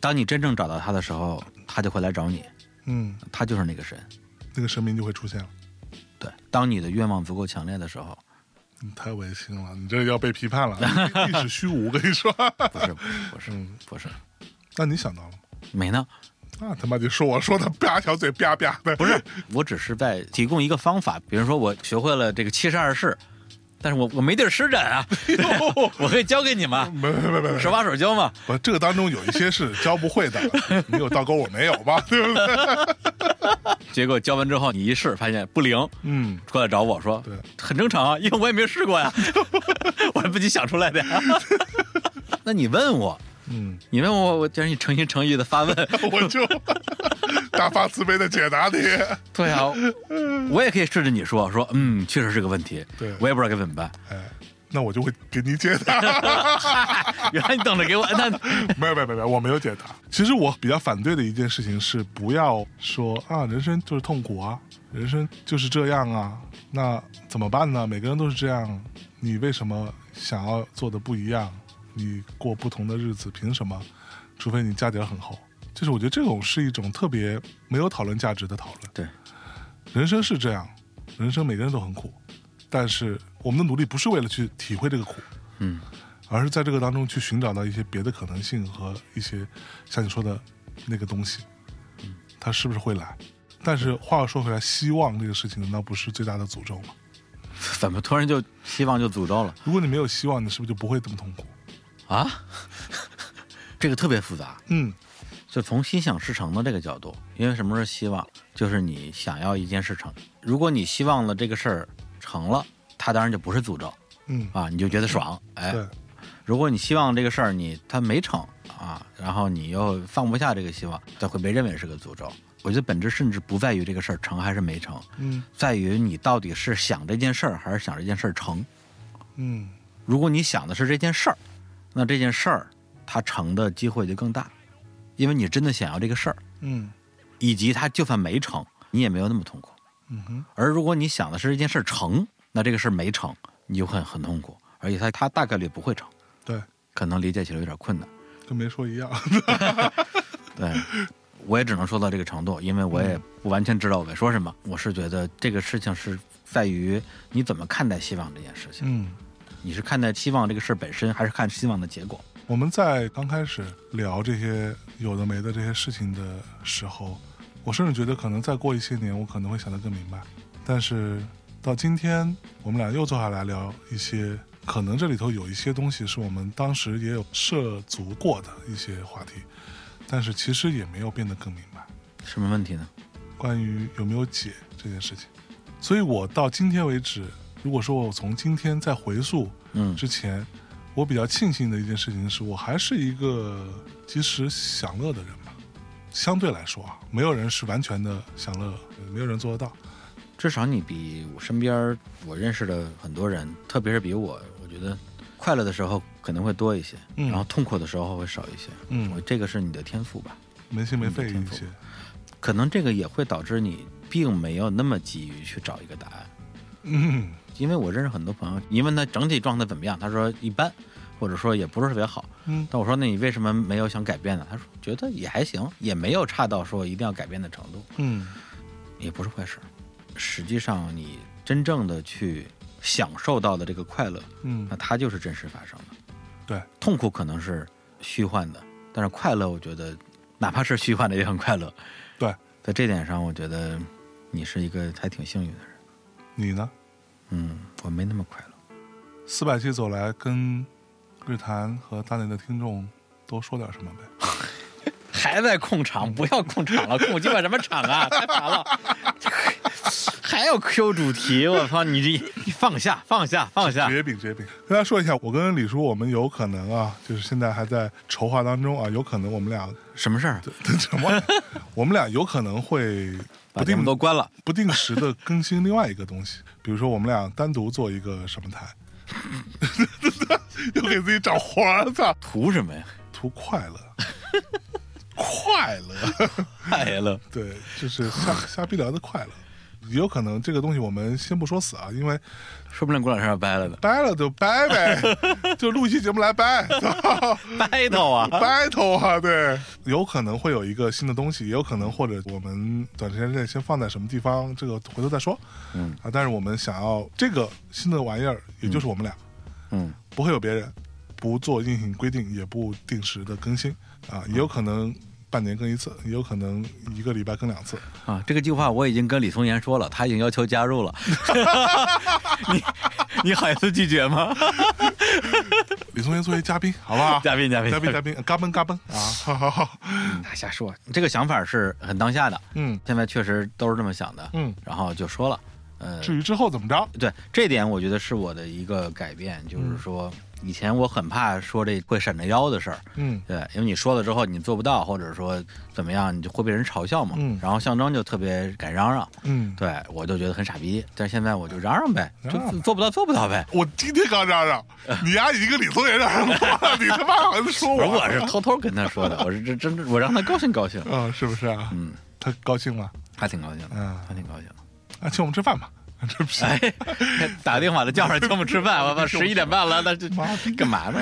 Speaker 2: 当你真正找到它的时候，它就会来找你，
Speaker 1: 嗯，
Speaker 2: 它就是那个神。
Speaker 1: 那个神明就会出现了。
Speaker 2: 对，当你的愿望足够强烈的时候，
Speaker 1: 你嗯太违心了，你这要被批判 了，历历史虚无，我跟你说。
Speaker 2: 不是不是不
Speaker 1: 嗯
Speaker 2: 是不是，
Speaker 1: 那你想到了吗？
Speaker 2: 没呢，
Speaker 1: 那他妈就说我说的吧小嘴吧吧的， 不是
Speaker 2: 我只是在提供一个方法，比如说我学会了这个七十二式，但是我我没地儿施展啊，我可以教给你们，
Speaker 1: 哦没没没没没，
Speaker 2: 手把手教嘛。
Speaker 1: 不，这个当中有一些是教不 会的，你有倒钩我没有吧，对不对？
Speaker 2: 结果教完之后你一试发现不灵，
Speaker 1: 嗯，
Speaker 2: 过来找我说，
Speaker 1: 对
Speaker 2: 很正常啊，因为我也没试过呀， 我是自己想出来的呀。 那你问我，
Speaker 1: 嗯，
Speaker 2: 你问我，我既然你诚心诚意的发问，
Speaker 1: 我就 大发慈悲的解答你。
Speaker 2: 对啊，我也可以试着你说说，嗯，确实是个问题，
Speaker 1: 对
Speaker 2: 我也不知道该怎么办。
Speaker 1: 哎，那我就会给你解答。
Speaker 2: 原来你等着给我，那
Speaker 1: 没有没有没有，我没有解答。其实我比较反对的一件事情是，不要说啊，人生就是痛苦啊，人生就是这样啊，那怎么办呢？每个人都是这样，你为什么想要做的不一样？你过不同的日子，凭什么？除非你家底儿很厚。就是我觉得这种是一种特别没有讨论价值的讨论。
Speaker 2: 对，
Speaker 1: 人生是这样，人生每个人都很苦，但是我们的努力不是为了去体会这个苦，
Speaker 2: 嗯，
Speaker 1: 而是在这个当中去寻找到一些别的可能性和一些像你说的那个东西，
Speaker 2: 嗯
Speaker 1: 它是不是会来？但是话又说回来，希望这个事情难道不是最大的诅咒吗？
Speaker 2: 怎么突然就希望就诅咒了
Speaker 1: 如果你没有希望，你是不是就不会这么痛苦？
Speaker 2: 啊？ 这个特别复杂，
Speaker 1: 嗯
Speaker 2: 就从心想事成的这个角度，因为什么是希望？就是你想要一件事成，如果你希望了这个事儿成了，它当然就不是诅咒
Speaker 1: 嗯，
Speaker 2: 啊，你就觉得爽，哎。
Speaker 1: 对，
Speaker 2: 如果你希望这个事儿你它没成啊，然后你又放不下这个希望，它会被认为是个诅咒。我觉得本质甚至不在于这个事儿成还是没成，
Speaker 1: 嗯
Speaker 2: 在于你到底是想这件事儿还是想这件事儿成。
Speaker 1: 嗯
Speaker 2: 如果你想的是这件事儿，那这件事儿它成的机会就更大，因为你真的想要这个事儿，
Speaker 1: 嗯
Speaker 2: 以及它就算没成，你也没有那么痛苦。
Speaker 1: 嗯哼，
Speaker 2: 而如果你想的是这件事儿成，那这个事儿没成，你就很很痛苦，而且它它大概率不会成，
Speaker 1: 对，
Speaker 2: 可能理解起来有点困难。
Speaker 1: 跟没说一 样。
Speaker 2: 对，我也只能说到这个程度，因为我也不完全知道我在说什么。我是觉得这个事情是在于你怎么看待希望这件事情，
Speaker 1: 嗯，
Speaker 2: 你是看待希望这个事儿本身，还是看希望的结果？
Speaker 1: 我们在刚开始聊这些有的没的这些事情的时候，我甚至觉得可能再过一些年，我可能会想得更明白。但是到今天，我们俩又坐下来聊一些，可能这里头有一些东西是我们当时也有涉足过的一些话题，但是其实也没有变得更明白。
Speaker 2: 什么问题呢？
Speaker 1: 关于有没有解这件事情，所以我到今天为止，如果说我从今天再回溯
Speaker 2: 嗯
Speaker 1: 之前，我比较庆幸的一件事情是我还是一个及时享乐的人吧。相对来说啊，没有人是完全的享乐，没有人做得到。
Speaker 2: 至少你比我身边儿我认识的很多人，特别是比我，我觉得快乐的时候可能会多一些，
Speaker 1: 嗯
Speaker 2: 然后痛苦的时候会少一些。
Speaker 1: 嗯
Speaker 2: 我这个是你的天赋吧？
Speaker 1: 没心没肺
Speaker 2: 嗯
Speaker 1: 一
Speaker 2: 挺
Speaker 1: 些
Speaker 2: 好，可能这个也会导致你并没有那么急于去找一个答案。
Speaker 1: 嗯
Speaker 2: 因为我认识很多朋友，你问他整体状态怎么样，他说一般，或者说也不是特别好。
Speaker 1: 嗯
Speaker 2: 但我说那你为什么没有想改变呢？他说觉得也还行，也没有差到说一定要改变的程度，
Speaker 1: 嗯
Speaker 2: 也不是坏事。实际上，你真正的去享受到的这个快乐，
Speaker 1: 嗯
Speaker 2: 那，它就是真实发生的。
Speaker 1: 对，
Speaker 2: 痛苦可能是虚幻的，但是快乐，我觉得哪怕是虚幻的也很快乐。
Speaker 1: 对，
Speaker 2: 在这点上，我觉得你是一个还挺幸运的人。
Speaker 1: 你呢？
Speaker 2: 嗯，我没那么快乐。
Speaker 1: 四百期走来，跟日坛和大内的听众多说点什么呗？
Speaker 2: 还在控场，不要控场了，控鸡巴什么场啊？太烦了，还要 Q 主题，我操！你这你放下，放下，放下
Speaker 1: 职！业病，职业病。跟大家说一下，我跟李叔，我们有可能啊，就是现在还在筹划当中啊，有可能我们俩
Speaker 2: 什么事儿？啊
Speaker 1: 什么？我们俩有可能会
Speaker 2: 把
Speaker 1: 不
Speaker 2: 节目
Speaker 1: 定
Speaker 2: 都关了，
Speaker 1: 不定时的更新另外一个东西， 比如说我们俩单独做一个什么台， 又给自己找活儿，操，
Speaker 2: 图什么呀？
Speaker 1: 图快乐， 快乐，
Speaker 2: 来了，
Speaker 1: 对，就是瞎瞎逼聊的快乐。也有可能这个东西我们先不说死啊，因为
Speaker 2: 说不定过两天要掰了呢。
Speaker 1: 掰了就掰呗，就录一期节目来掰，操
Speaker 2: battle 啊，
Speaker 1: battle 啊，对，有可能会有一个新的东西，也有可能或者我们短时间内先放在什么地方，这个回头再说。
Speaker 2: 嗯
Speaker 1: 啊，但是我们想要这个新的玩意儿，也就是我们俩，
Speaker 2: 嗯，
Speaker 1: 不会有别人，不做硬性规定，也不定时的更新啊，
Speaker 2: 嗯
Speaker 1: 也有可能半年更一次，也有可能一个礼拜更两次。
Speaker 2: 啊，这个计划我已经跟李松岩说了，他已经要求加入 了。你你好意思拒绝吗？
Speaker 1: 李松岩作为嘉宾，好不 好？
Speaker 2: 嘉宾嘉宾
Speaker 1: 啊嘉宾，嘉宾，嘎嘣嘎嘣啊！好好好，
Speaker 2: 瞎说，这个想法是很当下的，
Speaker 1: 嗯
Speaker 2: 现在确实都是这么想的。
Speaker 1: 嗯。
Speaker 2: 然后就说了，嗯，
Speaker 1: 至于之后怎么着，
Speaker 2: 对这点，我觉得是我的一个改变，就是说以前我很怕说这会闪着腰的事儿，
Speaker 1: 嗯
Speaker 2: 对，因为你说了之后你做不到，或者说怎么样，你就会被人嘲笑嘛。
Speaker 1: 嗯
Speaker 2: 然后象征就特别敢嚷嚷，
Speaker 1: 嗯，
Speaker 2: 对我就觉得很傻逼，但是现在我就嚷嚷呗，
Speaker 1: 嚷嚷
Speaker 2: 就
Speaker 1: 呗
Speaker 2: 做不到做不到呗。
Speaker 1: 我今天刚 嚷嚷，你丫已经跟李松岩嚷嚷过了，你他妈好像说
Speaker 2: 我说
Speaker 1: 我
Speaker 2: 我是偷偷跟他说的，我是真真我让他高兴高兴，
Speaker 1: 嗯，是不是啊？
Speaker 2: 嗯，
Speaker 1: 他高兴吗？
Speaker 2: 他挺高兴的，
Speaker 1: 嗯
Speaker 2: 他挺高兴的。
Speaker 1: 啊，请我们吃饭吧。 这不行，
Speaker 2: 哎，打电话的叫上请我们吃饭，我操，十一点半了，那这
Speaker 1: 妈逼
Speaker 2: 干 嘛呢？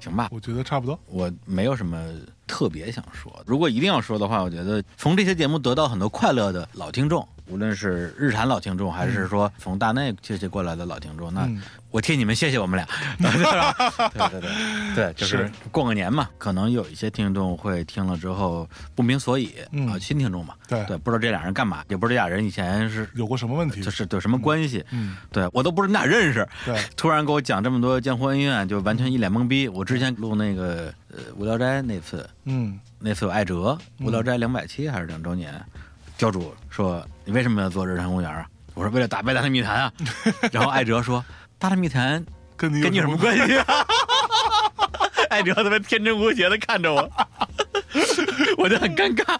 Speaker 2: 行吧，
Speaker 1: 我觉得差不多。
Speaker 2: 我没有什么特别想说。如果一定要说的话，我觉得从这些节目得到很多快乐的老听众，无论是日产老听众，还是说从大内这些过来的老听众，那
Speaker 1: 嗯
Speaker 2: 我替你们谢谢我们俩，对吧？对对对对，就是
Speaker 1: 是
Speaker 2: 过个年嘛，可能有一些听众会听了之后不明所以
Speaker 1: 嗯
Speaker 2: 啊，新听众嘛，
Speaker 1: 对
Speaker 2: 对，不知道这俩人干嘛，也不知道这俩人以前是
Speaker 1: 有过什么问题？
Speaker 2: 就是有什么关系，
Speaker 1: 嗯，
Speaker 2: 对我都不是你俩认识，
Speaker 1: 对，
Speaker 2: 突然给我讲这么多江湖恩怨，就完全一脸懵逼。我之前录那个呃《无聊斋》那次，
Speaker 1: 嗯
Speaker 2: 那次有艾哲，《无聊斋》两百期还是两周年，教主说你为什么要做日坛公园啊？我说为了打败大内密谈啊。然后艾哲说大内密谈，
Speaker 1: 跟你
Speaker 2: 跟你有什么关系、 哎啊？艾哲他妈天真无邪的看着我，我就很尴尬。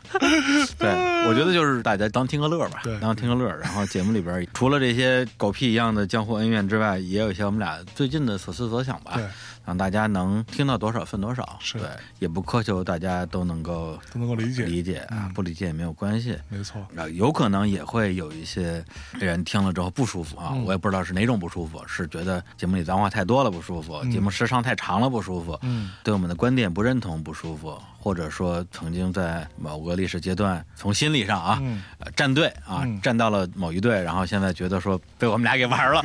Speaker 2: 对，我觉得就是大家当听个乐吧
Speaker 1: 对，
Speaker 2: 当听个乐。然后节目里边除了这些狗屁一样的江湖恩怨之外，也有一些我们俩最近的所思所想吧
Speaker 1: 对，
Speaker 2: 让大家能听到多少算多少。
Speaker 1: 是
Speaker 2: 对，也不苛求大家都能够
Speaker 1: 都能够理解？
Speaker 2: 理解啊，不理解也没有关系。
Speaker 1: 没错，
Speaker 2: 啊，有可能也会有一些人听了之后不舒服啊，
Speaker 1: 嗯
Speaker 2: 我也不知道是哪种不舒服，是觉得节目里脏话太多了不舒服，节目时长太长了不舒服，
Speaker 1: 嗯，
Speaker 2: 对我们的观点不认同不舒服，或者说曾经在某个历史阶段从心理上啊、
Speaker 1: 嗯
Speaker 2: 呃站队啊、
Speaker 1: 嗯
Speaker 2: 站到了某一队，然后现在觉得说被我们俩给玩了，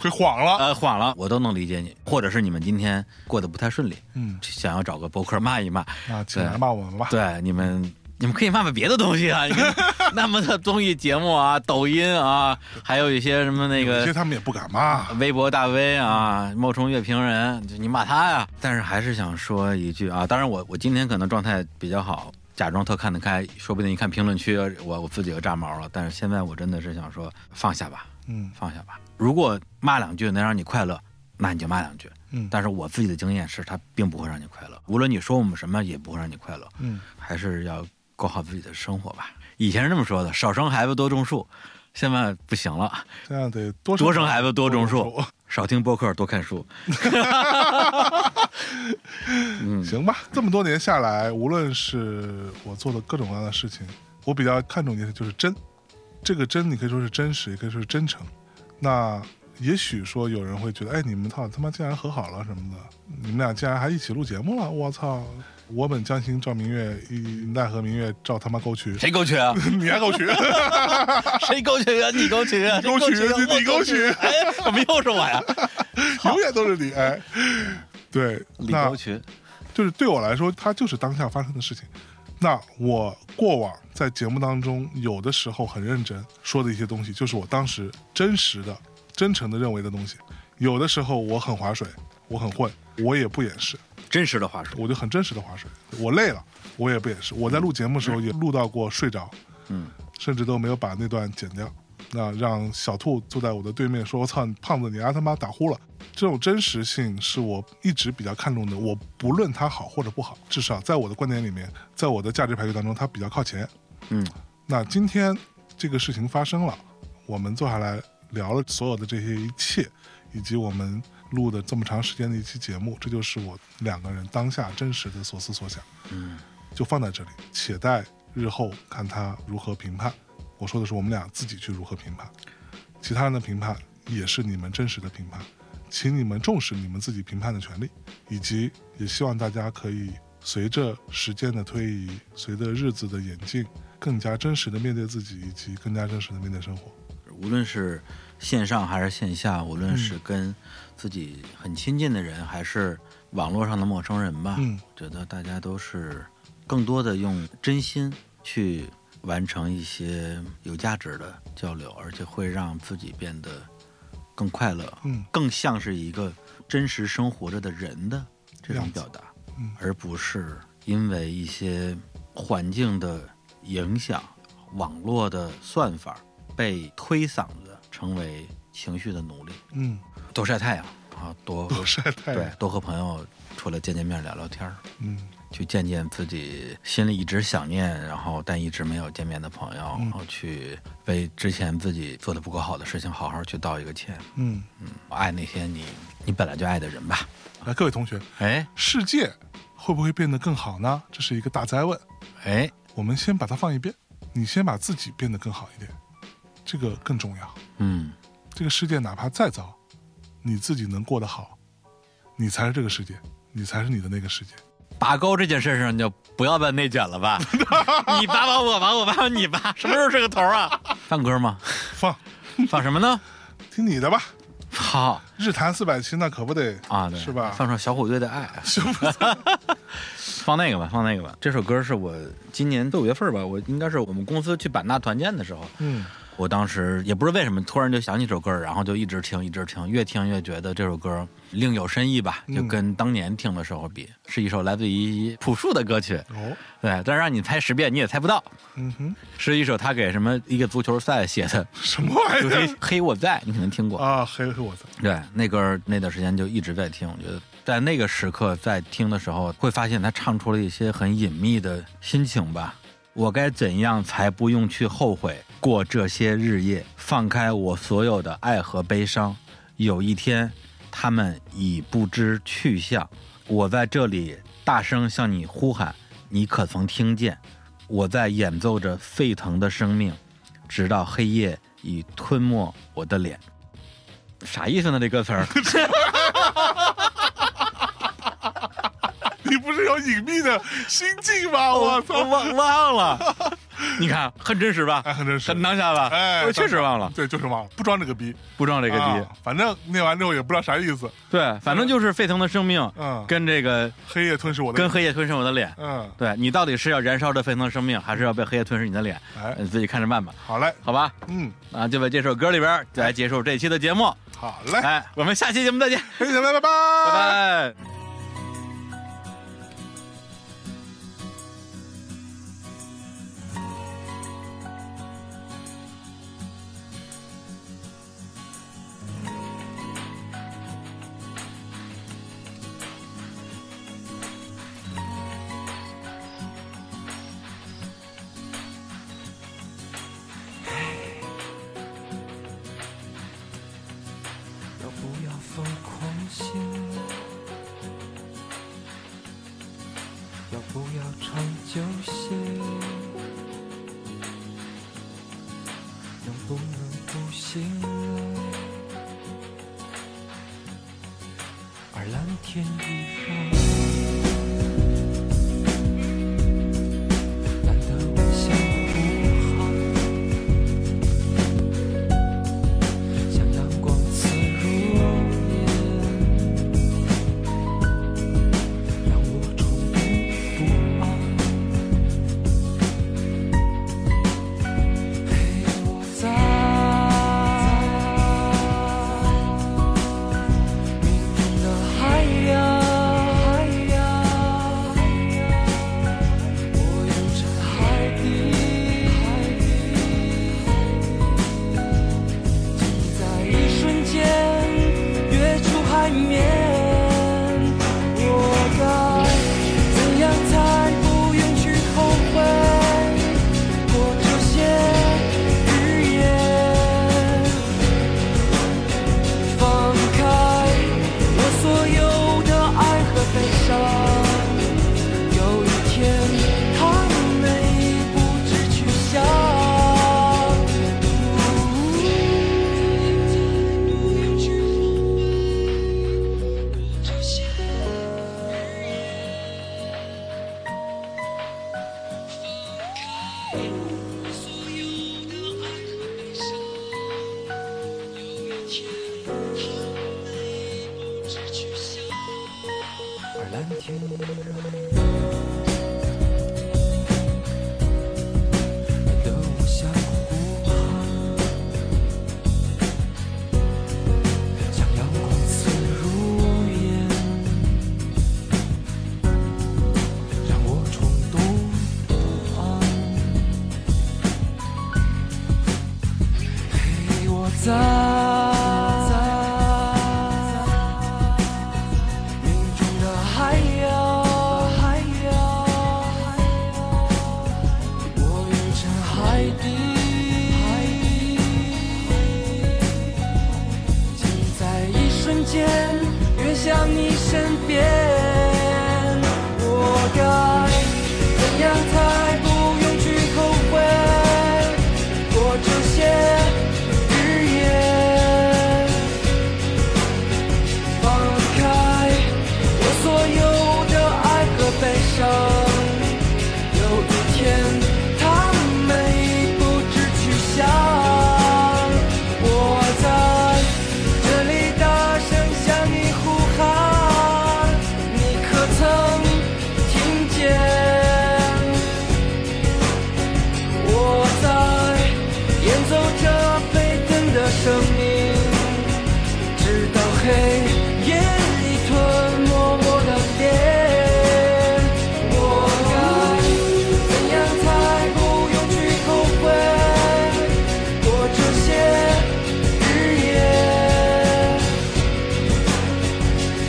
Speaker 1: 会晃了。
Speaker 2: 呃晃了，我都能理解你，或者是你们今天过得不太顺利，
Speaker 1: 嗯，
Speaker 2: 想要找个博客骂一骂，
Speaker 1: 那请
Speaker 2: 对
Speaker 1: 来骂我们吧。
Speaker 2: 对，你们你们可以骂骂别的东西啊，你看那么多综艺节目啊、抖音啊，还有一些什么那
Speaker 1: 有些
Speaker 2: 个
Speaker 1: 他们也不敢骂。
Speaker 2: 微博大 V 啊、冒充乐评人，就你骂他呀。但是还是想说一句啊，当然我我今天可能状态比较好。假装特看得开，说不定一看评论区，我我自己又炸毛了。但是现在我真的是想说，放下吧，
Speaker 1: 嗯
Speaker 2: 放下吧。如果骂两句能让你快乐，那你就骂两句。
Speaker 1: 嗯
Speaker 2: 但是我自己的经验是，它并不会让你快乐。无论你说我们什么，也不会让你快乐。
Speaker 1: 嗯，
Speaker 2: 还是要过好自己的生活吧。以前是这么说的，少生孩子多种树，现在不行了，
Speaker 1: 这样得多
Speaker 2: 多生孩子多种
Speaker 1: 多
Speaker 2: 树
Speaker 1: 种树，
Speaker 2: 少听播客多看 书。
Speaker 1: 行吧，这么多年下来，无论是我做的各种各样的事情，我比较看重一件事，就是真。这个真，你可以说是真实，也可以说是真诚。那也许说有人会觉得，哎，你们操他妈竟然和好了什么的，你们俩竟然还一起录节目了，我操！我本将心照明月，以奈何明月照他妈沟 渠。
Speaker 2: 谁沟渠 啊？
Speaker 1: 你还沟渠？
Speaker 2: 谁沟渠啊？你沟渠啊？
Speaker 1: 你沟渠
Speaker 2: 谁
Speaker 1: 你你
Speaker 2: 我
Speaker 1: 沟渠
Speaker 2: 哎，怎么又是我呀？
Speaker 1: 永远都是你。哎，对，
Speaker 2: 李
Speaker 1: 那
Speaker 2: 沟渠，
Speaker 1: 就是对我来说，它就是当下发生的事情。那我过往在节目当中有的时候很认真说的一些东西，就是我当时真实的、真诚的认为的东西；有的时候我很划水，我很会，我也不掩饰，
Speaker 2: 真实的话术，
Speaker 1: 我就很真实的话术。我累了，我也不掩饰。我在录节目的时候也录到过睡着，
Speaker 2: 嗯，
Speaker 1: 甚至都没有把那段剪掉。那让小兔坐在我的对面说：“我操，你胖子，你丫他妈打呼了！”这种真实性是我一直比较看重的。我不论它好或者不好，至少在我的观点里面，在我的价值排序当中，它比较靠前。
Speaker 2: 嗯，
Speaker 1: 那今天这个事情发生了，我们坐下来聊了所有的这些一切，以及我们录的这么长时间的一期节目，这就是我两个人当下真实的所思所想。
Speaker 2: 嗯，
Speaker 1: 就放在这里，且待日后看他如何评判。我说的是我们俩自己去如何评判，其他人的评判也是你们真实的评判，请你们重视你们自己评判的权利，以及也希望大家可以随着时间的推移，随着日子的演进，更加真实的面对自己，以及更加真实的面对生活。
Speaker 2: 无论是线上还是线下，无论
Speaker 1: 嗯
Speaker 2: 是跟自己很亲近的人，还是网络上的陌生人吧，
Speaker 1: 嗯
Speaker 2: 我觉得大家都是更多的用真心去完成一些有价值的交流，而且会让自己变得更快乐，
Speaker 1: 嗯
Speaker 2: 更像是一个真实生活着的人的这种表达，
Speaker 1: 嗯
Speaker 2: 而不是因为一些环境的影响、网络的算法被推搡着成为情绪的奴隶。
Speaker 1: 嗯，
Speaker 2: 多晒太阳啊，多
Speaker 1: 多晒太
Speaker 2: 对
Speaker 1: 阳。，
Speaker 2: 多和朋友出来见见面、聊聊天儿，
Speaker 1: 嗯
Speaker 2: 去见见自己心里一直想念，然后但一直没有见面的朋友，
Speaker 1: 嗯
Speaker 2: 然后去为之前自己做的不够好的事情好好去道一个歉。
Speaker 1: 嗯，
Speaker 2: 爱那些你你本来就爱的人吧。
Speaker 1: 来，各位同学，
Speaker 2: 哎
Speaker 1: 世界会不会变得更好呢？这是一个大灾问。
Speaker 2: 哎，
Speaker 1: 我们先把它放一边，你先把自己变得更好一点，这个更重要。
Speaker 2: 嗯，
Speaker 1: 这个世界哪怕再糟，你自己能过得好，你才是这个世界，你才是你的那个世界。
Speaker 2: 拔高这件事上你就不要再内卷了 吧，你拔拔我拔我拔拔你拔，什么时候是个头啊？放歌吗？
Speaker 1: 放，
Speaker 2: 放什么呢？
Speaker 1: 听你的吧。
Speaker 2: 好
Speaker 1: 日坛四百期那可不得
Speaker 2: 啊，对，
Speaker 1: 是吧？
Speaker 2: 放首小虎队的爱，
Speaker 1: 是不是？
Speaker 2: 放那个吧，放那个吧。这首歌是我今年六月份吧，我应该是我们公司去版纳团建的时候，
Speaker 1: 嗯
Speaker 2: 我当时也不知道为什么突然就想起这首歌，然后就一直听，一直听，越听越觉得这首歌另有深意吧，
Speaker 1: 嗯
Speaker 2: 就跟当年听的时候比，是一首来自于朴树的歌曲。
Speaker 1: 哦，
Speaker 2: 对，但是让你猜十遍你也猜不到，
Speaker 1: 嗯哼，
Speaker 2: 是一首他给什么一个足球赛写的，
Speaker 1: 什么玩
Speaker 2: 就
Speaker 1: 意
Speaker 2: 是
Speaker 1: 儿
Speaker 2: 《黑我在》，你可能听过。
Speaker 1: 啊？黑黑我操！
Speaker 2: 对，那歌儿那段时间就一直在听，我觉得在那个时刻在听的时候，会发现他唱出了一些很隐秘的心情吧。我该怎样才不用去后悔过这些日夜？放开我所有的爱和悲伤，有一天他们已不知去向。我在这里大声向你呼喊，你可曾听见？我在演奏着沸腾的生命，直到黑夜已吞没我的脸。啥意思呢？这歌词 儿
Speaker 1: 你不是有隐秘的心境吗？我操！
Speaker 2: 哦忘忘了。你看，很真实吧？
Speaker 1: 哎，很真实
Speaker 2: 很。当下吧？
Speaker 1: 哎啊
Speaker 2: 我哦确实忘了，
Speaker 1: 对，就是忘了，不装这个逼，
Speaker 2: 不装这
Speaker 1: 这
Speaker 2: 个逼。
Speaker 1: 反正念完之后也不知道啥意思。
Speaker 2: 对，反正就是沸腾的生命，
Speaker 1: 嗯
Speaker 2: 跟这个
Speaker 1: 黑夜吞噬我的，
Speaker 2: 跟黑夜吞噬我的脸。
Speaker 1: 嗯，
Speaker 2: 对你到底是要燃烧着沸腾的生命，还是要被黑夜吞噬你的脸？
Speaker 1: 哎
Speaker 2: 你自己看着办吧，
Speaker 1: 好嘞，
Speaker 2: 好吧？
Speaker 1: 嗯，
Speaker 2: 啊，就在这首歌里边儿来结束这期的节目。
Speaker 1: 好嘞，
Speaker 2: 哎，我们下期节目再见，
Speaker 1: 黑姐妹，拜
Speaker 2: 拜
Speaker 1: 拜，拜。
Speaker 2: 拜。
Speaker 3: 都不要疯狂些，要不要长久些？能不能不醒来？而蓝天以上，难得我想呼喊。像阳光刺入眼，让我充满不安。嘿，我在，明天的海外面。我该怎样才不用去后悔？我这些语言。放开我所有的爱和悲伤。有一天，它们不知去向。而蓝天让变得我像呼喊，像阳光刺入眼，让我冲动不安。陪我在。命中的海洋，海洋，我欲沉海底，仅在一瞬间跃向你身边。我该怎样才不用去后悔？我这些语言。放开我所有的爱和悲伤，有一天它们不知去向。我在这里大声向你呼喊，你可曾听见？我在演奏着沸腾的生命。直到黑夜里吞没我的脸。我该怎样才不用去后悔？我这些日夜，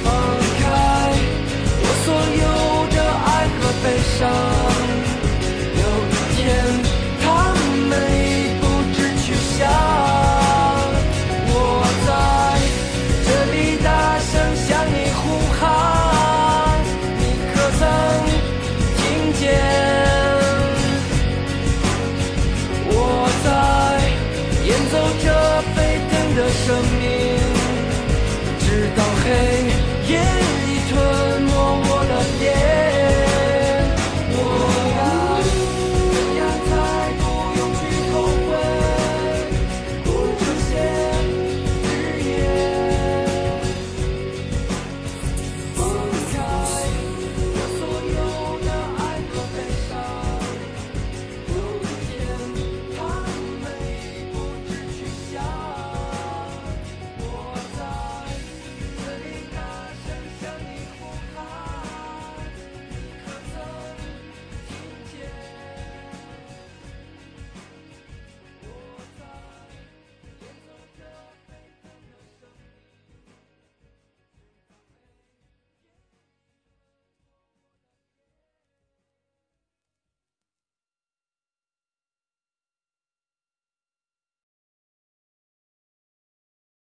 Speaker 3: 放开我所有的爱和悲伤。有一天，他们已不知去向。我在这里大声向你呼喊，你可曾听见？我在演奏着沸腾的生命，直到黑